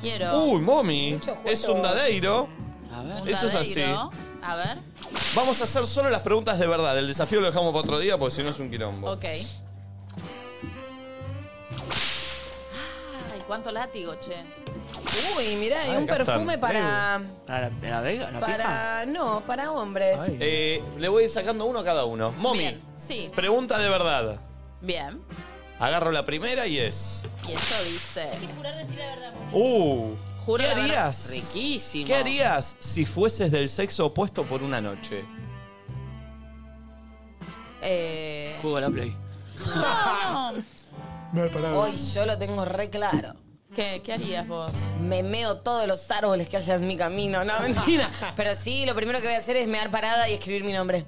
[SPEAKER 4] Quiero.
[SPEAKER 1] Uy, mommy, es un
[SPEAKER 4] juego.
[SPEAKER 1] dadeiro.
[SPEAKER 2] A
[SPEAKER 4] un
[SPEAKER 1] Esto es así.
[SPEAKER 4] dadeiro. A ver.
[SPEAKER 1] Vamos a hacer solo las preguntas de verdad. El desafío lo dejamos para otro día porque si no es un quilombo.
[SPEAKER 4] Ok. Ay, cuánto látigo, che.
[SPEAKER 33] Uy, mirá, hay
[SPEAKER 1] Ay,
[SPEAKER 33] un
[SPEAKER 1] acá están.
[SPEAKER 33] perfume para.
[SPEAKER 2] ¿Para la, la vega? ¿La pija?
[SPEAKER 33] Para. No, para hombres.
[SPEAKER 1] Eh, le voy a ir sacando uno a cada uno. Mommy,
[SPEAKER 4] Sí,
[SPEAKER 1] pregunta de verdad.
[SPEAKER 4] bien.
[SPEAKER 1] Agarro la primera y es.
[SPEAKER 4] Y esto dice.
[SPEAKER 8] Jurar decir la verdad.
[SPEAKER 1] Uh,
[SPEAKER 4] Juro
[SPEAKER 1] ¿qué
[SPEAKER 4] la verdad.
[SPEAKER 1] harías?
[SPEAKER 2] Riquísimo.
[SPEAKER 1] ¿Qué harías si fueses del sexo opuesto por una noche?
[SPEAKER 33] Eh.
[SPEAKER 2] Juego a la play.
[SPEAKER 4] No, no.
[SPEAKER 33] Hoy yo lo tengo re claro.
[SPEAKER 4] ¿Qué, ¿Qué harías vos?
[SPEAKER 33] Me meo todos los árboles que haya en mi camino, no mentira. Pero sí, lo primero que voy a hacer es mear parada y escribir mi nombre.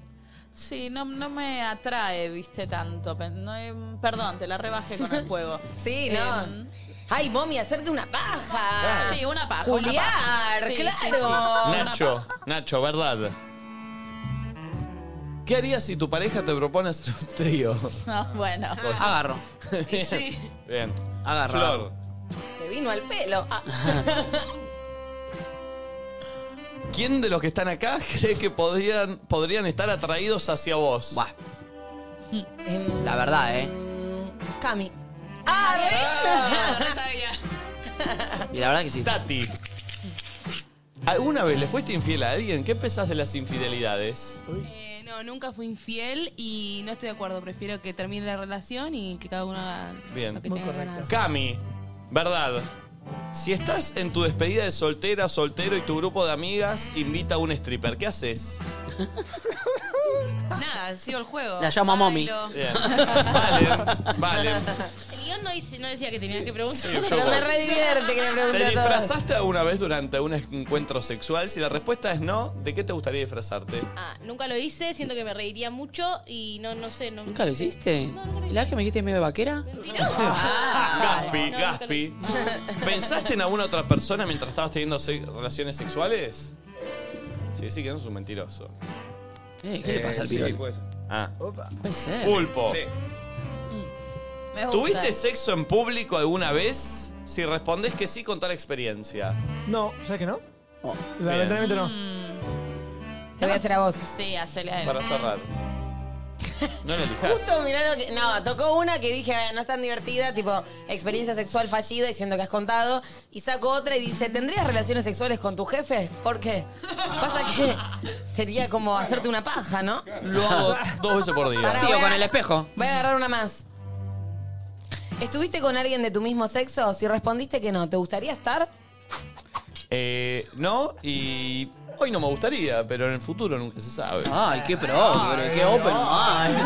[SPEAKER 4] Sí, no, no me atrae, viste, tanto. Pe- no, eh, perdón, te la rebajé con el juego. Em.
[SPEAKER 33] Sí, no. Ay, mommy, hacerte una paja.
[SPEAKER 4] Sí, una paja. una
[SPEAKER 33] Juliar,
[SPEAKER 4] paja. Sí, sí, sí.
[SPEAKER 33] claro.
[SPEAKER 1] Nacho, Nacho, verdad. ¿Qué harías si tu pareja te propone hacer un trío?
[SPEAKER 4] No, Ah, bueno.
[SPEAKER 2] Ah. Agarro.
[SPEAKER 1] Bien. Bien.
[SPEAKER 2] Agarro.
[SPEAKER 1] Flor.
[SPEAKER 33] Te vino al pelo. Ah.
[SPEAKER 1] ¿Quién de los que están acá cree que podrían, podrían estar atraídos hacia vos?
[SPEAKER 2] Buah,
[SPEAKER 33] Em,
[SPEAKER 2] la verdad, ¿eh?
[SPEAKER 33] Cami. ¡Ah, re-
[SPEAKER 2] Y la verdad que sí.
[SPEAKER 1] Tati. ¿Alguna vez le fuiste infiel a alguien? ¿Qué pensás de las infidelidades?
[SPEAKER 35] Eh, no, nunca fui infiel y no estoy de acuerdo. Prefiero que termine la relación y que cada uno haga
[SPEAKER 1] Bien.
[SPEAKER 35] lo que tenga ganas.
[SPEAKER 1] Cami, verdad. Si estás en tu despedida de soltera, soltero y tu grupo de amigas invita a un stripper, ¿qué haces?
[SPEAKER 35] Nada, sigo el juego.
[SPEAKER 1] La llamo a mommy.
[SPEAKER 35] Bailo.
[SPEAKER 1] Bien. Valen, valen.
[SPEAKER 8] El guión no, dice- no decía que tenías que preguntar.
[SPEAKER 1] Sí, yo Pero me voy. re
[SPEAKER 33] divierte que le pregunte
[SPEAKER 1] ¿Te
[SPEAKER 33] a todos.
[SPEAKER 1] disfrazaste alguna vez durante un encuentro sexual? Si la respuesta es no, ¿de qué te gustaría disfrazarte?
[SPEAKER 8] Ah, nunca lo hice, siento que me reiría mucho y no, no sé. No,
[SPEAKER 2] ¿Nunca lo hiciste? ¿La vez que me dijiste medio de vaquera?
[SPEAKER 1] Gaspi, Gaspi. ¿Pensaste en alguna otra persona mientras estabas teniendo se- relaciones sexuales? Sí, sí, que no es un mentiroso.
[SPEAKER 2] Eh, ¿Qué le pasa al
[SPEAKER 1] sí,
[SPEAKER 2] pirón?
[SPEAKER 1] puede ser. Ah.
[SPEAKER 2] Puede ser.
[SPEAKER 1] Pulpo.
[SPEAKER 4] Me gusta.
[SPEAKER 1] ¿Tuviste sexo en público alguna vez? Si respondes que sí, con tal experiencia.
[SPEAKER 6] No, ¿sabes que no?
[SPEAKER 2] Oh.
[SPEAKER 4] Mm.
[SPEAKER 6] Lamentablemente no.
[SPEAKER 1] Bien.
[SPEAKER 3] Te voy a hacer a vos.
[SPEAKER 4] Sí, hacele a él.
[SPEAKER 1] Para cerrar. No lo elijas.
[SPEAKER 3] Justo, mirá lo que. No, tocó una que dije, "Ah, no es tan divertida, tipo, experiencia sexual fallida, diciendo que has contado. Y saco otra y dice, ¿tendrías relaciones sexuales con tu jefe? ¿Por qué? Pasa que sería como hacerte una paja, ¿no?
[SPEAKER 1] Lo hago dos veces por día.
[SPEAKER 3] Pará, Sí, o voy a- con el
[SPEAKER 2] espejo.
[SPEAKER 3] Voy a agarrar una más. ¿Estuviste con alguien de tu mismo sexo? Si respondiste que no, ¿te gustaría estar?
[SPEAKER 1] Eh, no, y hoy no me gustaría, pero en el futuro nunca se sabe.
[SPEAKER 2] Ay, qué progre, qué open mind.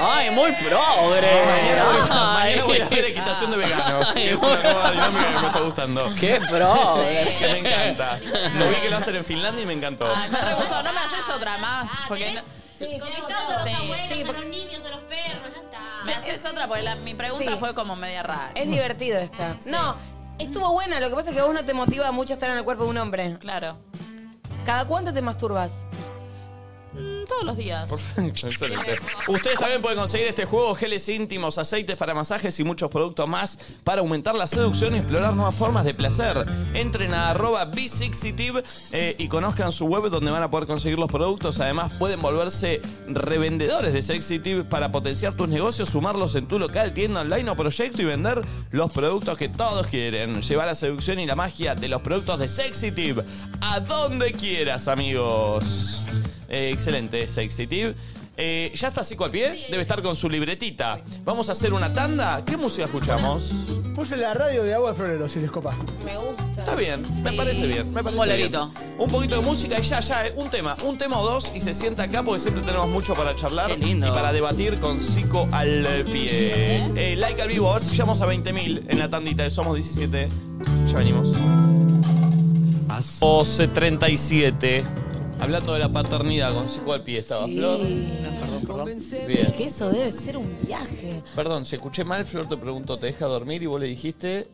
[SPEAKER 2] Ay, muy progre. Ay.
[SPEAKER 1] Mañana voy a ver equitación de veganos, que es una nueva dinámica que me está gustando.
[SPEAKER 2] ¡Qué progre!
[SPEAKER 1] Que me encanta. Lo vi que lo hacen en Finlandia y me encantó.
[SPEAKER 4] Me gustó, no me haces otra más. Porque no-
[SPEAKER 8] Sí, Conquistados a los
[SPEAKER 4] Sí,
[SPEAKER 8] abuelos,
[SPEAKER 4] sí,
[SPEAKER 8] a
[SPEAKER 4] porque-
[SPEAKER 8] los niños, a los perros, ya está.
[SPEAKER 4] Me haces otra porque la- mi pregunta
[SPEAKER 3] Sí.
[SPEAKER 4] fue como media rara.
[SPEAKER 3] Es divertido esta. No, estuvo buena, lo que pasa es que a vos no te motiva mucho estar en el cuerpo de un hombre.
[SPEAKER 4] Claro.
[SPEAKER 3] ¿Cada cuánto te masturbas?
[SPEAKER 4] Mm, Todos los días.
[SPEAKER 1] Excelente. Ustedes también pueden conseguir este juego, geles íntimos, aceites para masajes y muchos productos más para aumentar la seducción y explorar nuevas formas de placer. Entren a arroba B6TV eh, y conozcan su web donde van a poder conseguir los productos. Además, pueden volverse revendedores de Sexitive para potenciar tus negocios, sumarlos en tu local, tienda online o proyecto y vender los productos que todos quieren. Llevar la seducción y la magia de los productos de Sexitive a donde quieras, amigos. Eh, excelente, Sexitive. Eh, ¿Ya está Sico al pie? Debe estar con su libretita. Vamos a hacer una tanda. ¿Qué música escuchamos?
[SPEAKER 6] Puse la radio de agua de florero, si les copa.
[SPEAKER 3] Me gusta.
[SPEAKER 1] Está bien, me parece bien. Me
[SPEAKER 6] Un
[SPEAKER 1] parece
[SPEAKER 6] bolerito.
[SPEAKER 1] bien. Un poquito de música y ya, ya, eh, un tema, un tema o dos y se sienta acá porque siempre tenemos mucho para charlar y para debatir con Sico al pie. Eh, like al vivo, a ver si llegamos a 20.000 en la tandita de Somos 17. Ya venimos. 12.37. Hablando de la paternidad con Sico al pie, estaba
[SPEAKER 3] Sí.
[SPEAKER 1] Flor. Bien.
[SPEAKER 3] Es que eso debe ser un viaje.
[SPEAKER 1] Perdón, si escuché mal, Flor te preguntó, ¿te deja dormir? Y vos le dijiste...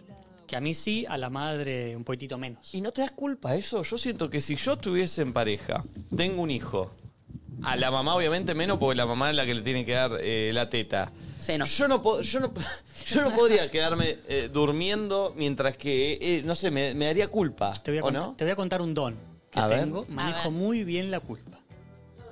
[SPEAKER 36] Que a mí sí, a la madre un poquitito menos.
[SPEAKER 1] ¿Y no te das culpa eso? Yo siento que si yo estuviese en pareja, tengo un hijo, a la mamá obviamente menos porque la mamá es la que le tiene que dar eh, la teta. Yo no, po- yo, no, yo no podría quedarme eh, durmiendo mientras que, eh, no sé, me, me daría culpa.
[SPEAKER 36] Te voy a,
[SPEAKER 1] ¿O
[SPEAKER 36] cont-
[SPEAKER 1] no?
[SPEAKER 36] te voy a contar un don que
[SPEAKER 1] A ver.
[SPEAKER 36] tengo. Manejo muy bien la culpa.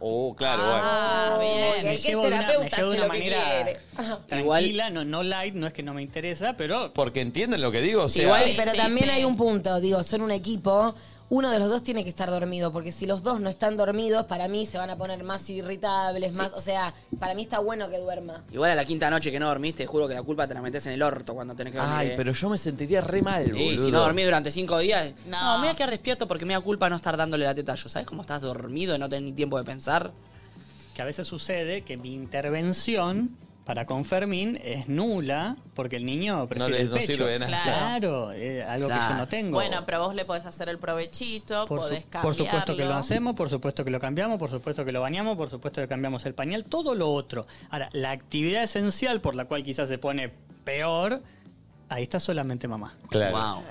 [SPEAKER 1] Oh, claro,
[SPEAKER 36] Ah,
[SPEAKER 1] bueno.
[SPEAKER 36] bien. Me
[SPEAKER 3] El que es
[SPEAKER 36] llevo de una- me
[SPEAKER 3] terapeuta
[SPEAKER 36] llevo de
[SPEAKER 3] hace
[SPEAKER 36] una
[SPEAKER 3] lo que
[SPEAKER 36] manera-
[SPEAKER 3] quiere.
[SPEAKER 36] Tranquila, no, no light, no es que no me interesa, pero...
[SPEAKER 1] Porque entienden lo que digo. o sea-
[SPEAKER 4] Eh,
[SPEAKER 3] Igual, pero también hay un punto, digo, son un equipo. Uno de los dos tiene que estar dormido, porque si los dos no están dormidos, para mí se van a poner más irritables, más. O sea, para mí está bueno que duerma.
[SPEAKER 2] Igual a la quinta noche que no dormiste, juro que la culpa te la metes en el orto cuando tenés que dormir.
[SPEAKER 1] Ay,
[SPEAKER 2] eh.
[SPEAKER 1] pero yo me sentiría re mal,
[SPEAKER 2] Y
[SPEAKER 1] boludo.
[SPEAKER 2] si no dormís durante cinco días,
[SPEAKER 4] No.
[SPEAKER 2] no. me voy a quedar despierto porque me da culpa no estar dándole la teta yo. ¿Sabes cómo estás dormido y no tenés ni tiempo de pensar?
[SPEAKER 36] Que a veces sucede que mi intervención para con Fermín es nula porque el niño prefiere
[SPEAKER 1] le-
[SPEAKER 36] el
[SPEAKER 1] no
[SPEAKER 36] pecho.
[SPEAKER 1] sirve de nada.
[SPEAKER 36] Claro, eh, algo que yo no tengo.
[SPEAKER 4] Bueno, pero vos le podés hacer el provechito,
[SPEAKER 36] Por, su-
[SPEAKER 4] podés cambiarlo.
[SPEAKER 36] por supuesto que lo hacemos, por supuesto que lo cambiamos, por supuesto que lo bañamos, por supuesto que cambiamos el pañal, todo lo otro. Ahora, la actividad esencial por la cual quizás se pone peor, ahí está solamente mamá.
[SPEAKER 1] Claro.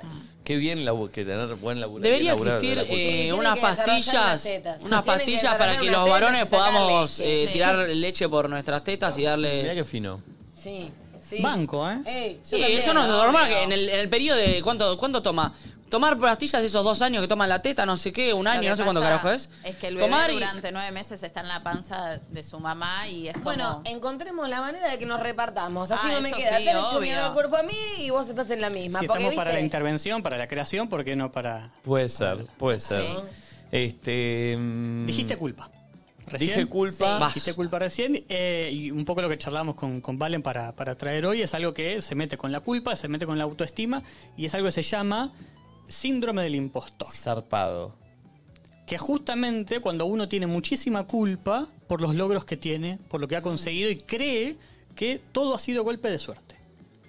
[SPEAKER 1] Qué bien labu- que tener buen laburo.
[SPEAKER 2] Debería existir eh, unas pastillas, unas pastillas para que los varones podamos eh, tirar leche por nuestras tetas y darle. Mira
[SPEAKER 1] qué fino.
[SPEAKER 3] Sí, sí.
[SPEAKER 36] Banco, ¿eh?
[SPEAKER 2] Sí, eso no es normal. Que en, el, en el periodo de. ¿cuánto, ¿Cuánto toma? Tomar pastillas esos dos años que toman la teta, no sé qué, un
[SPEAKER 4] Lo
[SPEAKER 2] año,
[SPEAKER 4] que
[SPEAKER 2] no sé cuánto
[SPEAKER 4] pasa
[SPEAKER 2] carajo es.
[SPEAKER 4] Es que el bebé
[SPEAKER 2] Tomar y-
[SPEAKER 4] durante nueve meses está en la panza de su mamá y es como...
[SPEAKER 3] Bueno, encontremos la manera de que nos repartamos. Así
[SPEAKER 4] Ah,
[SPEAKER 3] no me
[SPEAKER 4] eso
[SPEAKER 3] queda.
[SPEAKER 4] sí,
[SPEAKER 3] Te han hecho
[SPEAKER 4] obvio.
[SPEAKER 3] miedo al cuerpo a mí y vos estás en la misma.
[SPEAKER 36] Si
[SPEAKER 3] porque,
[SPEAKER 36] estamos para la
[SPEAKER 3] ¿viste?
[SPEAKER 36] intervención, para la creación, ¿por qué no para...?
[SPEAKER 1] Puede ser, puede ser. Este.
[SPEAKER 36] Dijiste culpa. Recién.
[SPEAKER 1] Dije culpa. Sí.
[SPEAKER 36] Dijiste culpa recién. eh, y un poco lo que charlamos con, con Valen para, para traer hoy es algo que se mete con la culpa, se mete con la autoestima y es algo que se llama síndrome del impostor.
[SPEAKER 1] Zarpado.
[SPEAKER 36] Que justamente cuando uno tiene muchísima culpa por los logros que tiene, por lo que ha conseguido y cree que todo ha sido golpe de suerte.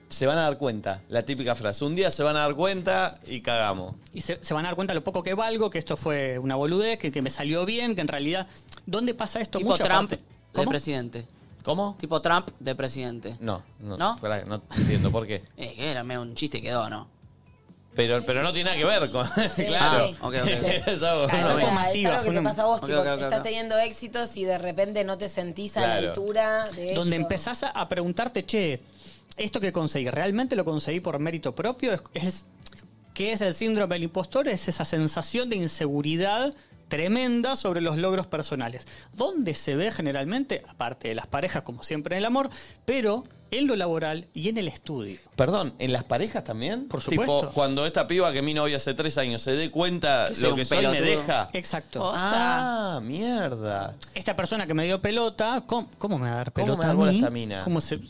[SPEAKER 1] Se van a dar cuenta, la típica frase. Un día se van a dar cuenta y cagamos.
[SPEAKER 36] Y se, se van a dar cuenta lo poco que valgo, que esto fue una boludez, que, que me salió bien, que en realidad. ¿Dónde pasa esto
[SPEAKER 2] Tipo
[SPEAKER 36] mucho?
[SPEAKER 2] Trump
[SPEAKER 36] Aparte-
[SPEAKER 2] de
[SPEAKER 36] ¿Cómo?
[SPEAKER 2] presidente.
[SPEAKER 1] ¿Cómo?
[SPEAKER 2] Tipo Trump de presidente.
[SPEAKER 1] No, no.
[SPEAKER 2] ¿No?
[SPEAKER 1] pará, no entiendo por qué.
[SPEAKER 2] Eh, que era medio un chiste que quedó, ¿no?
[SPEAKER 1] Pero, pero no tiene nada que ver con. claro.
[SPEAKER 2] Ah, ok, ok, ok.
[SPEAKER 1] Es algo-
[SPEAKER 3] Ah, eso es algo que te pasa a vos,
[SPEAKER 1] Ok,
[SPEAKER 3] tipo,
[SPEAKER 1] ok, ok,
[SPEAKER 3] estás
[SPEAKER 1] ok.
[SPEAKER 3] teniendo éxitos y de repente no te sentís a
[SPEAKER 36] Claro.
[SPEAKER 3] la altura de
[SPEAKER 36] Donde
[SPEAKER 3] eso.
[SPEAKER 36] empezás a, a preguntarte, che, esto que conseguí, ¿realmente lo conseguí por mérito propio? Es, es- ¿Qué es el síndrome del impostor? Es esa sensación de inseguridad tremenda sobre los logros personales. Donde se ve generalmente, aparte de las parejas, como siempre en el amor, pero en lo laboral y en el estudio.
[SPEAKER 1] Perdón, ¿en las parejas también? Por
[SPEAKER 36] supuesto.
[SPEAKER 1] Tipo, cuando esta piba que mi novia hace tres años se dé cuenta
[SPEAKER 36] Que soy
[SPEAKER 1] lo
[SPEAKER 36] un
[SPEAKER 1] que soy me
[SPEAKER 36] pelotudo.
[SPEAKER 1] deja.
[SPEAKER 36] Exacto.
[SPEAKER 1] Ah, mierda.
[SPEAKER 36] Esta persona que me dio pelota, ¿cómo, cómo me va a dar
[SPEAKER 1] ¿Cómo
[SPEAKER 36] pelota
[SPEAKER 1] me da
[SPEAKER 36] a
[SPEAKER 1] bola
[SPEAKER 36] mí?
[SPEAKER 1] esta mina?
[SPEAKER 36] ¿Cómo se-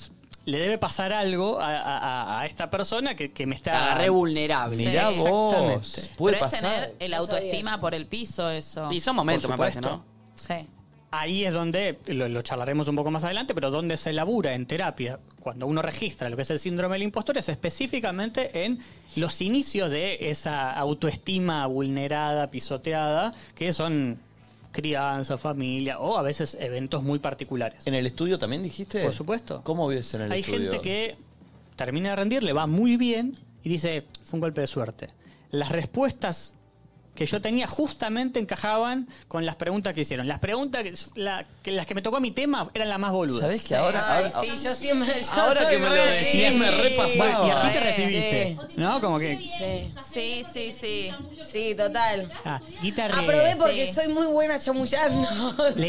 [SPEAKER 36] le debe pasar algo a, a- a- a esta persona que, que me está...
[SPEAKER 2] agarré vulnerable.
[SPEAKER 36] Mirá vos, puede
[SPEAKER 4] Pero es
[SPEAKER 36] pasar.
[SPEAKER 4] tener el autoestima por el piso, eso.
[SPEAKER 2] Y son momentos, me
[SPEAKER 36] Por
[SPEAKER 2] parece, ¿no?
[SPEAKER 36] supuesto.
[SPEAKER 4] Sí.
[SPEAKER 36] Ahí es donde, lo, lo charlaremos un poco más adelante, pero donde se labura en terapia, cuando uno registra lo que es el síndrome del impostor, es específicamente en los inicios de esa autoestima vulnerada, pisoteada, que son crianza, familia o a veces eventos muy particulares.
[SPEAKER 1] ¿En el estudio también dijiste?
[SPEAKER 36] Por supuesto.
[SPEAKER 1] ¿Cómo vives en el
[SPEAKER 36] Hay
[SPEAKER 1] estudio?
[SPEAKER 36] gente que termina de rendir, le va muy bien y dice, fue un golpe de suerte. Las respuestas que yo tenía justamente encajaban con las preguntas que hicieron. Las preguntas, que, la- que las que me tocó mi tema eran las más boludas.
[SPEAKER 1] ¿Sabés que ahora-
[SPEAKER 3] Ay, sí, yo siempre. yo
[SPEAKER 1] Ahora que
[SPEAKER 3] soy
[SPEAKER 1] me lo
[SPEAKER 3] re-
[SPEAKER 1] decías, me repasaba.
[SPEAKER 36] Y así te
[SPEAKER 3] Sí.
[SPEAKER 36] recibiste, ¿no? Como que...
[SPEAKER 3] Sí, sí, sí. Sí, Sí, total.
[SPEAKER 36] Ah, guitarra.
[SPEAKER 3] Aprobé porque soy muy buena chamullando.
[SPEAKER 36] Le,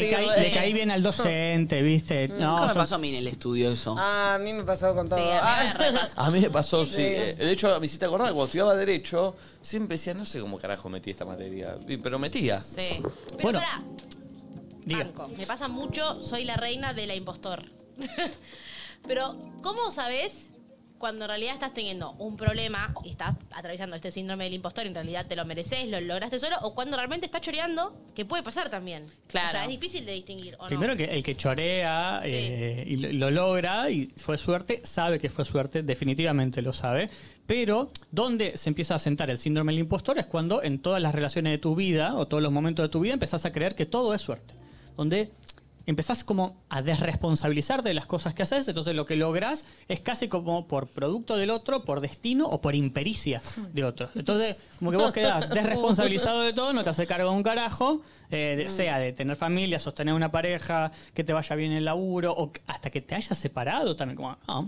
[SPEAKER 3] Sí,
[SPEAKER 36] caí,
[SPEAKER 3] re.
[SPEAKER 36] le caí bien al eh. docente, ¿viste? No,
[SPEAKER 1] Mm.
[SPEAKER 2] Nunca me
[SPEAKER 36] son-
[SPEAKER 2] pasó a mí en el estudio eso.
[SPEAKER 3] Ah, a mí me pasó con todo. Ah.
[SPEAKER 1] A mí me pasó, sí.
[SPEAKER 3] Sí.
[SPEAKER 1] Eh, De hecho, me hiciste acordar, cuando estudiaba Derecho, siempre decía, no sé cómo carajo metí esta materia. Y- Pero metía.
[SPEAKER 4] Sí.
[SPEAKER 8] Pero
[SPEAKER 1] Bueno,
[SPEAKER 8] pará,
[SPEAKER 1] diga.
[SPEAKER 8] me pasa mucho, soy la reina de la impostor. Pero, ¿cómo sabes cuando en realidad estás teniendo un problema y estás atravesando este síndrome del impostor y en realidad te lo mereces, lo lograste solo, o cuando realmente estás choreando, que puede pasar también?
[SPEAKER 4] Claro.
[SPEAKER 8] O sea, es difícil de distinguir, ¿o no?
[SPEAKER 36] Primero que el que chorea eh, y lo, lo logra y fue suerte, sabe que fue suerte, definitivamente lo sabe. Pero donde se empieza a sentar el síndrome del impostor es cuando en todas las relaciones de tu vida o todos los momentos de tu vida empezás a creer que todo es suerte. Donde empezás como a desresponsabilizarte de las cosas que haces, entonces lo que lográs es casi como por producto del otro, por destino o por impericia de otro. Entonces, como que vos quedás desresponsabilizado de todo, no te hace cargo de un carajo, eh, de- sea de tener familia, sostener una pareja, que te vaya bien el laburo, o que- hasta que te hayas separado también, como, ah,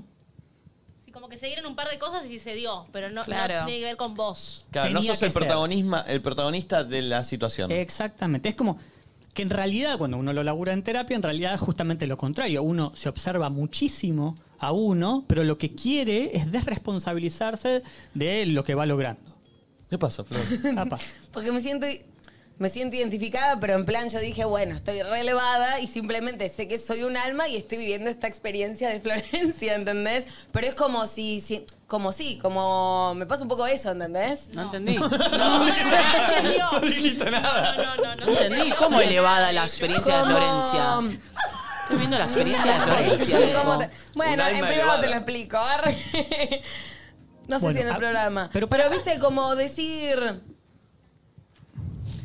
[SPEAKER 8] Sí, como que se dieron un par de cosas y se dio, pero no, no
[SPEAKER 36] Claro.
[SPEAKER 8] tiene que ver con vos.
[SPEAKER 1] Claro, no
[SPEAKER 36] Tenía
[SPEAKER 1] sos
[SPEAKER 36] que
[SPEAKER 1] el,
[SPEAKER 36] ser.
[SPEAKER 1] protagonismo, el protagonista de la situación.
[SPEAKER 36] Exactamente. Es como que en realidad, cuando uno lo labura en terapia, en realidad es justamente lo contrario. Uno se observa muchísimo a uno, pero lo que quiere es desresponsabilizarse de lo que va logrando.
[SPEAKER 1] ¿Qué pasa, Flor?
[SPEAKER 3] Porque me siento, me siento identificada, pero en plan yo dije, bueno, estoy relevada y simplemente sé que soy un alma y estoy viviendo esta experiencia de Florencia, ¿entendés? Pero es como si, si- como sí, como me pasa un poco eso, ¿entendés? No, entendí.
[SPEAKER 1] No dijiste nada.
[SPEAKER 8] No
[SPEAKER 2] entendí cómo elevada la experiencia de
[SPEAKER 3] Como-
[SPEAKER 2] Florencia. Estoy viendo la experiencia de Florencia. eh.
[SPEAKER 3] Como te-
[SPEAKER 2] loco.
[SPEAKER 3] bueno,
[SPEAKER 2] Un
[SPEAKER 3] en
[SPEAKER 2] alma elevada.
[SPEAKER 3] privado te lo explico. arre. no sé
[SPEAKER 2] Bueno,
[SPEAKER 3] si en el
[SPEAKER 2] ah,
[SPEAKER 3] programa. Pero, viste, como decir.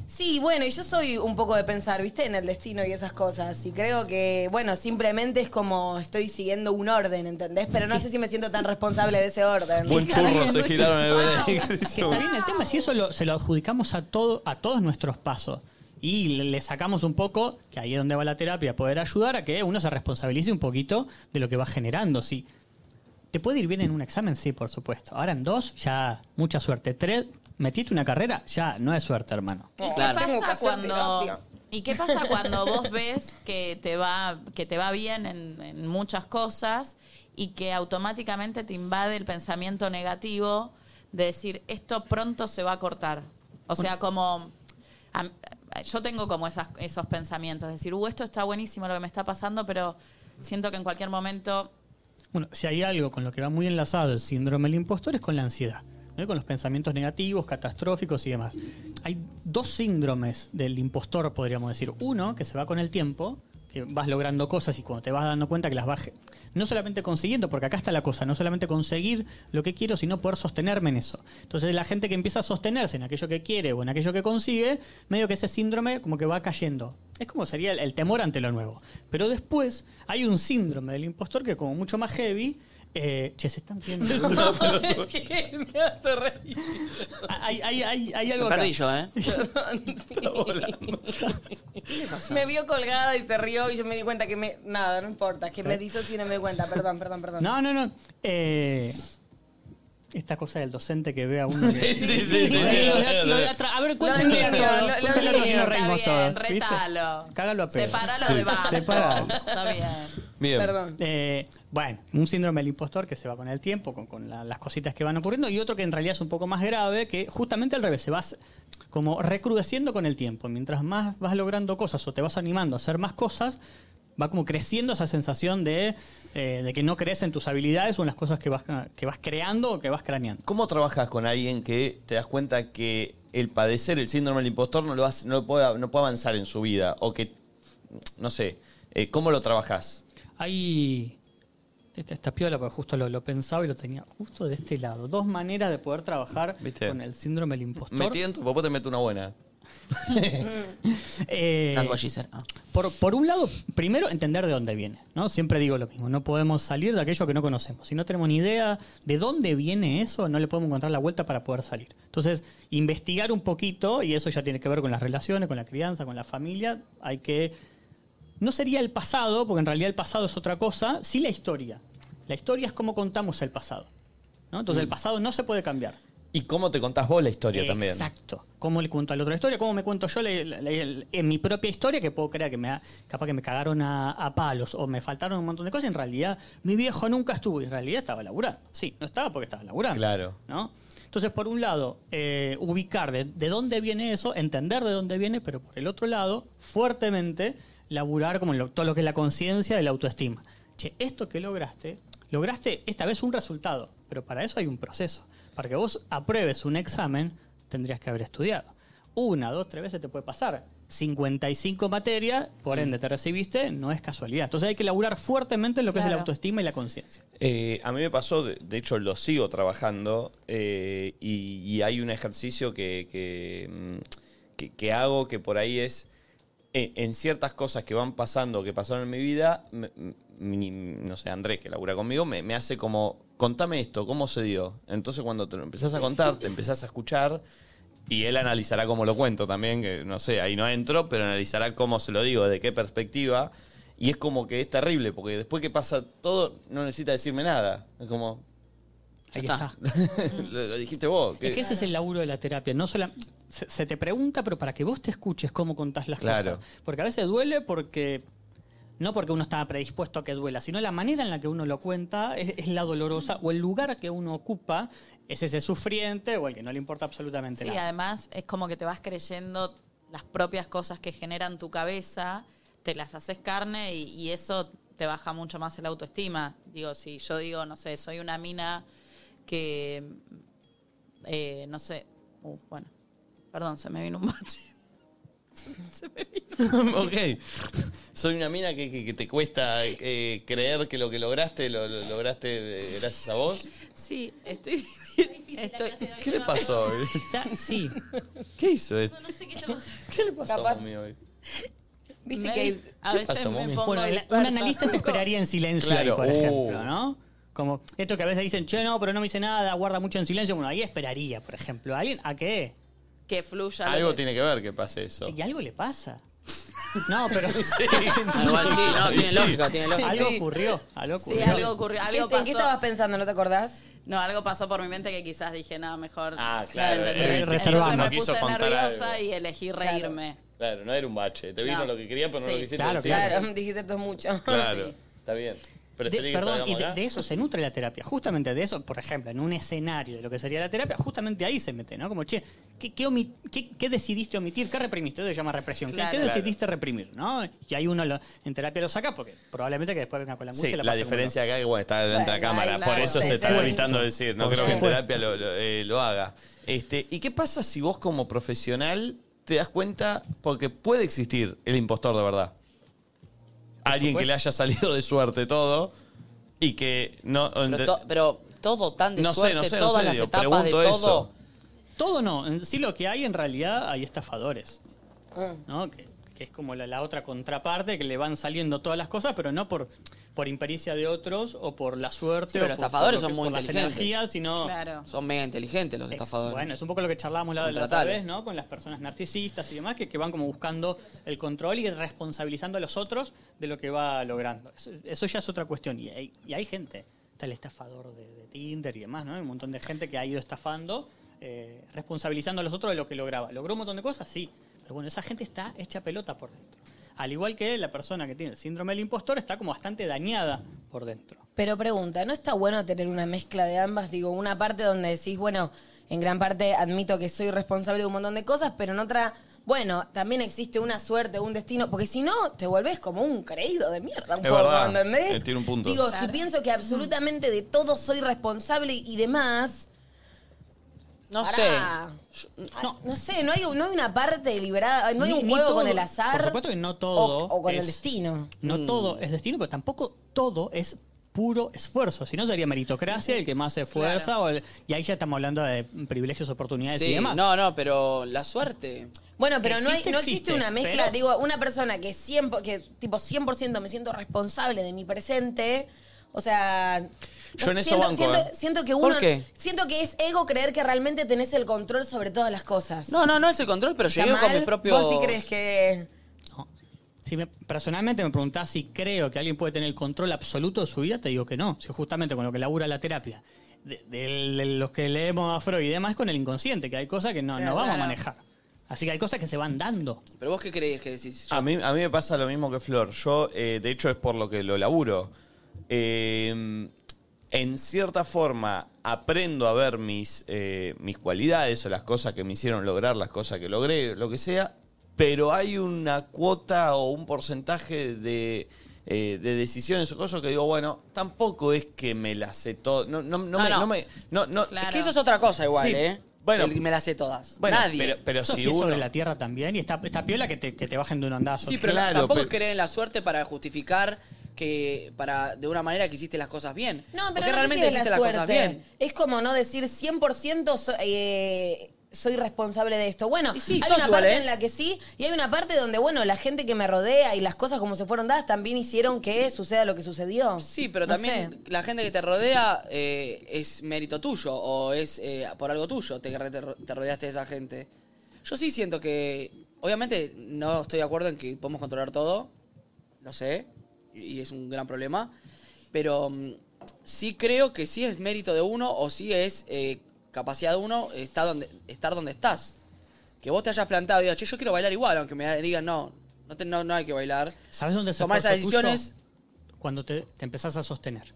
[SPEAKER 3] Sí, bueno, y yo soy un poco de pensar, viste, en el destino y esas cosas. Y creo que, bueno, simplemente es como estoy siguiendo un orden, ¿entendés? Pero no sé si me siento tan responsable de ese orden.
[SPEAKER 1] Buen churro se giraron en el Belén.
[SPEAKER 36] Que está bien, el tema es si eso lo- se lo adjudicamos a, todo, a todos nuestros pasos. Y le, le sacamos un poco, que ahí es donde va la terapia, poder ayudar a que uno se responsabilice un poquito de lo que va generando. Sí. ¿Te puede ir bien en un examen? Sí, por supuesto. Ahora en dos, ya mucha suerte. Tres, metiste una carrera, ya no es suerte, hermano.
[SPEAKER 4] ¿Y
[SPEAKER 36] Claro.
[SPEAKER 4] qué
[SPEAKER 36] Tengo que
[SPEAKER 4] pasa
[SPEAKER 36] hacer terapia.
[SPEAKER 4] cuando y qué pasa cuando vos ves que te va que te va bien en, en muchas cosas y que automáticamente te invade el pensamiento negativo de decir esto pronto se va a cortar o sea como a- yo tengo como esas- esos pensamientos de decir uh, esto está buenísimo lo que me está pasando pero siento que en cualquier momento
[SPEAKER 36] Bueno, si hay algo con lo que va muy enlazado el síndrome del impostor es con la ansiedad, ¿no? con los pensamientos negativos, catastróficos y demás. Hay dos síndromes del impostor, podríamos decir. Uno, que se va con el tiempo, que vas logrando cosas y cuando te vas dando cuenta que las vas ge- no solamente consiguiendo, porque acá está la cosa, no solamente conseguir lo que quiero, sino poder sostenerme en eso. Entonces la gente que empieza a sostenerse en aquello que quiere o en aquello que consigue, medio que ese síndrome como que va cayendo. Es como sería el, el temor ante lo nuevo. Pero después hay un síndrome del impostor que es como mucho más heavy. eh, che, se están viendo.
[SPEAKER 3] me hace reír.
[SPEAKER 36] hay, hay, hay, hay algo
[SPEAKER 2] Me perdí
[SPEAKER 36] acá.
[SPEAKER 2] yo, ¿eh?
[SPEAKER 3] Me vio colgada y se rió y yo me di cuenta que me. Nada, no importa, que me disocio y no me di cuenta. Perdón, perdón, perdón.
[SPEAKER 36] No, no, no. Eh, esta cosa del docente que ve a uno.
[SPEAKER 1] Sí, sí, sí, sí, sí.
[SPEAKER 36] Lo voy a- lo voy a tra- A ver,
[SPEAKER 1] Lo
[SPEAKER 36] cuéntenlo a
[SPEAKER 1] niño,
[SPEAKER 36] todos,
[SPEAKER 1] lo- lo
[SPEAKER 36] cuéntenlo a todos y
[SPEAKER 1] niño,
[SPEAKER 36] nos reímos
[SPEAKER 1] está
[SPEAKER 36] todos.
[SPEAKER 1] bien,
[SPEAKER 36] ¿viste?
[SPEAKER 1] retalo.
[SPEAKER 36] Cágalo a pedo.
[SPEAKER 1] Separalo
[SPEAKER 17] de Bardo.
[SPEAKER 36] Separalo.
[SPEAKER 17] Está bien.
[SPEAKER 1] Bien.
[SPEAKER 36] Eh, bueno, un síndrome del impostor que se va con el tiempo, con, con la- las cositas que van ocurriendo, y otro que en realidad es un poco más grave, que justamente al revés, se va s- como recrudeciendo con el tiempo. Mientras más vas logrando cosas o te vas animando a hacer más cosas, va como creciendo esa sensación de, eh, de que no crees en tus habilidades o en las cosas que vas, que vas creando o que vas craneando.
[SPEAKER 1] ¿Cómo trabajas con alguien que te das cuenta que el padecer el síndrome del impostor no lo hace- no lo puede, no puede avanzar en su vida? O que, no sé, eh, ¿cómo lo trabajas?
[SPEAKER 36] Hay. Esta, esta piola, porque justo lo, lo pensaba y lo tenía justo de este lado. Dos maneras de poder trabajar
[SPEAKER 1] ¿Viste?
[SPEAKER 36] con el síndrome del impostor.
[SPEAKER 1] Metí en tu papá, te meto una buena.
[SPEAKER 36] Eh,
[SPEAKER 1] That's what
[SPEAKER 36] por, por un lado, primero entender de dónde viene. ¿no? Siempre digo lo mismo, no podemos salir de aquello que no conocemos. Si no tenemos ni idea de dónde viene eso, no le podemos encontrar la vuelta para poder salir. Entonces, investigar un poquito, y eso ya tiene que ver con las relaciones, con la crianza, con la familia, hay que... No sería el pasado, porque en realidad el pasado es otra cosa, sí la historia. La historia es cómo contamos el pasado. ¿no? Entonces, el pasado no se puede cambiar.
[SPEAKER 1] Y cómo te contás vos la historia también.
[SPEAKER 36] Exacto. ¿Cómo le cuento al otro la historia? ¿Cómo me cuento yo la- la- la- el- en mi propia historia que puedo creer que me ha- capaz que me cagaron a, a palos o me faltaron un montón de cosas? y En realidad, mi viejo nunca estuvo. y En realidad estaba laburando. Sí, no estaba porque estaba laburando.
[SPEAKER 1] Claro.
[SPEAKER 36] ¿no? Entonces, por un lado, eh, ubicar de, de dónde viene eso, entender de dónde viene, pero por el otro lado, fuertemente, laburar como lo- todo lo que es la conciencia de la autoestima. Che, esto que lograste, lograste esta vez un resultado, pero para eso hay un proceso. Para que vos apruebes un examen, tendrías que haber estudiado. Una, dos, tres veces te puede pasar. 55 materias, por ende te recibiste, no es casualidad. Entonces hay que laburar fuertemente en lo que es
[SPEAKER 1] Claro.
[SPEAKER 36] la autoestima y la conciencia.
[SPEAKER 1] Eh, a mí me pasó, de, de hecho lo sigo trabajando, eh, y, y hay un ejercicio que, que, mm, que- que hago que por ahí es, eh, en ciertas cosas que van pasando, que pasaron en mi vida, me- m- mi- no sé, Andrés, que labura conmigo, me, me hace como, contame esto, ¿cómo se dio? Entonces cuando te lo empezás a contar, te empezás a escuchar, y él analizará cómo lo cuento también, que no sé, ahí no entro, pero analizará cómo se lo digo, de qué perspectiva. Y es como que es terrible, porque después que pasa todo, no necesita decirme nada. Es como,
[SPEAKER 36] Ahí está.
[SPEAKER 1] lo, lo dijiste vos.
[SPEAKER 36] Mm. Es que ese es el laburo de la terapia. No sola- se, se te pregunta, pero para que vos te escuches cómo contás las
[SPEAKER 1] Claro.
[SPEAKER 36] cosas. Porque a veces duele porque. No porque uno estaba predispuesto a que duela, sino la manera en la que uno lo cuenta es, es la dolorosa o el lugar que uno ocupa es ese sufriente o el que no le importa absolutamente
[SPEAKER 17] Sí,
[SPEAKER 36] nada.
[SPEAKER 17] además es como que te vas creyendo las propias cosas que generan tu cabeza, te las haces carne y, y eso te baja mucho más el autoestima. Digo, si yo digo, no sé, soy una mina que, eh, no sé, uh, bueno, perdón, se me vino un bache. Se me vino un bache.
[SPEAKER 1] ok. Soy una mina que, que- que te cuesta eh, creer que lo que lograste, lo, lo lograste eh, gracias a vos.
[SPEAKER 17] Sí, estoy... estoy-
[SPEAKER 1] ¿Qué le pasó hoy?
[SPEAKER 36] Sí.
[SPEAKER 1] ¿Qué hizo esto?
[SPEAKER 8] No sé qué estamos
[SPEAKER 1] ¿Qué le pasó a mami hoy?
[SPEAKER 8] Viste
[SPEAKER 17] Me-
[SPEAKER 8] que-
[SPEAKER 17] a
[SPEAKER 1] ¿Qué
[SPEAKER 17] veces
[SPEAKER 1] pasó,
[SPEAKER 17] me
[SPEAKER 1] mami?
[SPEAKER 17] pongo
[SPEAKER 36] Bueno, el- un
[SPEAKER 17] dispersa.
[SPEAKER 36] analista te esperaría en silencio, ahí,
[SPEAKER 1] Claro,
[SPEAKER 36] por
[SPEAKER 1] oh.
[SPEAKER 36] ejemplo, ¿no? Como esto que a veces dicen, che, no, pero no me dice nada, guarda mucho en silencio. Bueno, ahí esperaría, por ejemplo. ¿Alguien a qué?
[SPEAKER 17] Que fluya. lo
[SPEAKER 1] Algo
[SPEAKER 17] que-
[SPEAKER 1] tiene que ver que pase eso.
[SPEAKER 36] Y algo le pasa. No, pero.
[SPEAKER 2] Igual sí, no, tiene
[SPEAKER 1] Sí.
[SPEAKER 2] lógica, tiene lógica.
[SPEAKER 36] Algo
[SPEAKER 17] Sí.
[SPEAKER 36] ocurrió, algo
[SPEAKER 17] Sí,
[SPEAKER 36] ocurrió.
[SPEAKER 17] algo ocurrió. Algo
[SPEAKER 33] ¿En qué
[SPEAKER 17] pasó.
[SPEAKER 33] estabas pensando? ¿No te acordás?
[SPEAKER 17] No, algo pasó por mi mente que quizás dije, no, mejor.
[SPEAKER 1] Ah, claro,
[SPEAKER 17] ¿entendés?
[SPEAKER 1] eh,
[SPEAKER 17] Entonces
[SPEAKER 1] reservando.
[SPEAKER 17] Me
[SPEAKER 1] Quiso
[SPEAKER 17] puse
[SPEAKER 1] contar
[SPEAKER 17] nerviosa
[SPEAKER 1] algo.
[SPEAKER 17] y elegí reírme.
[SPEAKER 1] Claro, no era un bache. Te vino
[SPEAKER 17] No.
[SPEAKER 1] lo que quería, pero no lo
[SPEAKER 17] Sí.
[SPEAKER 1] quisiste
[SPEAKER 36] Claro,
[SPEAKER 1] decir.
[SPEAKER 33] Claro, dijiste esto es mucho.
[SPEAKER 1] Claro, está bien.
[SPEAKER 36] De-
[SPEAKER 1] Preferí que
[SPEAKER 36] perdón,
[SPEAKER 1] salgamos
[SPEAKER 36] y de,
[SPEAKER 1] acá.
[SPEAKER 36] de eso se nutre la terapia. Justamente de eso, por ejemplo, en un escenario de lo que sería la terapia, justamente ahí se mete, ¿no? Como, che, ¿qué, qué omi- qué- qué decidiste omitir? ¿Qué reprimiste? Eso se llama represión. ¿Qué,
[SPEAKER 1] Claro.
[SPEAKER 36] qué
[SPEAKER 1] Claro.
[SPEAKER 36] decidiste reprimir? ¿no? Y ahí uno lo- en terapia lo saca porque probablemente que después venga con la angustia
[SPEAKER 1] Sí,
[SPEAKER 36] y la
[SPEAKER 1] la
[SPEAKER 36] pase como
[SPEAKER 1] diferencia acá es que bueno, está delante de la
[SPEAKER 36] Bueno,
[SPEAKER 1] cámara,
[SPEAKER 36] ahí,
[SPEAKER 1] por
[SPEAKER 36] claro,
[SPEAKER 1] eso
[SPEAKER 36] sí,
[SPEAKER 1] se
[SPEAKER 36] sí,
[SPEAKER 1] está
[SPEAKER 36] sí.
[SPEAKER 1] evitando decir, no
[SPEAKER 36] Por
[SPEAKER 1] creo que en
[SPEAKER 36] supuesto.
[SPEAKER 1] terapia lo, lo, eh, lo haga. Este, ¿Y qué pasa si vos como profesional te das cuenta, porque puede existir el impostor de verdad? Alguien que le haya salido de suerte todo y que no...
[SPEAKER 2] Pero, to- pero todo tan de
[SPEAKER 1] No sé,
[SPEAKER 2] suerte,
[SPEAKER 1] no sé, no
[SPEAKER 2] todas
[SPEAKER 1] sé,
[SPEAKER 2] las
[SPEAKER 1] digo,
[SPEAKER 2] etapas de
[SPEAKER 1] pregunto
[SPEAKER 2] todo.
[SPEAKER 1] eso.
[SPEAKER 36] Todo no, en sí lo que hay en realidad hay estafadores,
[SPEAKER 2] Mm.
[SPEAKER 36] ¿no? Que, que es como la, la otra contraparte, que le van saliendo todas las cosas, pero no por, por impericia de otros o por la suerte.
[SPEAKER 2] Sí, pero
[SPEAKER 36] o
[SPEAKER 2] los
[SPEAKER 36] por-
[SPEAKER 2] estafadores son
[SPEAKER 36] por lo que-
[SPEAKER 2] muy
[SPEAKER 36] por las
[SPEAKER 2] inteligentes.
[SPEAKER 36] energías, sino-
[SPEAKER 2] Son mega inteligentes los estafadores.
[SPEAKER 36] Bueno, es un poco lo que charlábamos la, la otra
[SPEAKER 2] Contratalos.
[SPEAKER 36] vez, ¿no? Con las personas narcisistas y demás, que, que van como buscando el control y responsabilizando a los otros de lo que va logrando. Eso, eso ya es otra cuestión. Y hay, y hay gente está el estafador de, de Tinder y demás, ¿no? Hay un montón de gente que ha ido estafando, eh, responsabilizando a los otros de lo que lograba. ¿Logró un montón de cosas? Sí. Pero bueno, esa gente está hecha pelota por dentro. Al igual que la persona que tiene el síndrome del impostor está como bastante dañada por dentro.
[SPEAKER 3] Pero pregunta, ¿no está bueno tener una mezcla de ambas? Digo, una parte donde decís, bueno, en gran parte admito que soy responsable de un montón de cosas, pero en otra, bueno, también existe una suerte, un destino, porque si no, te volvés como un creído de mierda, un
[SPEAKER 1] Es
[SPEAKER 3] poco,
[SPEAKER 1] verdad.
[SPEAKER 3] ¿entendés?
[SPEAKER 1] Él tiene un punto.
[SPEAKER 3] Digo, si
[SPEAKER 1] Claro.
[SPEAKER 3] pienso que absolutamente de todo soy responsable y demás...
[SPEAKER 2] No
[SPEAKER 3] pará. Ah. No. sé, no hay, no hay una parte liberada, no hay
[SPEAKER 36] Ni-
[SPEAKER 3] un
[SPEAKER 36] ni
[SPEAKER 3] juego
[SPEAKER 36] todo-
[SPEAKER 3] con el azar.
[SPEAKER 36] Por supuesto que no todo.
[SPEAKER 3] o con el
[SPEAKER 36] es-
[SPEAKER 3] destino.
[SPEAKER 2] Mm.
[SPEAKER 36] No todo es destino, pero tampoco todo es puro esfuerzo. Si no sería meritocracia el que más se esfuerza. o el- y ahí ya estamos hablando de privilegios, oportunidades y
[SPEAKER 2] Sí,
[SPEAKER 36] demás.
[SPEAKER 2] no, no, pero la suerte.
[SPEAKER 3] Bueno, pero no, hay-
[SPEAKER 36] Existe,
[SPEAKER 3] no existe
[SPEAKER 36] existe,
[SPEAKER 3] una mezcla.
[SPEAKER 36] pero-
[SPEAKER 3] Digo, una persona que, 100, que tipo 100% me siento responsable de mi presente. O sea,
[SPEAKER 1] Yo en eso
[SPEAKER 3] siento,
[SPEAKER 1] banco,
[SPEAKER 3] siento,
[SPEAKER 1] ¿eh?
[SPEAKER 3] siento que
[SPEAKER 2] ¿Por
[SPEAKER 3] uno
[SPEAKER 2] qué?
[SPEAKER 3] siento que es ego creer que realmente tenés el control sobre todas las cosas.
[SPEAKER 2] No, no, no es el control, pero
[SPEAKER 3] ¿Está
[SPEAKER 2] llegué con
[SPEAKER 3] mal?
[SPEAKER 2] mis propios.
[SPEAKER 3] Vos sí crees que
[SPEAKER 36] Si me- personalmente me preguntás si creo que alguien puede tener el control absoluto de su vida, te digo que no. Si justamente con lo que labura la terapia, de, de- de los que leemos a Freud y demás, con el inconsciente, que hay cosas que no,
[SPEAKER 2] Sí,
[SPEAKER 36] no vamos
[SPEAKER 2] claro.
[SPEAKER 36] a manejar. Así que hay cosas que se van dando.
[SPEAKER 2] Pero vos qué crees que decís.
[SPEAKER 1] A mí, a mí me pasa lo mismo que Flor. Yo, eh, de hecho, es por lo que lo laburo. Eh, en cierta forma, aprendo a ver mis, eh, mis cualidades o las cosas que me hicieron lograr, las cosas que logré, lo que sea. Pero hay una cuota o un porcentaje de, eh, de decisiones o cosas que digo, bueno, tampoco es que me las sé todo. No, no, no, me-
[SPEAKER 2] no.
[SPEAKER 1] no me- no- no-
[SPEAKER 2] Es que eso es otra cosa igual,
[SPEAKER 1] Sí,
[SPEAKER 2] ¿eh?
[SPEAKER 1] Bueno,
[SPEAKER 2] El- me las sé todas.
[SPEAKER 1] Bueno,
[SPEAKER 2] Nadie.
[SPEAKER 1] pero- pero
[SPEAKER 36] Esos
[SPEAKER 1] si
[SPEAKER 36] pies sobre
[SPEAKER 1] uno-
[SPEAKER 36] la tierra también, y está, está piola que te, que te bajen de un andazo.
[SPEAKER 2] Sí, pero
[SPEAKER 36] Claro,
[SPEAKER 2] tampoco
[SPEAKER 36] pero-
[SPEAKER 2] creer en la suerte para justificar que para de una manera que hiciste las cosas bien.
[SPEAKER 3] No, pero
[SPEAKER 2] Porque
[SPEAKER 3] no
[SPEAKER 2] realmente
[SPEAKER 3] sé si es
[SPEAKER 2] hiciste
[SPEAKER 3] la
[SPEAKER 2] las
[SPEAKER 3] suerte.
[SPEAKER 2] cosas bien.
[SPEAKER 3] Es como no decir 100% so- eh, soy responsable de esto. Bueno,
[SPEAKER 2] sí,
[SPEAKER 3] hay
[SPEAKER 2] sos
[SPEAKER 3] una
[SPEAKER 2] igual,
[SPEAKER 3] parte
[SPEAKER 2] ¿eh?
[SPEAKER 3] en la que sí y hay una parte donde, bueno, la gente que me rodea y las cosas como se fueron dadas también hicieron que suceda lo que sucedió.
[SPEAKER 2] Sí, pero
[SPEAKER 3] No
[SPEAKER 2] también
[SPEAKER 3] sé.
[SPEAKER 2] la gente que te rodea eh, es mérito tuyo o es eh, por algo tuyo te, te, te rodeaste de esa gente. Yo sí siento que, obviamente, no estoy de acuerdo en que podemos controlar todo, lo sé, y y es un gran problema, pero mm, sí creo que sí es mérito de uno o sí es eh, capacidad de uno estar donde, estar donde estás. Que vos te hayas plantado y digas, che, yo quiero bailar igual, aunque me digan, no, no, te- no, no hay que bailar.
[SPEAKER 36] ¿Sabes dónde se
[SPEAKER 2] Tomar esas decisiones.
[SPEAKER 36] Cuando te, te empezás a sostener.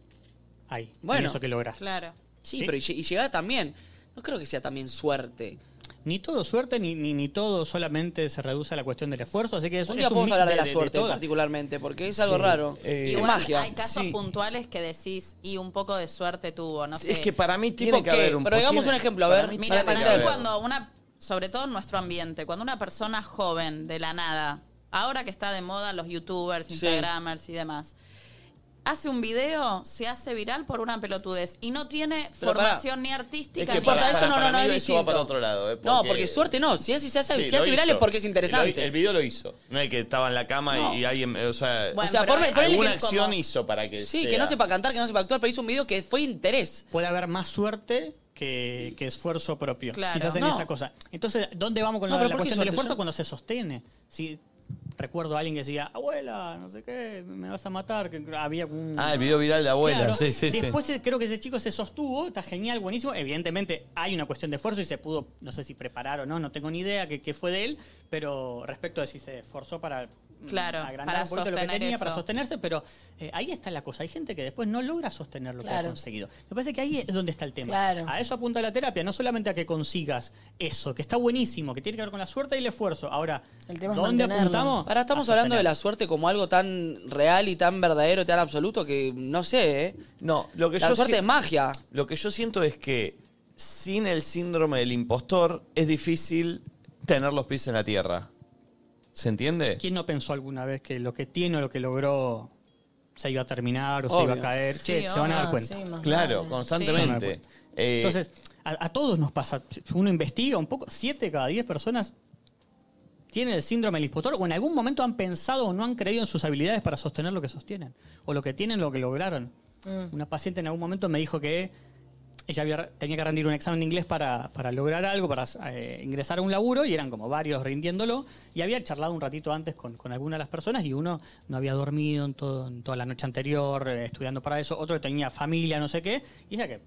[SPEAKER 36] Ahí. Bueno.
[SPEAKER 2] Bueno.
[SPEAKER 36] eso que lográs.
[SPEAKER 2] Claro. Sí,
[SPEAKER 36] ¿Sí?
[SPEAKER 2] pero y, lle- y llegar también. No creo que sea también suerte.
[SPEAKER 36] Ni todo suerte, ni, ni, ni todo solamente se reduce a la cuestión del esfuerzo. Así que es,
[SPEAKER 2] Un
[SPEAKER 36] es
[SPEAKER 2] día
[SPEAKER 36] un
[SPEAKER 2] podemos
[SPEAKER 36] mix
[SPEAKER 2] hablar de la
[SPEAKER 36] de
[SPEAKER 2] suerte
[SPEAKER 36] todas.
[SPEAKER 2] particularmente, porque es algo
[SPEAKER 36] Sí.
[SPEAKER 2] raro.
[SPEAKER 1] Eh,
[SPEAKER 2] es
[SPEAKER 1] Igual
[SPEAKER 2] magia.
[SPEAKER 4] Hay casos puntuales que decís y un poco de suerte tuvo, no sé.
[SPEAKER 1] Es que para mí tiene
[SPEAKER 2] ¿Tipo
[SPEAKER 1] que
[SPEAKER 2] qué?
[SPEAKER 1] haber un
[SPEAKER 2] Pero
[SPEAKER 1] po-
[SPEAKER 2] digamos
[SPEAKER 1] tiene-
[SPEAKER 2] un ejemplo, a
[SPEAKER 1] para
[SPEAKER 2] ver,
[SPEAKER 1] mí
[SPEAKER 4] Mira,
[SPEAKER 1] tiene
[SPEAKER 4] para
[SPEAKER 1] que
[SPEAKER 4] mí
[SPEAKER 1] haber.
[SPEAKER 4] cuando una, sobre todo en nuestro ambiente, cuando una persona joven de la nada, ahora que está de moda los youtubers,
[SPEAKER 2] Sí.
[SPEAKER 4] instagramers y demás, hace un video, se hace viral por una pelotudez y no tiene
[SPEAKER 2] Pero pará.
[SPEAKER 4] formación ni artística
[SPEAKER 1] Es que
[SPEAKER 4] ni
[SPEAKER 1] para-
[SPEAKER 4] nada.
[SPEAKER 1] para- para mí eso va para otro lado. eh,
[SPEAKER 2] No, porque suerte no. Si hace, si hace,
[SPEAKER 1] Sí,
[SPEAKER 2] si
[SPEAKER 1] lo
[SPEAKER 2] hace viral
[SPEAKER 1] hizo.
[SPEAKER 2] es porque es
[SPEAKER 1] Lo-
[SPEAKER 2] interesante.
[SPEAKER 1] el video lo hizo. No es que estaba en la cama y-
[SPEAKER 2] No.
[SPEAKER 1] y alguien. eh, O sea,
[SPEAKER 2] Bueno, O sea, pero ponme- ponele
[SPEAKER 1] alguna
[SPEAKER 2] que como-
[SPEAKER 1] acción hizo para que.
[SPEAKER 2] sí, que
[SPEAKER 1] sea.
[SPEAKER 2] no sepa cantar, que no sepa actuar, pero hizo un video que fue interés.
[SPEAKER 36] Puede haber más suerte que, que esfuerzo propio.
[SPEAKER 2] Claro.
[SPEAKER 36] Quizás en
[SPEAKER 2] No.
[SPEAKER 36] esa cosa. Entonces, ¿dónde vamos con
[SPEAKER 2] No,
[SPEAKER 36] la,
[SPEAKER 2] pero
[SPEAKER 36] la
[SPEAKER 2] ¿por qué
[SPEAKER 36] cuestión
[SPEAKER 2] suerte?
[SPEAKER 36] del esfuerzo
[SPEAKER 2] Yo-
[SPEAKER 36] cuando se sostiene? Si recuerdo a alguien que decía, abuela, no sé qué, me vas a matar, que había un...
[SPEAKER 1] Ah, el video viral de abuela.
[SPEAKER 36] Claro.
[SPEAKER 1] Sí, sí, sí.
[SPEAKER 36] Después eh, creo que ese chico se sostuvo, está genial, buenísimo. Evidentemente hay una cuestión de esfuerzo y se pudo, no sé si preparar o no, no tengo ni idea que, que fue de él, pero respecto de si se esforzó para mm,
[SPEAKER 4] Claro, para
[SPEAKER 36] un poquito lo que
[SPEAKER 4] sostener
[SPEAKER 36] tenía,
[SPEAKER 4] eso.
[SPEAKER 36] para sostenerse, pero eh, ahí está la cosa. Hay gente que después no logra sostener lo que
[SPEAKER 4] Claro.
[SPEAKER 36] ha conseguido. Me parece que ahí es donde está el tema.
[SPEAKER 4] Claro.
[SPEAKER 36] A eso apunta la terapia, no solamente a que consigas eso, que está buenísimo, que tiene que ver con la suerte y el esfuerzo. Ahora, ¿dónde apuntamos?
[SPEAKER 2] Ahora estamos
[SPEAKER 36] A
[SPEAKER 2] hablando de
[SPEAKER 36] sostener.
[SPEAKER 2] la suerte como algo tan real y tan verdadero y tan absoluto que no sé, ¿eh?
[SPEAKER 1] No, lo que
[SPEAKER 2] La
[SPEAKER 1] yo
[SPEAKER 2] suerte
[SPEAKER 1] si-
[SPEAKER 2] es magia.
[SPEAKER 1] Lo que yo siento es que sin el síndrome del impostor es difícil tener los pies en la tierra. ¿Se entiende?
[SPEAKER 36] ¿Quién no pensó alguna vez que lo que tiene o lo que logró se iba a terminar o se
[SPEAKER 1] Obvio.
[SPEAKER 36] iba a caer? Che,
[SPEAKER 1] Sí,
[SPEAKER 36] se van a
[SPEAKER 1] obvio.
[SPEAKER 36] dar cuenta.
[SPEAKER 1] Sí, más Claro, vale. constantemente.
[SPEAKER 36] Se van a dar cuenta.
[SPEAKER 1] Eh,
[SPEAKER 36] Entonces, a, a todos nos pasa. Si Uno investiga un poco, siete de cada 10 personas tienen el síndrome del impostor o en algún momento han pensado o no han creído en sus habilidades para sostener lo que sostienen o lo que tienen, lo que lograron. Una paciente en algún momento me dijo que ella había- tenía que rendir un examen de inglés para, para lograr algo, para eh, ingresar a un laburo, y eran como varios rindiéndolo. Y había charlado un ratito antes con, con alguna de las personas, y uno no había dormido en, todo- en toda la noche anterior, eh, estudiando para eso, otro que tenía familia, no sé qué, y ella que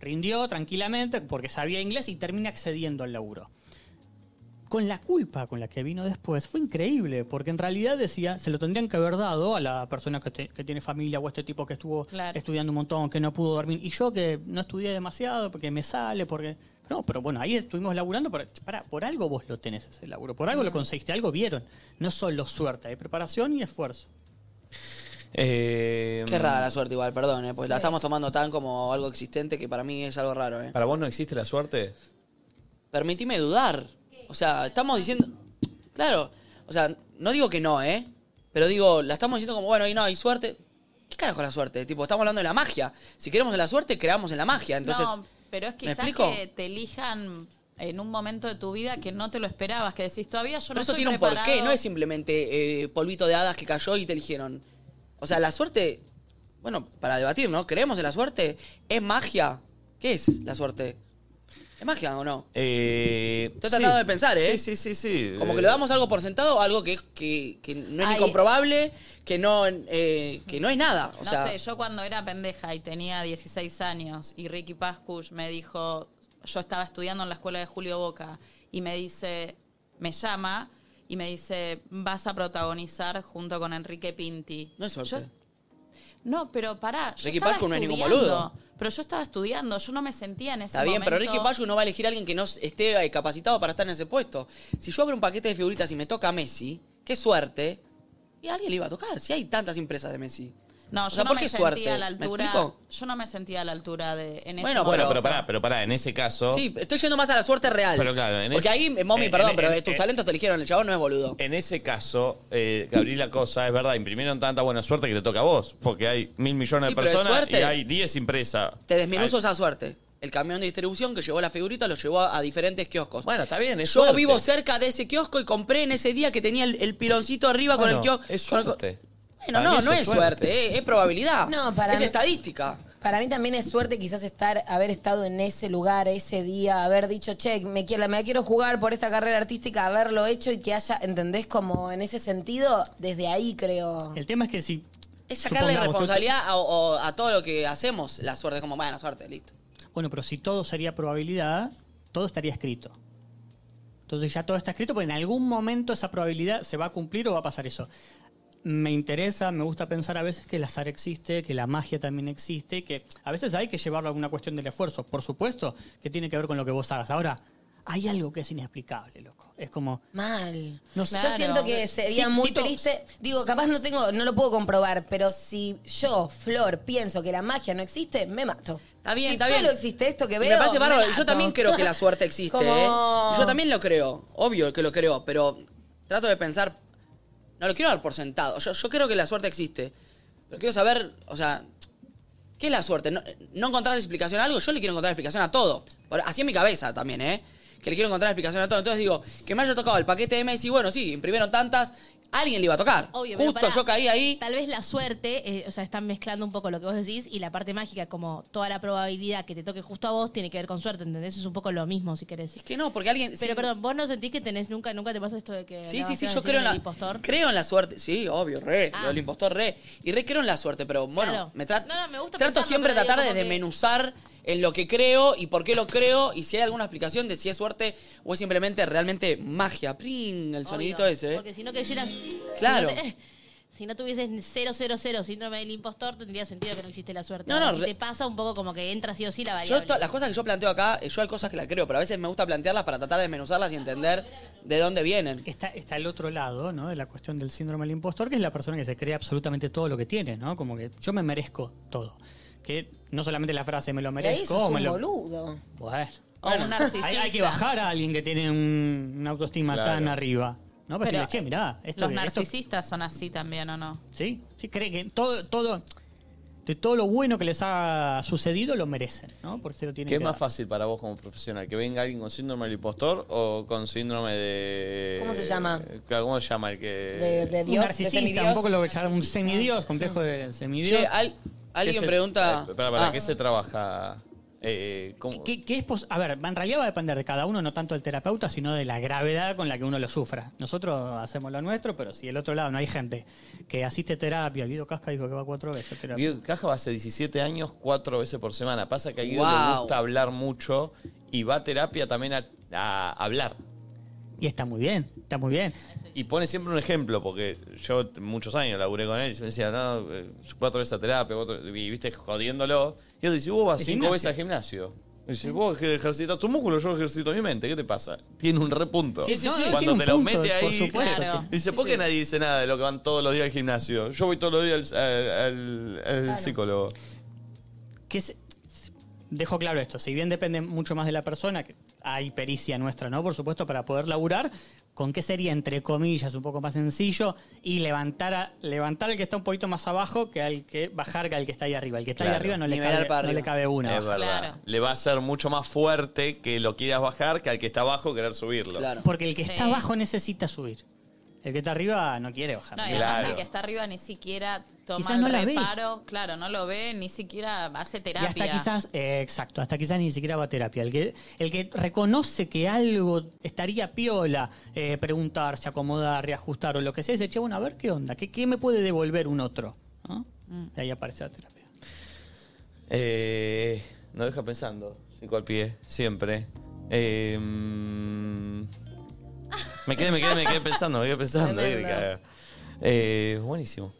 [SPEAKER 36] rindió tranquilamente porque sabía inglés y termina accediendo al laburo con la culpa con la que vino después fue increíble, porque en realidad decía, se lo tendrían que haber dado a la persona que, te- que tiene familia o a este tipo que estuvo
[SPEAKER 4] Claro.
[SPEAKER 36] estudiando un montón, que no pudo dormir, y yo que no estudié demasiado, porque me sale, porque... No, pero bueno, ahí estuvimos laburando, pero che, pará, por algo vos lo tenés ese laburo, por algo lo conseguiste, algo vieron. No solo suerte, hay preparación y esfuerzo.
[SPEAKER 1] eh, Mm.
[SPEAKER 2] Qué rara la suerte igual, perdón, eh, pues la
[SPEAKER 36] Sí.
[SPEAKER 2] estamos tomando tan como algo existente que para mí es algo raro. Eh.
[SPEAKER 1] ¿Para vos no existe la suerte?
[SPEAKER 2] Permitime dudar. O sea, estamos diciendo... Claro, o sea, no digo que no, ¿eh? Pero digo, la estamos diciendo como, bueno, y no, hay suerte. ¿Qué carajo es la suerte? Tipo, estamos hablando de la magia. Si queremos la suerte, creamos en la magia. Entonces,
[SPEAKER 4] no, pero es quizás
[SPEAKER 2] explico?
[SPEAKER 4] que te elijan en un momento de tu vida que no te lo esperabas, que decís todavía yo
[SPEAKER 2] pero
[SPEAKER 4] no
[SPEAKER 2] eso
[SPEAKER 4] estoy
[SPEAKER 2] tiene un
[SPEAKER 4] preparado.
[SPEAKER 2] porqué, no es simplemente eh, polvito de hadas que cayó y te eligieron. O sea, la suerte, bueno, para debatir, ¿no? ¿Creemos en la suerte? ¿Es magia? ¿Qué es la suerte? ¿Es magia o no?
[SPEAKER 1] Eh,
[SPEAKER 2] Estoy tratando de pensar, ¿eh?
[SPEAKER 1] Sí, sí, sí, sí.
[SPEAKER 2] Como que
[SPEAKER 1] Eh,
[SPEAKER 2] le damos algo por sentado, algo que, que- que no es
[SPEAKER 4] Ay.
[SPEAKER 2] ni comprobable, que no, eh, que no es nada. O
[SPEAKER 4] no
[SPEAKER 2] sea,
[SPEAKER 4] sé, yo cuando era pendeja y tenía 16 años y Ricky Pascuch me dijo, yo estaba estudiando en la escuela de Julio Boca y me dice, me llama y me dice, vas a protagonizar junto con Enrique Pinti.
[SPEAKER 2] No es suerte.
[SPEAKER 4] Yo- no, pero pará, yo
[SPEAKER 2] Ricky
[SPEAKER 4] estaba
[SPEAKER 2] Pascuch no es ningún
[SPEAKER 4] estudiando,
[SPEAKER 2] boludo.
[SPEAKER 4] Pero yo estaba estudiando, yo no me sentía en ese
[SPEAKER 2] Está bien,
[SPEAKER 4] momento.
[SPEAKER 2] pero Ricky Payu no va a elegir a alguien que no esté eh, capacitado para estar en ese puesto. Si yo abro un paquete de figuritas y me toca Messi, qué suerte. Y a alguien le iba a tocar, si hay tantas empresas de Messi.
[SPEAKER 4] No,
[SPEAKER 2] O
[SPEAKER 4] yo
[SPEAKER 2] sea,
[SPEAKER 4] no
[SPEAKER 2] ¿por
[SPEAKER 4] me
[SPEAKER 2] qué
[SPEAKER 4] sentía
[SPEAKER 2] suerte?
[SPEAKER 4] a la
[SPEAKER 2] ¿Me
[SPEAKER 4] altura.
[SPEAKER 2] explico?
[SPEAKER 4] Yo no me sentía a la altura de en ese
[SPEAKER 2] Bueno,
[SPEAKER 1] bueno,
[SPEAKER 4] momento.
[SPEAKER 1] pero pará, pero pará, en ese caso.
[SPEAKER 2] Sí, estoy yendo más a la suerte real.
[SPEAKER 1] Pero claro, en
[SPEAKER 2] Porque
[SPEAKER 1] ese-
[SPEAKER 2] ahí, eh, mami,
[SPEAKER 1] en-
[SPEAKER 2] perdón,
[SPEAKER 1] en-
[SPEAKER 2] pero
[SPEAKER 1] en-
[SPEAKER 2] eh, tus
[SPEAKER 1] en-
[SPEAKER 2] talentos te eligieron, el chabón no es boludo.
[SPEAKER 1] En ese caso, eh, Gabriela Cosa, es verdad, imprimieron tanta buena suerte que te toca a vos, porque hay mil millones
[SPEAKER 2] Sí,
[SPEAKER 1] de
[SPEAKER 2] pero de
[SPEAKER 1] personas
[SPEAKER 2] suerte-
[SPEAKER 1] y hay 10 impresas.
[SPEAKER 2] Te desmenuzo
[SPEAKER 1] Hay-
[SPEAKER 2] esa suerte. El camión de distribución que llevó la figurita lo llevó a, a diferentes kioscos. Bueno,
[SPEAKER 1] está bien, es
[SPEAKER 2] Yo
[SPEAKER 1] suerte.
[SPEAKER 2] vivo cerca de ese kiosco y compré en ese día que tenía el, el piloncito arriba con el
[SPEAKER 1] Bueno,
[SPEAKER 2] kiosco.
[SPEAKER 1] Es suerte.
[SPEAKER 2] Bueno,
[SPEAKER 1] Para mí
[SPEAKER 2] no,
[SPEAKER 1] eso
[SPEAKER 2] no es suerte, eh, es, probabilidad.
[SPEAKER 3] No, para
[SPEAKER 2] es
[SPEAKER 3] mí-
[SPEAKER 2] estadística.
[SPEAKER 3] Para mí también es suerte quizás estar, haber estado en ese lugar, ese día, haber dicho, che, me quiero, me la quiero jugar por esta carrera artística, haberlo hecho y que haya, ¿entendés? Como en ese sentido, desde ahí creo.
[SPEAKER 36] El tema es que si...
[SPEAKER 2] Es sacarle
[SPEAKER 36] supongamos, tú-
[SPEAKER 2] responsabilidad a, o- a todo lo que hacemos. La suerte es como, bueno, suerte, listo.
[SPEAKER 36] Bueno, pero si todo sería probabilidad, todo estaría escrito. Entonces ya todo está escrito, pero en algún momento esa probabilidad se va a cumplir o va a pasar eso. Me interesa, me gusta pensar a veces que el azar existe, que la magia también existe, que a veces hay que llevarlo a alguna cuestión del esfuerzo, por supuesto, que tiene que ver con lo que vos hagas. Ahora, hay algo que es inexplicable, loco. Es como...
[SPEAKER 3] Mal.
[SPEAKER 36] No sé. Claro.
[SPEAKER 3] Yo siento que sería
[SPEAKER 36] Sí,
[SPEAKER 3] muy
[SPEAKER 36] sí, to-
[SPEAKER 3] triste. Digo, capaz no tengo, no lo puedo comprobar, pero si yo, Flor, pienso que la magia no existe, me mato.
[SPEAKER 2] Está bien,
[SPEAKER 3] si
[SPEAKER 2] está
[SPEAKER 3] solo
[SPEAKER 2] bien.
[SPEAKER 3] existe esto que
[SPEAKER 2] Y
[SPEAKER 3] veo.
[SPEAKER 2] me parece bárbaro.
[SPEAKER 3] mato.
[SPEAKER 2] Yo también creo que la suerte existe.
[SPEAKER 3] Como-
[SPEAKER 2] ¿eh? Yo también lo creo. Obvio que lo creo, pero trato de pensar. No lo quiero dar por sentado. Yo, yo creo que la suerte existe. Pero quiero saber, o sea, ¿qué es la suerte? No, no encontrar explicación a algo, yo le quiero encontrar explicación a todo. Por- Así en mi cabeza también, ¿eh? Que le quiero encontrar explicación a todo. Entonces digo, que me haya tocado el paquete de Messi, bueno, sí, imprimieron tantas, alguien le iba a tocar.
[SPEAKER 8] Obvio, pero
[SPEAKER 2] Justo
[SPEAKER 8] pará.
[SPEAKER 2] yo caí ahí.
[SPEAKER 8] Tal vez la suerte, eh, o sea, están mezclando un poco lo que vos decís y la parte mágica, como toda la probabilidad que te toque justo a vos tiene que ver con suerte, ¿entendés? Es un poco lo mismo, si querés. Es
[SPEAKER 2] que no, porque alguien...
[SPEAKER 8] Pero
[SPEAKER 2] sí.
[SPEAKER 8] perdón, vos no sentís que tenés nunca, nunca te pasa esto de que...
[SPEAKER 2] Sí,
[SPEAKER 8] la
[SPEAKER 2] sí, sí,
[SPEAKER 8] vas a
[SPEAKER 2] yo
[SPEAKER 8] decir
[SPEAKER 2] creo en
[SPEAKER 8] el
[SPEAKER 2] la,
[SPEAKER 8] impostor.
[SPEAKER 2] creo en la suerte. Sí, obvio, re. Lo del impostor, re. Y re creo en la suerte, pero bueno,
[SPEAKER 8] Ah. Claro.
[SPEAKER 2] me tra-
[SPEAKER 8] No, no, me gusta
[SPEAKER 2] trato
[SPEAKER 8] pensarlo,
[SPEAKER 2] siempre
[SPEAKER 8] pero
[SPEAKER 2] de tratar
[SPEAKER 8] digo
[SPEAKER 2] de
[SPEAKER 8] como que-
[SPEAKER 2] desmenuzar en lo que creo y por qué lo creo y si hay alguna explicación de si es suerte o es simplemente realmente magia. Pring, el sonidito
[SPEAKER 8] Obvio,
[SPEAKER 2] ese, ¿eh?
[SPEAKER 8] Porque si no quisieras.
[SPEAKER 2] Claro.
[SPEAKER 8] Si no, te- si no tuvieses 000 síndrome del impostor, tendría sentido que no existe la suerte.
[SPEAKER 2] No, no,
[SPEAKER 8] Ahora, si
[SPEAKER 2] re-
[SPEAKER 8] te pasa un poco como que entra sí o sí la
[SPEAKER 2] Yo
[SPEAKER 8] variable.
[SPEAKER 2] to- las cosas que yo planteo acá, eh, yo hay cosas que la creo, pero a veces me gusta plantearlas para tratar de desmenuzarlas y entender de dónde vienen.
[SPEAKER 36] Está, está el otro lado, ¿no? De la cuestión del síndrome del impostor, que es la persona que se cree absolutamente todo lo que tiene, ¿no? Como que yo me merezco todo. Que no solamente la frase me lo
[SPEAKER 3] Pero ahí
[SPEAKER 36] merezco,
[SPEAKER 3] sos
[SPEAKER 36] me
[SPEAKER 3] un
[SPEAKER 36] lo.
[SPEAKER 3] boludo.
[SPEAKER 36] Bueno.
[SPEAKER 3] O un narcisista.
[SPEAKER 36] Hay, hay que bajar a alguien que tiene un- una autoestima
[SPEAKER 4] Claro.
[SPEAKER 36] tan arriba. ¿No?
[SPEAKER 4] Pero,
[SPEAKER 36] Pero, decirle, che, mirá, Ah,
[SPEAKER 3] eh,
[SPEAKER 36] esto
[SPEAKER 4] Los
[SPEAKER 36] que- esto-
[SPEAKER 4] narcisistas son así también, ¿o no?
[SPEAKER 36] sí, sí, cree que todo, todo, de todo lo bueno que les ha sucedido lo merecen, ¿no? Por eso lo tienen
[SPEAKER 37] ¿Qué es
[SPEAKER 36] que
[SPEAKER 37] más
[SPEAKER 36] dar.
[SPEAKER 37] fácil para vos como profesional? ¿Que venga alguien con síndrome del impostor o con síndrome de.
[SPEAKER 3] ¿Cómo se llama?
[SPEAKER 37] Eh, ¿Cómo se llama el que.?
[SPEAKER 3] De- de Dios,
[SPEAKER 36] un
[SPEAKER 3] de
[SPEAKER 36] narcisista,
[SPEAKER 3] semidios. Ah.
[SPEAKER 36] un poco lo que llaman un semidios, complejo de semidios.
[SPEAKER 2] Che, al-
[SPEAKER 37] ¿Qué
[SPEAKER 2] alguien
[SPEAKER 37] se-
[SPEAKER 2] pregunta.
[SPEAKER 37] Eh, Para, para,
[SPEAKER 2] Ah.
[SPEAKER 37] ¿qué se trabaja?
[SPEAKER 1] Eh, ¿cómo?
[SPEAKER 36] que, que es pos- a ver, en realidad va a depender de cada uno, no tanto del terapeuta, sino de la gravedad con la que uno lo sufra. Nosotros hacemos lo nuestro, pero si del otro lado no hay gente que asiste a terapia, Guido Casca dijo que va cuatro veces a terapia.
[SPEAKER 1] Guido Caja va hace 17 años, cuatro veces por semana. Pasa que a Guido le
[SPEAKER 36] Guau.
[SPEAKER 1] gusta hablar mucho y va a terapia también a, a hablar.
[SPEAKER 36] Y está muy bien, está muy bien.
[SPEAKER 1] Y pone siempre un ejemplo, porque yo t- muchos años laburé con él y me decía, no, eh, cuatro veces a terapia, cuatro- y viste, jodiéndolo. Y él dice, vos vas
[SPEAKER 23] El
[SPEAKER 1] cinco
[SPEAKER 23] gimnasio.
[SPEAKER 1] veces al gimnasio. Y dice, vos ej- ejercitas tu músculo, yo ejercito mi mente, ¿qué te pasa? Tiene un repunto.
[SPEAKER 23] Sí, sí, sí, tiene
[SPEAKER 1] Cuando
[SPEAKER 23] un
[SPEAKER 1] te lo
[SPEAKER 23] punto,
[SPEAKER 1] mete ahí,
[SPEAKER 23] por supuesto. Claro.
[SPEAKER 1] dice, ¿por qué nadie dice nada de lo que van todos los días al gimnasio? Yo voy todos los días al, al- al- al psicólogo.
[SPEAKER 36] que se- se- dejo claro esto, si bien depende mucho más de la persona, que hay pericia nuestra, ¿no? Por supuesto, para poder laburar, ¿con qué sería, entre comillas, un poco más sencillo y levantar, a- levantar al que está un poquito más abajo que al que bajar al que está ahí arriba? El que está ahí
[SPEAKER 1] Claro.
[SPEAKER 36] arriba no le,
[SPEAKER 1] Nivelar
[SPEAKER 36] cabe,
[SPEAKER 1] para
[SPEAKER 36] no le
[SPEAKER 1] arriba.
[SPEAKER 36] cabe una.
[SPEAKER 1] Es verdad. Le va a ser mucho más fuerte que lo quieras bajar que al que está abajo querer subirlo.
[SPEAKER 36] Porque el que está
[SPEAKER 17] Sí.
[SPEAKER 36] abajo necesita subir. El que está arriba no quiere bajar.
[SPEAKER 17] No, y además el que está arriba ni siquiera toma
[SPEAKER 36] Quizás no la
[SPEAKER 17] el
[SPEAKER 36] ve.
[SPEAKER 17] reparo. Claro, no lo ve, ni siquiera hace
[SPEAKER 36] Y
[SPEAKER 17] terapia.
[SPEAKER 36] hasta quizás, eh, exacto, hasta quizás ni siquiera va a terapia. El que, el que reconoce que algo estaría piola, eh, preguntarse, acomodar, reajustar o lo que sea, dice, che, bueno, a ver qué onda, qué, qué me puede devolver un otro. ¿No?
[SPEAKER 17] Mm.
[SPEAKER 36] Y ahí aparece la terapia.
[SPEAKER 1] Eh, no deja pensando. Cinco al pie, siempre. Eh, mm, me quedé, me quedé, me quedé pensando, me quedé pensando.
[SPEAKER 23] Tremendo.
[SPEAKER 1] qué caga. Eh, buenísimo.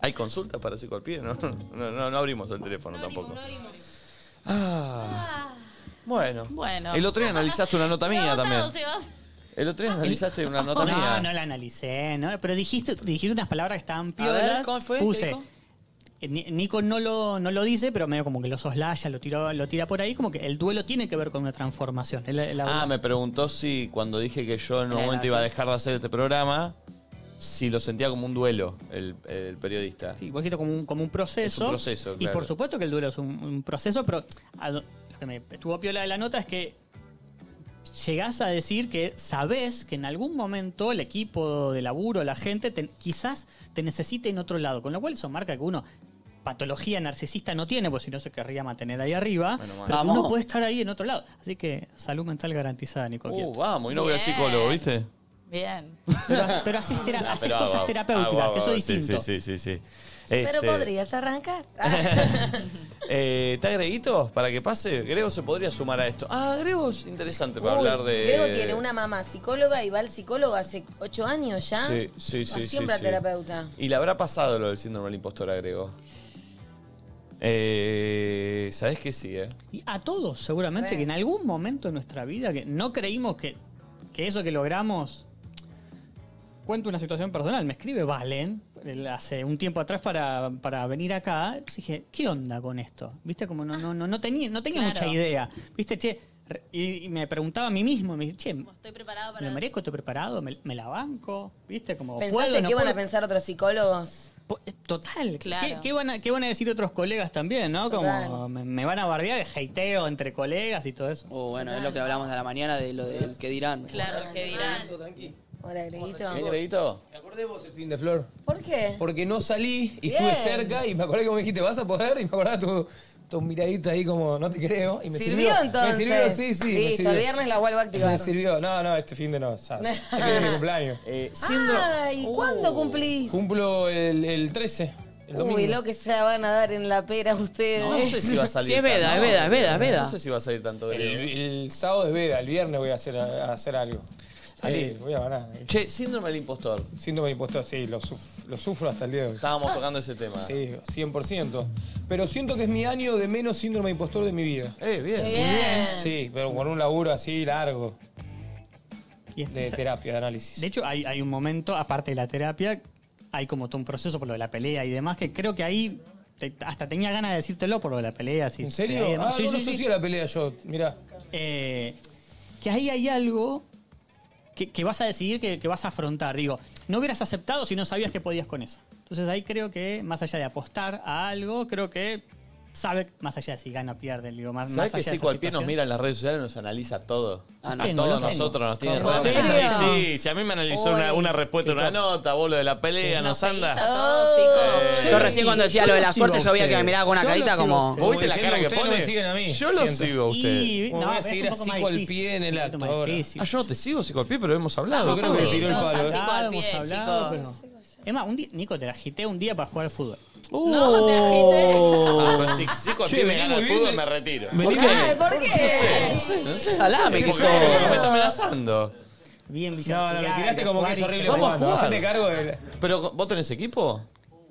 [SPEAKER 1] ¿Hay consultas para cinco al pie? No, no, no, no abrimos el teléfono tampoco. Ah. Bueno.
[SPEAKER 17] Bueno.
[SPEAKER 1] El otro día analizaste una nota mía también.
[SPEAKER 17] Todo se va-
[SPEAKER 1] El otro día analizaste una nota
[SPEAKER 36] no,
[SPEAKER 1] mía.
[SPEAKER 36] no la analicé, ¿no? Pero dijiste, dijiste unas palabras que estaban
[SPEAKER 1] A ver,
[SPEAKER 36] piolas.
[SPEAKER 1] ¿cómo fue? ¿Qué
[SPEAKER 36] Puse.
[SPEAKER 1] dijo?
[SPEAKER 36] eh, Ni- Nico no lo, no lo dice, pero medio como que lo soslaya, lo tira, lo tira por ahí, como que el duelo tiene que ver con una transformación. Es la- la
[SPEAKER 1] Ah, me preguntó si cuando dije que yo en un
[SPEAKER 36] La
[SPEAKER 1] momento iba a
[SPEAKER 36] grabación.
[SPEAKER 1] dejar de hacer este programa, si lo sentía como un duelo el, el periodista.
[SPEAKER 36] Sí, vos dijiste como un, como un proceso.
[SPEAKER 1] Es un proceso,
[SPEAKER 36] Y
[SPEAKER 1] claro.
[SPEAKER 36] por supuesto que el duelo es un, un proceso, pero a lo lo que me estuvo piola de la nota es que llegás a decir que sabés que en algún momento el equipo de laburo, la gente, te- quizás te necesite en otro lado. Con lo cual eso marca que uno patología narcisista no tiene, porque si no se querría mantener ahí arriba.
[SPEAKER 1] Bueno, bueno.
[SPEAKER 36] pero que
[SPEAKER 1] Vamos.
[SPEAKER 36] uno puede estar ahí en otro lado. Así que salud mental garantizada, Nico.
[SPEAKER 1] Uh,
[SPEAKER 36] Quieto.
[SPEAKER 1] vamos, y no voy al psicólogo, ¿viste?
[SPEAKER 17] Bien.
[SPEAKER 36] Pero, pero haces, tera- haces
[SPEAKER 1] Pero,
[SPEAKER 36] cosas
[SPEAKER 1] ah,
[SPEAKER 36] terapéuticas,
[SPEAKER 1] ah,
[SPEAKER 36] que eso
[SPEAKER 1] ah,
[SPEAKER 36] es
[SPEAKER 1] sí,
[SPEAKER 36] distinto.
[SPEAKER 1] Sí, sí, sí. sí.
[SPEAKER 33] Pero
[SPEAKER 1] Este,
[SPEAKER 33] podrías arrancar.
[SPEAKER 1] eh, ¿Está Greguito? Para que pase, Grego se podría sumar a esto. Ah, Grego es interesante para
[SPEAKER 33] Uy,
[SPEAKER 1] hablar de.
[SPEAKER 33] Grego tiene una mamá psicóloga y va al psicólogo hace ocho años ya.
[SPEAKER 1] Sí,
[SPEAKER 33] Va
[SPEAKER 1] sí, sí.
[SPEAKER 33] Siempre
[SPEAKER 1] sí,
[SPEAKER 33] al
[SPEAKER 1] sí.
[SPEAKER 33] terapeuta.
[SPEAKER 1] ¿Y le habrá pasado lo del síndrome del impostor a Grego? Eh, ¿Sabés que sí, eh?
[SPEAKER 36] Y a todos, seguramente,
[SPEAKER 1] Re.
[SPEAKER 36] que en algún momento de nuestra vida que no creímos que, que eso que logramos. Cuento una situación personal. Me escribe Valen el- hace un tiempo atrás para, para venir acá. Entonces dije, ¿qué onda con esto? ¿Viste? Como no, no, no, no tenía, no tenía
[SPEAKER 8] Claro.
[SPEAKER 36] mucha idea. ¿Viste? Che, re- y, y me preguntaba a mí mismo. Me, dije, che, ¿me
[SPEAKER 8] Estoy preparado para.
[SPEAKER 36] lo merezco? ¿Estoy preparado? ¿Me, me la banco? ¿Viste? Como,
[SPEAKER 33] ¿Pensaste
[SPEAKER 36] ¿puedo, no
[SPEAKER 33] que iban a
[SPEAKER 36] puedo?
[SPEAKER 33] pensar otros psicólogos?
[SPEAKER 36] Total,
[SPEAKER 33] claro.
[SPEAKER 36] ¿Qué, qué van a, qué van a decir otros colegas también, no?
[SPEAKER 33] Total.
[SPEAKER 36] Como me, me van a bardear, hateo entre colegas y todo eso.
[SPEAKER 2] Oh, bueno, es lo que hablamos de la mañana de lo del que dirán.
[SPEAKER 33] Claro,
[SPEAKER 17] ¿qué
[SPEAKER 33] dirán? Hola, Greguito.
[SPEAKER 2] ¿Qué,
[SPEAKER 1] Greguito?
[SPEAKER 15] Me acordé de vos el fin de Flor.
[SPEAKER 33] ¿Por qué?
[SPEAKER 15] Porque no salí y
[SPEAKER 33] Bien.
[SPEAKER 15] estuve cerca y me acordé que vos me dijiste, ¿vas a poder? Y me acordaba tu, tu miradita ahí como, no te creo. Y me
[SPEAKER 33] ¿Sirvió,
[SPEAKER 15] sirvió,
[SPEAKER 33] entonces?
[SPEAKER 15] Me sirvió, sí, sí. me
[SPEAKER 33] Listo,
[SPEAKER 15] sirvió.
[SPEAKER 33] el viernes la vuelvo a activar.
[SPEAKER 15] Me sirvió. No, no, este fin de no. o sea, este fin de mi cumpleaños.
[SPEAKER 1] Eh,
[SPEAKER 33] Ay,
[SPEAKER 15] Uh,
[SPEAKER 33] ¿cuándo cumplís?
[SPEAKER 15] Cumplo el, el 13. El domingo.
[SPEAKER 33] Uy, lo que se van a dar en la pera ustedes.
[SPEAKER 1] No sé si va a salir.
[SPEAKER 15] Sí, es veda,
[SPEAKER 1] tan-
[SPEAKER 15] es veda, es veda, es veda.
[SPEAKER 1] No sé si va a salir tanto
[SPEAKER 15] el,
[SPEAKER 1] Grego.
[SPEAKER 15] el sábado es veda, el viernes voy a hacer, a hacer algo. Salir,
[SPEAKER 1] Eh,
[SPEAKER 15] voy a ganar.
[SPEAKER 1] Che, síndrome del impostor.
[SPEAKER 15] Síndrome del impostor, sí, lo, suf- lo sufro hasta el día de hoy.
[SPEAKER 1] Estábamos tocando ese tema.
[SPEAKER 15] Sí, 100%. Pero siento que es mi año de menos síndrome de impostor de mi vida.
[SPEAKER 1] Eh, bien.
[SPEAKER 15] Muy
[SPEAKER 36] bien.
[SPEAKER 15] Sí, pero con un laburo así largo.
[SPEAKER 36] Y es-
[SPEAKER 15] De terapia, de análisis.
[SPEAKER 36] De hecho, hay, hay un momento, aparte de la terapia, hay como todo un proceso por lo de la pelea y demás, que creo que ahí te- hasta tenía ganas de decírtelo por lo de la pelea. Si,
[SPEAKER 15] ¿En
[SPEAKER 36] si hay
[SPEAKER 15] serio? Ah,
[SPEAKER 36] demás. Sí,
[SPEAKER 15] no, no
[SPEAKER 36] sí, sí.
[SPEAKER 15] asocio la pelea yo, mirá.
[SPEAKER 36] Eh, que ahí hay algo que, que vas a decidir, que, que vas a afrontar. Digo, no hubieras aceptado si no sabías que podías con eso. Entonces ahí creo que, más allá de apostar a algo, creo que sabe, más allá de si gana o pierde, digo, más,
[SPEAKER 1] ¿Sabes
[SPEAKER 36] más
[SPEAKER 1] que
[SPEAKER 36] allá de
[SPEAKER 1] sí,
[SPEAKER 36] esa
[SPEAKER 1] cualquier nos
[SPEAKER 36] situación?
[SPEAKER 1] mira en las redes sociales y nos analiza todo?
[SPEAKER 36] Ah, no.
[SPEAKER 1] a
[SPEAKER 36] Tengo,
[SPEAKER 1] todos
[SPEAKER 36] los tengo.
[SPEAKER 1] nosotros nos tiene
[SPEAKER 36] ¿Cómo?
[SPEAKER 1] re-
[SPEAKER 36] ¿En serio?
[SPEAKER 1] Sí, sí, si a mí me analizó
[SPEAKER 36] Uy.
[SPEAKER 1] una, una
[SPEAKER 36] Sí,
[SPEAKER 1] respuesta, una
[SPEAKER 36] claro.
[SPEAKER 1] nota, vos lo de la pelea, nos anda.
[SPEAKER 2] Yo recién cuando decía lo de la suerte, yo veía que me miraba con una carita como.
[SPEAKER 1] ¿Vos viste la cara que
[SPEAKER 15] ustedes no
[SPEAKER 1] pone?
[SPEAKER 15] me siguen a mí,
[SPEAKER 1] Yo lo
[SPEAKER 15] siento.
[SPEAKER 1] sigo a ustedes.
[SPEAKER 15] Y- Como no, voy a pero es seguir un poco así más con el difícil, pie en el
[SPEAKER 1] acto Ah, yo no te sigo, sigo al pie, pero hemos hablado.
[SPEAKER 36] Ah,
[SPEAKER 15] Yo creo que me tiró el palo.
[SPEAKER 1] ¿eh?
[SPEAKER 36] Hemos hablado,
[SPEAKER 15] Así con el pie,
[SPEAKER 36] hemos hablado,
[SPEAKER 15] chicos.
[SPEAKER 36] pero- Es más, un día, Nico, te la agité un día para jugar al fútbol.
[SPEAKER 1] No, te agité. Ah, pero si- si con el pie me gana el fútbol, me retiro. ¿Por qué?
[SPEAKER 36] ¿Por
[SPEAKER 1] qué? eh. No sé, no sé.
[SPEAKER 36] Salame
[SPEAKER 1] que
[SPEAKER 36] que
[SPEAKER 1] sos.
[SPEAKER 36] sos.
[SPEAKER 1] Me está amenazando.
[SPEAKER 36] Bien,
[SPEAKER 15] No, no, me tiraste como que es horrible.
[SPEAKER 1] Vamos a
[SPEAKER 15] jugando,
[SPEAKER 1] jugar.
[SPEAKER 15] hacete cargo del-
[SPEAKER 1] Pero, ¿vos tenés equipo?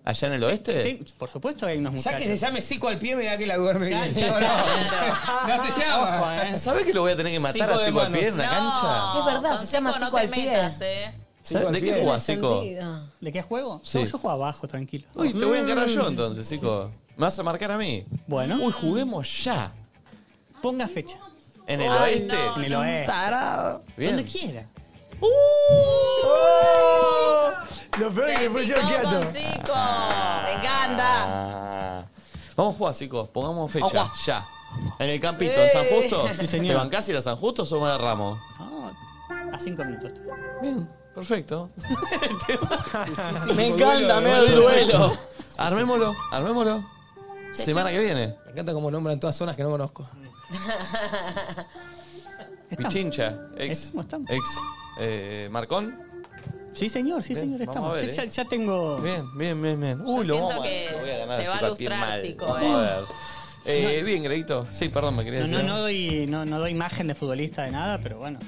[SPEAKER 1] ¿Allá en el oeste?
[SPEAKER 36] Por supuesto hay unos
[SPEAKER 15] Ya que se llame Cico al pie, me da que la duerme bien.
[SPEAKER 1] ya eh.
[SPEAKER 15] No, no. No se llama.
[SPEAKER 1] ¿Sabés que lo voy a tener que matar
[SPEAKER 15] Cinco
[SPEAKER 1] a
[SPEAKER 15] de
[SPEAKER 1] Cico al pie en
[SPEAKER 15] manos.
[SPEAKER 1] la cancha?
[SPEAKER 33] Es verdad, se llama
[SPEAKER 4] Cico, no
[SPEAKER 33] Cico
[SPEAKER 4] te
[SPEAKER 33] al pie.
[SPEAKER 4] metas, eh.
[SPEAKER 1] ¿Sabés ¿De qué jugás, Cico?
[SPEAKER 36] ¿De qué juego?
[SPEAKER 1] Sí.
[SPEAKER 36] Yo, yo juego abajo, tranquilo. Mm.
[SPEAKER 1] Uy, te voy a encargar yo entonces, Cico. ¿Me vas a marcar a mí?
[SPEAKER 36] Bueno.
[SPEAKER 1] Uy, juguemos ya.
[SPEAKER 36] Ponga fecha.
[SPEAKER 1] ¿En el
[SPEAKER 36] Ay,
[SPEAKER 1] oeste?
[SPEAKER 36] no, En el no, oeste.
[SPEAKER 15] Tarado.
[SPEAKER 1] Bien.
[SPEAKER 15] Donde quiera.
[SPEAKER 17] ¡Uh!
[SPEAKER 15] Oh,
[SPEAKER 1] Lo peor
[SPEAKER 15] que
[SPEAKER 1] fue
[SPEAKER 15] pusieron
[SPEAKER 1] quieto.
[SPEAKER 33] Me encanta.
[SPEAKER 1] Ah. Vamos a jugar, chicos. Pongamos fecha.
[SPEAKER 33] Ojo.
[SPEAKER 1] Ya. En el campito, en San Justo.
[SPEAKER 36] Eh. Sí, señor.
[SPEAKER 1] ¿Te bancás ir a San Justo o somos de Ramos?
[SPEAKER 36] No, a cinco minutos.
[SPEAKER 1] Bien, perfecto.
[SPEAKER 36] Me encanta, me da el duelo.
[SPEAKER 1] Armémoslo, armémoslo. Semana que viene.
[SPEAKER 15] Me encanta cómo nombran todas zonas que no conozco.
[SPEAKER 1] Pichincha, ex. Ex. eh, Marcón.
[SPEAKER 36] Sí, señor, sí,
[SPEAKER 1] Bien,
[SPEAKER 36] señor,
[SPEAKER 1] vamos
[SPEAKER 36] estamos.
[SPEAKER 1] a ver,
[SPEAKER 36] ya,
[SPEAKER 1] eh.
[SPEAKER 36] ya- ya tengo.
[SPEAKER 1] Bien, bien, bien, bien. Uy,
[SPEAKER 36] Yo
[SPEAKER 1] lo vamos
[SPEAKER 36] siento
[SPEAKER 1] a-
[SPEAKER 36] que
[SPEAKER 1] lo voy a ganar
[SPEAKER 36] te va
[SPEAKER 1] así
[SPEAKER 36] a
[SPEAKER 1] para piel
[SPEAKER 36] lustrar,
[SPEAKER 1] mal.
[SPEAKER 36] Zico,
[SPEAKER 1] Vamos
[SPEAKER 36] eh.
[SPEAKER 1] a ver. Eh, bien, Greguito. Sí, perdón, me quería
[SPEAKER 36] No,
[SPEAKER 1] decir.
[SPEAKER 36] no, no, doy, no, no doy imagen de futbolista de nada, pero bueno.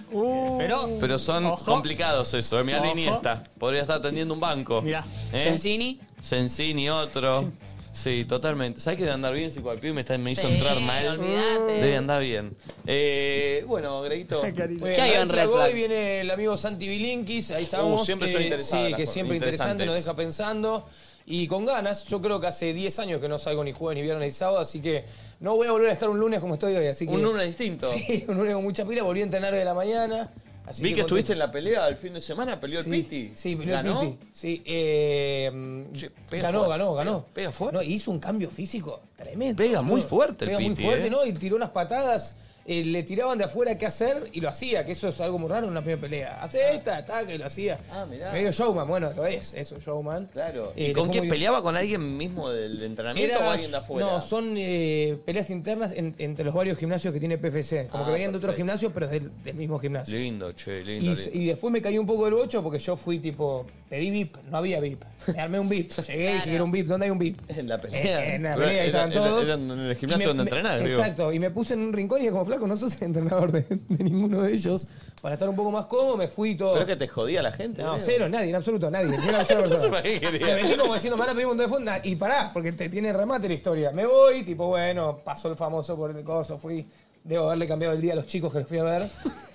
[SPEAKER 36] Pero.
[SPEAKER 1] Pero son complicados eso. eh. Mirá la
[SPEAKER 36] Ojo.
[SPEAKER 1] Iniesta. Podría estar atendiendo un banco. ¿Eh?
[SPEAKER 36] Mirá.
[SPEAKER 2] Sensini.
[SPEAKER 1] Sensini, otro. Sí, totalmente. ¿Sabes que debe andar bien si cualquier me, está- me hizo
[SPEAKER 2] Sí,
[SPEAKER 1] entrar mal?
[SPEAKER 2] olvídate.
[SPEAKER 1] Debe andar bien. Eh, bueno, Greguito.
[SPEAKER 15] Bueno, Red Hoy viene el amigo Santi Bilinkis, ahí estamos.
[SPEAKER 1] Uh, siempre soy interesado en
[SPEAKER 15] Sí,
[SPEAKER 1] las
[SPEAKER 15] que
[SPEAKER 1] cosas.
[SPEAKER 15] siempre interesante, nos
[SPEAKER 1] Interesantes.
[SPEAKER 15] deja pensando. Y con ganas, yo creo que hace 10 años que no salgo ni jueves, ni viernes, ni sábado, así que no voy a volver a estar un lunes como estoy hoy. Así que,
[SPEAKER 1] Un lunes distinto.
[SPEAKER 15] Sí, un lunes con mucha pila, volví a entrenar hoy de la mañana. así
[SPEAKER 1] Vi
[SPEAKER 15] contento.
[SPEAKER 1] que, estuviste en la pelea el fin de semana, peleó el Piti.
[SPEAKER 15] Sí, peleó el
[SPEAKER 1] ¿Ganó?
[SPEAKER 15] Piti. Sí, eh, mm,
[SPEAKER 1] pega
[SPEAKER 15] ganó,
[SPEAKER 1] fuerte.
[SPEAKER 15] ganó, ganó.
[SPEAKER 1] Pega fuerte.
[SPEAKER 15] No, hizo un cambio físico tremendo.
[SPEAKER 1] Pega muy
[SPEAKER 15] boludo.
[SPEAKER 1] fuerte el
[SPEAKER 15] Pega
[SPEAKER 1] Piti,
[SPEAKER 15] muy fuerte,
[SPEAKER 1] eh.
[SPEAKER 15] ¿no? Y tiró unas patadas. eh, le tiraban de afuera qué hacer y lo hacía, que eso es algo muy raro en una primera pelea. Hace esta, ataque, lo hacía.
[SPEAKER 1] Ah, mirá.
[SPEAKER 15] Medio showman, bueno, lo es, eso, showman.
[SPEAKER 1] Claro.
[SPEAKER 15] Eh,
[SPEAKER 1] ¿Y
[SPEAKER 15] le
[SPEAKER 1] con
[SPEAKER 15] fue
[SPEAKER 1] quién
[SPEAKER 15] muy bien.
[SPEAKER 1] peleaba? ¿Con alguien mismo del entrenamiento
[SPEAKER 15] Era-
[SPEAKER 1] o alguien de afuera?
[SPEAKER 15] No, son eh, peleas internas en- entre los varios gimnasios que tiene PFC. Como
[SPEAKER 1] Ah,
[SPEAKER 15] que venían de otros
[SPEAKER 1] perfecto.
[SPEAKER 15] gimnasios, pero del, del mismo gimnasio.
[SPEAKER 1] Lindo, che, lindo.
[SPEAKER 15] Y,
[SPEAKER 1] lindo.
[SPEAKER 15] y después me caí un poco del bocho porque yo fui tipo, pedí VIP, no había VIP. Me armé un VIP, llegué y dije que era un VIP, ¿dónde hay un VIP?
[SPEAKER 1] En la pelea.
[SPEAKER 15] Eh, En la
[SPEAKER 1] Pero
[SPEAKER 15] pelea, ahí
[SPEAKER 1] era-
[SPEAKER 15] estaban
[SPEAKER 1] era-
[SPEAKER 15] todos.
[SPEAKER 1] era en el
[SPEAKER 15] Y
[SPEAKER 1] gimnasio donde entrenás, digo.
[SPEAKER 15] Exacto, y me puse en un rincón y dije, como flaco, no sos el entrenador de, de ninguno de ellos. Para estar un poco más cómodo, me fui y todo.
[SPEAKER 1] Pero que te jodía la gente.
[SPEAKER 15] No,
[SPEAKER 1] creo.
[SPEAKER 15] cero, nadie, en absoluto, nadie. Ni una sola
[SPEAKER 1] Entonces,
[SPEAKER 15] persona.
[SPEAKER 1] ¿para qué querías?
[SPEAKER 15] Me metí como diciendo, me van a pedir un montón de fonda. Y pará, porque te tiene remate la historia. Me voy, tipo, bueno, pasó el famoso por el coso, fui. Debo haberle cambiado el día a los chicos que los fui a ver.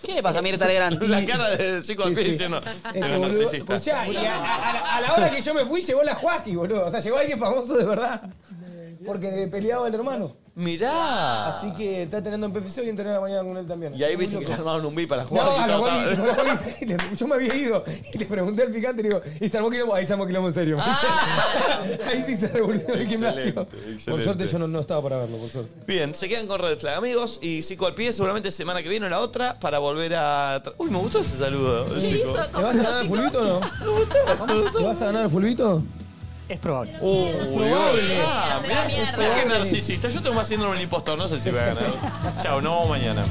[SPEAKER 2] ¿Qué le pasa a Mirta Legrand?
[SPEAKER 1] La cara de chico al
[SPEAKER 15] Sí,
[SPEAKER 1] pie
[SPEAKER 15] sí.
[SPEAKER 1] diciendo.
[SPEAKER 15] Este
[SPEAKER 1] Era
[SPEAKER 15] boludo-
[SPEAKER 1] narcisista.
[SPEAKER 15] Escuchá, y a, a- a la- a la hora que yo me fui llegó la Joaquín, boludo. O sea, llegó alguien famoso de verdad. Porque peleaba el hermano.
[SPEAKER 1] Mirá.
[SPEAKER 15] Así que está entrenando en PFC y entrenó a la mañana con él también.
[SPEAKER 1] Y ahí
[SPEAKER 15] Muy
[SPEAKER 1] viste que
[SPEAKER 15] loco.
[SPEAKER 1] le armaron un beat para jugar.
[SPEAKER 15] No, a
[SPEAKER 1] y
[SPEAKER 15] la
[SPEAKER 1] todo,
[SPEAKER 15] Joaquín-
[SPEAKER 1] estaba-
[SPEAKER 15] con la Joaquín se- le- yo me había ido y le pregunté al picante y le digo, y se armó quilombo, ahí se armó quilombo en serio. ahí sí se revolucionó el gimnasio. Por
[SPEAKER 1] excelente.
[SPEAKER 15] suerte yo no, no estaba para verlo, por suerte.
[SPEAKER 1] Bien, se quedan con Red Flag, amigos. Y Cico al pie, seguramente semana que viene o la otra, para volver a. tra- Uy, me gustó ese saludo.
[SPEAKER 15] ¿Te
[SPEAKER 1] Cico.
[SPEAKER 15] vas a ganar el fulbito o no? ¿Te vas a ganar el fulbito?
[SPEAKER 36] Es probable.
[SPEAKER 1] Uy,
[SPEAKER 15] Probable.
[SPEAKER 1] ah, mirá, mirá qué narcisista. Yo tengo más síndrome del impostor, no sé si voy a ganar. Chao, nos vemos mañana.